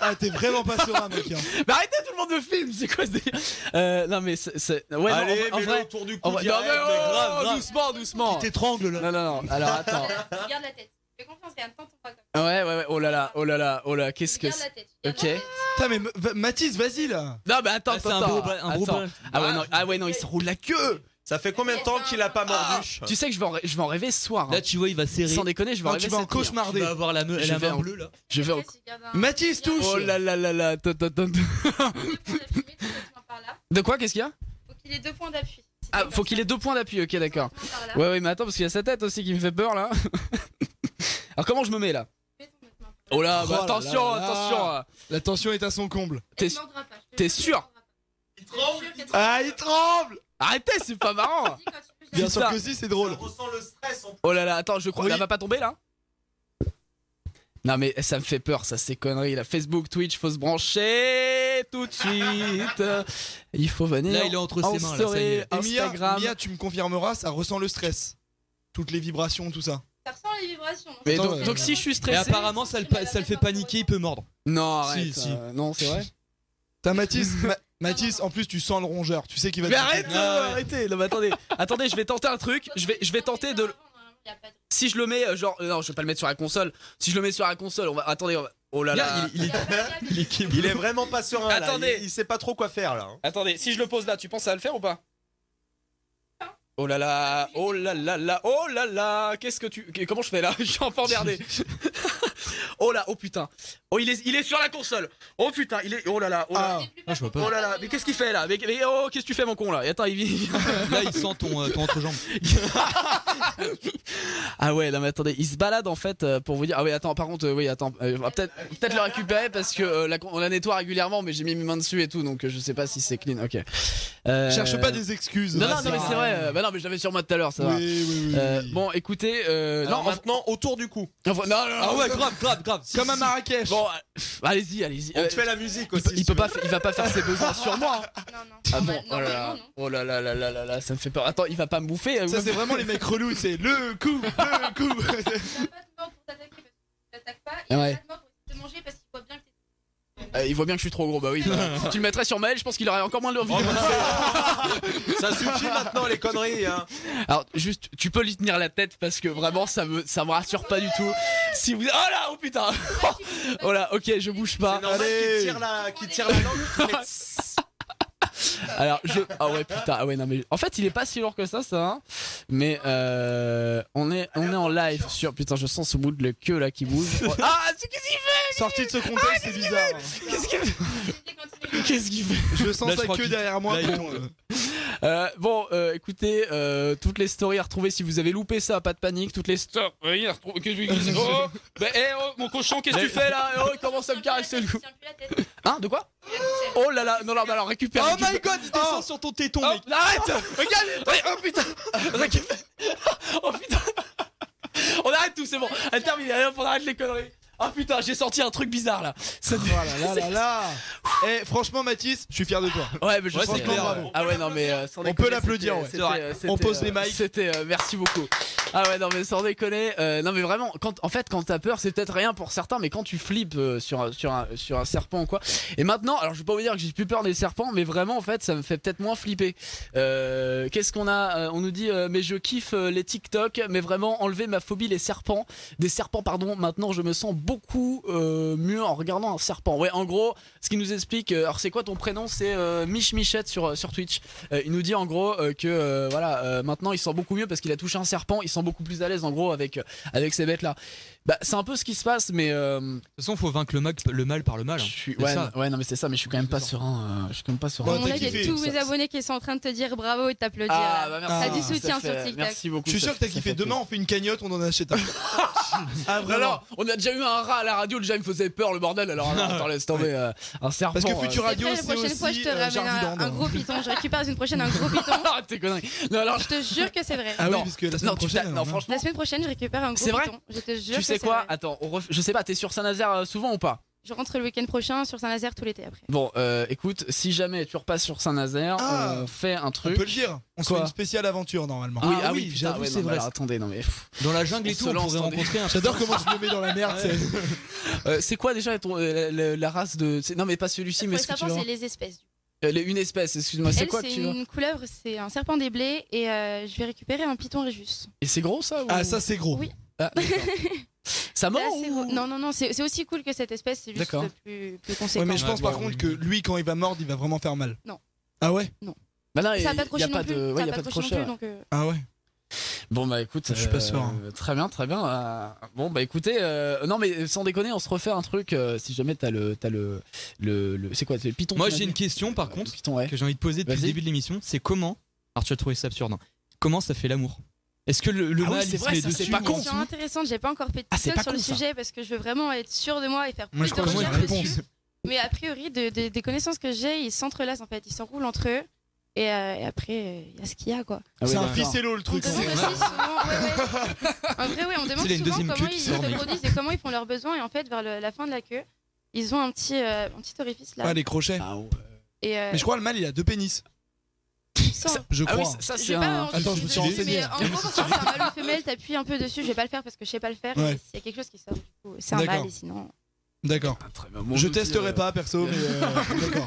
[SPEAKER 5] Ah t'es vraiment pas serein mec. hein.
[SPEAKER 4] Mais arrêtez tout le monde de film, c'est quoi ce délire Euh, Non mais c'est. c'est- Ouais,
[SPEAKER 5] Allez,
[SPEAKER 4] non, en- en,
[SPEAKER 5] mets-le
[SPEAKER 4] vrai,
[SPEAKER 5] autour du
[SPEAKER 4] en
[SPEAKER 5] cou
[SPEAKER 4] vrai-
[SPEAKER 5] direct,
[SPEAKER 4] non, mais oh,
[SPEAKER 5] grave, grave.
[SPEAKER 4] doucement, doucement.
[SPEAKER 5] Tu t'étrangles là.
[SPEAKER 4] Non, non, non. Alors attends.
[SPEAKER 6] Regarde la tête. Fais confiance, regarde, tente ton pas comme
[SPEAKER 4] Ouais, ouais, ouais. Oh là là, oh là là, oh là. Qu'est-ce que
[SPEAKER 6] Regarde la
[SPEAKER 4] c'est
[SPEAKER 6] tête.
[SPEAKER 4] Ok.
[SPEAKER 5] Putain mais va- Mathis vas-y là.
[SPEAKER 4] Non mais attends,
[SPEAKER 5] Ah, c'est
[SPEAKER 4] attends,
[SPEAKER 5] un beau
[SPEAKER 4] attends.
[SPEAKER 5] bal- un beau
[SPEAKER 4] attends.
[SPEAKER 5] bal.
[SPEAKER 4] Ah ouais, non, ah ouais, non, il se roule la queue. Ah,
[SPEAKER 12] Ça fait combien de temps qu'il a pas mordu Oh,
[SPEAKER 4] Tu sais que je vais en, ré- je vais en rêver ce soir. hein.
[SPEAKER 7] Là, tu vois, il va serrer.
[SPEAKER 4] Sans déconner, je vais en
[SPEAKER 7] Non,
[SPEAKER 4] rêver
[SPEAKER 7] tu vas en
[SPEAKER 4] cette nuit, hein.
[SPEAKER 7] cauchemarder. Tu vas avoir la me-
[SPEAKER 4] Je
[SPEAKER 7] la
[SPEAKER 4] vais
[SPEAKER 7] main
[SPEAKER 4] en-
[SPEAKER 7] bleue, là.
[SPEAKER 4] Je vais en.
[SPEAKER 12] Mathis touche
[SPEAKER 4] Oh là là là là. attends, attends, attends. De quoi Qu'est-ce qu'il y a
[SPEAKER 6] Il est deux points d'appui.
[SPEAKER 4] Ah, faut qu'il ait deux points d'appui, ok, d'accord.
[SPEAKER 6] par là.
[SPEAKER 4] Ouais, ouais, mais attends, parce qu'il y a sa tête aussi qui me fait peur là. [laughs] Alors, comment je me mets là Oh là, bah,
[SPEAKER 5] Oh là
[SPEAKER 4] attention,
[SPEAKER 5] là là.
[SPEAKER 4] attention. hein.
[SPEAKER 5] La tension est à son comble.
[SPEAKER 4] T'es t'es sûr
[SPEAKER 5] Ah, il tremble
[SPEAKER 4] Arrêtez, c'est pas marrant.
[SPEAKER 5] Bien sûr
[SPEAKER 4] Putain.
[SPEAKER 5] que si, c'est drôle.
[SPEAKER 4] Oh là là, attends, je crois qu'elle va pas tomber là Non mais ça me fait peur, ça ces conneries là. Facebook, Twitch, faut se brancher tout de suite. Il faut venir.
[SPEAKER 7] Là, il est entre ses
[SPEAKER 4] en
[SPEAKER 7] mains, là, ça y est.
[SPEAKER 4] story,
[SPEAKER 5] Et Mia,
[SPEAKER 4] Instagram.
[SPEAKER 5] Mia, tu me confirmeras, ça ressent le stress. Toutes les vibrations, tout ça.
[SPEAKER 6] Ça ressent les vibrations.
[SPEAKER 4] Mais
[SPEAKER 5] Attends,
[SPEAKER 4] donc,
[SPEAKER 5] euh,
[SPEAKER 4] donc si je suis
[SPEAKER 7] Et
[SPEAKER 4] stressé.
[SPEAKER 7] apparemment, ça le, pa- ça le fait paniquer, il peut mordre.
[SPEAKER 4] Non,
[SPEAKER 5] Si,
[SPEAKER 4] arrête.
[SPEAKER 5] si.
[SPEAKER 4] euh, non, c'est vrai.
[SPEAKER 5] [laughs] T'as Mathis, Ma- Mathis, en plus, tu sens le rongeur. Tu sais qu'il va
[SPEAKER 4] Mais
[SPEAKER 5] te-
[SPEAKER 4] arrête,
[SPEAKER 5] Ah, ouais.
[SPEAKER 4] arrêtez. Non, mais attendez, attendez, je vais tenter un truc. Je vais, je vais tenter de. Si je le mets, euh, genre, euh, non, je vais pas le mettre sur la console. Si je le mets sur la console, on va. Attendez, on va- oh là là.
[SPEAKER 7] Regarde, il, il est. [laughs] il est
[SPEAKER 12] Il est vraiment pas serein. là.
[SPEAKER 4] Attendez.
[SPEAKER 12] Il, il sait pas trop quoi faire là.
[SPEAKER 4] Attendez, si je le pose là, tu penses à le faire ou pas Oh là là, oh là là là, oh là là, qu'est-ce que tu. que- Comment je fais là [laughs] Je suis encore emmerdé. oh là, oh putain. Oh, il est, il est sur la console. Oh putain, il est. Oh là là, oh là.
[SPEAKER 7] Ah, je vois pas.
[SPEAKER 4] Oh là là, mais qu'est-ce qu'il fait là mais, mais, oh, qu'est-ce que tu fais mon con là Et attends, il vient.
[SPEAKER 7] Là, il sent ton, euh, ton entrejambe.
[SPEAKER 4] ah ouais, non mais attendez, il se balade en fait euh, pour vous dire. Ah ouais, attends, par contre, euh, oui, attends, euh, on va peut-être peut-être le récupérer parce que euh, la con- on la nettoie régulièrement, mais j'ai mis mes mains dessus et tout, donc euh, je sais pas si c'est clean. Ok. Euh,
[SPEAKER 5] Cherche pas des excuses.
[SPEAKER 4] Non,
[SPEAKER 5] Ah,
[SPEAKER 4] non, non,
[SPEAKER 5] ça
[SPEAKER 4] mais
[SPEAKER 5] va.
[SPEAKER 4] c'est vrai. euh, bah non, mais je l'avais sur moi tout à l'heure, ça va.
[SPEAKER 5] Oui, oui, oui.
[SPEAKER 4] Euh,
[SPEAKER 5] oui.
[SPEAKER 4] bon, écoutez, euh,
[SPEAKER 12] Alors
[SPEAKER 4] non,
[SPEAKER 12] maintenant, autour du cou.
[SPEAKER 4] on- on- non, non, non,
[SPEAKER 7] Ah ouais, grave, grave, grave. Si,
[SPEAKER 5] Comme
[SPEAKER 7] si,
[SPEAKER 5] à
[SPEAKER 7] si.
[SPEAKER 5] Marrakech.
[SPEAKER 4] Bon, euh, allez-y, allez-y.
[SPEAKER 12] On
[SPEAKER 4] Euh,
[SPEAKER 12] te fait la musique
[SPEAKER 4] il,
[SPEAKER 12] aussi.
[SPEAKER 4] peut- il peut pas, fa- il va pas faire ses besoins sur moi.
[SPEAKER 6] Non, non.
[SPEAKER 4] Ah bon,
[SPEAKER 6] Normal-
[SPEAKER 4] oh là
[SPEAKER 6] normalement,
[SPEAKER 4] là,
[SPEAKER 6] non.
[SPEAKER 4] oh là là là là là là, ça me fait peur. Attends, il va pas me bouffer. euh,
[SPEAKER 5] Ça,
[SPEAKER 4] même-
[SPEAKER 5] c'est vraiment les mecs relous. C'est le coup,
[SPEAKER 4] [laughs]
[SPEAKER 5] le coup.
[SPEAKER 6] Il va pas te mordre pour t'attaquer parce que tu l'attaques pas. Il
[SPEAKER 4] Ouais.
[SPEAKER 6] va pas te mordre pour te manger parce qu'il voit bien que t'es.
[SPEAKER 4] Euh, il voit bien que je suis trop gros, bah oui.
[SPEAKER 12] [laughs]
[SPEAKER 4] Si tu le mettrais sur Maël, je pense qu'il aurait encore moins de envie.
[SPEAKER 12] Oh, bah,
[SPEAKER 4] [laughs]
[SPEAKER 12] Ça suffit maintenant les conneries. Hein.
[SPEAKER 4] Alors, juste, tu peux lui tenir la tête parce que vraiment, ça me, ça me rassure pas du tout. Si vous. Oh là, oh putain [laughs] Oh là, ok, je bouge pas.
[SPEAKER 12] C'est normal
[SPEAKER 5] Allez.
[SPEAKER 12] qu'il tire la, qu'il tire la langue.
[SPEAKER 4] [laughs]
[SPEAKER 12] qu'il mette-
[SPEAKER 4] Alors, je. Ah ouais, putain, ah ouais, non, mais. En fait, il est pas si lourd que ça, ça. hein. Mais, euh. On est, on est en live sur. Putain, je sens ce bout de la queue là qui
[SPEAKER 12] [laughs]
[SPEAKER 4] bouge. Ah, c'est- qu'est-ce qu'il fait Ah,
[SPEAKER 5] Sorti de ce contexte, c'est bizarre.
[SPEAKER 4] Qu'est-ce qu'il fait
[SPEAKER 6] J'ai continué.
[SPEAKER 4] Qu'est-ce qu'il fait
[SPEAKER 5] Je sens
[SPEAKER 7] Là, je
[SPEAKER 5] sa
[SPEAKER 7] crois
[SPEAKER 5] queue
[SPEAKER 7] qu'il-
[SPEAKER 5] derrière moi.
[SPEAKER 7] là, il
[SPEAKER 5] bon,
[SPEAKER 7] tombe.
[SPEAKER 5] euh,
[SPEAKER 4] Euh, bon, euh, écoutez, euh, toutes les stories à retrouver. Si vous avez loupé ça, pas de panique. Toutes les stories à retrouver. Qu'est-ce que tu fais Oh, bah, eh, oh, mon cochon, qu'est-ce que tu fais là Eh, Oh, il commence à me caresser le cou.
[SPEAKER 6] Tiens plus la tête.
[SPEAKER 4] Hein, de quoi Oh là là, non, non, mais alors récupère.
[SPEAKER 7] Oh
[SPEAKER 4] récupère.
[SPEAKER 7] my god, il descend sur ton téton,
[SPEAKER 4] Oh,
[SPEAKER 7] mec.
[SPEAKER 4] arrête [laughs] Regarde Regarde, Oh putain [laughs] Récupère. Oh putain [laughs] On arrête tout, c'est bon. Elle termine, allez, hop, on arrête les conneries. Oh putain, j'ai sorti un truc bizarre là. Ça-
[SPEAKER 5] Oh là là
[SPEAKER 4] [laughs]
[SPEAKER 5] là là. Eh, franchement, Mathis, je suis fier de toi.
[SPEAKER 4] Ouais, mais je
[SPEAKER 5] Ouais,
[SPEAKER 4] pense
[SPEAKER 5] c'est
[SPEAKER 4] que-
[SPEAKER 5] clair, bravo.
[SPEAKER 4] Ah ouais, non, mais euh, sans
[SPEAKER 5] On
[SPEAKER 4] déconner,
[SPEAKER 5] peut l'applaudir,
[SPEAKER 4] c'était- c'était,
[SPEAKER 5] ouais.
[SPEAKER 7] C'est vrai.
[SPEAKER 4] euh, c'était,
[SPEAKER 5] On pose
[SPEAKER 4] euh,
[SPEAKER 5] les mics.
[SPEAKER 4] C'était, euh, merci beaucoup. Ah ouais, non, mais sans déconner. euh, non, mais vraiment, quand, en fait, quand t'as peur, c'est peut-être rien pour certains, mais quand tu flippes euh, sur, un- sur, un, sur un serpent ou quoi. Et maintenant, alors je vais pas vous dire que j'ai plus peur des serpents, mais vraiment, en fait, ça me fait peut-être moins flipper. Euh, Qu'est-ce qu'on a euh, On nous dit, euh, mais je kiffe euh, les TikTok, mais vraiment, enlever ma phobie, les serpents. Des serpents, pardon. Maintenant, je me sens beaucoup euh, mieux en regardant un serpent. Ouais, en gros, ce qui nous explique. euh, alors, c'est quoi ton prénom C'est euh, Mich Michette sur, euh, sur Twitch. Euh, il nous dit en gros euh, que euh, voilà, euh, maintenant il sent beaucoup mieux parce qu'il a touché un serpent. Il sent beaucoup plus à l'aise en gros avec, euh, avec ces bêtes là. Bah, c'est un peu ce qui se passe, mais euh,
[SPEAKER 7] De toute façon, faut vaincre le, mag- le mal par le mal. hein.
[SPEAKER 4] je suis.
[SPEAKER 7] C'est
[SPEAKER 4] Ouais,
[SPEAKER 7] ça.
[SPEAKER 4] non, ouais, non, mais c'est ça, mais je suis quand même pas serein. euh, je suis quand même pas serein.
[SPEAKER 5] Bon,
[SPEAKER 6] Bon, là,
[SPEAKER 5] t'as
[SPEAKER 6] il y a
[SPEAKER 5] kiffé,
[SPEAKER 6] tous
[SPEAKER 4] ça,
[SPEAKER 6] mes
[SPEAKER 4] ça.
[SPEAKER 6] abonnés qui sont en train de te dire bravo et de t'applaudir.
[SPEAKER 4] Ah, bah merci.
[SPEAKER 6] T'as du
[SPEAKER 4] Ça
[SPEAKER 6] soutien
[SPEAKER 4] fait-
[SPEAKER 6] sur TikTok.
[SPEAKER 4] Merci beaucoup.
[SPEAKER 5] Je suis sûr que t'as
[SPEAKER 4] ça
[SPEAKER 5] kiffé.
[SPEAKER 4] fait
[SPEAKER 5] Demain, on fait une cagnotte, on en
[SPEAKER 4] [laughs]
[SPEAKER 5] achète un. ah,
[SPEAKER 4] Non,
[SPEAKER 5] vraiment
[SPEAKER 4] non, on a déjà eu un rat à la radio, déjà il me faisait peur le bordel,
[SPEAKER 5] [laughs]
[SPEAKER 4] alors non, attends, laisse tomber euh, un serpent.
[SPEAKER 5] Parce que
[SPEAKER 4] euh,
[SPEAKER 5] Futura-
[SPEAKER 6] C'est
[SPEAKER 5] Radio,
[SPEAKER 6] vrai,
[SPEAKER 5] c'est
[SPEAKER 6] la prochaine fois, je
[SPEAKER 5] aussi,
[SPEAKER 6] te
[SPEAKER 5] euh,
[SPEAKER 6] ramène un,
[SPEAKER 5] Jardiland.
[SPEAKER 6] un gros piton. Je récupère la semaine prochaine
[SPEAKER 4] [laughs]
[SPEAKER 6] un gros piton.
[SPEAKER 4] Arrête Ah, tes conneries. Non, alors,
[SPEAKER 6] Je te jure que c'est vrai.
[SPEAKER 5] Ah oui,
[SPEAKER 4] non,
[SPEAKER 5] parce que la
[SPEAKER 4] non,
[SPEAKER 5] semaine
[SPEAKER 4] tu
[SPEAKER 5] prochaine,
[SPEAKER 4] t'as-
[SPEAKER 5] alors,
[SPEAKER 4] non,
[SPEAKER 5] hein.
[SPEAKER 4] franchement,
[SPEAKER 6] La semaine prochaine, je récupère un gros
[SPEAKER 4] C'est vrai
[SPEAKER 6] piton. Je te jure.
[SPEAKER 4] tu
[SPEAKER 6] que
[SPEAKER 4] sais
[SPEAKER 6] c'est
[SPEAKER 4] quoi
[SPEAKER 6] vrai.
[SPEAKER 4] Attends, on ref- je sais pas, t'es sur Saint-Nazaire euh, souvent ou pas
[SPEAKER 6] Je rentre le week-end prochain sur Saint-Nazaire tout l'été après.
[SPEAKER 4] Bon, euh, écoute, si jamais tu repasses sur Saint-Nazaire,
[SPEAKER 5] Ah.
[SPEAKER 4] on fait un
[SPEAKER 5] On
[SPEAKER 4] truc.
[SPEAKER 5] peut le dire. On se
[SPEAKER 4] Quoi
[SPEAKER 5] fait une spéciale aventure normalement.
[SPEAKER 4] Oui,
[SPEAKER 7] Ah
[SPEAKER 4] ah
[SPEAKER 7] oui,
[SPEAKER 4] oui, putain,
[SPEAKER 7] j'avoue,
[SPEAKER 4] ouais,
[SPEAKER 7] c'est
[SPEAKER 4] non, mais
[SPEAKER 7] vrai.
[SPEAKER 4] alors, attendez, non mais. pff.
[SPEAKER 7] Dans la jungle
[SPEAKER 4] On
[SPEAKER 7] et tout,
[SPEAKER 4] se
[SPEAKER 7] on
[SPEAKER 4] lance,
[SPEAKER 7] pourrait
[SPEAKER 4] attendez. [laughs]
[SPEAKER 7] rencontrer un
[SPEAKER 5] J'adore comment je me mets dans la merde. c'est-
[SPEAKER 4] Euh, c'est quoi déjà ton- euh, la, la- la race de. c'est- Non mais pas celui-ci, mais
[SPEAKER 6] Pour
[SPEAKER 4] ce que tu
[SPEAKER 6] serpent,
[SPEAKER 4] veux.
[SPEAKER 6] c'est les espèces.
[SPEAKER 4] Euh, les- Une espèce, excuse-moi, c'est
[SPEAKER 6] Elle,
[SPEAKER 4] quoi que
[SPEAKER 6] c'est
[SPEAKER 4] tu veux
[SPEAKER 6] une couleuvre, c'est un serpent des blés et euh, je vais récupérer un python régus.
[SPEAKER 4] Et c'est gros ça ou-
[SPEAKER 5] Ah, ça c'est gros.
[SPEAKER 6] Oui.
[SPEAKER 4] Ah, d'accord. Ça
[SPEAKER 6] C'est
[SPEAKER 4] mord
[SPEAKER 6] assez gros.
[SPEAKER 4] ou-
[SPEAKER 6] Non, non, non, c'est c'est aussi cool que cette espèce, c'est juste
[SPEAKER 4] D'accord.
[SPEAKER 6] plus, plus
[SPEAKER 5] Ouais,
[SPEAKER 6] conséquent.
[SPEAKER 5] mais je pense par
[SPEAKER 7] Ouais,
[SPEAKER 5] contre que
[SPEAKER 7] ouais.
[SPEAKER 5] lui, quand il va mordre, il va vraiment faire mal.
[SPEAKER 6] Non.
[SPEAKER 5] Ah ouais
[SPEAKER 6] Non.
[SPEAKER 4] Bah non,
[SPEAKER 6] Ça
[SPEAKER 4] il
[SPEAKER 6] va
[SPEAKER 4] n'y
[SPEAKER 6] pas
[SPEAKER 4] a
[SPEAKER 6] accroché non
[SPEAKER 4] pas de,
[SPEAKER 6] plus, ça
[SPEAKER 4] ouais,
[SPEAKER 6] va
[SPEAKER 4] y a
[SPEAKER 6] pas
[SPEAKER 4] pas de
[SPEAKER 6] accrocher
[SPEAKER 4] crochet.
[SPEAKER 6] non plus,
[SPEAKER 4] ouais.
[SPEAKER 6] donc, euh.
[SPEAKER 5] Ah ouais.
[SPEAKER 4] Bon bah écoute,
[SPEAKER 5] Je suis pas sûr, hein.
[SPEAKER 4] Très bien, très bien. euh, bon bah écoutez, euh, non mais sans déconner, on se refait un truc. euh, si jamais t'as le, t'as le, le, le- c'est quoi, c'est le Python
[SPEAKER 7] Moi
[SPEAKER 4] tu m'as
[SPEAKER 7] j'ai une
[SPEAKER 4] dit
[SPEAKER 7] question par contre que j'ai envie de poser depuis le
[SPEAKER 4] Vas-y.
[SPEAKER 7] début de l'émission, c'est comment Alors tu as trouvé ça absurde. hein. Comment ça fait l'amour Est-ce que le, le
[SPEAKER 4] Ah oui,
[SPEAKER 7] mâle
[SPEAKER 4] c'est
[SPEAKER 7] il se
[SPEAKER 4] vrai,
[SPEAKER 7] met
[SPEAKER 4] ça,
[SPEAKER 7] dessus
[SPEAKER 4] c'est pas
[SPEAKER 7] ou en
[SPEAKER 4] con.
[SPEAKER 7] dessous
[SPEAKER 6] C'est intéressant, j'ai pas encore fait de
[SPEAKER 7] Ah, c'est
[SPEAKER 6] TikTok
[SPEAKER 7] pas
[SPEAKER 6] sur le
[SPEAKER 7] con, ça.
[SPEAKER 6] sujet parce que je veux vraiment être sûre de moi et faire
[SPEAKER 7] Moi,
[SPEAKER 6] plus
[SPEAKER 7] je
[SPEAKER 6] de
[SPEAKER 7] crois que moi, j'ai
[SPEAKER 6] recherches
[SPEAKER 7] une réponse.
[SPEAKER 6] dessus. Mais a priori, de- de- des connaissances que j'ai, ils s'entrelacent en fait, ils s'enroulent entre eux. Et, euh, et après, il y a ce qu'il y a quoi.
[SPEAKER 5] Ah oui, C'est un d'accord. ficello, le truc,
[SPEAKER 6] On me demande
[SPEAKER 5] c'est-
[SPEAKER 6] aussi souvent, ouais, ouais. En vrai, ouais, on me
[SPEAKER 7] Tu sais, il
[SPEAKER 6] demande
[SPEAKER 7] y a une
[SPEAKER 6] souvent
[SPEAKER 7] deuxième
[SPEAKER 6] comment
[SPEAKER 7] queue qui
[SPEAKER 6] ils se
[SPEAKER 7] sort, mais-
[SPEAKER 6] reproduisent et comment ils font leurs besoins. Et en fait, vers le- la fin de la queue, ils ont un petit, euh, un petit orifice là.
[SPEAKER 5] Ah, les crochets.
[SPEAKER 6] Et, euh,
[SPEAKER 5] Mais je crois que le mâle il a deux pénis. Je
[SPEAKER 4] Ah oui,
[SPEAKER 5] crois.
[SPEAKER 4] ça,
[SPEAKER 6] Je vais pas rentrer
[SPEAKER 5] Attends, je me suis
[SPEAKER 6] dessus,
[SPEAKER 5] renseigné.
[SPEAKER 6] mais en gros, quand c'est un mâle ou une femelle, t'appuies un peu dessus. Je vais pas le faire parce que je sais pas le faire.
[SPEAKER 5] Ouais.
[SPEAKER 6] et S'il y a quelque chose qui sort, du coup, c'est un
[SPEAKER 5] D'accord.
[SPEAKER 6] mâle et sinon.
[SPEAKER 5] D'accord.
[SPEAKER 4] Mon
[SPEAKER 5] Je
[SPEAKER 4] outil,
[SPEAKER 5] testerai
[SPEAKER 4] euh,
[SPEAKER 5] pas perso, mais
[SPEAKER 4] [laughs]
[SPEAKER 5] euh, d'accord.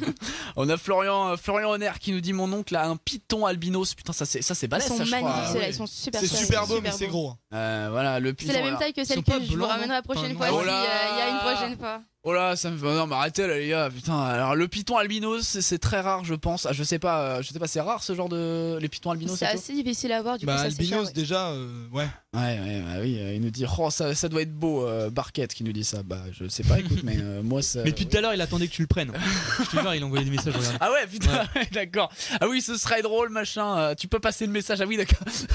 [SPEAKER 4] On a Florian, euh, Florian Honner qui nous dit mon oncle a un python albinos. Putain, ça c'est, ça c'est balèze.
[SPEAKER 6] Ils sont
[SPEAKER 4] ça, je crois.
[SPEAKER 6] magnifiques, ceux-là, ils sont super
[SPEAKER 5] Ah C'est
[SPEAKER 6] chouettes,
[SPEAKER 5] super
[SPEAKER 6] ils
[SPEAKER 5] beau,
[SPEAKER 6] sont
[SPEAKER 5] mais c'est gros.
[SPEAKER 4] Euh, voilà, le
[SPEAKER 6] C'est
[SPEAKER 4] python.
[SPEAKER 6] la même taille que celle que je vous ramènerai la prochaine fois.
[SPEAKER 4] non
[SPEAKER 6] s'il y
[SPEAKER 4] Oh là
[SPEAKER 6] a une prochaine fois.
[SPEAKER 4] Oh là, ça me fait. Non, mais arrêtez là, les gars. Putain, alors le python albinos, c'est, c'est très rare, je pense. Ah, je sais pas, euh, je sais pas, c'est rare ce genre de. Les pythons albinos,
[SPEAKER 6] C'est
[SPEAKER 4] et tout
[SPEAKER 6] assez difficile à voir, du coup,
[SPEAKER 4] Bah,
[SPEAKER 6] ça c'est cher,
[SPEAKER 4] albinos,
[SPEAKER 6] ouais.
[SPEAKER 5] Déjà, euh, ouais.
[SPEAKER 4] Ouais, ouais, bah oui, euh, il nous dit, oh, ça, ça doit être beau, euh, Barquette qui nous dit ça. Bah, je sais pas,
[SPEAKER 5] [laughs]
[SPEAKER 4] écoute, mais euh, moi, ça.
[SPEAKER 7] Mais depuis tout à l'heure, il attendait que tu
[SPEAKER 4] [laughs]
[SPEAKER 7] le prennes. je te jure, il envoyait des messages. regarde.
[SPEAKER 4] Ah ouais, putain, ouais, [laughs] d'accord. Ah oui, ce serait drôle, machin. euh, tu peux passer le message. Ah oui, d'accord. [laughs]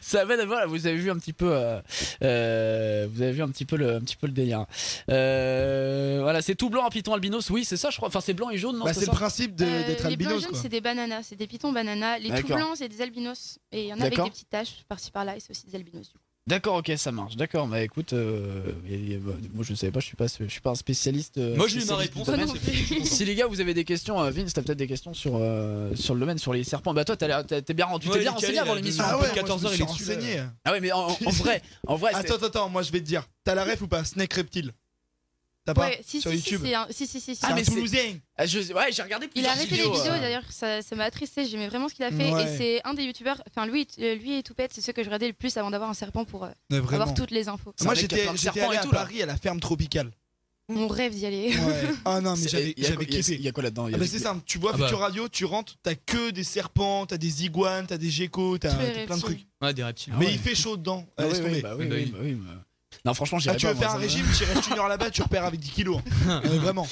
[SPEAKER 4] Ça va, voilà, vous avez vu un petit peu, euh, euh, vous avez vu un petit peu le, un petit peu le délire. Euh, voilà, c'est tout blanc un python albinos. Oui, c'est ça, je crois. Enfin, c'est blanc et jaune, non
[SPEAKER 5] Bah, c'est
[SPEAKER 4] ça
[SPEAKER 5] le principe de- d'être
[SPEAKER 6] Euh, les blancs et
[SPEAKER 5] albinos
[SPEAKER 6] jaunes,
[SPEAKER 5] quoi.
[SPEAKER 6] c'est des bananas, c'est des pitons bananas. Les tout
[SPEAKER 4] D'accord.
[SPEAKER 6] blancs, c'est des albinos. Et il y en a avec
[SPEAKER 4] D'accord.
[SPEAKER 6] des petites taches par-ci par-là, et c'est aussi des albinos. Du coup.
[SPEAKER 4] D'accord, ok, ça marche. D'accord, bah écoute, euh, et- et, bah, moi je ne savais pas, je suis pas, je suis pas un spécialiste. euh,
[SPEAKER 7] Moi, j'ai eu ma
[SPEAKER 4] spécialiste du
[SPEAKER 7] réponse,
[SPEAKER 4] domaine.
[SPEAKER 7] mais c'est- je suis content.
[SPEAKER 4] si les gars, vous avez des questions, euh, Vince, t'as peut-être des questions sur euh, sur le domaine, sur les serpents. Bah toi, t'as l'air- t'as- t'es bien, rendu- tu t'es
[SPEAKER 5] Ah Ouais,
[SPEAKER 4] bien
[SPEAKER 5] il est
[SPEAKER 4] renseigné
[SPEAKER 5] calé,
[SPEAKER 4] avant
[SPEAKER 5] là,
[SPEAKER 4] l'émission.
[SPEAKER 5] depuis
[SPEAKER 4] Depuis
[SPEAKER 5] 14 heures,
[SPEAKER 4] heures,
[SPEAKER 5] il est
[SPEAKER 4] dessus, là.
[SPEAKER 5] renseigné.
[SPEAKER 4] Ah ouais, mais en, en
[SPEAKER 5] [laughs]
[SPEAKER 4] vrai, en vrai, c'est-
[SPEAKER 5] Attends, attends, attends, moi je vais te dire. T'as la ref ou pas Snake Reptile T'as pas
[SPEAKER 6] Ouais, si,
[SPEAKER 5] Sur
[SPEAKER 6] si, si,
[SPEAKER 5] YouTube
[SPEAKER 6] c'est un- si, si, si, si.
[SPEAKER 5] Ah, mais c'est- Toulousain.
[SPEAKER 4] Ah, je- Ouais, j'ai regardé
[SPEAKER 6] Il
[SPEAKER 4] plusieurs
[SPEAKER 6] a arrêté les
[SPEAKER 4] vidéos,
[SPEAKER 6] vidéos
[SPEAKER 4] euh.
[SPEAKER 6] d'ailleurs, ça ça m'a attristé, j'aimais vraiment ce qu'il a fait.
[SPEAKER 4] Ouais.
[SPEAKER 6] Et c'est un des youtubeurs, enfin lui, euh, lui et Toupette, c'est ceux que je regardais le plus avant d'avoir un serpent pour euh,
[SPEAKER 5] Mais vraiment.
[SPEAKER 6] avoir toutes les infos.
[SPEAKER 5] Moi j'étais j'étais allé à Paris à la ferme
[SPEAKER 6] [laughs]
[SPEAKER 5] tropicale.
[SPEAKER 6] Mon rêve d'y aller. [laughs]
[SPEAKER 5] Ouais. Ah non, mais
[SPEAKER 4] C'est-
[SPEAKER 5] j'avais
[SPEAKER 4] il y a
[SPEAKER 5] j'avais
[SPEAKER 4] quoi- il y a-
[SPEAKER 5] kiffé.
[SPEAKER 4] il y a quoi là-dedans Il y
[SPEAKER 5] Ah
[SPEAKER 4] a
[SPEAKER 5] bah
[SPEAKER 4] des-
[SPEAKER 5] c'est simple, tu vois
[SPEAKER 4] Ah bah.
[SPEAKER 5] Future Radio, tu rentres, t'as que des serpents, t'as des iguanes, t'as des geckos, t'as
[SPEAKER 4] Tous les
[SPEAKER 5] t'as plein de trucs.
[SPEAKER 4] reptiles.
[SPEAKER 7] Ouais, des reptiles.
[SPEAKER 5] Mais il fait chaud dedans.
[SPEAKER 4] Ah
[SPEAKER 5] Laisse
[SPEAKER 4] oui, oui,
[SPEAKER 5] tomber.
[SPEAKER 4] bah oui, oui, bah oui, bah- Non, franchement, j'ai
[SPEAKER 5] Ah, tu veux faire un régime, tu restes une heure
[SPEAKER 6] [laughs]
[SPEAKER 5] là-bas, tu repères avec 10 kilos. hein. Euh, Vraiment.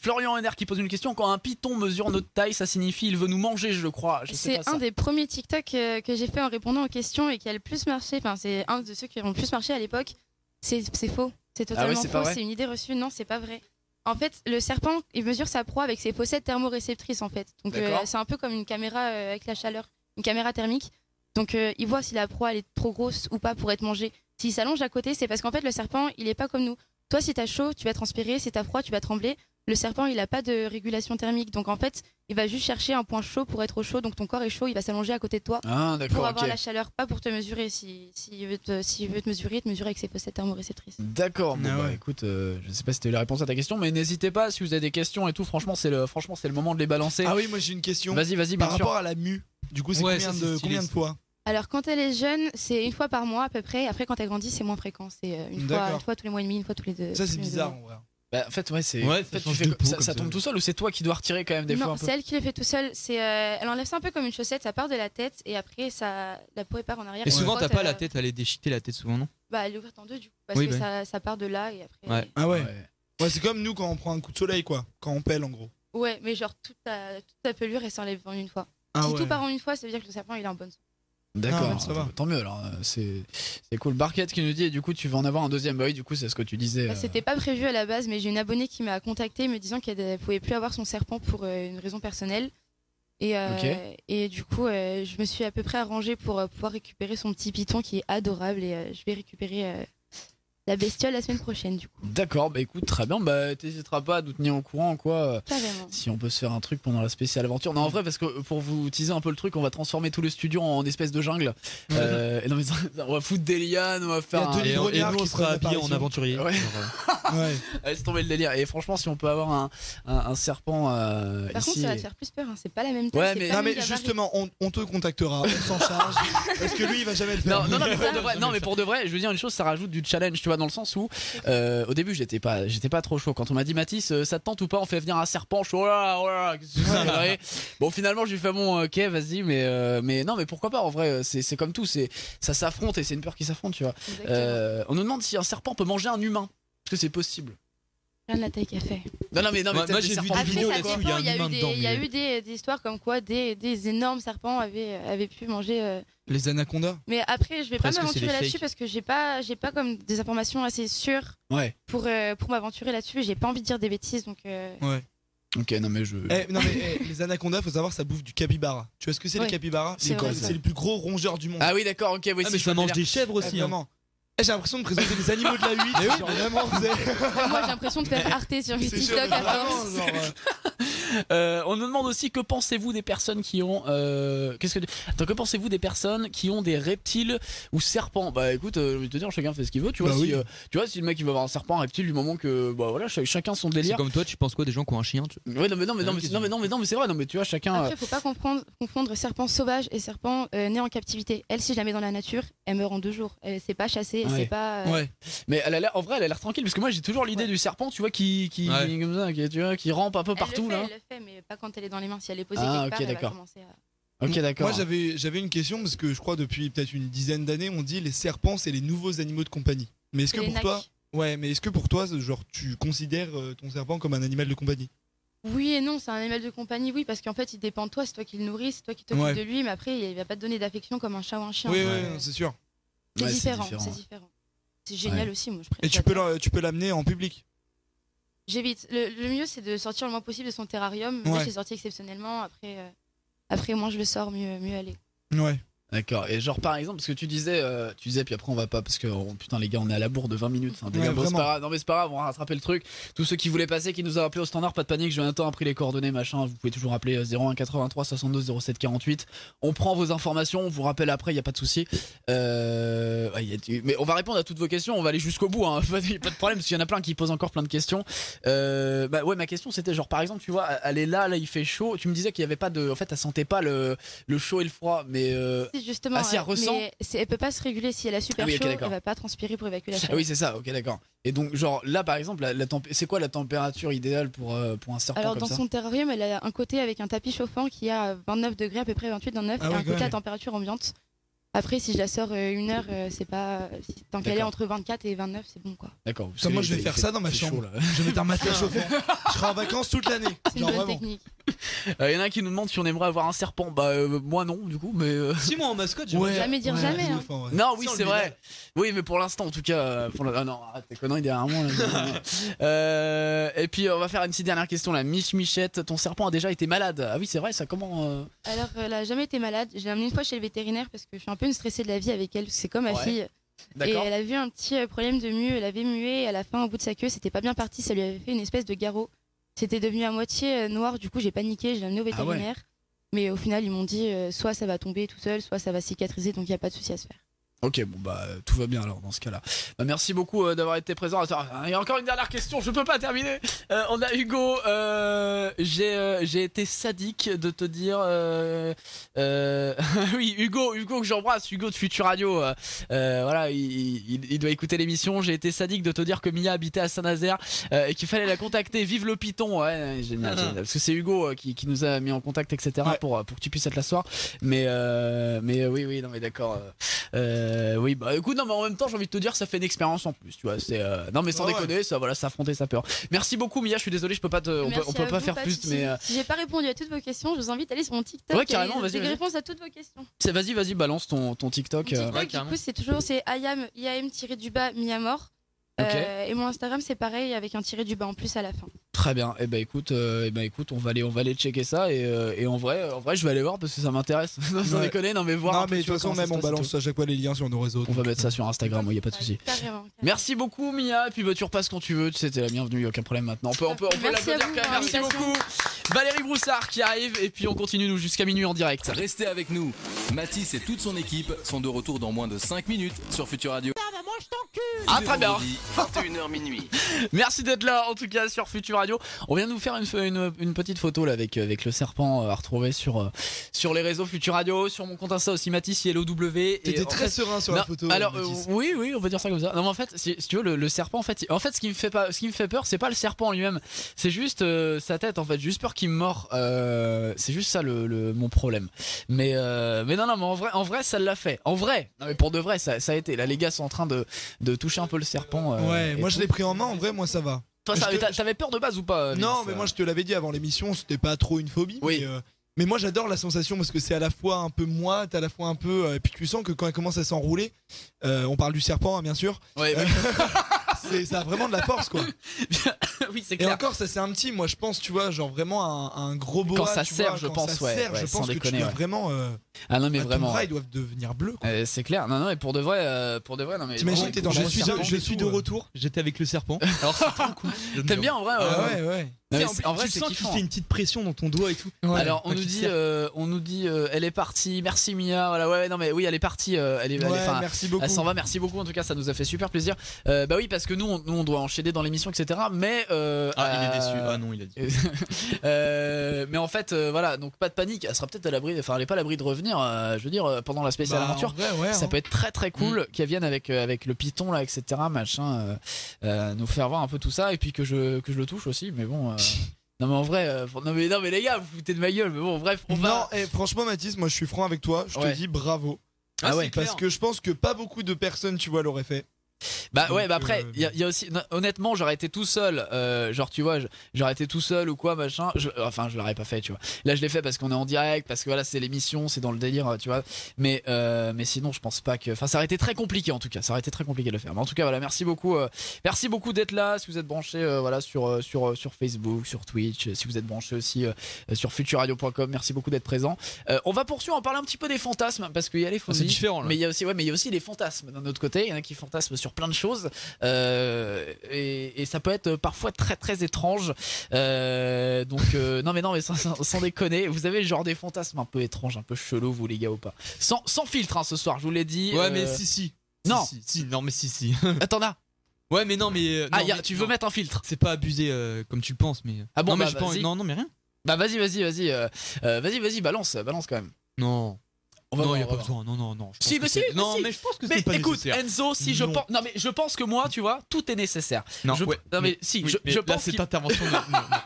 [SPEAKER 4] Florian Henner qui pose une question. Quand un python mesure notre taille, ça signifie il veut nous manger, je crois. Je sais
[SPEAKER 6] C'est
[SPEAKER 4] pas ça.
[SPEAKER 6] un des premiers TikTok euh, que j'ai fait en répondant aux questions et qui a le plus marché. Enfin, c'est un de ceux qui ont le plus marché à l'époque. C'est c'est faux. C'est
[SPEAKER 4] Ah ouais,
[SPEAKER 6] totalement
[SPEAKER 4] c'est pas
[SPEAKER 6] faux.
[SPEAKER 4] vrai
[SPEAKER 6] C'est une idée reçue. Non, c'est pas vrai. En fait, le serpent, il mesure sa proie avec ses fossettes thermoréceptrices, en fait. Donc, euh,
[SPEAKER 4] D'accord.
[SPEAKER 6] c'est un peu comme une caméra euh, avec la chaleur, une caméra thermique. Donc, euh, il voit si la proie, elle est trop grosse ou pas pour être mangée. S'il s'allonge à côté, c'est parce qu'en fait, le serpent, il est pas comme nous. Toi, si t'as chaud, tu vas transpirer. Si t'as froid, tu vas trembler. Le serpent, il a pas de régulation thermique. Donc, en fait, il va juste chercher un point chaud pour être au chaud. Donc, ton corps est chaud, il va s'allonger à côté de toi
[SPEAKER 4] Ah, d'accord,
[SPEAKER 6] pour avoir
[SPEAKER 4] ok.
[SPEAKER 6] la chaleur, pas pour te mesurer. S'il si, s'il veut, te- s'il veut te mesurer, il te mesure avec ses fossettes thermoréceptrices.
[SPEAKER 4] D'accord. Bon, bah, écoute, euh, je sais pas si c'était la réponse à ta question, mais n'hésitez pas si vous avez des questions et tout. Franchement, c'est le, franchement, c'est le moment de les balancer.
[SPEAKER 5] Ah oui, moi j'ai une question.
[SPEAKER 4] Vas-y, vas-y,
[SPEAKER 5] Par
[SPEAKER 4] bien sûr.
[SPEAKER 5] rapport à la mue, du coup, c'est
[SPEAKER 4] Ouais, ça,
[SPEAKER 5] combien, de,
[SPEAKER 4] c'est stylé,
[SPEAKER 5] combien de
[SPEAKER 4] ça.
[SPEAKER 5] fois
[SPEAKER 6] Alors, quand elle est jeune, c'est une fois par mois à peu près. Après, quand elle grandit, c'est moins fréquent. C'est euh, une fois,
[SPEAKER 4] D'accord.
[SPEAKER 6] une fois tous les mois et demi, une fois tous les deux. tous les deux mois.
[SPEAKER 5] vrai.
[SPEAKER 4] Bah, en fait, ouais, c'est.
[SPEAKER 7] Ouais,
[SPEAKER 4] en
[SPEAKER 7] ça
[SPEAKER 4] fait, tu
[SPEAKER 7] change
[SPEAKER 4] fais
[SPEAKER 7] de
[SPEAKER 4] co-
[SPEAKER 7] peau
[SPEAKER 4] ça,
[SPEAKER 7] comme
[SPEAKER 4] ça
[SPEAKER 7] ça.
[SPEAKER 4] tombe tout seul ou c'est toi qui dois retirer quand même des fois
[SPEAKER 6] non,
[SPEAKER 4] un peu
[SPEAKER 6] c'est elle qui le fait tout seul. C'est, euh, elle enlève ça un peu comme une chaussette, ça part de la tête et après ça, la peau elle part en arrière.
[SPEAKER 7] Et souvent, t'as
[SPEAKER 6] frotte,
[SPEAKER 7] pas la
[SPEAKER 6] euh,
[SPEAKER 7] tête, elle est déchiquetée la tête souvent, non
[SPEAKER 6] Bah, elle est ouverte en deux du coup, parce
[SPEAKER 7] Oui,
[SPEAKER 6] que
[SPEAKER 7] bah.
[SPEAKER 6] ça, ça part de là et après.
[SPEAKER 7] Ouais.
[SPEAKER 5] Ah ouais. Ouais, c'est comme nous quand on prend un coup de soleil, quoi. Quand on pèle, en gros.
[SPEAKER 6] Ouais, mais genre toute ta, toute ta pelure elle s'enlève en une fois.
[SPEAKER 5] Ah
[SPEAKER 6] si
[SPEAKER 5] ouais.
[SPEAKER 6] tout part en une fois, ça veut dire que le serpent il est en bonne santé.
[SPEAKER 4] D'accord,
[SPEAKER 5] Ah, ça va.
[SPEAKER 4] tant mieux alors, euh, c'est c'est cool. Barquette qui nous dit, et du coup tu vas en avoir un deuxième boy, du coup c'est ce que tu disais.
[SPEAKER 6] Bah,
[SPEAKER 4] euh,
[SPEAKER 6] C'était pas prévu à la base, mais j'ai une abonnée qui m'a contacté me disant qu'elle ne pouvait plus avoir son serpent pour euh, une raison personnelle. Et, euh,
[SPEAKER 4] Ok.
[SPEAKER 6] et du coup, euh, je me suis à peu près arrangée pour euh, pouvoir récupérer son petit python qui est adorable. Et euh, je vais récupérer euh, la bestiole la semaine prochaine, du coup.
[SPEAKER 4] D'accord, bah écoute, très bien, bah t'hésiteras pas à nous tenir au courant quoi. euh,
[SPEAKER 6] Carrément.
[SPEAKER 4] Si on peut se faire un truc pendant la spéciale aventure. Non, en vrai, parce que euh, pour vous teaser un peu le truc, on va transformer tout le studio en espèce de jungle. Euh, et non, mais ça- on va foutre des lianes, on va faire. un-
[SPEAKER 7] et, et nous, on sera habillés en aventurier.
[SPEAKER 8] [laughs]
[SPEAKER 4] Ouais.
[SPEAKER 7] Genre,
[SPEAKER 4] [laughs]
[SPEAKER 7] euh,
[SPEAKER 4] Laisse tomber le délire. Et franchement, si on peut avoir un, un, un serpent euh,
[SPEAKER 6] Par
[SPEAKER 4] ici.
[SPEAKER 6] contre, ça va te faire plus peur, hein, c'est pas la même taille.
[SPEAKER 4] Ouais,
[SPEAKER 6] c'est
[SPEAKER 4] mais-
[SPEAKER 6] pas
[SPEAKER 4] Non,
[SPEAKER 6] le même
[SPEAKER 4] mais
[SPEAKER 6] gabarit.
[SPEAKER 5] Justement, on, on te contactera,
[SPEAKER 6] [laughs]
[SPEAKER 5] on s'en charge. parce que lui, il va jamais le faire.
[SPEAKER 4] Non, non, non, mais pour de vrai, non, mais pour de vrai, je veux dire une chose, ça rajoute du challenge, tu vois. vois, dans le sens où euh, au début, j'étais pas, j'étais pas trop chaud. Quand on m'a dit Mathis, euh, ça te tente ou pas On fait venir un serpent. Je suis, oh là là, oh là là, qu'est-ce que c'est vrai Bon, finalement, je lui fais bon, ok, vas-y, mais euh, mais non, mais pourquoi pas En vrai, euh, c'est c'est comme tout, c'est ça s'affronte et c'est une peur qui s'affronte, tu vois. Euh, on nous demande si un serpent peut manger un humain. Est-ce que c'est possible
[SPEAKER 6] Rien de la taille qu'a fait.
[SPEAKER 4] Non, non, mais non, mais
[SPEAKER 7] Moi,
[SPEAKER 4] t'as
[SPEAKER 7] moi,
[SPEAKER 4] des
[SPEAKER 7] j'ai vu
[SPEAKER 4] serpents
[SPEAKER 7] des
[SPEAKER 4] vivants,
[SPEAKER 7] vidéos
[SPEAKER 4] quoi.
[SPEAKER 7] là-dessus,
[SPEAKER 6] Après, Il y a eu, des,
[SPEAKER 7] dedans,
[SPEAKER 6] il y a
[SPEAKER 7] mais-
[SPEAKER 6] eu des, des histoires comme quoi des, des énormes serpents avaient, avaient pu manger. euh,
[SPEAKER 5] Les anacondas
[SPEAKER 6] Mais après, je vais pas
[SPEAKER 5] Presque, c'est
[SPEAKER 6] m'aventurer
[SPEAKER 5] des
[SPEAKER 6] là-dessus
[SPEAKER 5] fakes.
[SPEAKER 6] parce que j'ai pas, j'ai pas comme des informations assez sûres
[SPEAKER 4] Ouais.
[SPEAKER 6] pour, euh, pour m'aventurer là-dessus. J'ai pas envie de dire des bêtises, donc. euh,
[SPEAKER 5] Ouais.
[SPEAKER 4] Ok, non mais je.
[SPEAKER 5] Eh, non mais eh, les anacondas, faut savoir, ça bouffe du capybara. Tu vois ce que c'est
[SPEAKER 4] Ouais.
[SPEAKER 5] le capybara
[SPEAKER 4] C'est vrai, ça.
[SPEAKER 5] le plus gros rongeur du monde.
[SPEAKER 4] Ah oui, d'accord, ok, oui,
[SPEAKER 5] Ah,
[SPEAKER 4] si,
[SPEAKER 5] mais
[SPEAKER 4] je vois
[SPEAKER 5] ça mange
[SPEAKER 4] le
[SPEAKER 5] des
[SPEAKER 4] délire.
[SPEAKER 5] chèvres aussi,
[SPEAKER 4] Eh,
[SPEAKER 5] hein.
[SPEAKER 4] vraiment.
[SPEAKER 5] Eh, J'ai l'impression de présenter les animaux de la 8.
[SPEAKER 4] Mais oui.
[SPEAKER 5] genre, vraiment, vous
[SPEAKER 6] [laughs] Moi,
[SPEAKER 5] avez-
[SPEAKER 6] j'ai l'impression
[SPEAKER 5] [laughs]
[SPEAKER 6] de faire Arte sur mes
[SPEAKER 5] C'est sûr,
[SPEAKER 6] TikTok à
[SPEAKER 5] vraiment,
[SPEAKER 6] force.
[SPEAKER 5] genre, euh,
[SPEAKER 4] Euh, on nous demande aussi que pensez-vous des personnes qui ont euh, qu'est-ce que tu- attends que pensez-vous des personnes qui ont des reptiles ou serpents bah écoute euh, je vais te dire chacun fait ce qu'il veut tu vois
[SPEAKER 7] Bah
[SPEAKER 4] si
[SPEAKER 7] oui.
[SPEAKER 4] euh, tu vois si le mec il veut avoir un serpent un reptile du moment que bah voilà ch- chacun son
[SPEAKER 7] C'est
[SPEAKER 4] délire
[SPEAKER 7] comme toi, tu penses
[SPEAKER 5] Oh,
[SPEAKER 7] quoi des gens qui ont un [laughs] chien tu- Ah
[SPEAKER 4] ouais non mais non mais non mais, non mais non mais non mais c'est vrai non mais tu vois chacun euh,
[SPEAKER 6] Après, faut pas comprendre- confondre serpent sauvage et serpent euh, né en captivité. Elle, si je la mets dans la nature, elle meurt en deux jours. Elle s'est pas chassée, elle
[SPEAKER 4] Ouais.
[SPEAKER 6] s'est pas. euh,
[SPEAKER 4] Mais elle a l'air- en vrai, elle a l'air tranquille parce que moi j'ai toujours l'idée du serpent, tu vois, qui qui comme ça, qui, tu vois, qui rampe un peu
[SPEAKER 6] Elle
[SPEAKER 4] partout
[SPEAKER 6] le fait,
[SPEAKER 4] là.
[SPEAKER 6] Elle le fait, mais pas quand elle est dans les mains. Si elle est posée
[SPEAKER 4] Ah,
[SPEAKER 6] quelque
[SPEAKER 4] ok,
[SPEAKER 6] part, elle va
[SPEAKER 4] d'accord.
[SPEAKER 6] commencer à.
[SPEAKER 4] Ok, d'accord.
[SPEAKER 5] Moi, j'avais, j'avais une question parce que je crois depuis peut-être une dizaine d'années, on dit les serpents, c'est les nouveaux animaux de compagnie. Mais est-ce que
[SPEAKER 6] Les
[SPEAKER 5] pour
[SPEAKER 6] nacs.
[SPEAKER 5] toi, ouais, mais est-ce que pour toi, genre, tu considères euh, ton serpent comme un animal de compagnie
[SPEAKER 6] Oui et non, c'est un animal de compagnie, oui, parce qu'en fait, il dépend de toi, c'est toi qui le nourris, c'est toi qui t'occupes
[SPEAKER 5] Ouais.
[SPEAKER 6] de lui, mais après, il va pas te donner d'affection comme un chat ou un chien.
[SPEAKER 5] Oui, oui,
[SPEAKER 6] Euh,
[SPEAKER 5] non, c'est sûr.
[SPEAKER 6] c'est
[SPEAKER 5] Ouais, c'est
[SPEAKER 6] différent,
[SPEAKER 5] différent,
[SPEAKER 6] c'est
[SPEAKER 5] ouais.
[SPEAKER 6] différent. C'est génial
[SPEAKER 5] Ouais.
[SPEAKER 6] aussi, moi. je
[SPEAKER 5] Et
[SPEAKER 6] préfère.
[SPEAKER 5] tu peux, l'en- tu peux l'amener en public.
[SPEAKER 6] J'évite. Le, le mieux, c'est de sortir le moins possible de son terrarium. Là,
[SPEAKER 5] Ouais.
[SPEAKER 6] j'ai sorti exceptionnellement. Après, euh, après, moins je le sors, mieux, mieux aller.
[SPEAKER 4] Ah,
[SPEAKER 5] Ouais.
[SPEAKER 4] D'accord. Et genre par exemple, parce que tu disais, euh, tu disais, puis après on va pas parce que oh, putain les gars, on est à la bourre de 20 minutes. hein, des
[SPEAKER 5] Ouais,
[SPEAKER 4] gars, bon, c'est
[SPEAKER 5] vraiment.
[SPEAKER 4] pas grave. non mais c'est pas grave, on va rattraper le truc. Tous ceux qui voulaient passer, qui nous ont appelé au standard, pas de panique. Jonathan a pris les coordonnées, machin. Vous pouvez toujours appeler euh, 01 83 62 07 48. On prend vos informations, on vous rappelle après, il y a pas de souci. Euh, ouais, y a du- Mais on va répondre à toutes vos questions, on va aller jusqu'au bout. Hein. [laughs] Pas de pas de problème, parce qu'il y en a plein qui posent encore plein de questions. Euh, bah ouais, ma question c'était genre par exemple, tu vois, elle est là, là il fait chaud. Tu me disais qu'il y avait pas de, en fait, elle sentait pas le, le chaud et le froid, mais euh,
[SPEAKER 6] Si, Justement,
[SPEAKER 4] ah, si elle ressent.
[SPEAKER 6] mais c'est- elle peut pas se réguler. Si elle a super
[SPEAKER 4] Ah oui, ok,
[SPEAKER 6] chaud,
[SPEAKER 4] d'accord.
[SPEAKER 6] elle va pas transpirer pour évacuer la
[SPEAKER 4] Ah
[SPEAKER 6] chaleur.
[SPEAKER 4] oui, c'est ça, ok, d'accord. Et donc, genre, là, par exemple, la, la tempé- c'est quoi la température idéale pour, euh, pour un serpent
[SPEAKER 6] Alors,
[SPEAKER 4] comme
[SPEAKER 6] dans
[SPEAKER 4] ça
[SPEAKER 6] son terrarium, elle a un côté avec un tapis chauffant qui a 29 degrés, à peu près 28 dans 9,
[SPEAKER 4] Ah
[SPEAKER 6] et
[SPEAKER 4] ouais,
[SPEAKER 6] un
[SPEAKER 4] quand
[SPEAKER 6] côté à
[SPEAKER 4] même.
[SPEAKER 6] température ambiante. Après, si je la sors euh, une heure, euh, c'est pas. si- Tant qu'elle est
[SPEAKER 4] D'accord.
[SPEAKER 6] entre 24 et 29, c'est bon quoi.
[SPEAKER 4] D'accord. parce
[SPEAKER 5] Putain,
[SPEAKER 4] que
[SPEAKER 5] moi, je vais
[SPEAKER 4] il
[SPEAKER 5] faire
[SPEAKER 4] fait-
[SPEAKER 5] ça dans ma
[SPEAKER 4] il fait chaud,
[SPEAKER 5] chambre.
[SPEAKER 4] là.
[SPEAKER 5] Je vais mettre un matelas chauffant. Je serai en vacances toute l'année.
[SPEAKER 6] [laughs] C'est une
[SPEAKER 5] Genre,
[SPEAKER 6] bonne
[SPEAKER 5] vraiment.
[SPEAKER 6] technique.
[SPEAKER 4] [laughs] Euh, Il y en a un qui nous demande si on aimerait avoir un serpent. Bah, euh, moi non, du coup, mais. euh,
[SPEAKER 7] Si moi en mascotte,
[SPEAKER 4] j'aimerais bien.
[SPEAKER 6] Jamais dire jamais. hein.
[SPEAKER 4] Non, oui,
[SPEAKER 7] Si, on
[SPEAKER 4] c'est
[SPEAKER 7] le met
[SPEAKER 4] vrai. Oui, mais pour l'instant, en tout cas. euh, Pour le- Ah non, arrête, t'es connard, il est derrière moi. là. Euh, et puis, on va faire une petite dernière question là. Mich Michette, ton serpent a déjà été malade. Ah oui, c'est vrai, ça comment. euh,
[SPEAKER 6] Alors, elle a jamais été malade. Je l'ai amenée une fois chez le vétérinaire parce que je suis un peu une stressée de la vie avec elle. parce que C'est comme ma
[SPEAKER 4] Ouais.
[SPEAKER 6] fille. Et
[SPEAKER 4] D'accord.
[SPEAKER 6] elle avait eu un petit euh, problème de mue. Elle avait mué. Et à la fin, au bout de sa queue, c'était pas bien parti. Ça lui avait fait une espèce de garrot. C'était devenu à moitié euh, noir. Du coup, j'ai paniqué. Je l'ai amenée au
[SPEAKER 4] Ah ouais.
[SPEAKER 6] vétérinaire. Mais au final, ils m'ont dit euh, soit ça va tomber tout seul, soit ça va cicatriser. Donc, il n'y a pas de souci à se faire.
[SPEAKER 4] Ok, bon bah euh, tout va bien alors dans ce cas-là. Bah, merci beaucoup euh, d'avoir été présent. Attends, il y a encore une dernière question, je peux pas terminer. Euh, on a Hugo, euh, j'ai euh, j'ai été sadique de te dire. euh, euh, [laughs] oui, Hugo, Hugo que j'embrasse, Hugo de Futur Radio. euh, euh, voilà, il, il- il doit écouter l'émission. J'ai été sadique de te dire que Mia habitait à Saint-Nazaire euh, et qu'il fallait la contacter. Vive le Python, ouais, ouais, génial, génial. Parce que c'est Hugo euh, qui, qui nous a mis en contact, etc. Pour, euh, pour que tu puisses être la soir. Mais euh, mais euh, oui, oui, non mais d'accord. euh, euh, oui, bah écoute, non, mais en même temps, j'ai envie de te dire, ça fait une expérience en plus, tu vois. C'est euh, non, mais sans
[SPEAKER 7] Ah ouais.
[SPEAKER 4] déconner, ça, voilà, ça affronter sa peur. Merci beaucoup, Mia. Je suis désolé, je peux pas te, on peut,
[SPEAKER 6] Merci
[SPEAKER 4] on peut
[SPEAKER 6] à
[SPEAKER 4] pas
[SPEAKER 6] vous,
[SPEAKER 4] faire
[SPEAKER 6] de
[SPEAKER 4] plus,
[SPEAKER 6] souci.
[SPEAKER 4] mais euh,
[SPEAKER 6] Si j'ai pas répondu à toutes vos questions, je vous invite à aller sur mon TikTok.
[SPEAKER 4] Ouais,
[SPEAKER 6] et
[SPEAKER 4] carrément, vas-y,
[SPEAKER 6] J'ai des
[SPEAKER 4] vas-y.
[SPEAKER 6] réponses à toutes vos questions.
[SPEAKER 4] c'est- vas-y, vas-y, balance ton ton TikTok. euh.
[SPEAKER 6] TikTok, du coup, c'est toujours c'est IAM, IAM tiré du bas, Miamor.
[SPEAKER 4] Ok.
[SPEAKER 6] Euh, et mon Instagram, c'est pareil, avec un tiré du bas en plus à la fin.
[SPEAKER 4] Très bien. Et eh ben écoute, et ben écoute, on va aller, on va aller checker ça et, euh, et en vrai, euh, en vrai, je vais aller voir parce que ça m'intéresse. [laughs] Non, sans
[SPEAKER 5] Ouais.
[SPEAKER 4] déconner, non mais voir.
[SPEAKER 5] Non,
[SPEAKER 4] un peu,
[SPEAKER 5] mais de
[SPEAKER 4] tu vois,
[SPEAKER 5] toute façon,
[SPEAKER 4] comment ça
[SPEAKER 5] même
[SPEAKER 4] se
[SPEAKER 5] on
[SPEAKER 4] passe et
[SPEAKER 5] balance
[SPEAKER 4] tout.
[SPEAKER 5] à chaque fois les liens sur nos réseaux. euh,
[SPEAKER 4] On va mettre ça sur Instagram, il y a pas de souci.
[SPEAKER 6] Carrément.
[SPEAKER 4] Merci beaucoup Mia, puis bah, tu repasses quand tu veux, tu sais, t'es la bienvenue, y a aucun problème maintenant. On peut, on peut, on peut
[SPEAKER 1] Merci à
[SPEAKER 4] l'applaudir
[SPEAKER 1] vous pour
[SPEAKER 4] quand même. Merci
[SPEAKER 1] l'invitation.
[SPEAKER 4] beaucoup. Valérie Broussard qui arrive, et puis on continue nous jusqu'à minuit en direct.
[SPEAKER 1] Restez avec nous. Mathis et toute son équipe sont de retour dans moins de 5 minutes sur Future Radio.
[SPEAKER 13] maman, mange ton cul
[SPEAKER 4] Ah, très bien.
[SPEAKER 1] 21h
[SPEAKER 4] [laughs]
[SPEAKER 1] minuit.
[SPEAKER 4] Merci d'être là, en tout cas, sur Future Radio. On vient de vous faire une, fe- une- une petite photo là avec, avec le serpent euh, à retrouver sur, euh, sur les réseaux Future Radio, sur mon compte Insta aussi, Matisse, LOW.
[SPEAKER 5] T'étais très serein sur la
[SPEAKER 4] Non,
[SPEAKER 5] photo,
[SPEAKER 4] Alors,
[SPEAKER 5] Matisse.
[SPEAKER 4] euh, oui, oui, on peut dire ça comme ça. Non, mais en fait, si, si tu veux, le, le serpent, en fait, il- en fait, ce qui me fait, pas, ce qui me fait peur, c'est pas le serpent en lui-même, c'est juste euh, sa tête, en fait, juste peur qu'il me mord. Euh, c'est juste ça le, le- mon problème. Mais, euh, mais non, non, mais en vrai, en vrai ça l'a fait. En vrai, non, mais pour de vrai, ça, ça a été. Là, les gars sont en train de, de toucher un peu le serpent. euh,
[SPEAKER 5] Ouais,
[SPEAKER 4] et
[SPEAKER 5] moi je
[SPEAKER 4] tout.
[SPEAKER 5] l'ai pris en main, en vrai, moi ça va.
[SPEAKER 4] Toi, ça- t'a- t'avais peur de base ou pas euh,
[SPEAKER 5] Non,
[SPEAKER 4] Vince
[SPEAKER 5] mais moi je te l'avais dit avant l'émission, c'était pas trop une phobie. Mais, euh, mais moi j'adore la sensation parce que c'est à la fois un peu moite, à la fois un peu. euh, Et puis tu sens que quand elle commence à s'enrouler, euh, on parle du serpent hein, bien sûr. [laughs] c'est ça a vraiment de la force quoi.
[SPEAKER 4] [laughs] oui, c'est
[SPEAKER 5] Et encore, ça c'est un petit, moi je pense, tu vois, genre vraiment un, un gros boa.
[SPEAKER 4] Quand ça
[SPEAKER 5] tu
[SPEAKER 4] serre,
[SPEAKER 5] vois,
[SPEAKER 4] je
[SPEAKER 5] quand
[SPEAKER 4] pense,
[SPEAKER 5] ça
[SPEAKER 4] ouais,
[SPEAKER 5] serre,
[SPEAKER 4] ouais,
[SPEAKER 5] je
[SPEAKER 4] sans
[SPEAKER 5] pense que tu
[SPEAKER 4] déconner,
[SPEAKER 5] dois
[SPEAKER 4] ouais.
[SPEAKER 5] vraiment. euh,
[SPEAKER 4] Ah non, mais
[SPEAKER 5] à ton
[SPEAKER 4] vraiment.
[SPEAKER 5] bras,
[SPEAKER 4] ouais.
[SPEAKER 5] ils doivent devenir bleus.
[SPEAKER 4] Euh, c'est clair, non, non, et pour de vrai, euh, pour de vrai, non, mais.
[SPEAKER 5] T'imagines, t'es dans
[SPEAKER 4] je
[SPEAKER 5] la
[SPEAKER 4] suis
[SPEAKER 5] serpent
[SPEAKER 4] de,
[SPEAKER 5] et tout, euh.
[SPEAKER 4] retour,
[SPEAKER 7] j'étais avec le serpent.
[SPEAKER 4] Alors, c'est trop
[SPEAKER 5] [laughs]
[SPEAKER 4] cool. T'aimes bien en vrai
[SPEAKER 7] Ah
[SPEAKER 4] euh,
[SPEAKER 7] ouais, ouais.
[SPEAKER 4] Non,
[SPEAKER 7] Tu
[SPEAKER 4] mais
[SPEAKER 7] sais, en
[SPEAKER 4] c'est-
[SPEAKER 7] plus,
[SPEAKER 4] En vrai,
[SPEAKER 7] tu
[SPEAKER 4] c'est
[SPEAKER 7] sens qu'il
[SPEAKER 4] kiffant.
[SPEAKER 7] fait une petite pression dans ton doigt et tout.
[SPEAKER 4] Alors on
[SPEAKER 7] Pas
[SPEAKER 4] nous,
[SPEAKER 7] qu'il te
[SPEAKER 4] dit,
[SPEAKER 7] serre.
[SPEAKER 4] euh, on nous dit, euh, elle est partie, merci Mia, voilà ouais non mais oui elle est partie, euh, elle est, elle est-
[SPEAKER 7] Ouais,
[SPEAKER 4] enfin,
[SPEAKER 7] merci beaucoup.
[SPEAKER 4] elle s'en va, merci beaucoup en tout cas ça nous a fait super plaisir. Euh, bah oui parce que nous on, nous, on doit enchaîner dans l'émission etc mais euh,
[SPEAKER 7] Ah, il est
[SPEAKER 4] euh,
[SPEAKER 7] déçu. Ah non, il a dit.
[SPEAKER 4] euh, mais en fait euh, voilà donc pas de panique, elle sera peut-être à l'abri, enfin elle est pas à l'abri de revenir, euh, je veux dire euh, pendant la spéciale
[SPEAKER 5] Bah, en
[SPEAKER 4] aventure,
[SPEAKER 5] vrai, ouais,
[SPEAKER 4] ça
[SPEAKER 5] hein.
[SPEAKER 4] peut être très très cool qu'elle vienne avec euh, avec le python là etc machin euh, euh, nous faire voir un peu tout ça et puis que je que je le touche aussi mais bon. euh,
[SPEAKER 5] [laughs]
[SPEAKER 4] Non mais en vrai, euh, non mais non mais les gars, vous vous foutez de ma gueule, mais bon bref, on va.
[SPEAKER 5] Non, et franchement, Mathis, moi je suis franc avec toi, je
[SPEAKER 4] Ouais.
[SPEAKER 5] te dis bravo.
[SPEAKER 4] Ah Ah, ouais. c'est clair.
[SPEAKER 5] Parce que je pense que pas beaucoup de personnes, tu vois, l'auraient fait.
[SPEAKER 4] Bah
[SPEAKER 5] Donc,
[SPEAKER 4] ouais, bah après,
[SPEAKER 5] euh,
[SPEAKER 4] il y, a- il y a aussi. non, honnêtement, j'aurais été tout seul. euh, genre, tu vois, je- j'aurais été tout seul ou quoi, machin. Je- enfin, je l'aurais pas fait, tu vois. Là, je l'ai fait parce qu'on est en direct, parce que voilà, c'est l'émission, c'est dans le délire, euh, tu vois. Mais, euh, mais sinon, je pense pas que. Enfin, ça aurait été très compliqué en tout cas. Ça aurait été très compliqué de le faire. Mais en tout cas, voilà, merci beaucoup. euh, merci beaucoup d'être là. Si vous êtes branchés euh, voilà, sur, euh, sur, euh, sur Facebook, sur Twitch, euh, si vous êtes branchés aussi euh, euh, sur futurradio.com, merci beaucoup d'être présent. Euh, on va poursuivre en parler un petit peu des fantasmes parce qu'il y a les phobies.
[SPEAKER 7] Ah, c'est différent, là.
[SPEAKER 4] Mais il y a aussi, ouais, mais il y a aussi les fantasmes d'un autre côté. Il y en a qui fantasment sur plein de choses euh, et, et ça peut être parfois très très étrange. Euh, donc euh, [laughs] non mais non mais sans, sans- sans déconner, vous avez le genre des fantasmes un peu étranges, un peu chelou vous les gars ou pas Sans, sans filtre hein, ce soir, je vous l'ai dit.
[SPEAKER 7] Ouais,
[SPEAKER 4] euh,
[SPEAKER 7] mais si, si.
[SPEAKER 4] Non.
[SPEAKER 7] Si, si, si, non, mais si, si.
[SPEAKER 4] [laughs]
[SPEAKER 7] [laughs]
[SPEAKER 4] Attends là.
[SPEAKER 7] Ouais, mais non, mais. euh,
[SPEAKER 4] Ah,
[SPEAKER 7] non,
[SPEAKER 4] y a-
[SPEAKER 7] mais-
[SPEAKER 4] tu veux
[SPEAKER 7] non.
[SPEAKER 4] mettre un filtre
[SPEAKER 7] C'est pas abusé euh, comme tu le penses, mais.
[SPEAKER 4] Ah bon
[SPEAKER 7] non, mais
[SPEAKER 4] bah,
[SPEAKER 7] je pense-
[SPEAKER 4] vas-y.
[SPEAKER 7] Non, non, mais rien.
[SPEAKER 4] Bah vas-y vas-y vas-y euh, euh, vas-y vas-y balance balance quand même.
[SPEAKER 7] Non.
[SPEAKER 4] On va
[SPEAKER 7] non,
[SPEAKER 4] voir,
[SPEAKER 7] y a
[SPEAKER 4] on
[SPEAKER 7] pas
[SPEAKER 4] va
[SPEAKER 7] besoin. Non, non, non. je pense
[SPEAKER 4] Si,
[SPEAKER 7] que
[SPEAKER 4] mais si, bah,
[SPEAKER 7] c'est- Non,
[SPEAKER 4] si.
[SPEAKER 7] mais je pense que
[SPEAKER 4] Mais
[SPEAKER 7] c'est pas
[SPEAKER 4] écoute,
[SPEAKER 7] nécessaire.
[SPEAKER 4] Enzo, si je
[SPEAKER 7] Non.
[SPEAKER 4] pense, non mais je pense que moi, tu vois, tout est nécessaire.
[SPEAKER 7] Non,
[SPEAKER 4] je...
[SPEAKER 7] ouais.
[SPEAKER 4] non mais,
[SPEAKER 7] Mais-
[SPEAKER 4] si,
[SPEAKER 7] oui,
[SPEAKER 4] je,
[SPEAKER 7] mais
[SPEAKER 4] je
[SPEAKER 7] là,
[SPEAKER 4] pense
[SPEAKER 7] cette
[SPEAKER 4] qu'il-
[SPEAKER 7] intervention,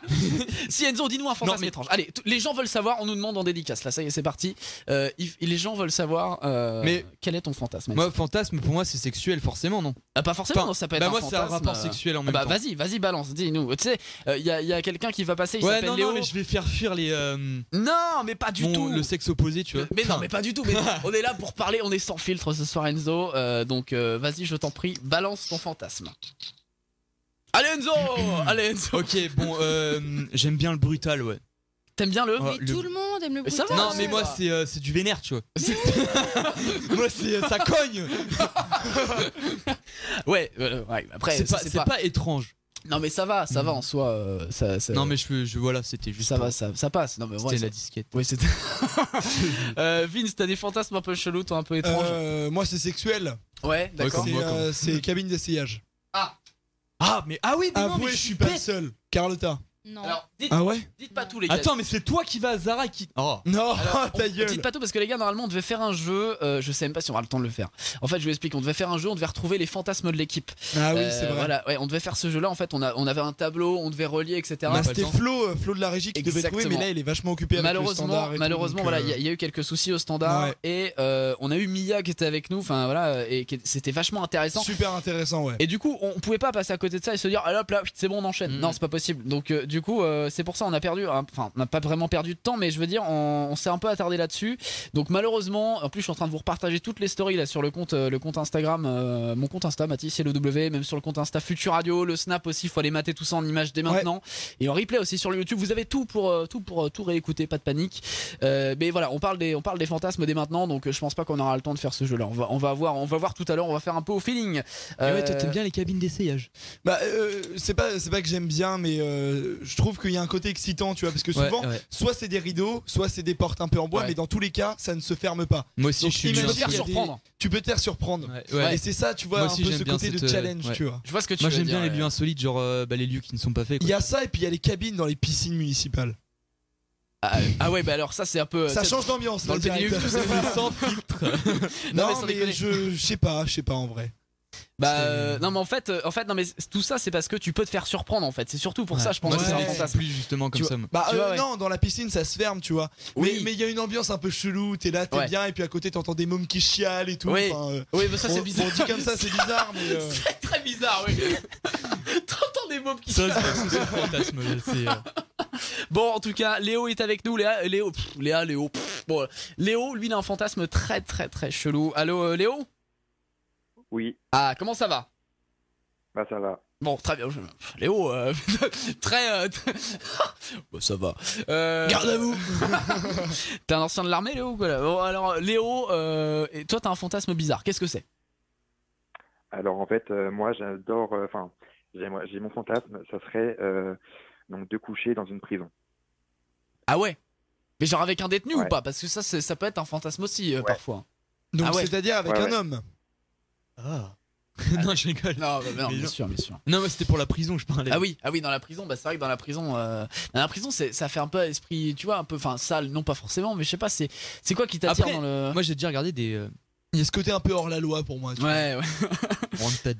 [SPEAKER 4] [laughs] si Enzo, dis-nous un fantasme
[SPEAKER 7] mais-
[SPEAKER 4] étrange. Allez, t- les gens veulent savoir, on nous demande en dédicace. Là, ça y est, c'est parti. Euh, if- les gens veulent savoir. euh,
[SPEAKER 7] Mais-
[SPEAKER 4] quel est ton fantasme
[SPEAKER 7] Moi, fantasme, pour moi, c'est sexuel, forcément, non
[SPEAKER 4] Ah, pas forcément,
[SPEAKER 7] Enfin,
[SPEAKER 4] non, ça peut être
[SPEAKER 7] bah,
[SPEAKER 4] un
[SPEAKER 7] moi, c'est
[SPEAKER 4] fantasme.
[SPEAKER 7] un rapport
[SPEAKER 4] euh,
[SPEAKER 7] sexuel en même
[SPEAKER 4] bah,
[SPEAKER 7] temps.
[SPEAKER 4] vas-y, vas-y, balance, dis-nous. Tu sais, il y a, y a quelqu'un qui va passer, il
[SPEAKER 7] Ouais,
[SPEAKER 4] s'appelle
[SPEAKER 7] non,
[SPEAKER 4] Léo.
[SPEAKER 7] non, mais je vais faire fuir les. euh,
[SPEAKER 4] Non, mais pas du
[SPEAKER 7] bon,
[SPEAKER 4] tout.
[SPEAKER 7] Le sexe opposé, tu vois.
[SPEAKER 4] Mais non, mais pas du tout.
[SPEAKER 7] [laughs]
[SPEAKER 4] Mais [laughs] on est là pour parler, on est sans filtre ce soir, Enzo. Euh, donc, euh, vas-y, je t'en prie, balance ton fantasme. Allez, Enzo Allez, Enzo
[SPEAKER 7] Ok, bon, euh, j'aime bien le brutal, ouais.
[SPEAKER 4] T'aimes bien le
[SPEAKER 7] Ouais,
[SPEAKER 6] Mais tout le monde aime le brutal.
[SPEAKER 7] Non, mais moi, c'est euh, c'est du vénère,
[SPEAKER 4] [laughs]
[SPEAKER 7] tu vois. [laughs] moi, c'est euh, ça cogne
[SPEAKER 4] Ouais, euh, ouais, [laughs] après,
[SPEAKER 7] C'est
[SPEAKER 4] ça,
[SPEAKER 7] pas- c'est pas... étrange.
[SPEAKER 4] Non, mais ça va, ça va en soi. euh, ça, ça-
[SPEAKER 7] Non, mais je, je voilà, c'était juste.
[SPEAKER 4] Ça va, ça, ça passe. Non, mais
[SPEAKER 7] C'était la disquette.
[SPEAKER 4] Oui, [laughs] c'était. Euh, Vince, t'as des fantasmes un peu chelous, toi, un peu étranges
[SPEAKER 5] Euh, moi c'est sexuel.
[SPEAKER 4] Ouais, d'accord.
[SPEAKER 5] C'est, euh, c'est cabine d'essayage.
[SPEAKER 7] Ah, mais ah oui, mais non,
[SPEAKER 5] Avouez,
[SPEAKER 7] mais
[SPEAKER 5] je suis pas le seul. Carlotta.
[SPEAKER 6] Non.
[SPEAKER 4] Alors, dites,
[SPEAKER 5] Ah ouais
[SPEAKER 4] dites pas tout, les gars.
[SPEAKER 7] Attends, mais c'est toi qui vas à Zara qui. Oh
[SPEAKER 4] [laughs]
[SPEAKER 5] Non,
[SPEAKER 4] Alors,
[SPEAKER 5] ta
[SPEAKER 4] on-
[SPEAKER 5] gueule.
[SPEAKER 4] Dites pas tout parce que les gars, normalement, on devait faire un jeu. euh, je sais même pas si on aura le temps de le faire. En fait, je vous explique. On devait faire un jeu. On devait retrouver les fantasmes de l'équipe. Euh,
[SPEAKER 5] Ah oui, c'est vrai.
[SPEAKER 4] Voilà, ouais, on devait faire ce jeu-là. En fait, on, a, on avait un tableau, on devait relier, etc.
[SPEAKER 5] Bah, c'était Flo, euh, Flo de la régie qui devait trouver,
[SPEAKER 4] Exactement.
[SPEAKER 5] mais là il est vachement occupé avec le
[SPEAKER 4] malheureusement,
[SPEAKER 5] standard. et tout,
[SPEAKER 4] malheureusement,
[SPEAKER 5] donc,
[SPEAKER 4] voilà,
[SPEAKER 5] euh,
[SPEAKER 4] il y a- il y, a eu quelques soucis au standard
[SPEAKER 5] Ouais.
[SPEAKER 4] et euh, on a eu Mia qui était avec nous. Enfin voilà, et qui- c'était vachement intéressant.
[SPEAKER 5] Super intéressant, ouais.
[SPEAKER 4] Et du coup, on pouvait pas passer à côté de ça et se dire, ah, hop là, c'est bon, on enchaîne. Non, c'est pas possible. Donc, euh, du coup, euh, c'est pour ça on a perdu. hein, Enfin, on n'a pas vraiment perdu de temps, mais je veux dire, on, on s'est un peu attardé là-dessus. Donc, malheureusement, en plus, je suis en train de vous repartager toutes les stories là sur le compte, euh, le compte Instagram, euh, mon compte Insta, Mathis et le W, même sur le compte Insta Future Radio, le Snap aussi. Faut aller mater tout ça en images dès maintenant et en replay aussi sur le YouTube. Vous avez tout pour euh, tout pour euh, tout réécouter, pas de panique. Euh, mais voilà, on parle des on parle des fantasmes dès maintenant, donc euh, je pense pas qu'on aura le temps de faire ce jeu-là. On va on va voir, on va voir tout à l'heure. On va faire un peu au feeling. Euh,
[SPEAKER 7] Et ouais, toi, t'aimes bien les cabines d'essayage.
[SPEAKER 5] Bah, euh, c'est pas, c'est pas que j'aime bien, mais euh, je trouve qu'il y a un côté excitant, tu vois, parce que
[SPEAKER 7] Ouais,
[SPEAKER 5] souvent,
[SPEAKER 7] ouais.
[SPEAKER 5] soit c'est des rideaux, soit c'est des portes un peu en bois,
[SPEAKER 7] Ouais.
[SPEAKER 5] mais dans tous les cas, ça ne se ferme pas.
[SPEAKER 7] Moi aussi, je suis
[SPEAKER 5] imagine
[SPEAKER 7] bien sûr.
[SPEAKER 5] qu'il y a des-
[SPEAKER 7] Surprendre.
[SPEAKER 5] Tu peux te faire surprendre.
[SPEAKER 7] Ouais.
[SPEAKER 5] Et c'est ça, tu vois,
[SPEAKER 7] Moi
[SPEAKER 5] un
[SPEAKER 7] aussi,
[SPEAKER 5] peu
[SPEAKER 7] j'aime
[SPEAKER 5] ce
[SPEAKER 7] bien
[SPEAKER 5] côté de
[SPEAKER 7] cette, euh,
[SPEAKER 5] challenge,
[SPEAKER 7] ouais.
[SPEAKER 5] tu vois.
[SPEAKER 7] Moi, j'aime bien les lieux insolites, genre euh, bah, les lieux qui ne sont pas faits.
[SPEAKER 5] Il y a ça, et puis il y a les cabines dans les piscines municipales.
[SPEAKER 4] Ah, ah ouais, bah alors ça, c'est un peu. euh,
[SPEAKER 5] Ça
[SPEAKER 4] tu sais,
[SPEAKER 5] change d'ambiance,
[SPEAKER 4] Dans
[SPEAKER 5] là,
[SPEAKER 4] le Benelux,
[SPEAKER 5] direct.
[SPEAKER 4] tout
[SPEAKER 5] [laughs]
[SPEAKER 4] ça,
[SPEAKER 7] [laughs]
[SPEAKER 4] c'est sans filtre.
[SPEAKER 5] Non,
[SPEAKER 4] mais sans
[SPEAKER 5] mais,
[SPEAKER 4] déconner.
[SPEAKER 5] je, je sais pas, je sais pas en vrai.
[SPEAKER 4] Bah euh, non mais en fait euh, en fait non mais c'est- tout ça c'est parce que tu peux te faire surprendre en fait c'est surtout pour ça je pense que c'est un fantasme
[SPEAKER 7] plus justement
[SPEAKER 4] comme
[SPEAKER 7] comme
[SPEAKER 4] Tu ça,
[SPEAKER 7] ça.
[SPEAKER 4] vois- moi.
[SPEAKER 5] Bah
[SPEAKER 4] Tu
[SPEAKER 5] euh,
[SPEAKER 4] vois, ouais.
[SPEAKER 5] non, dans la piscine ça se ferme, tu vois. Mais- Mais il y a une ambiance un peu chelou, t'es là, t'es
[SPEAKER 4] Ouais.
[SPEAKER 5] bien, et puis à côté t'entends des mômes qui chialent et tout.
[SPEAKER 4] Oui.
[SPEAKER 5] enfin, euh,
[SPEAKER 4] Oui, mais ça, c'est
[SPEAKER 5] on-
[SPEAKER 4] bizarre.
[SPEAKER 5] On dit comme ça, c'est bizarre,
[SPEAKER 4] [laughs]
[SPEAKER 5] mais. euh,
[SPEAKER 4] C'est très bizarre oui [laughs] t'entends des mots qui
[SPEAKER 7] Ça, c'est- c'est un fantasme, là, c'est, euh.
[SPEAKER 4] [laughs] bon en tout cas Léo est avec nous Léa Léo pff, Léa Léo pff, bon Léo lui il a un fantasme très très très chelou allô euh, Léo
[SPEAKER 3] Oui.
[SPEAKER 4] ah comment ça va
[SPEAKER 3] Bah ça va.
[SPEAKER 4] Bon, très bien. je- pff, Léo, euh, [laughs] très. euh, [laughs] t- bah, ça va. Euh,
[SPEAKER 5] Garde à vous
[SPEAKER 4] [laughs] T'es un ancien de l'armée, Léo ou quoi, là Bon, Alors, Léo, euh, et toi, t'as un fantasme bizarre. Qu'est-ce que c'est
[SPEAKER 13] Alors en fait, euh, moi j'adore, euh, enfin, j'aimerais- j'ai mon fantasme, ça serait euh, donc de coucher dans une prison.
[SPEAKER 4] Ah ouais Mais genre avec un détenu
[SPEAKER 13] Ouais.
[SPEAKER 4] ou pas Parce que ça, c'est- ça peut être un fantasme aussi, euh, parfois.
[SPEAKER 5] Donc
[SPEAKER 4] Ah ouais.
[SPEAKER 5] c'est-à-dire avec
[SPEAKER 4] Ouais,
[SPEAKER 5] un
[SPEAKER 4] ouais. Ah.
[SPEAKER 5] homme.
[SPEAKER 7] [laughs] non, je rigole.
[SPEAKER 4] Non, bah, non,
[SPEAKER 7] Mais
[SPEAKER 4] bien
[SPEAKER 7] non.
[SPEAKER 4] sûr, bien sûr.
[SPEAKER 7] Non, mais c'était pour la prison, je parlais.
[SPEAKER 4] Ah oui, ah oui, dans la prison, bah c'est vrai que dans la prison, euh, dans la prison, c'est- ça fait un peu esprit, tu vois, un peu, enfin sale, non pas forcément, mais je sais pas, c'est, c'est quoi qui t'attire
[SPEAKER 7] Après,
[SPEAKER 4] dans le.
[SPEAKER 7] Moi, j'ai déjà regardé des. euh,
[SPEAKER 5] Il y a ce côté un peu hors la loi pour moi. tu
[SPEAKER 4] Ouais, ouais.
[SPEAKER 7] [laughs] Wanted.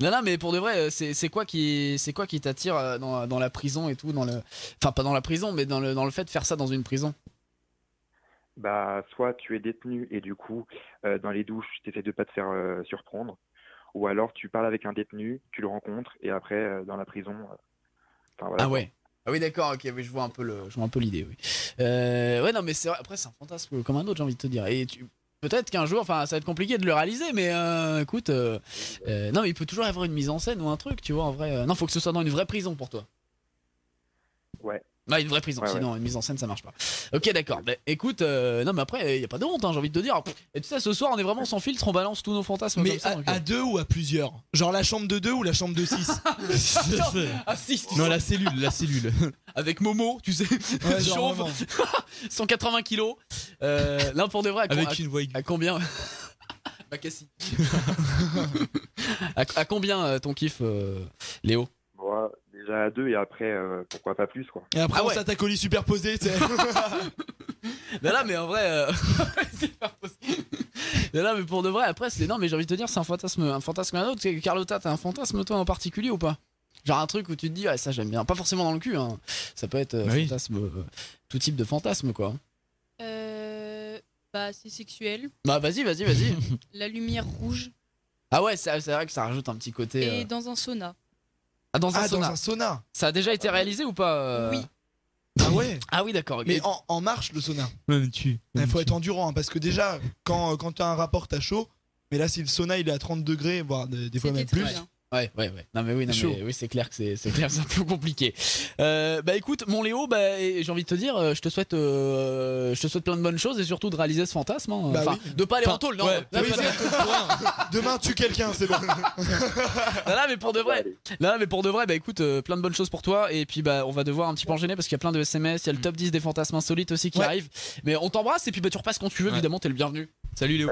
[SPEAKER 4] Non, non, mais pour de vrai, euh, c'est c'est quoi qui, c'est quoi qui t'attire euh, dans, dans la prison et tout, dans le, enfin pas dans la prison, mais dans le, dans le fait de faire ça dans une prison.
[SPEAKER 13] Bah soit tu es détenu et du coup euh, dans les douches tu essaies de pas te faire euh, surprendre, ou alors tu parles avec un détenu, tu le rencontres et après euh, dans la prison. euh, Enfin voilà.
[SPEAKER 4] Ah ouais. Ah oui, d'accord, ok, oui, je vois un peu le, je vois un peu l'idée, oui. Euh, ouais, non, mais c'est vrai, après c'est un fantasme comme un autre, j'ai envie de te dire. Et tu, peut-être qu'un jour, enfin, ça va être compliqué de le réaliser, mais euh, écoute, euh, euh, non, mais il peut toujours y avoir une mise en scène ou un truc, tu vois, en vrai. euh, non, faut que ce soit dans une vraie prison pour toi.
[SPEAKER 13] Ouais.
[SPEAKER 4] Bah, une vraie prison,
[SPEAKER 13] Ouais,
[SPEAKER 4] sinon une mise en scène ça marche pas. Ok, d'accord. Bah, écoute, euh, non, mais après, il n'y a pas de honte, hein, j'ai envie de te dire. Et tu sais, ce soir, on est vraiment sans filtre, on balance tous nos fantasmes. comme
[SPEAKER 5] Mais ah,
[SPEAKER 4] ça,
[SPEAKER 5] à,
[SPEAKER 4] donc,
[SPEAKER 5] à deux ou à plusieurs Genre la chambre de deux ou la chambre
[SPEAKER 4] [laughs]
[SPEAKER 5] de six
[SPEAKER 4] euh. Ah, si, tu
[SPEAKER 7] Non,
[SPEAKER 4] sens-
[SPEAKER 7] la cellule, la cellule.
[SPEAKER 4] [laughs] Avec Momo, tu sais, [laughs]
[SPEAKER 5] Ouais, genre,
[SPEAKER 4] chauve,
[SPEAKER 5] vraiment.
[SPEAKER 4] 180 kilos. Euh, là, pour de vrai, à,
[SPEAKER 7] Avec
[SPEAKER 4] à-
[SPEAKER 7] une voix
[SPEAKER 4] à combien [laughs] Bah, Cassie. [laughs] à, à combien euh, ton kiff, euh, Léo
[SPEAKER 13] Bon, ouais, déjà à deux et après euh, pourquoi pas plus quoi.
[SPEAKER 5] Et après,
[SPEAKER 4] Ah
[SPEAKER 5] on
[SPEAKER 4] ouais.
[SPEAKER 5] s'attaque au lit
[SPEAKER 4] [laughs]
[SPEAKER 5] superposé, tu sais.
[SPEAKER 4] Là, là, mais en vrai, euh, [laughs] c'est pas possible. Là, là, mais pour de vrai, après, c'est non, mais j'ai envie de te dire, c'est un fantasme, un fantasme à un autre. Carlotta, t'as un fantasme toi en particulier ou pas Genre un truc où tu te dis, ah, ça j'aime bien. Pas forcément dans le cul, hein. ça peut être euh,
[SPEAKER 7] Bah oui.
[SPEAKER 4] fantasme, euh, tout type de fantasme quoi.
[SPEAKER 14] Euh, bah, c'est sexuel.
[SPEAKER 4] Bah vas-y, vas-y,
[SPEAKER 7] [laughs]
[SPEAKER 4] vas-y.
[SPEAKER 14] La lumière rouge
[SPEAKER 4] ah ouais, c'est c'est vrai que ça rajoute un petit côté. euh,
[SPEAKER 14] et dans un sauna.
[SPEAKER 4] Ah, dans un
[SPEAKER 5] Ah,
[SPEAKER 4] sauna.
[SPEAKER 5] dans un sauna.
[SPEAKER 4] Ça a déjà été réalisé ou pas euh
[SPEAKER 14] Oui.
[SPEAKER 5] Ah ouais
[SPEAKER 4] Ah oui, d'accord. ok.
[SPEAKER 5] Mais en, en marche, le sauna.
[SPEAKER 7] Même tu.
[SPEAKER 5] Il faut être endurant, hein, parce que déjà, quand, euh, quand t'as un rapport, t'as chaud. Mais là, si le sauna il est à 30 degrés, voire des, des fois même plus.
[SPEAKER 4] Ouais, ouais, ouais. Non, mais oui, non,
[SPEAKER 5] C'est chaud.
[SPEAKER 4] mais oui, c'est clair que c'est, c'est clair, [laughs] que c'est un peu compliqué. Euh, bah écoute, mon Léo, bah, et j'ai envie de te dire, euh, je te souhaite, euh, je te souhaite plein de bonnes choses et surtout de réaliser ce fantasme. hein.
[SPEAKER 5] Bah
[SPEAKER 4] Enfin,
[SPEAKER 5] oui.
[SPEAKER 4] de pas aller en
[SPEAKER 5] Enfin,
[SPEAKER 4] tôle, Oh, non.
[SPEAKER 5] ouais.
[SPEAKER 4] Là,
[SPEAKER 5] Oui,
[SPEAKER 4] pas de-
[SPEAKER 5] c'est vrai. [laughs] Demain, tue quelqu'un, c'est bon.
[SPEAKER 4] Non, non, [laughs] mais pour de vrai. Non, mais pour de vrai, bah écoute, euh, plein de bonnes choses pour toi. Et puis, bah, on va devoir un petit peu enchaîner parce qu'il y a plein de SMS, il y a le top 10 des fantasmes insolites aussi qui
[SPEAKER 5] Mm. Ouais.
[SPEAKER 4] arrive. Mais on t'embrasse et puis, bah, tu repasses quand tu veux, évidemment, t'es le bienvenu. Salut Léo.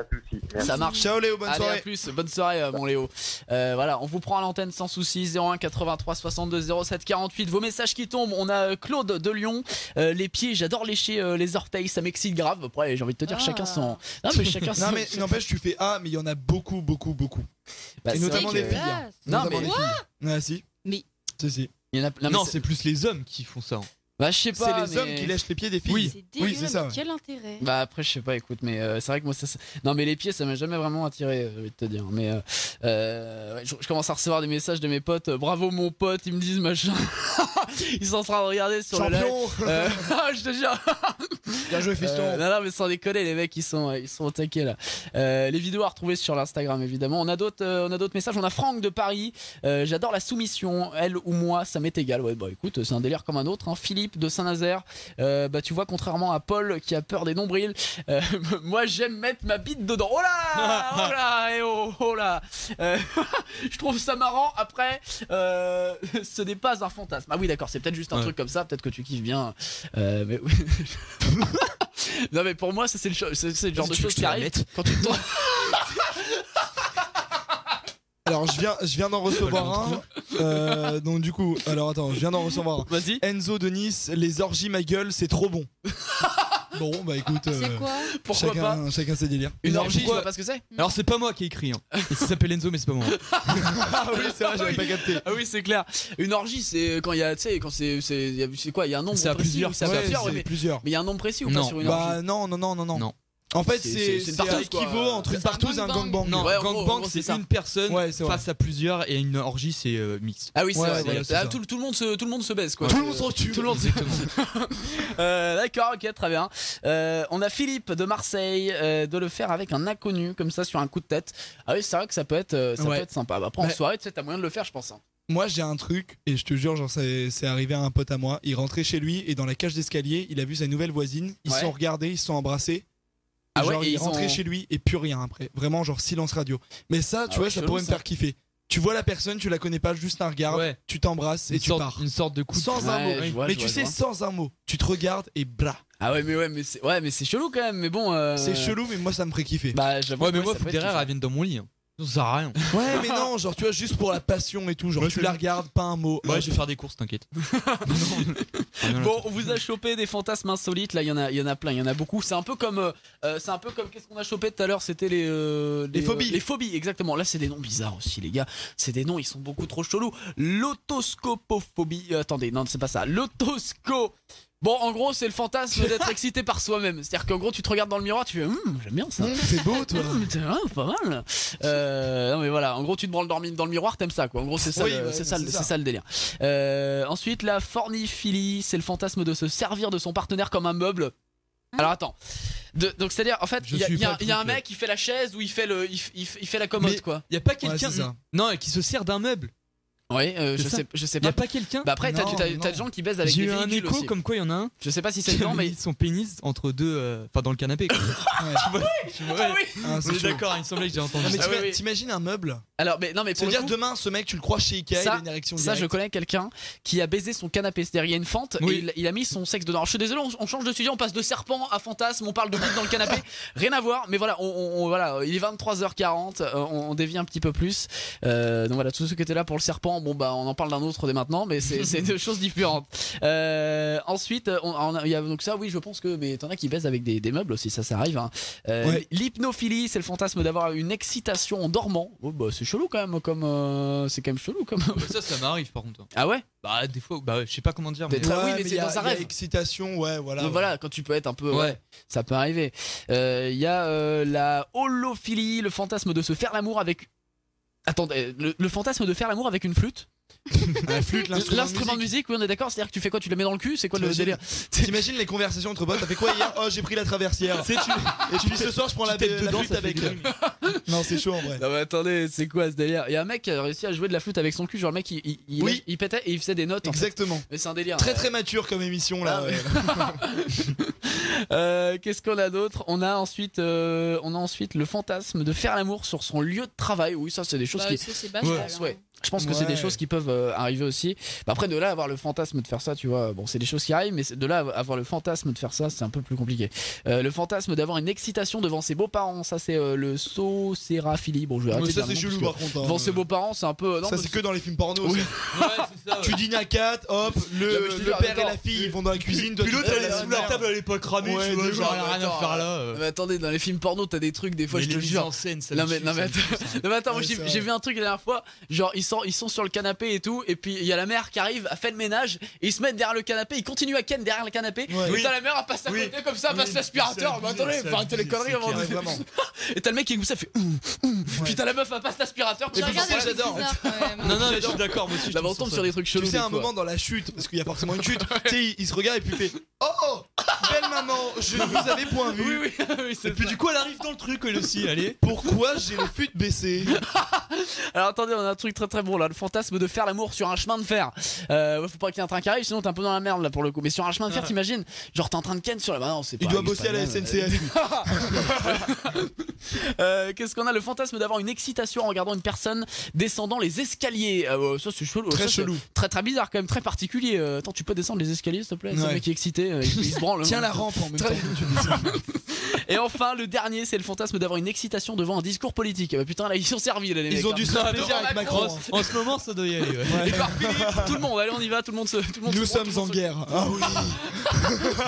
[SPEAKER 4] Ça marche.
[SPEAKER 5] Ciao Léo, bonne
[SPEAKER 4] Allez,
[SPEAKER 5] soirée.
[SPEAKER 4] à plus, bonne soirée, euh, mon Léo. Euh, voilà, on vous prend à l'antenne sans souci. 01 83 62 07 48. Vos messages qui tombent. On a euh, Claude de Lyon. Euh, les pieds, j'adore lécher euh, les orteils, ça m'excite grave. Après, j'ai envie de te dire, chacun son. Non, mais chacun son.
[SPEAKER 5] Ah. Non, mais n'empêche, tu fais A, mais il y en a beaucoup, beaucoup, beaucoup.
[SPEAKER 4] Bah,
[SPEAKER 5] Et
[SPEAKER 4] c'est
[SPEAKER 5] notamment
[SPEAKER 4] vrai
[SPEAKER 5] des
[SPEAKER 4] que-
[SPEAKER 5] filles. hein.
[SPEAKER 4] Non,
[SPEAKER 5] Notamment
[SPEAKER 4] mais-
[SPEAKER 5] des filles. Ah, si.
[SPEAKER 14] Mais.
[SPEAKER 5] Si, si.
[SPEAKER 4] Il y en a
[SPEAKER 7] Non, c'est plus les hommes qui font ça.
[SPEAKER 4] Bah, je sais
[SPEAKER 5] C'est
[SPEAKER 4] pas.
[SPEAKER 5] les hommes
[SPEAKER 4] mais-
[SPEAKER 5] qui lèchent les pieds des filles.
[SPEAKER 4] Oui,
[SPEAKER 14] Dégueu, mais Quel intérêt
[SPEAKER 4] Bah après je sais pas écoute mais euh, c'est vrai que moi ça, ça- non mais les pieds ça m'a jamais vraiment attiré euh, j'ai envie de te dire mais euh, euh, ouais, je, je commence à recevoir des messages de mes potes euh, bravo mon pote ils me disent machin [laughs] ils sont en train de regarder sur le
[SPEAKER 5] Champion
[SPEAKER 4] live Euh, [laughs] ah, je te jure
[SPEAKER 5] Bien joué, fiston.
[SPEAKER 4] Euh, non non mais sans déconner les mecs ils sont ils sont au taquet là Euh, les vidéos à retrouver sur l'Instagram évidemment on a d'autres euh, on a d'autres messages on a Franck de Paris Euh, j'adore la soumission elle ou moi ça m'est égal ouais bah écoute c'est un délire comme un autre hein. Philippe principe de Saint-Nazaire. Euh, bah, tu vois, contrairement à Paul qui a peur des nombrils, euh, [laughs] moi j'aime mettre ma bite dedans. Oh
[SPEAKER 5] [laughs]
[SPEAKER 4] là Oh là eh oh, oh là Euh, [laughs] Je trouve ça marrant. Après, euh, [laughs] ce n'est pas un fantasme. Ah oui, d'accord, c'est peut-être juste un
[SPEAKER 7] Ouais.
[SPEAKER 4] truc comme ça. Peut-être que tu kiffes bien. Euh, mais
[SPEAKER 7] [laughs]
[SPEAKER 4] oui. non, mais pour moi, ça, c'est le, cho- c'est- c'est le genre de
[SPEAKER 7] Tu veux
[SPEAKER 4] choses
[SPEAKER 7] que je te
[SPEAKER 4] qui
[SPEAKER 7] la
[SPEAKER 4] arrive
[SPEAKER 7] mette
[SPEAKER 4] quand tu te tournes-
[SPEAKER 5] Alors je viens, je viens d'en recevoir un. Euh, donc du coup, alors attends, je viens d'en recevoir un.
[SPEAKER 4] Vas-y.
[SPEAKER 5] Enzo de Nice, les orgies ma gueule, c'est
[SPEAKER 4] [laughs]
[SPEAKER 5] trop bon. bon bah écoute.
[SPEAKER 4] C'est quoi Pourquoi
[SPEAKER 5] chacun,
[SPEAKER 4] pas
[SPEAKER 5] Chacun ses délires.
[SPEAKER 4] Une orgie, je vois pas ce que
[SPEAKER 7] [laughs]
[SPEAKER 4] c'est.
[SPEAKER 7] Alors c'est pas moi qui ai écrit. Hein.
[SPEAKER 4] [laughs]
[SPEAKER 7] Il s'appelle Enzo, mais c'est pas moi.
[SPEAKER 4] ah oui,
[SPEAKER 5] c'est vrai, j'avais pas capté.
[SPEAKER 4] Ah oui, c'est clair. Une orgie, c'est quand il y a, tu sais, quand c'est, c'est, il y a- c'est quoi, il y a un nombre
[SPEAKER 5] C'est à
[SPEAKER 4] précis
[SPEAKER 5] plusieurs,
[SPEAKER 4] ou c'est à
[SPEAKER 5] ouais,
[SPEAKER 4] plusieurs,
[SPEAKER 5] c'est
[SPEAKER 4] ouais, mais,
[SPEAKER 5] plusieurs.
[SPEAKER 4] mais il y a un nombre précis ou pas sur une
[SPEAKER 5] Bah
[SPEAKER 4] orgie
[SPEAKER 5] non, non, non, non, non. En fait, c'est c'est
[SPEAKER 4] partouze, quoi.
[SPEAKER 5] équivaut entre une partouze et un gangbang.
[SPEAKER 7] Non, gangbang, c'est
[SPEAKER 5] ça.
[SPEAKER 7] une personne
[SPEAKER 5] Ouais, c'est vrai.
[SPEAKER 7] face à plusieurs et une orgie, c'est euh, mixte.
[SPEAKER 4] Ah oui, c'est
[SPEAKER 7] Ouais,
[SPEAKER 4] vrai.
[SPEAKER 7] voilà,
[SPEAKER 4] c'est-
[SPEAKER 7] c'est
[SPEAKER 4] ah,
[SPEAKER 7] ça.
[SPEAKER 4] tout, tout le monde se, tout le monde se baise quoi.
[SPEAKER 7] Tout le
[SPEAKER 4] Euh,
[SPEAKER 7] monde s'en tue.
[SPEAKER 4] Tout le monde. Euh, D'accord, ok, très bien. Euh, on a Philippe de Marseille euh, de le faire avec un inconnu comme ça sur un coup de tête. Ah oui, c'est vrai que ça peut être, euh, ça
[SPEAKER 5] Ouais.
[SPEAKER 4] peut être sympa. Après en
[SPEAKER 5] Ouais.
[SPEAKER 4] soirée, tu sais, t'as moyen de le faire, je pense. hein.
[SPEAKER 5] Moi, j'ai un truc, et je te jure, genre, c'est c'est arrivé à un pote à moi. Il rentrait chez lui, et dans la cage d'escalier, il a vu sa nouvelle voisine. Ils se
[SPEAKER 4] Ouais.
[SPEAKER 5] sont regardés, ils se sont embrassés.
[SPEAKER 4] Ah
[SPEAKER 5] Et
[SPEAKER 4] ouais,
[SPEAKER 5] genre,
[SPEAKER 4] et
[SPEAKER 5] il est
[SPEAKER 4] ils
[SPEAKER 5] rentré
[SPEAKER 4] ont-
[SPEAKER 5] chez lui, et plus rien après. Vraiment, genre, silence radio. Mais ça, tu
[SPEAKER 7] Ah
[SPEAKER 5] vois,
[SPEAKER 7] ouais,
[SPEAKER 5] ça
[SPEAKER 7] chelou,
[SPEAKER 5] pourrait me
[SPEAKER 7] ça.
[SPEAKER 5] faire kiffer. Tu vois la personne, tu la connais pas, juste un regard, tu t'embrasses et
[SPEAKER 7] Une
[SPEAKER 5] tu
[SPEAKER 7] sorte-
[SPEAKER 5] pars.
[SPEAKER 7] Une sorte de coup.
[SPEAKER 5] Sans un mot. mais tu sais, sans un mot. Tu te regardes et bla.
[SPEAKER 4] Ah ouais, mais ouais, mais c'est, ouais, mais c'est chelou quand même. Mais bon. euh,
[SPEAKER 5] C'est chelou, mais moi, ça me ferait kiffer.
[SPEAKER 4] Bah, j'avoue.
[SPEAKER 7] Ouais, mais
[SPEAKER 4] que
[SPEAKER 7] moi,
[SPEAKER 4] ça
[SPEAKER 7] faut
[SPEAKER 4] peut
[SPEAKER 7] que
[SPEAKER 4] être
[SPEAKER 7] derrière,
[SPEAKER 4] kiffant.
[SPEAKER 7] elle vienne dans mon lit. hein. Ça sert à
[SPEAKER 4] [laughs]
[SPEAKER 7] rien.
[SPEAKER 5] Ouais, mais non, genre, tu vois, juste pour la passion et tout. Genre, tu la regardes, pas un mot.
[SPEAKER 7] Ouais, je vais faire des courses, t'inquiète. Ah,
[SPEAKER 4] Bon, on vous a chopé des fantasmes insolites. Là, il y en a, il y en a plein. Il y en a beaucoup. C'est un peu comme, euh, euh, c'est un peu comme qu'est-ce qu'on a chopé tout à l'heure. C'était les, euh,
[SPEAKER 5] Les phobies.
[SPEAKER 4] euh, les phobies, exactement. Là, c'est des noms bizarres aussi, les gars. C'est des noms, ils sont beaucoup trop chelous. L'autoscopophobie. Euh, attendez, non, c'est pas ça. L'autosco. Bon, en gros, c'est le fantasme
[SPEAKER 5] [laughs]
[SPEAKER 4] d'être excité par soi-même. C'est-à-dire qu'en gros, tu te regardes dans le miroir, tu fais, Hum, j'aime bien ça.
[SPEAKER 5] Mmh, C'est
[SPEAKER 4] [laughs]
[SPEAKER 5] beau, toi.
[SPEAKER 4] Hum, t'es vraiment pas mal. Euh, non, mais voilà. En gros, tu te branles dans, le mi- dans le miroir, t'aimes ça, quoi. En gros, c'est ça,
[SPEAKER 5] Oui,
[SPEAKER 4] le-
[SPEAKER 5] ouais,
[SPEAKER 4] c'est ça,
[SPEAKER 5] c'est
[SPEAKER 4] le-
[SPEAKER 5] ça.
[SPEAKER 4] c'est ça le délire. Euh, ensuite, la forniphilie, c'est le fantasme de se servir de son partenaire comme un meuble. Alors attends. De- donc c'est-à-dire, en fait,
[SPEAKER 7] Je
[SPEAKER 4] il y a,
[SPEAKER 7] suis
[SPEAKER 4] il y a-
[SPEAKER 7] pas le
[SPEAKER 4] il y a un
[SPEAKER 7] truc, là.
[SPEAKER 4] mec qui fait la chaise ou il fait, le, il, f- il f- il fait la commode, quoi.
[SPEAKER 7] Y a pas
[SPEAKER 4] Ouais,
[SPEAKER 7] quelqu'un.
[SPEAKER 4] c'est ça.
[SPEAKER 7] non, qui se sert d'un meuble.
[SPEAKER 4] Oui, euh,
[SPEAKER 7] C'est
[SPEAKER 4] je
[SPEAKER 7] ça.
[SPEAKER 4] sais, je sais
[SPEAKER 7] Y
[SPEAKER 4] pas.
[SPEAKER 7] a pas quelqu'un.
[SPEAKER 4] Bah après, t'as
[SPEAKER 7] Non,
[SPEAKER 4] t'as-
[SPEAKER 7] non.
[SPEAKER 4] t'as des gens qui baisent avec
[SPEAKER 7] J'ai
[SPEAKER 4] des
[SPEAKER 7] eu un
[SPEAKER 4] véhicules
[SPEAKER 7] écho
[SPEAKER 4] aussi.
[SPEAKER 7] comme quoi il y en a un.
[SPEAKER 4] Je sais pas si c'est
[SPEAKER 7] hein. qui
[SPEAKER 4] dedans,
[SPEAKER 7] avait
[SPEAKER 4] mais-
[SPEAKER 7] mis son pénis entre deux. euh, Enfin, dans le
[SPEAKER 4] [laughs]
[SPEAKER 7] canapé. quoi. Tu vois- tu vois-
[SPEAKER 4] Ah oui. Ah
[SPEAKER 5] Ah, c'est
[SPEAKER 7] On est
[SPEAKER 5] chaud.
[SPEAKER 7] d'accord, il me semblait que j'ai entendu
[SPEAKER 5] Non, Ah, mais
[SPEAKER 7] ça.
[SPEAKER 5] t'ima- t'imagines un meuble
[SPEAKER 4] Alors, mais non, mais pour le
[SPEAKER 5] C'est-à-dire
[SPEAKER 4] coup-
[SPEAKER 5] demain, ce mec, tu le crois chez Ikea, il a
[SPEAKER 4] ça,
[SPEAKER 5] une érection
[SPEAKER 4] ça, je
[SPEAKER 5] directe.
[SPEAKER 4] connais quelqu'un qui a baisé son canapé. C'est-à-dire, il y a une fente
[SPEAKER 5] Oui.
[SPEAKER 4] et il, il a mis son sexe dedans. Alors, je suis désolé, on, on change de sujet, on passe de serpent à fantasme, on parle de bite dans le
[SPEAKER 5] [laughs]
[SPEAKER 4] canapé. Rien à voir, mais voilà, on, on- on- voilà il est 23h40, euh, on, on dévie un petit peu plus. Euh, donc voilà, tous ceux qui étaient là pour le serpent, bon bah on en parle d'un autre dès maintenant, mais c'est c'est deux choses différentes. Euh, ensuite, on, on a- il y a donc ça, oui, je pense que, mais t'en as qui baisent avec des, des meubles aussi, ça, ça arrive. hein. Euh, L'hypnophilie, c'est le fantasme d'avoir une excitation en dormant. Oh, bah, c'est chelou quand même, comme. euh, c'est quand même chelou comme.
[SPEAKER 7] Ça, ça m'arrive par contre.
[SPEAKER 4] Ah ouais
[SPEAKER 7] Bah, des fois, bah, je sais pas comment dire.
[SPEAKER 4] T'es très- oui, mais c'est
[SPEAKER 5] euh, y a-
[SPEAKER 4] dans un
[SPEAKER 5] y a
[SPEAKER 4] rêve.
[SPEAKER 5] Excitation, ouais, voilà.
[SPEAKER 4] Donc
[SPEAKER 5] ouais.
[SPEAKER 4] voilà, quand tu peux être un peu. Ouais,
[SPEAKER 5] Ouais.
[SPEAKER 4] ça peut arriver. Euh, Il y a euh, la holophilie, le fantasme de se faire l'amour avec. Attendez, le, le fantasme de faire l'amour avec une flûte
[SPEAKER 5] [laughs] La
[SPEAKER 4] [laughs]
[SPEAKER 5] flûte, l'instrument de
[SPEAKER 4] L'instrument de musique, oui, on est d'accord. C'est-à-dire que tu fais quoi Tu le mets dans le cul C'est quoi le
[SPEAKER 5] T'imagines-
[SPEAKER 4] délire
[SPEAKER 5] T'imagines les conversations entre potes T'as fait quoi hier Oh, j'ai pris la traversière.
[SPEAKER 7] Tu sais, tu-
[SPEAKER 5] Et puis ce soir, je prends la,
[SPEAKER 7] tu tapes
[SPEAKER 5] la
[SPEAKER 7] dedans,
[SPEAKER 5] flûte
[SPEAKER 7] ça fait
[SPEAKER 5] avec.
[SPEAKER 7] du
[SPEAKER 5] Non, c'est chaud en vrai.
[SPEAKER 4] Non mais attendez, c'est quoi ce délire Il y a un mec qui a réussi à jouer de la flûte avec son cul, genre le mec il, il, il-
[SPEAKER 5] Oui.
[SPEAKER 4] il pétait et il faisait des notes. en fait.
[SPEAKER 5] Exactement.
[SPEAKER 4] Mais c'est un délire.
[SPEAKER 5] Très très mature comme émission là. ouais.
[SPEAKER 4] Ah, [laughs] Euh, Qu'est-ce qu'on a d'autre On a ensuite, euh, on a ensuite le fantasme de faire l'amour sur son lieu de travail. Oui, ça c'est des choses
[SPEAKER 14] Bah,
[SPEAKER 4] qui.
[SPEAKER 14] ça, c'est bachal,
[SPEAKER 4] Je pense,
[SPEAKER 14] hein.
[SPEAKER 4] ouais. Je pense que c'est des
[SPEAKER 14] Ouais.
[SPEAKER 4] choses qui peuvent euh, arriver aussi. Bah, après de là à avoir le fantasme de faire ça, tu vois, bon c'est des choses qui arrivent, mais c'est- de là à avoir le fantasme de faire ça, c'est un peu plus compliqué. Euh, le fantasme d'avoir une excitation devant ses beaux-parents, ça c'est euh, le saucéraphilie. Bon, je vais
[SPEAKER 5] Mais
[SPEAKER 4] arrêter de
[SPEAKER 5] ça,
[SPEAKER 4] dire le
[SPEAKER 5] c'est
[SPEAKER 4] nom,
[SPEAKER 5] chelou,
[SPEAKER 4] parce que
[SPEAKER 5] par contre, hein.
[SPEAKER 4] Devant ses beaux-parents, c'est un peu. non,
[SPEAKER 5] ça
[SPEAKER 4] parce
[SPEAKER 5] c'est que dans les films porno. ça. Tu dînes à 4, hop,
[SPEAKER 4] Non,
[SPEAKER 5] le,
[SPEAKER 4] mais je te
[SPEAKER 5] le
[SPEAKER 4] jure,
[SPEAKER 5] père et
[SPEAKER 4] attends.
[SPEAKER 5] la fille ils vont dans la cuisine. toi,
[SPEAKER 7] puis
[SPEAKER 5] tu-
[SPEAKER 7] l'autre, elle est sous la
[SPEAKER 5] merde.
[SPEAKER 7] table, elle est pas cramée,
[SPEAKER 5] Ouais,
[SPEAKER 7] tu vois,
[SPEAKER 5] de
[SPEAKER 7] genre,
[SPEAKER 5] ouf.
[SPEAKER 7] elle a rien à faire là. euh.
[SPEAKER 4] hein. Mais attendez, dans les films porno, t'as des trucs, des fois,
[SPEAKER 7] Mais
[SPEAKER 4] je te
[SPEAKER 7] les
[SPEAKER 4] le
[SPEAKER 7] mises
[SPEAKER 4] jure.
[SPEAKER 7] en scène, ça
[SPEAKER 4] non,
[SPEAKER 7] me
[SPEAKER 4] mais,
[SPEAKER 7] tue,
[SPEAKER 4] non, mais
[SPEAKER 7] ça me
[SPEAKER 4] attends, Non, mais attends, moi,
[SPEAKER 7] Ouais,
[SPEAKER 4] j'ai
[SPEAKER 7] c'est
[SPEAKER 4] j'ai
[SPEAKER 7] vrai.
[SPEAKER 4] vu un truc la dernière fois. Genre, ils sont, ils sont sur le canapé et tout. Et puis, il y a la mère qui arrive, a fait le ménage. Et ils se mettent derrière le canapé. Ils continuent à ken derrière le canapé. Et
[SPEAKER 7] Oui.
[SPEAKER 4] t'as la mère, elle passe à
[SPEAKER 7] Oui.
[SPEAKER 4] côté comme ça, elle
[SPEAKER 7] Oui,
[SPEAKER 4] passe l'aspirateur.
[SPEAKER 7] c'est
[SPEAKER 4] Mais
[SPEAKER 7] abusé,
[SPEAKER 4] attendez,
[SPEAKER 7] c'est
[SPEAKER 4] faut arrêter les
[SPEAKER 7] abusé,
[SPEAKER 4] conneries
[SPEAKER 7] c'est
[SPEAKER 4] avant
[SPEAKER 7] clair.
[SPEAKER 4] de-
[SPEAKER 7] Ouais, vraiment.
[SPEAKER 4] [laughs] Et t'as le mec qui est comme ça, fait. Hum, hum. Puis t'as la meuf, elle passe l'aspirateur.
[SPEAKER 5] Et puis, ça, j'adore.
[SPEAKER 7] Non, non, mais je suis d'accord, moi aussi. je
[SPEAKER 4] Bah,
[SPEAKER 7] trouve
[SPEAKER 4] on tombe
[SPEAKER 7] ça
[SPEAKER 4] sur des trucs chelous
[SPEAKER 5] Tu sais,
[SPEAKER 4] des
[SPEAKER 5] un
[SPEAKER 4] fois.
[SPEAKER 5] moment dans la chute, parce qu'il y a forcément une chute, tu sais, il, il se regarde et puis il fait Oh, oh belle main Apparemment, je ne vous avais point vu.
[SPEAKER 7] [laughs]
[SPEAKER 5] Et puis du coup, elle arrive dans le truc, elle aussi. Allez. Pourquoi j'ai le fut baissé
[SPEAKER 4] [laughs] Alors attendez, on a un truc très très bon là, le fantasme de faire l'amour sur un chemin de fer. Euh, ouais, faut pas qu'il y ait un train qui arrive, sinon t'es un peu dans la merde là pour le coup. Mais sur un chemin de fer,
[SPEAKER 5] Ouais.
[SPEAKER 4] t'imagines Genre t'es en train de ken sur la. Bah non, c'est
[SPEAKER 5] Ah. Il
[SPEAKER 4] pas-
[SPEAKER 5] doit
[SPEAKER 4] c'est
[SPEAKER 5] bosser
[SPEAKER 4] pas
[SPEAKER 5] à la
[SPEAKER 4] bien, euh,
[SPEAKER 5] SNCF.
[SPEAKER 4] Euh, Qu'est-ce qu'on a Le fantasme d'avoir une excitation en regardant une personne descendant les escaliers. Euh, ça c'est chelou.
[SPEAKER 5] Très
[SPEAKER 4] Ça, c'est
[SPEAKER 5] chelou.
[SPEAKER 4] Très très bizarre quand même, très particulier. Euh, attends, tu peux descendre les escaliers s'il te plaît C'est
[SPEAKER 5] Ouais.
[SPEAKER 4] Le mec qui est excité, euh, il, il se branle.
[SPEAKER 5] Tiens la rampe en même
[SPEAKER 4] Très-
[SPEAKER 5] temps.
[SPEAKER 4] [laughs] Et enfin, le dernier, c'est le fantasme d'avoir une excitation devant un discours politique. Ah bah putain, là, ils sont servis, là, les
[SPEAKER 5] Ils
[SPEAKER 4] mecs,
[SPEAKER 5] ont
[SPEAKER 4] hein.
[SPEAKER 5] dû se faire plaisir avec Macron. Oh,
[SPEAKER 4] En, ce moment, ça doit y aller. Et par
[SPEAKER 7] [laughs]
[SPEAKER 4] Philippe, tout le monde, allez, on y va, tout le monde se. Tout le monde
[SPEAKER 5] Nous
[SPEAKER 4] se prend,
[SPEAKER 5] sommes en guerre. Ah oui.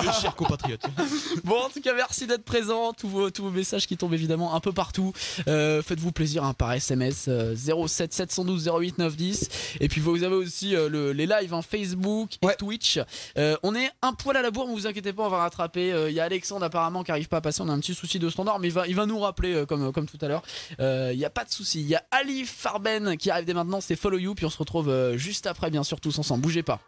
[SPEAKER 4] mes chers compatriotes. [laughs] Bon, en tout cas, merci d'être présent. Tous vos, tous vos messages qui tombent évidemment un peu partout. Euh, Faites-vous plaisir hein, par SMS euh, 07 712 08 910. Et puis vous avez aussi euh, le- les lives en Facebook et Twitch. Euh, on est un poil à la bourre, ne vous inquiétez pas, on va rattraper. Euh, Il y a Alexandre apparemment qui arrive pas à passer. On a un petit souci de standard, mais il va, il va nous rappeler euh, comme, comme tout à l'heure. Euh, Il y a pas de souci. Il y a Ali Farben qui arrive dès maintenant. C'est Follow You. Puis on se retrouve euh, juste après, bien sûr, tous ensemble. Bougez pas.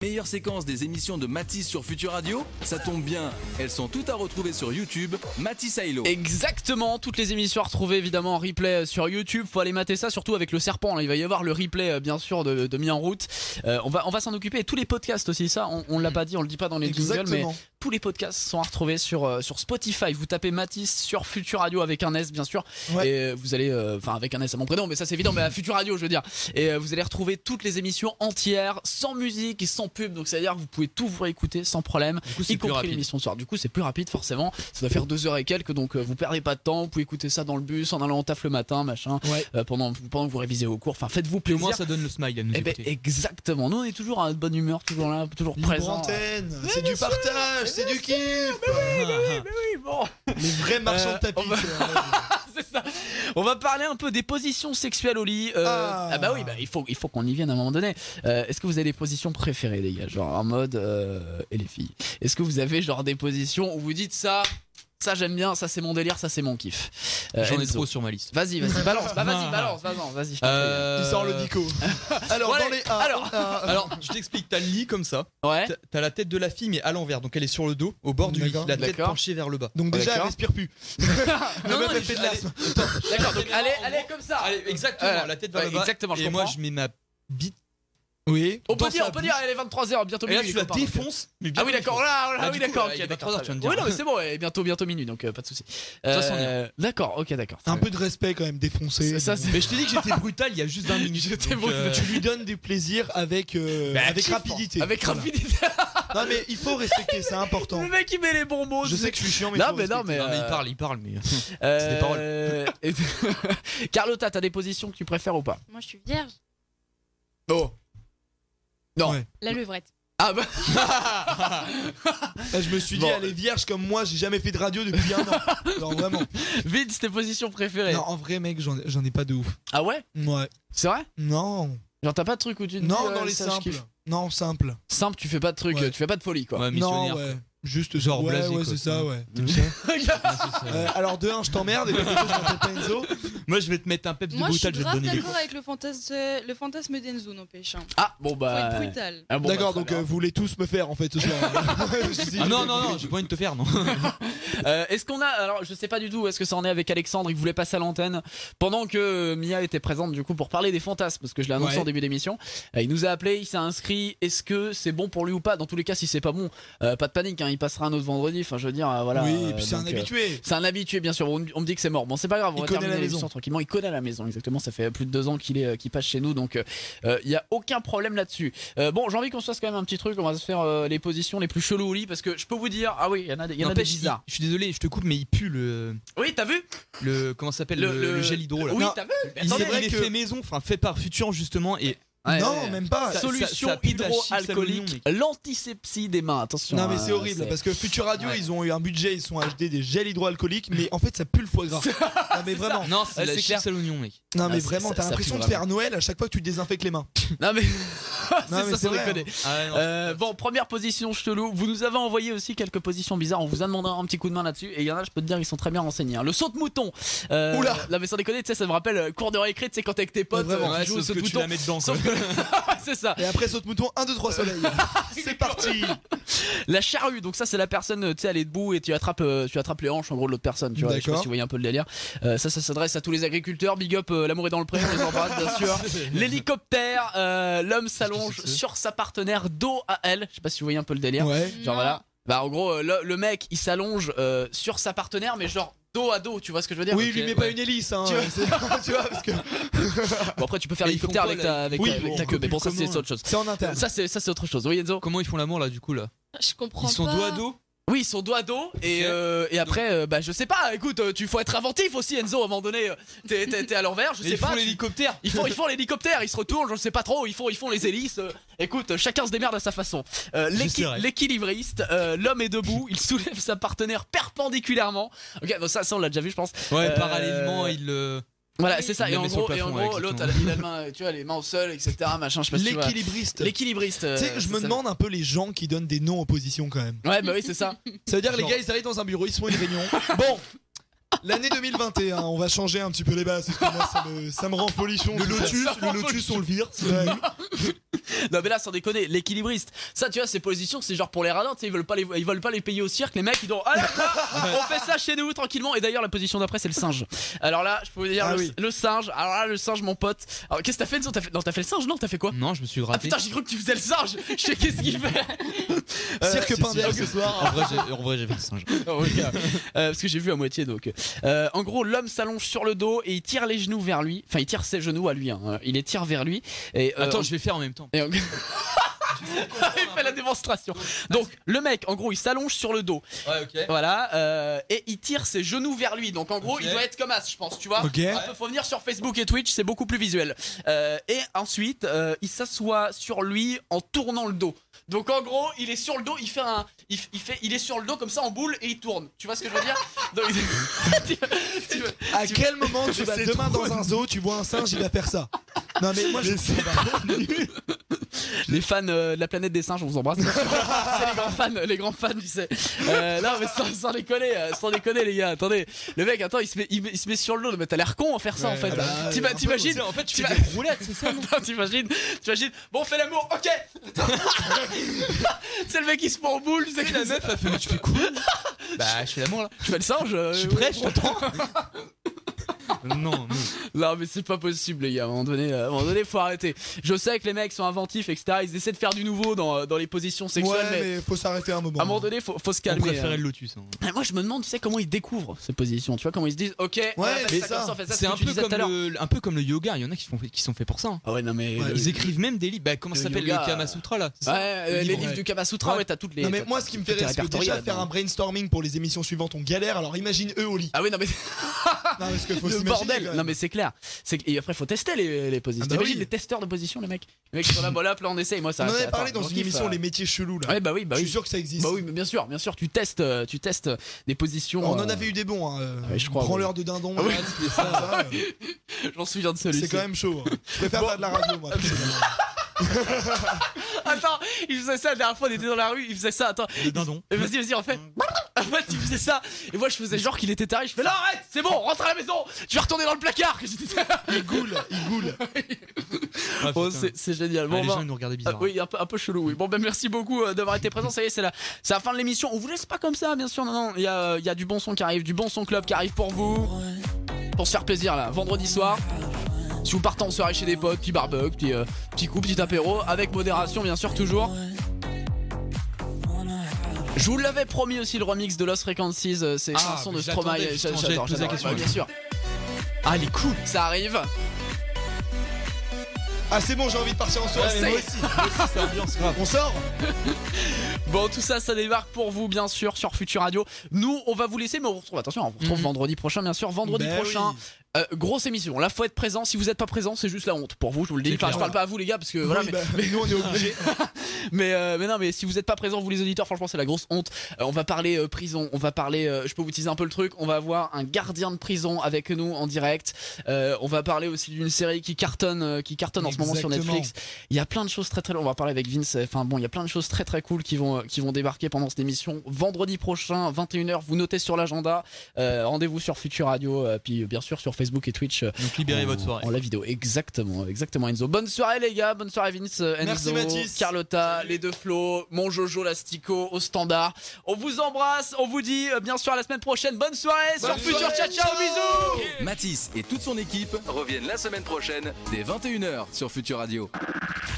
[SPEAKER 1] Meilleure séquence des émissions de Matisse sur Future Radio Ça tombe bien, elles sont toutes à retrouver sur YouTube. Matisse Ailo.
[SPEAKER 4] Exactement, toutes les émissions à retrouver évidemment en replay euh, sur YouTube. Faut aller mater ça, surtout avec le serpent. là. Il va y avoir le replay euh, bien sûr de, de mis en route. Euh, on va, on va s'en occuper. Et tous les podcasts aussi, ça, on, on l'a pas dit, on le dit pas dans les jingles, mais
[SPEAKER 5] Exactement.
[SPEAKER 4] tous les podcasts sont à retrouver sur, euh, sur Spotify. Vous tapez Matisse sur Future Radio avec un S bien sûr, et euh, vous allez, euh, enfin avec un S à mon prénom, mais ça c'est évident, mais à Future Radio je veux dire. Et euh, vous allez retrouver toutes les émissions entières, sans musique et sans pub. Donc c'est à dire que vous pouvez tout vous réécouter sans problème,
[SPEAKER 7] c'est
[SPEAKER 4] y
[SPEAKER 7] plus
[SPEAKER 4] compris
[SPEAKER 7] rapide.
[SPEAKER 4] l'émission de soir. Du coup, c'est plus rapide forcément. Ça doit faire deux heures et quelques, donc euh, vous perdez pas de temps. Vous pouvez écouter ça dans le bus, en allant au taf le matin, machin, euh, pendant, pendant que vous révisez vos cours. Enfin, faites-vous
[SPEAKER 7] Au
[SPEAKER 4] plaisir.
[SPEAKER 7] moins, ça donne le smile à nous
[SPEAKER 4] Eh ben,
[SPEAKER 7] écouter.
[SPEAKER 4] exactement. Nous, on est toujours à de bonne humeur, toujours là, toujours
[SPEAKER 5] Libre
[SPEAKER 4] présent.
[SPEAKER 5] antenne, c'est du partage, c'est du kiff. Ah. Les vrais marchands
[SPEAKER 7] Euh,
[SPEAKER 5] de tapis.
[SPEAKER 7] [laughs]
[SPEAKER 4] On va parler un peu des positions sexuelles au lit. Euh, ah. bah oui, bah, il faut, il faut qu'on y vienne à un moment donné. Euh, Est-ce que vous avez des positions préférées, les gars Genre en mode. euh, et les filles Est-ce que vous avez genre des positions où vous dites ça ça j'aime bien, ça c'est mon délire, ça c'est mon kiff. Euh,
[SPEAKER 7] J'en ai
[SPEAKER 4] Enzo.
[SPEAKER 7] trop sur ma liste.
[SPEAKER 4] Vas-y, vas-y, [laughs] balance, bah, vas-y,
[SPEAKER 7] Ah.
[SPEAKER 4] balance, vas-y, vas-y. je t'en prie.
[SPEAKER 7] Euh,
[SPEAKER 5] Il sort le
[SPEAKER 4] [laughs]
[SPEAKER 5] dico. Alors,
[SPEAKER 7] Ouais,
[SPEAKER 5] dans les. ah,
[SPEAKER 7] alors,
[SPEAKER 5] ah, ah.
[SPEAKER 7] [laughs] alors, je t'explique, t'as le lit comme ça.
[SPEAKER 4] Ouais.
[SPEAKER 7] T'as la tête de la fille, mais à l'envers. Donc elle est sur le dos, au bord du lit,
[SPEAKER 5] D'accord.
[SPEAKER 7] la tête
[SPEAKER 5] D'accord.
[SPEAKER 7] penchée vers le
[SPEAKER 4] Oh,
[SPEAKER 7] bas.
[SPEAKER 5] Donc déjà, elle respire plus.
[SPEAKER 4] [laughs]
[SPEAKER 7] non, non,
[SPEAKER 5] elle fait de l'asthme.
[SPEAKER 4] D'accord, donc allez, allez comme ça.
[SPEAKER 7] Exactement,
[SPEAKER 4] Voilà.
[SPEAKER 7] la tête vers
[SPEAKER 4] Ouais,
[SPEAKER 7] le bas.
[SPEAKER 4] Exactement, je
[SPEAKER 7] et moi,
[SPEAKER 4] comprends.
[SPEAKER 7] je mets ma bite. Oui.
[SPEAKER 4] On peut dire, on peut dire, elle est 23h, bientôt
[SPEAKER 7] Et
[SPEAKER 4] minuit.
[SPEAKER 7] là, tu
[SPEAKER 4] les
[SPEAKER 7] la
[SPEAKER 4] copains, donc, euh.
[SPEAKER 7] défonces, mais bien
[SPEAKER 4] Ah oui, d'accord,
[SPEAKER 7] défoncé.
[SPEAKER 4] là, là,
[SPEAKER 7] Là,
[SPEAKER 4] oui,
[SPEAKER 7] du coup,
[SPEAKER 4] d'accord,
[SPEAKER 7] là, il
[SPEAKER 4] ok,
[SPEAKER 7] est
[SPEAKER 4] d'accord.
[SPEAKER 7] 23h, tu viens de dire.
[SPEAKER 4] Oui, non, mais c'est bon, ouais, bientôt, bientôt minuit, donc euh, pas de soucis.
[SPEAKER 7] Ça, c'en est
[SPEAKER 4] Euh, D'accord, ok, d'accord.
[SPEAKER 5] Un peu de respect quand même, défoncé.
[SPEAKER 4] Ça, c'est-
[SPEAKER 7] Mais je t'ai dit que j'étais brutal il y a juste 20 minutes.
[SPEAKER 4] [laughs] J'étais
[SPEAKER 7] donc, euh,
[SPEAKER 4] brutal.
[SPEAKER 5] Tu lui donnes du plaisir avec, euh,
[SPEAKER 7] Bah,
[SPEAKER 5] avec
[SPEAKER 7] kiffant.
[SPEAKER 5] rapidité.
[SPEAKER 4] Avec
[SPEAKER 5] Voilà.
[SPEAKER 4] rapidité.
[SPEAKER 5] Non, mais il faut respecter, c'est important.
[SPEAKER 4] Le mec il met les bons mots.
[SPEAKER 5] Je sais que je suis chiant, mais
[SPEAKER 4] Non,
[SPEAKER 5] faut
[SPEAKER 4] mais non,
[SPEAKER 5] respecter.
[SPEAKER 4] mais.
[SPEAKER 7] Non, mais il
[SPEAKER 4] euh,
[SPEAKER 7] parle, il parle, mais.
[SPEAKER 4] euh, [laughs]
[SPEAKER 7] C'est des paroles.
[SPEAKER 4] et- Carlotta, t'as des positions que tu préfères ou pas
[SPEAKER 14] Moi, je suis vierge.
[SPEAKER 5] Oh.
[SPEAKER 4] Non. Non.
[SPEAKER 14] La levrette.
[SPEAKER 4] Ah bah. [laughs]
[SPEAKER 5] Ah, je me suis dit,
[SPEAKER 4] Bon.
[SPEAKER 5] elle est vierge comme moi, j'ai jamais fait de radio depuis un an.
[SPEAKER 4] [laughs]
[SPEAKER 5] Non, vraiment.
[SPEAKER 4] Vince, tes positions préférées
[SPEAKER 5] Non, en vrai, mec, j'en j'en ai pas de ouf.
[SPEAKER 4] Ah ouais
[SPEAKER 5] Ouais.
[SPEAKER 4] C'est vrai
[SPEAKER 5] Non.
[SPEAKER 4] Genre, t'as pas de truc où tu te dis,
[SPEAKER 5] Non,
[SPEAKER 4] euh,
[SPEAKER 5] dans les
[SPEAKER 4] ça, je
[SPEAKER 5] simples.
[SPEAKER 4] kiffe.
[SPEAKER 5] Non, simple.
[SPEAKER 4] Simple, tu fais pas de truc,
[SPEAKER 5] Ouais.
[SPEAKER 4] tu fais pas de folie quoi.
[SPEAKER 7] Ouais,
[SPEAKER 5] Non,
[SPEAKER 7] missionnaire.
[SPEAKER 5] ouais.
[SPEAKER 7] quoi.
[SPEAKER 5] Juste
[SPEAKER 7] Genre
[SPEAKER 5] ouais,
[SPEAKER 7] blasé,
[SPEAKER 5] ouais,
[SPEAKER 7] quoi.
[SPEAKER 5] c'est ça, ouais.
[SPEAKER 4] [laughs]
[SPEAKER 7] Ouais.
[SPEAKER 5] Euh, alors, de un, je t'emmerde, et de deux, je t'appelle pas Enzo.
[SPEAKER 7] Moi, je vais te mettre un peps de
[SPEAKER 14] Moi, je suis
[SPEAKER 7] brutal, je vais te
[SPEAKER 14] grave
[SPEAKER 7] donner des
[SPEAKER 14] d'accord avec le fantasme, le fantasme d'Enzo, n'empêche. hein.
[SPEAKER 4] Ah bon bah.
[SPEAKER 14] Faut être brutal.
[SPEAKER 4] Ah, bon, bah,
[SPEAKER 5] D'accord,
[SPEAKER 4] très
[SPEAKER 5] donc
[SPEAKER 4] bien.
[SPEAKER 5] euh, vous voulez tous me faire en fait ce soir. [laughs]
[SPEAKER 4] [laughs]
[SPEAKER 5] Je dis-
[SPEAKER 7] Ah non, non, non, j'ai pas envie de te faire, non.
[SPEAKER 4] Euh, est-ce qu'on a alors je sais pas du tout où est-ce que ça en est avec Alexandre il voulait passer à l'antenne pendant que euh, Mia était présente du coup pour parler des fantasmes parce que je l'ai annoncé
[SPEAKER 5] Ouais.
[SPEAKER 4] en début d'émission Euh, il nous a appelé il s'est inscrit est-ce que c'est bon pour lui ou pas dans tous les cas si c'est pas bon euh, pas de panique hein, il passera un autre vendredi enfin je veux dire euh, voilà
[SPEAKER 5] Oui,
[SPEAKER 4] euh,
[SPEAKER 5] et puis c'est un
[SPEAKER 4] donc, euh,
[SPEAKER 5] habitué.
[SPEAKER 4] c'est un habitué bien sûr on, on me dit que c'est mort bon c'est pas grave on
[SPEAKER 5] Il
[SPEAKER 4] va
[SPEAKER 5] connaît
[SPEAKER 4] terminer
[SPEAKER 5] la
[SPEAKER 4] l'émission
[SPEAKER 5] maison.
[SPEAKER 4] tranquillement il connaît la maison exactement ça fait plus de deux ans qu'il est euh, qu'il passe chez nous donc euh, euh, il y a aucun problème là-dessus Euh, bon j'ai envie qu'on se fasse quand même un petit truc on va se faire euh, les positions les plus cheloues au lit parce que je peux vous dire ah oui il y en a des, il y en a des
[SPEAKER 7] N'empêche, il-
[SPEAKER 4] bizarres
[SPEAKER 7] Je suis désolé, je te coupe, mais il pue le.
[SPEAKER 4] oui t'as vu
[SPEAKER 7] le comment ça s'appelle
[SPEAKER 4] Le-
[SPEAKER 7] le,
[SPEAKER 4] le-
[SPEAKER 7] le gel hydro là.
[SPEAKER 4] Oui,
[SPEAKER 7] Non,
[SPEAKER 4] t'as vu Mais
[SPEAKER 7] il,
[SPEAKER 4] attendez,
[SPEAKER 7] est, il est
[SPEAKER 4] que-
[SPEAKER 7] fait maison, enfin fait par Futur justement et
[SPEAKER 4] Ouais,
[SPEAKER 5] non,
[SPEAKER 4] ouais.
[SPEAKER 5] même pas.
[SPEAKER 7] Ça-
[SPEAKER 4] Solution
[SPEAKER 7] pue la chips à l'oignon,
[SPEAKER 4] hydroalcoolique, l'antisepsie des mains. Attention.
[SPEAKER 5] Non, mais
[SPEAKER 4] hein,
[SPEAKER 5] c'est horrible parce
[SPEAKER 4] [laughs]
[SPEAKER 5] que Future Radio, ils ont eu un budget, ils sont achetés des gels hydroalcooliques, mais en fait ça pue le
[SPEAKER 4] [laughs]
[SPEAKER 5] foie gras. Non, mais vraiment. Euh,
[SPEAKER 7] mec. Non, c'est
[SPEAKER 4] Ouais,
[SPEAKER 7] la
[SPEAKER 4] c'est
[SPEAKER 7] chips à
[SPEAKER 4] clair.
[SPEAKER 5] [laughs]
[SPEAKER 7] l'oignon mec.
[SPEAKER 5] Non,
[SPEAKER 4] Ah,
[SPEAKER 5] mais
[SPEAKER 4] ça-
[SPEAKER 5] vraiment,
[SPEAKER 4] ça-
[SPEAKER 5] t'as
[SPEAKER 4] ça
[SPEAKER 5] l'impression
[SPEAKER 4] pue
[SPEAKER 5] de faire Noël à chaque fois que tu désinfectes les mains.
[SPEAKER 4] Non mais.
[SPEAKER 5] Non, mais
[SPEAKER 4] c'est ça,
[SPEAKER 5] c'est
[SPEAKER 4] sans
[SPEAKER 5] vrai, hein. Ah
[SPEAKER 4] déconner. Euh, bon, première position chelou. Vous nous avez envoyé aussi quelques positions bizarres. On vous a demandé un petit coup de main là-dessus. Et il y en a, je peux te dire, ils sont très bien renseignés. hein. Le saut de mouton. Euh,
[SPEAKER 5] [laughs] Oula.
[SPEAKER 4] Non, mais sans déconner, tu sais, ça me rappelle euh, cours de récré, tu sais, quand t'es avec tes potes,
[SPEAKER 5] Ouais, vraiment.
[SPEAKER 4] euh,
[SPEAKER 7] Ouais,
[SPEAKER 4] tu joues au
[SPEAKER 7] sauf
[SPEAKER 4] saut
[SPEAKER 7] que
[SPEAKER 4] de
[SPEAKER 7] tu
[SPEAKER 4] mouton.
[SPEAKER 7] [laughs] la mets dedans quoi.
[SPEAKER 4] Sauf que- [laughs] c'est ça.
[SPEAKER 5] Et après, saute mouton, 1, 2, 3 soleil. c'est parti.
[SPEAKER 4] La charrue, donc ça c'est la personne, euh, tu sais, elle est debout et tu attrapes, euh, tu attrapes les hanches en gros de l'autre personne, tu vois. Je sais pas
[SPEAKER 5] D'accord.
[SPEAKER 4] si vous voyez un peu le délire. Euh, ça, ça s'adresse à tous les agriculteurs. Big up, euh, l'amour est dans le pré, on les embrasse bien sûr.
[SPEAKER 5] [laughs]
[SPEAKER 4] L'hélicoptère, euh, l'homme s'allonge sur sa partenaire dos à elle. Je sais pas si vous voyez un peu le délire.
[SPEAKER 5] Ouais.
[SPEAKER 4] Genre voilà. Bah en gros, euh, le, le mec il s'allonge euh, sur sa partenaire, mais genre dos à dos, tu vois ce que je veux dire
[SPEAKER 5] Oui,
[SPEAKER 4] Ok,
[SPEAKER 5] lui met
[SPEAKER 4] ouais.
[SPEAKER 5] pas une hélice, hein.
[SPEAKER 4] Tu vois-
[SPEAKER 5] c'est- [laughs] tu
[SPEAKER 4] [laughs]
[SPEAKER 5] vois, parce que.
[SPEAKER 4] Bon, après, tu peux faire
[SPEAKER 5] Mais ils
[SPEAKER 4] l'hélicoptère
[SPEAKER 5] font
[SPEAKER 4] avec
[SPEAKER 5] quoi,
[SPEAKER 4] ta,
[SPEAKER 5] là
[SPEAKER 4] avec,
[SPEAKER 5] Oui,
[SPEAKER 4] ta- avec
[SPEAKER 5] bon,
[SPEAKER 4] ta queue, mais pour ça,
[SPEAKER 5] comment, hein?
[SPEAKER 4] c'est
[SPEAKER 5] là
[SPEAKER 4] autre chose.
[SPEAKER 5] C'est en interne.
[SPEAKER 4] Ça, c'est ça, c'est autre chose. Oui, Enzo.
[SPEAKER 7] Comment ils font l'amour là, du coup là
[SPEAKER 14] Je comprends
[SPEAKER 7] Ils sont
[SPEAKER 14] pas.
[SPEAKER 7] dos à dos
[SPEAKER 4] Oui, ils sont dos à dos et, euh, et après, euh, bah je sais pas. Écoute, euh, tu faut être inventif aussi, Enzo. À un moment donné, euh, t'es, t'es- t'es à l'envers, je
[SPEAKER 7] Mais
[SPEAKER 4] sais
[SPEAKER 7] ils
[SPEAKER 4] pas.
[SPEAKER 7] font
[SPEAKER 4] tu-
[SPEAKER 7] l'hélicoptère.
[SPEAKER 4] Ils font, ils font l'hélicoptère. Ils se retournent, je sais pas trop. Ils font, ils font les hélices. euh, écoute, euh, chacun se démerde à sa façon. Euh, l'équi-
[SPEAKER 7] J'essaierai.
[SPEAKER 4] l'équilibriste, euh, l'homme est debout. Il soulève sa partenaire perpendiculairement. Ok, bon, ça, ça on l'a déjà vu, je pense.
[SPEAKER 7] Ouais,
[SPEAKER 4] Euh,
[SPEAKER 7] parallèlement, ils le.
[SPEAKER 4] Voilà, c'est ça.
[SPEAKER 7] ils
[SPEAKER 4] Et
[SPEAKER 7] le
[SPEAKER 4] en
[SPEAKER 7] mettent sur le
[SPEAKER 4] gros, et en
[SPEAKER 7] plafond, ouais,
[SPEAKER 4] gros, l'autre,
[SPEAKER 7] exactement.
[SPEAKER 4] il a le main, euh, tu vois, les mains au sol, etc. Machin, je sais pas si tu vois.
[SPEAKER 5] L'équilibriste.
[SPEAKER 4] L'équilibriste. euh,
[SPEAKER 5] Tu sais, je
[SPEAKER 4] ça
[SPEAKER 5] me
[SPEAKER 4] s'appelle.
[SPEAKER 5] demande un peu les gens qui donnent des noms aux positions quand même.
[SPEAKER 4] Ouais, bah oui, c'est ça.
[SPEAKER 5] [laughs] Ça veut dire, les
[SPEAKER 4] Genre.
[SPEAKER 5] gars, ils arrivent dans un bureau, ils se font une réunion. Bon! L'année 2021, on va changer un petit peu les bases parce que moi ça me, ça me rend folichon. Le Lotus,
[SPEAKER 4] Ça me
[SPEAKER 5] le
[SPEAKER 4] rend
[SPEAKER 5] Lotus,
[SPEAKER 4] folichon.
[SPEAKER 5] on le vire. c'est la même.
[SPEAKER 4] Non mais là sans déconner, l'équilibriste, ça tu vois ces positions c'est genre pour les radins, tu sais, ils veulent pas les ils veulent pas les payer au cirque, les mecs ils disent ah là, là, on fait ça chez nous tranquillement et d'ailleurs la position d'après c'est le singe. Alors là je peux vous dire
[SPEAKER 7] Ah
[SPEAKER 4] le,
[SPEAKER 7] oui.
[SPEAKER 4] le singe, alors là le singe mon pote. Alors qu'est-ce que t'as fait Enzo T'as fait non t'as fait le singe non t'as fait quoi
[SPEAKER 7] Non, je me suis
[SPEAKER 4] Ah
[SPEAKER 7] gratté.
[SPEAKER 4] putain j'ai cru que tu faisais le singe. Je sais qu'est-ce qu'il fait. Euh,
[SPEAKER 5] Cirque
[SPEAKER 4] si,
[SPEAKER 5] Pimbert
[SPEAKER 4] si,
[SPEAKER 5] ce
[SPEAKER 4] ok.
[SPEAKER 5] soir.
[SPEAKER 7] En vrai, j'ai- en vrai, j'ai fait le singe.
[SPEAKER 4] [laughs] Oh, oui, gars. Euh, parce que j'ai vu à moitié donc. Euh, en gros, l'homme s'allonge sur le dos et il tire les genoux vers lui. Enfin, il tire ses genoux à lui. hein. Il les tire vers lui. Et, euh,
[SPEAKER 7] Attends,
[SPEAKER 4] en-
[SPEAKER 7] je vais faire en même temps.
[SPEAKER 4] et en- [laughs] il fait la démonstration. Donc le mec, en gros, il s'allonge sur le dos.
[SPEAKER 7] Ouais, ok.
[SPEAKER 4] Voilà, euh, et il tire ses genoux vers lui. Donc en gros,
[SPEAKER 7] Ok.
[SPEAKER 4] il doit être comme As, je pense, tu vois.
[SPEAKER 5] Ok.
[SPEAKER 4] Un peu, faut venir sur Facebook et Twitch, c'est beaucoup plus visuel. Euh, et ensuite, euh, il s'assoit sur lui en tournant le dos. Donc en gros, il est sur le dos, il fait un, il, f- il fait, il est sur le dos comme ça en boule et il tourne. Tu vois ce que je
[SPEAKER 5] [laughs]
[SPEAKER 4] veux dire Donc, tu- tu-
[SPEAKER 5] À quel moment
[SPEAKER 4] [laughs]
[SPEAKER 5] tu vas
[SPEAKER 4] C'est
[SPEAKER 5] demain
[SPEAKER 4] trop
[SPEAKER 5] dans un zoo, tu vois un singe, il va faire ça? Non mais moi je
[SPEAKER 4] [laughs] Les fans euh, de la planète des singes, on vous embrasse. [laughs] c'est les grands fans, les grands fans, tu sais. Euh, non, mais sans, sans déconner, euh, sans déconner, les gars. Attendez, le mec, attends, il se met, il, met- il se met sur le dos. Mais t'as l'air con en faire ça,
[SPEAKER 5] Ouais,
[SPEAKER 4] ah en fait.
[SPEAKER 5] bah,
[SPEAKER 4] T'im-
[SPEAKER 5] un peu,
[SPEAKER 4] T'imagines, en fait, tu fais des roulettes, c'est [laughs] ça T'imagines, t'imagines. Bon, on fait l'amour, ok. [laughs] c'est le mec qui se prend en boule, tu sais que la meuf a fait, tu fais quoi
[SPEAKER 7] Bah, je fais l'amour là.
[SPEAKER 4] Tu fais le singe euh,
[SPEAKER 7] Je suis prêt,
[SPEAKER 4] ouais,
[SPEAKER 7] je
[SPEAKER 4] on
[SPEAKER 7] t'entends. [laughs] non, non.
[SPEAKER 4] Non mais c'est pas possible les gars, à un moment donné, euh, à un moment donné faut arrêter. Je sais que les mecs sont inventifs, etc. Ils essaient de faire du nouveau dans, euh, dans les positions sexuelles,
[SPEAKER 5] Ouais,
[SPEAKER 4] mais,
[SPEAKER 5] mais faut s'arrêter un moment.
[SPEAKER 4] à un moment donné faut, faut se
[SPEAKER 7] On
[SPEAKER 4] calmer.
[SPEAKER 7] préférait
[SPEAKER 4] hein.
[SPEAKER 7] le lotus. hein.
[SPEAKER 4] Ah, Moi je me demande, tu sais comment ils découvrent ces positions, tu vois comment ils se disent, ok, on
[SPEAKER 5] Ouais,
[SPEAKER 4] a fait
[SPEAKER 5] mais
[SPEAKER 4] ça, comme
[SPEAKER 5] ça,
[SPEAKER 4] ça, on fait ça,
[SPEAKER 7] C'est
[SPEAKER 4] ce que
[SPEAKER 7] un
[SPEAKER 4] tu
[SPEAKER 7] peu
[SPEAKER 4] disais tout à
[SPEAKER 7] comme
[SPEAKER 4] l'heure.
[SPEAKER 7] le, un peu comme le yoga. Il y en a qui, font, qui sont faits pour ça. hein.
[SPEAKER 4] Ah ouais non mais
[SPEAKER 5] Ouais,
[SPEAKER 4] le-
[SPEAKER 7] Ils écrivent même des livres. Bah, comment
[SPEAKER 4] Le
[SPEAKER 7] ça s'appelle le
[SPEAKER 4] yoga,
[SPEAKER 7] Kama Sutra là Ah C'est
[SPEAKER 4] Ouais,
[SPEAKER 7] ça
[SPEAKER 4] euh, les
[SPEAKER 5] livre,
[SPEAKER 4] livres
[SPEAKER 5] ouais.
[SPEAKER 4] du Kama Sutra, ouais, t'as toutes les.
[SPEAKER 5] Non mais
[SPEAKER 4] t'as-
[SPEAKER 5] moi ce qui me fait
[SPEAKER 4] tout est
[SPEAKER 5] rire c'est que
[SPEAKER 4] répertorié
[SPEAKER 5] déjà faire
[SPEAKER 4] là-dedans.
[SPEAKER 5] un brainstorming pour les émissions suivantes on galère alors imagine eux au lit.
[SPEAKER 4] Ah oui non mais
[SPEAKER 5] [laughs] Non parce que faut
[SPEAKER 4] le
[SPEAKER 5] s'imaginer, quand
[SPEAKER 4] bordel.
[SPEAKER 5] même.
[SPEAKER 4] Non mais c'est clair. C'est que- et après faut tester les, les positions.
[SPEAKER 5] Ah bah
[SPEAKER 4] T'imagines
[SPEAKER 5] oui.
[SPEAKER 4] les testeurs de positions les mecs. Les mecs qui sont là, bon là, là, on essaye. Moi ça.
[SPEAKER 5] on en
[SPEAKER 4] ça-
[SPEAKER 5] avait
[SPEAKER 4] attends,
[SPEAKER 5] parlé dans
[SPEAKER 4] on
[SPEAKER 5] une
[SPEAKER 4] kiffe,
[SPEAKER 5] émission
[SPEAKER 4] euh.
[SPEAKER 5] les métiers chelous là.
[SPEAKER 4] Ouais bah oui bah
[SPEAKER 5] Je
[SPEAKER 4] oui.
[SPEAKER 5] suis sûr que ça existe.
[SPEAKER 4] Bah oui, mais bien sûr, bien sûr, tu testes, euh, tu testes euh, des positions.
[SPEAKER 5] Alors, on
[SPEAKER 4] euh,
[SPEAKER 5] en avait eu des bons hein. euh,
[SPEAKER 4] ouais, je crois,
[SPEAKER 5] Branleur de dindon.
[SPEAKER 4] Ah oui.
[SPEAKER 5] là, c'était ça, ça, euh,
[SPEAKER 4] [laughs] J'en souviens de celui-ci.
[SPEAKER 5] C'est quand même chaud. hein. Je préfère faire de la radio moi. parce que-
[SPEAKER 4] [laughs] Attends, il faisait ça la dernière fois, on était dans la rue, il faisait ça. Attends,
[SPEAKER 7] Le dindon.
[SPEAKER 4] Et vas-y, vas-y, en fait. En fait, il faisait ça. Et moi, je faisais genre qu'il était taré. Je fais là, arrête, c'est bon, rentre à la maison. Je vais retourner dans le placard. [laughs] que j'étais-
[SPEAKER 5] Il goule, il goule.
[SPEAKER 7] Ah,
[SPEAKER 4] Oh,
[SPEAKER 7] putain.
[SPEAKER 4] c'est c'est génial.
[SPEAKER 7] Ah,
[SPEAKER 4] Bon,
[SPEAKER 7] les
[SPEAKER 4] bah,
[SPEAKER 7] gens ils nous regardaient
[SPEAKER 4] Ah,
[SPEAKER 7] bizarre. hein.
[SPEAKER 4] oui, un peu, un peu chelou, oui. Bon, ben merci beaucoup euh, d'avoir été présent. Ça y est, c'est la, c'est la fin de l'émission. On vous laisse pas comme ça, bien sûr. Non, non, il y, a, euh, il y a du bon son qui arrive, du bon son club qui arrive pour vous. Pour se faire plaisir, là, vendredi soir. Si vous partez en soirée chez des potes, petit barbecue, petit, euh, petit coup, petit apéro, avec modération, bien sûr, toujours. Je vous l'avais promis aussi le remix de Lost Frequencies, euh, c'est
[SPEAKER 7] Ah,
[SPEAKER 4] un son
[SPEAKER 7] mais
[SPEAKER 4] de
[SPEAKER 7] j'attendais,
[SPEAKER 4] Stromae.
[SPEAKER 7] putain,
[SPEAKER 4] J'a-
[SPEAKER 7] j'allais te
[SPEAKER 4] J'adore,
[SPEAKER 7] poser la
[SPEAKER 4] j'adore.
[SPEAKER 7] question.
[SPEAKER 4] Bah, bien sûr.
[SPEAKER 7] Ah, les coups
[SPEAKER 4] Ça arrive.
[SPEAKER 5] Ah c'est bon j'ai envie de partir en
[SPEAKER 4] Ouais,
[SPEAKER 5] soirée.
[SPEAKER 4] mais
[SPEAKER 5] moi
[SPEAKER 4] moi
[SPEAKER 5] aussi. c'est ambiance
[SPEAKER 4] [laughs]
[SPEAKER 5] On sort.
[SPEAKER 4] Bon, tout ça, ça débarque pour vous, bien sûr, sur Future Radio. Nous, on va vous laisser, mais on vous retrouve, attention, on vous retrouve
[SPEAKER 7] Mhm.
[SPEAKER 4] vendredi prochain, bien sûr. Vendredi
[SPEAKER 5] Ben
[SPEAKER 4] prochain,
[SPEAKER 5] oui.
[SPEAKER 4] euh, grosse émission. Là, faut être présent. Si vous n'êtes pas présent, c'est juste la honte pour vous, je vous le dis.
[SPEAKER 7] C'est
[SPEAKER 4] Enfin,
[SPEAKER 7] clair.
[SPEAKER 4] je parle pas à vous, les gars, parce que voilà,
[SPEAKER 5] Oui,
[SPEAKER 4] mais,
[SPEAKER 5] bah, nous on est [laughs] obligés.
[SPEAKER 4] [laughs] mais, euh, mais non, mais si vous n'êtes pas présent, vous les auditeurs, franchement, c'est la grosse honte. Euh, on va parler euh, prison, on va parler, euh, je peux vous teaser un peu le truc, on va avoir un gardien de prison avec nous en direct. Euh, on va parler aussi d'une série qui cartonne, euh, qui cartonne en ce moment sur
[SPEAKER 5] Exactement.
[SPEAKER 4] Netflix. Il y a plein de choses très très on va parler avec Vince. Enfin bon, il y a plein de choses très très cool qui vont euh, qui vont débarquer pendant cette émission vendredi prochain 21h. Vous notez sur l'agenda. Euh, Rendez-vous sur Future Radio euh, puis euh, bien sûr sur Facebook. Facebook et Twitch.
[SPEAKER 7] Donc libérez votre soirée.
[SPEAKER 4] En la vidéo, exactement, exactement Enzo. Bonne soirée les gars, bonne soirée Vince, euh,
[SPEAKER 7] Merci,
[SPEAKER 4] Enzo,
[SPEAKER 7] Mathis.
[SPEAKER 4] Carlotta, les deux flots, mon Jojo Lastico au standard. On vous embrasse, on vous dit euh, bien sûr à la semaine prochaine. Bonne soirée sur Future Ciao Ciao, bisous.
[SPEAKER 1] Matisse et toute son équipe reviennent la semaine prochaine dès 21h sur Future Radio.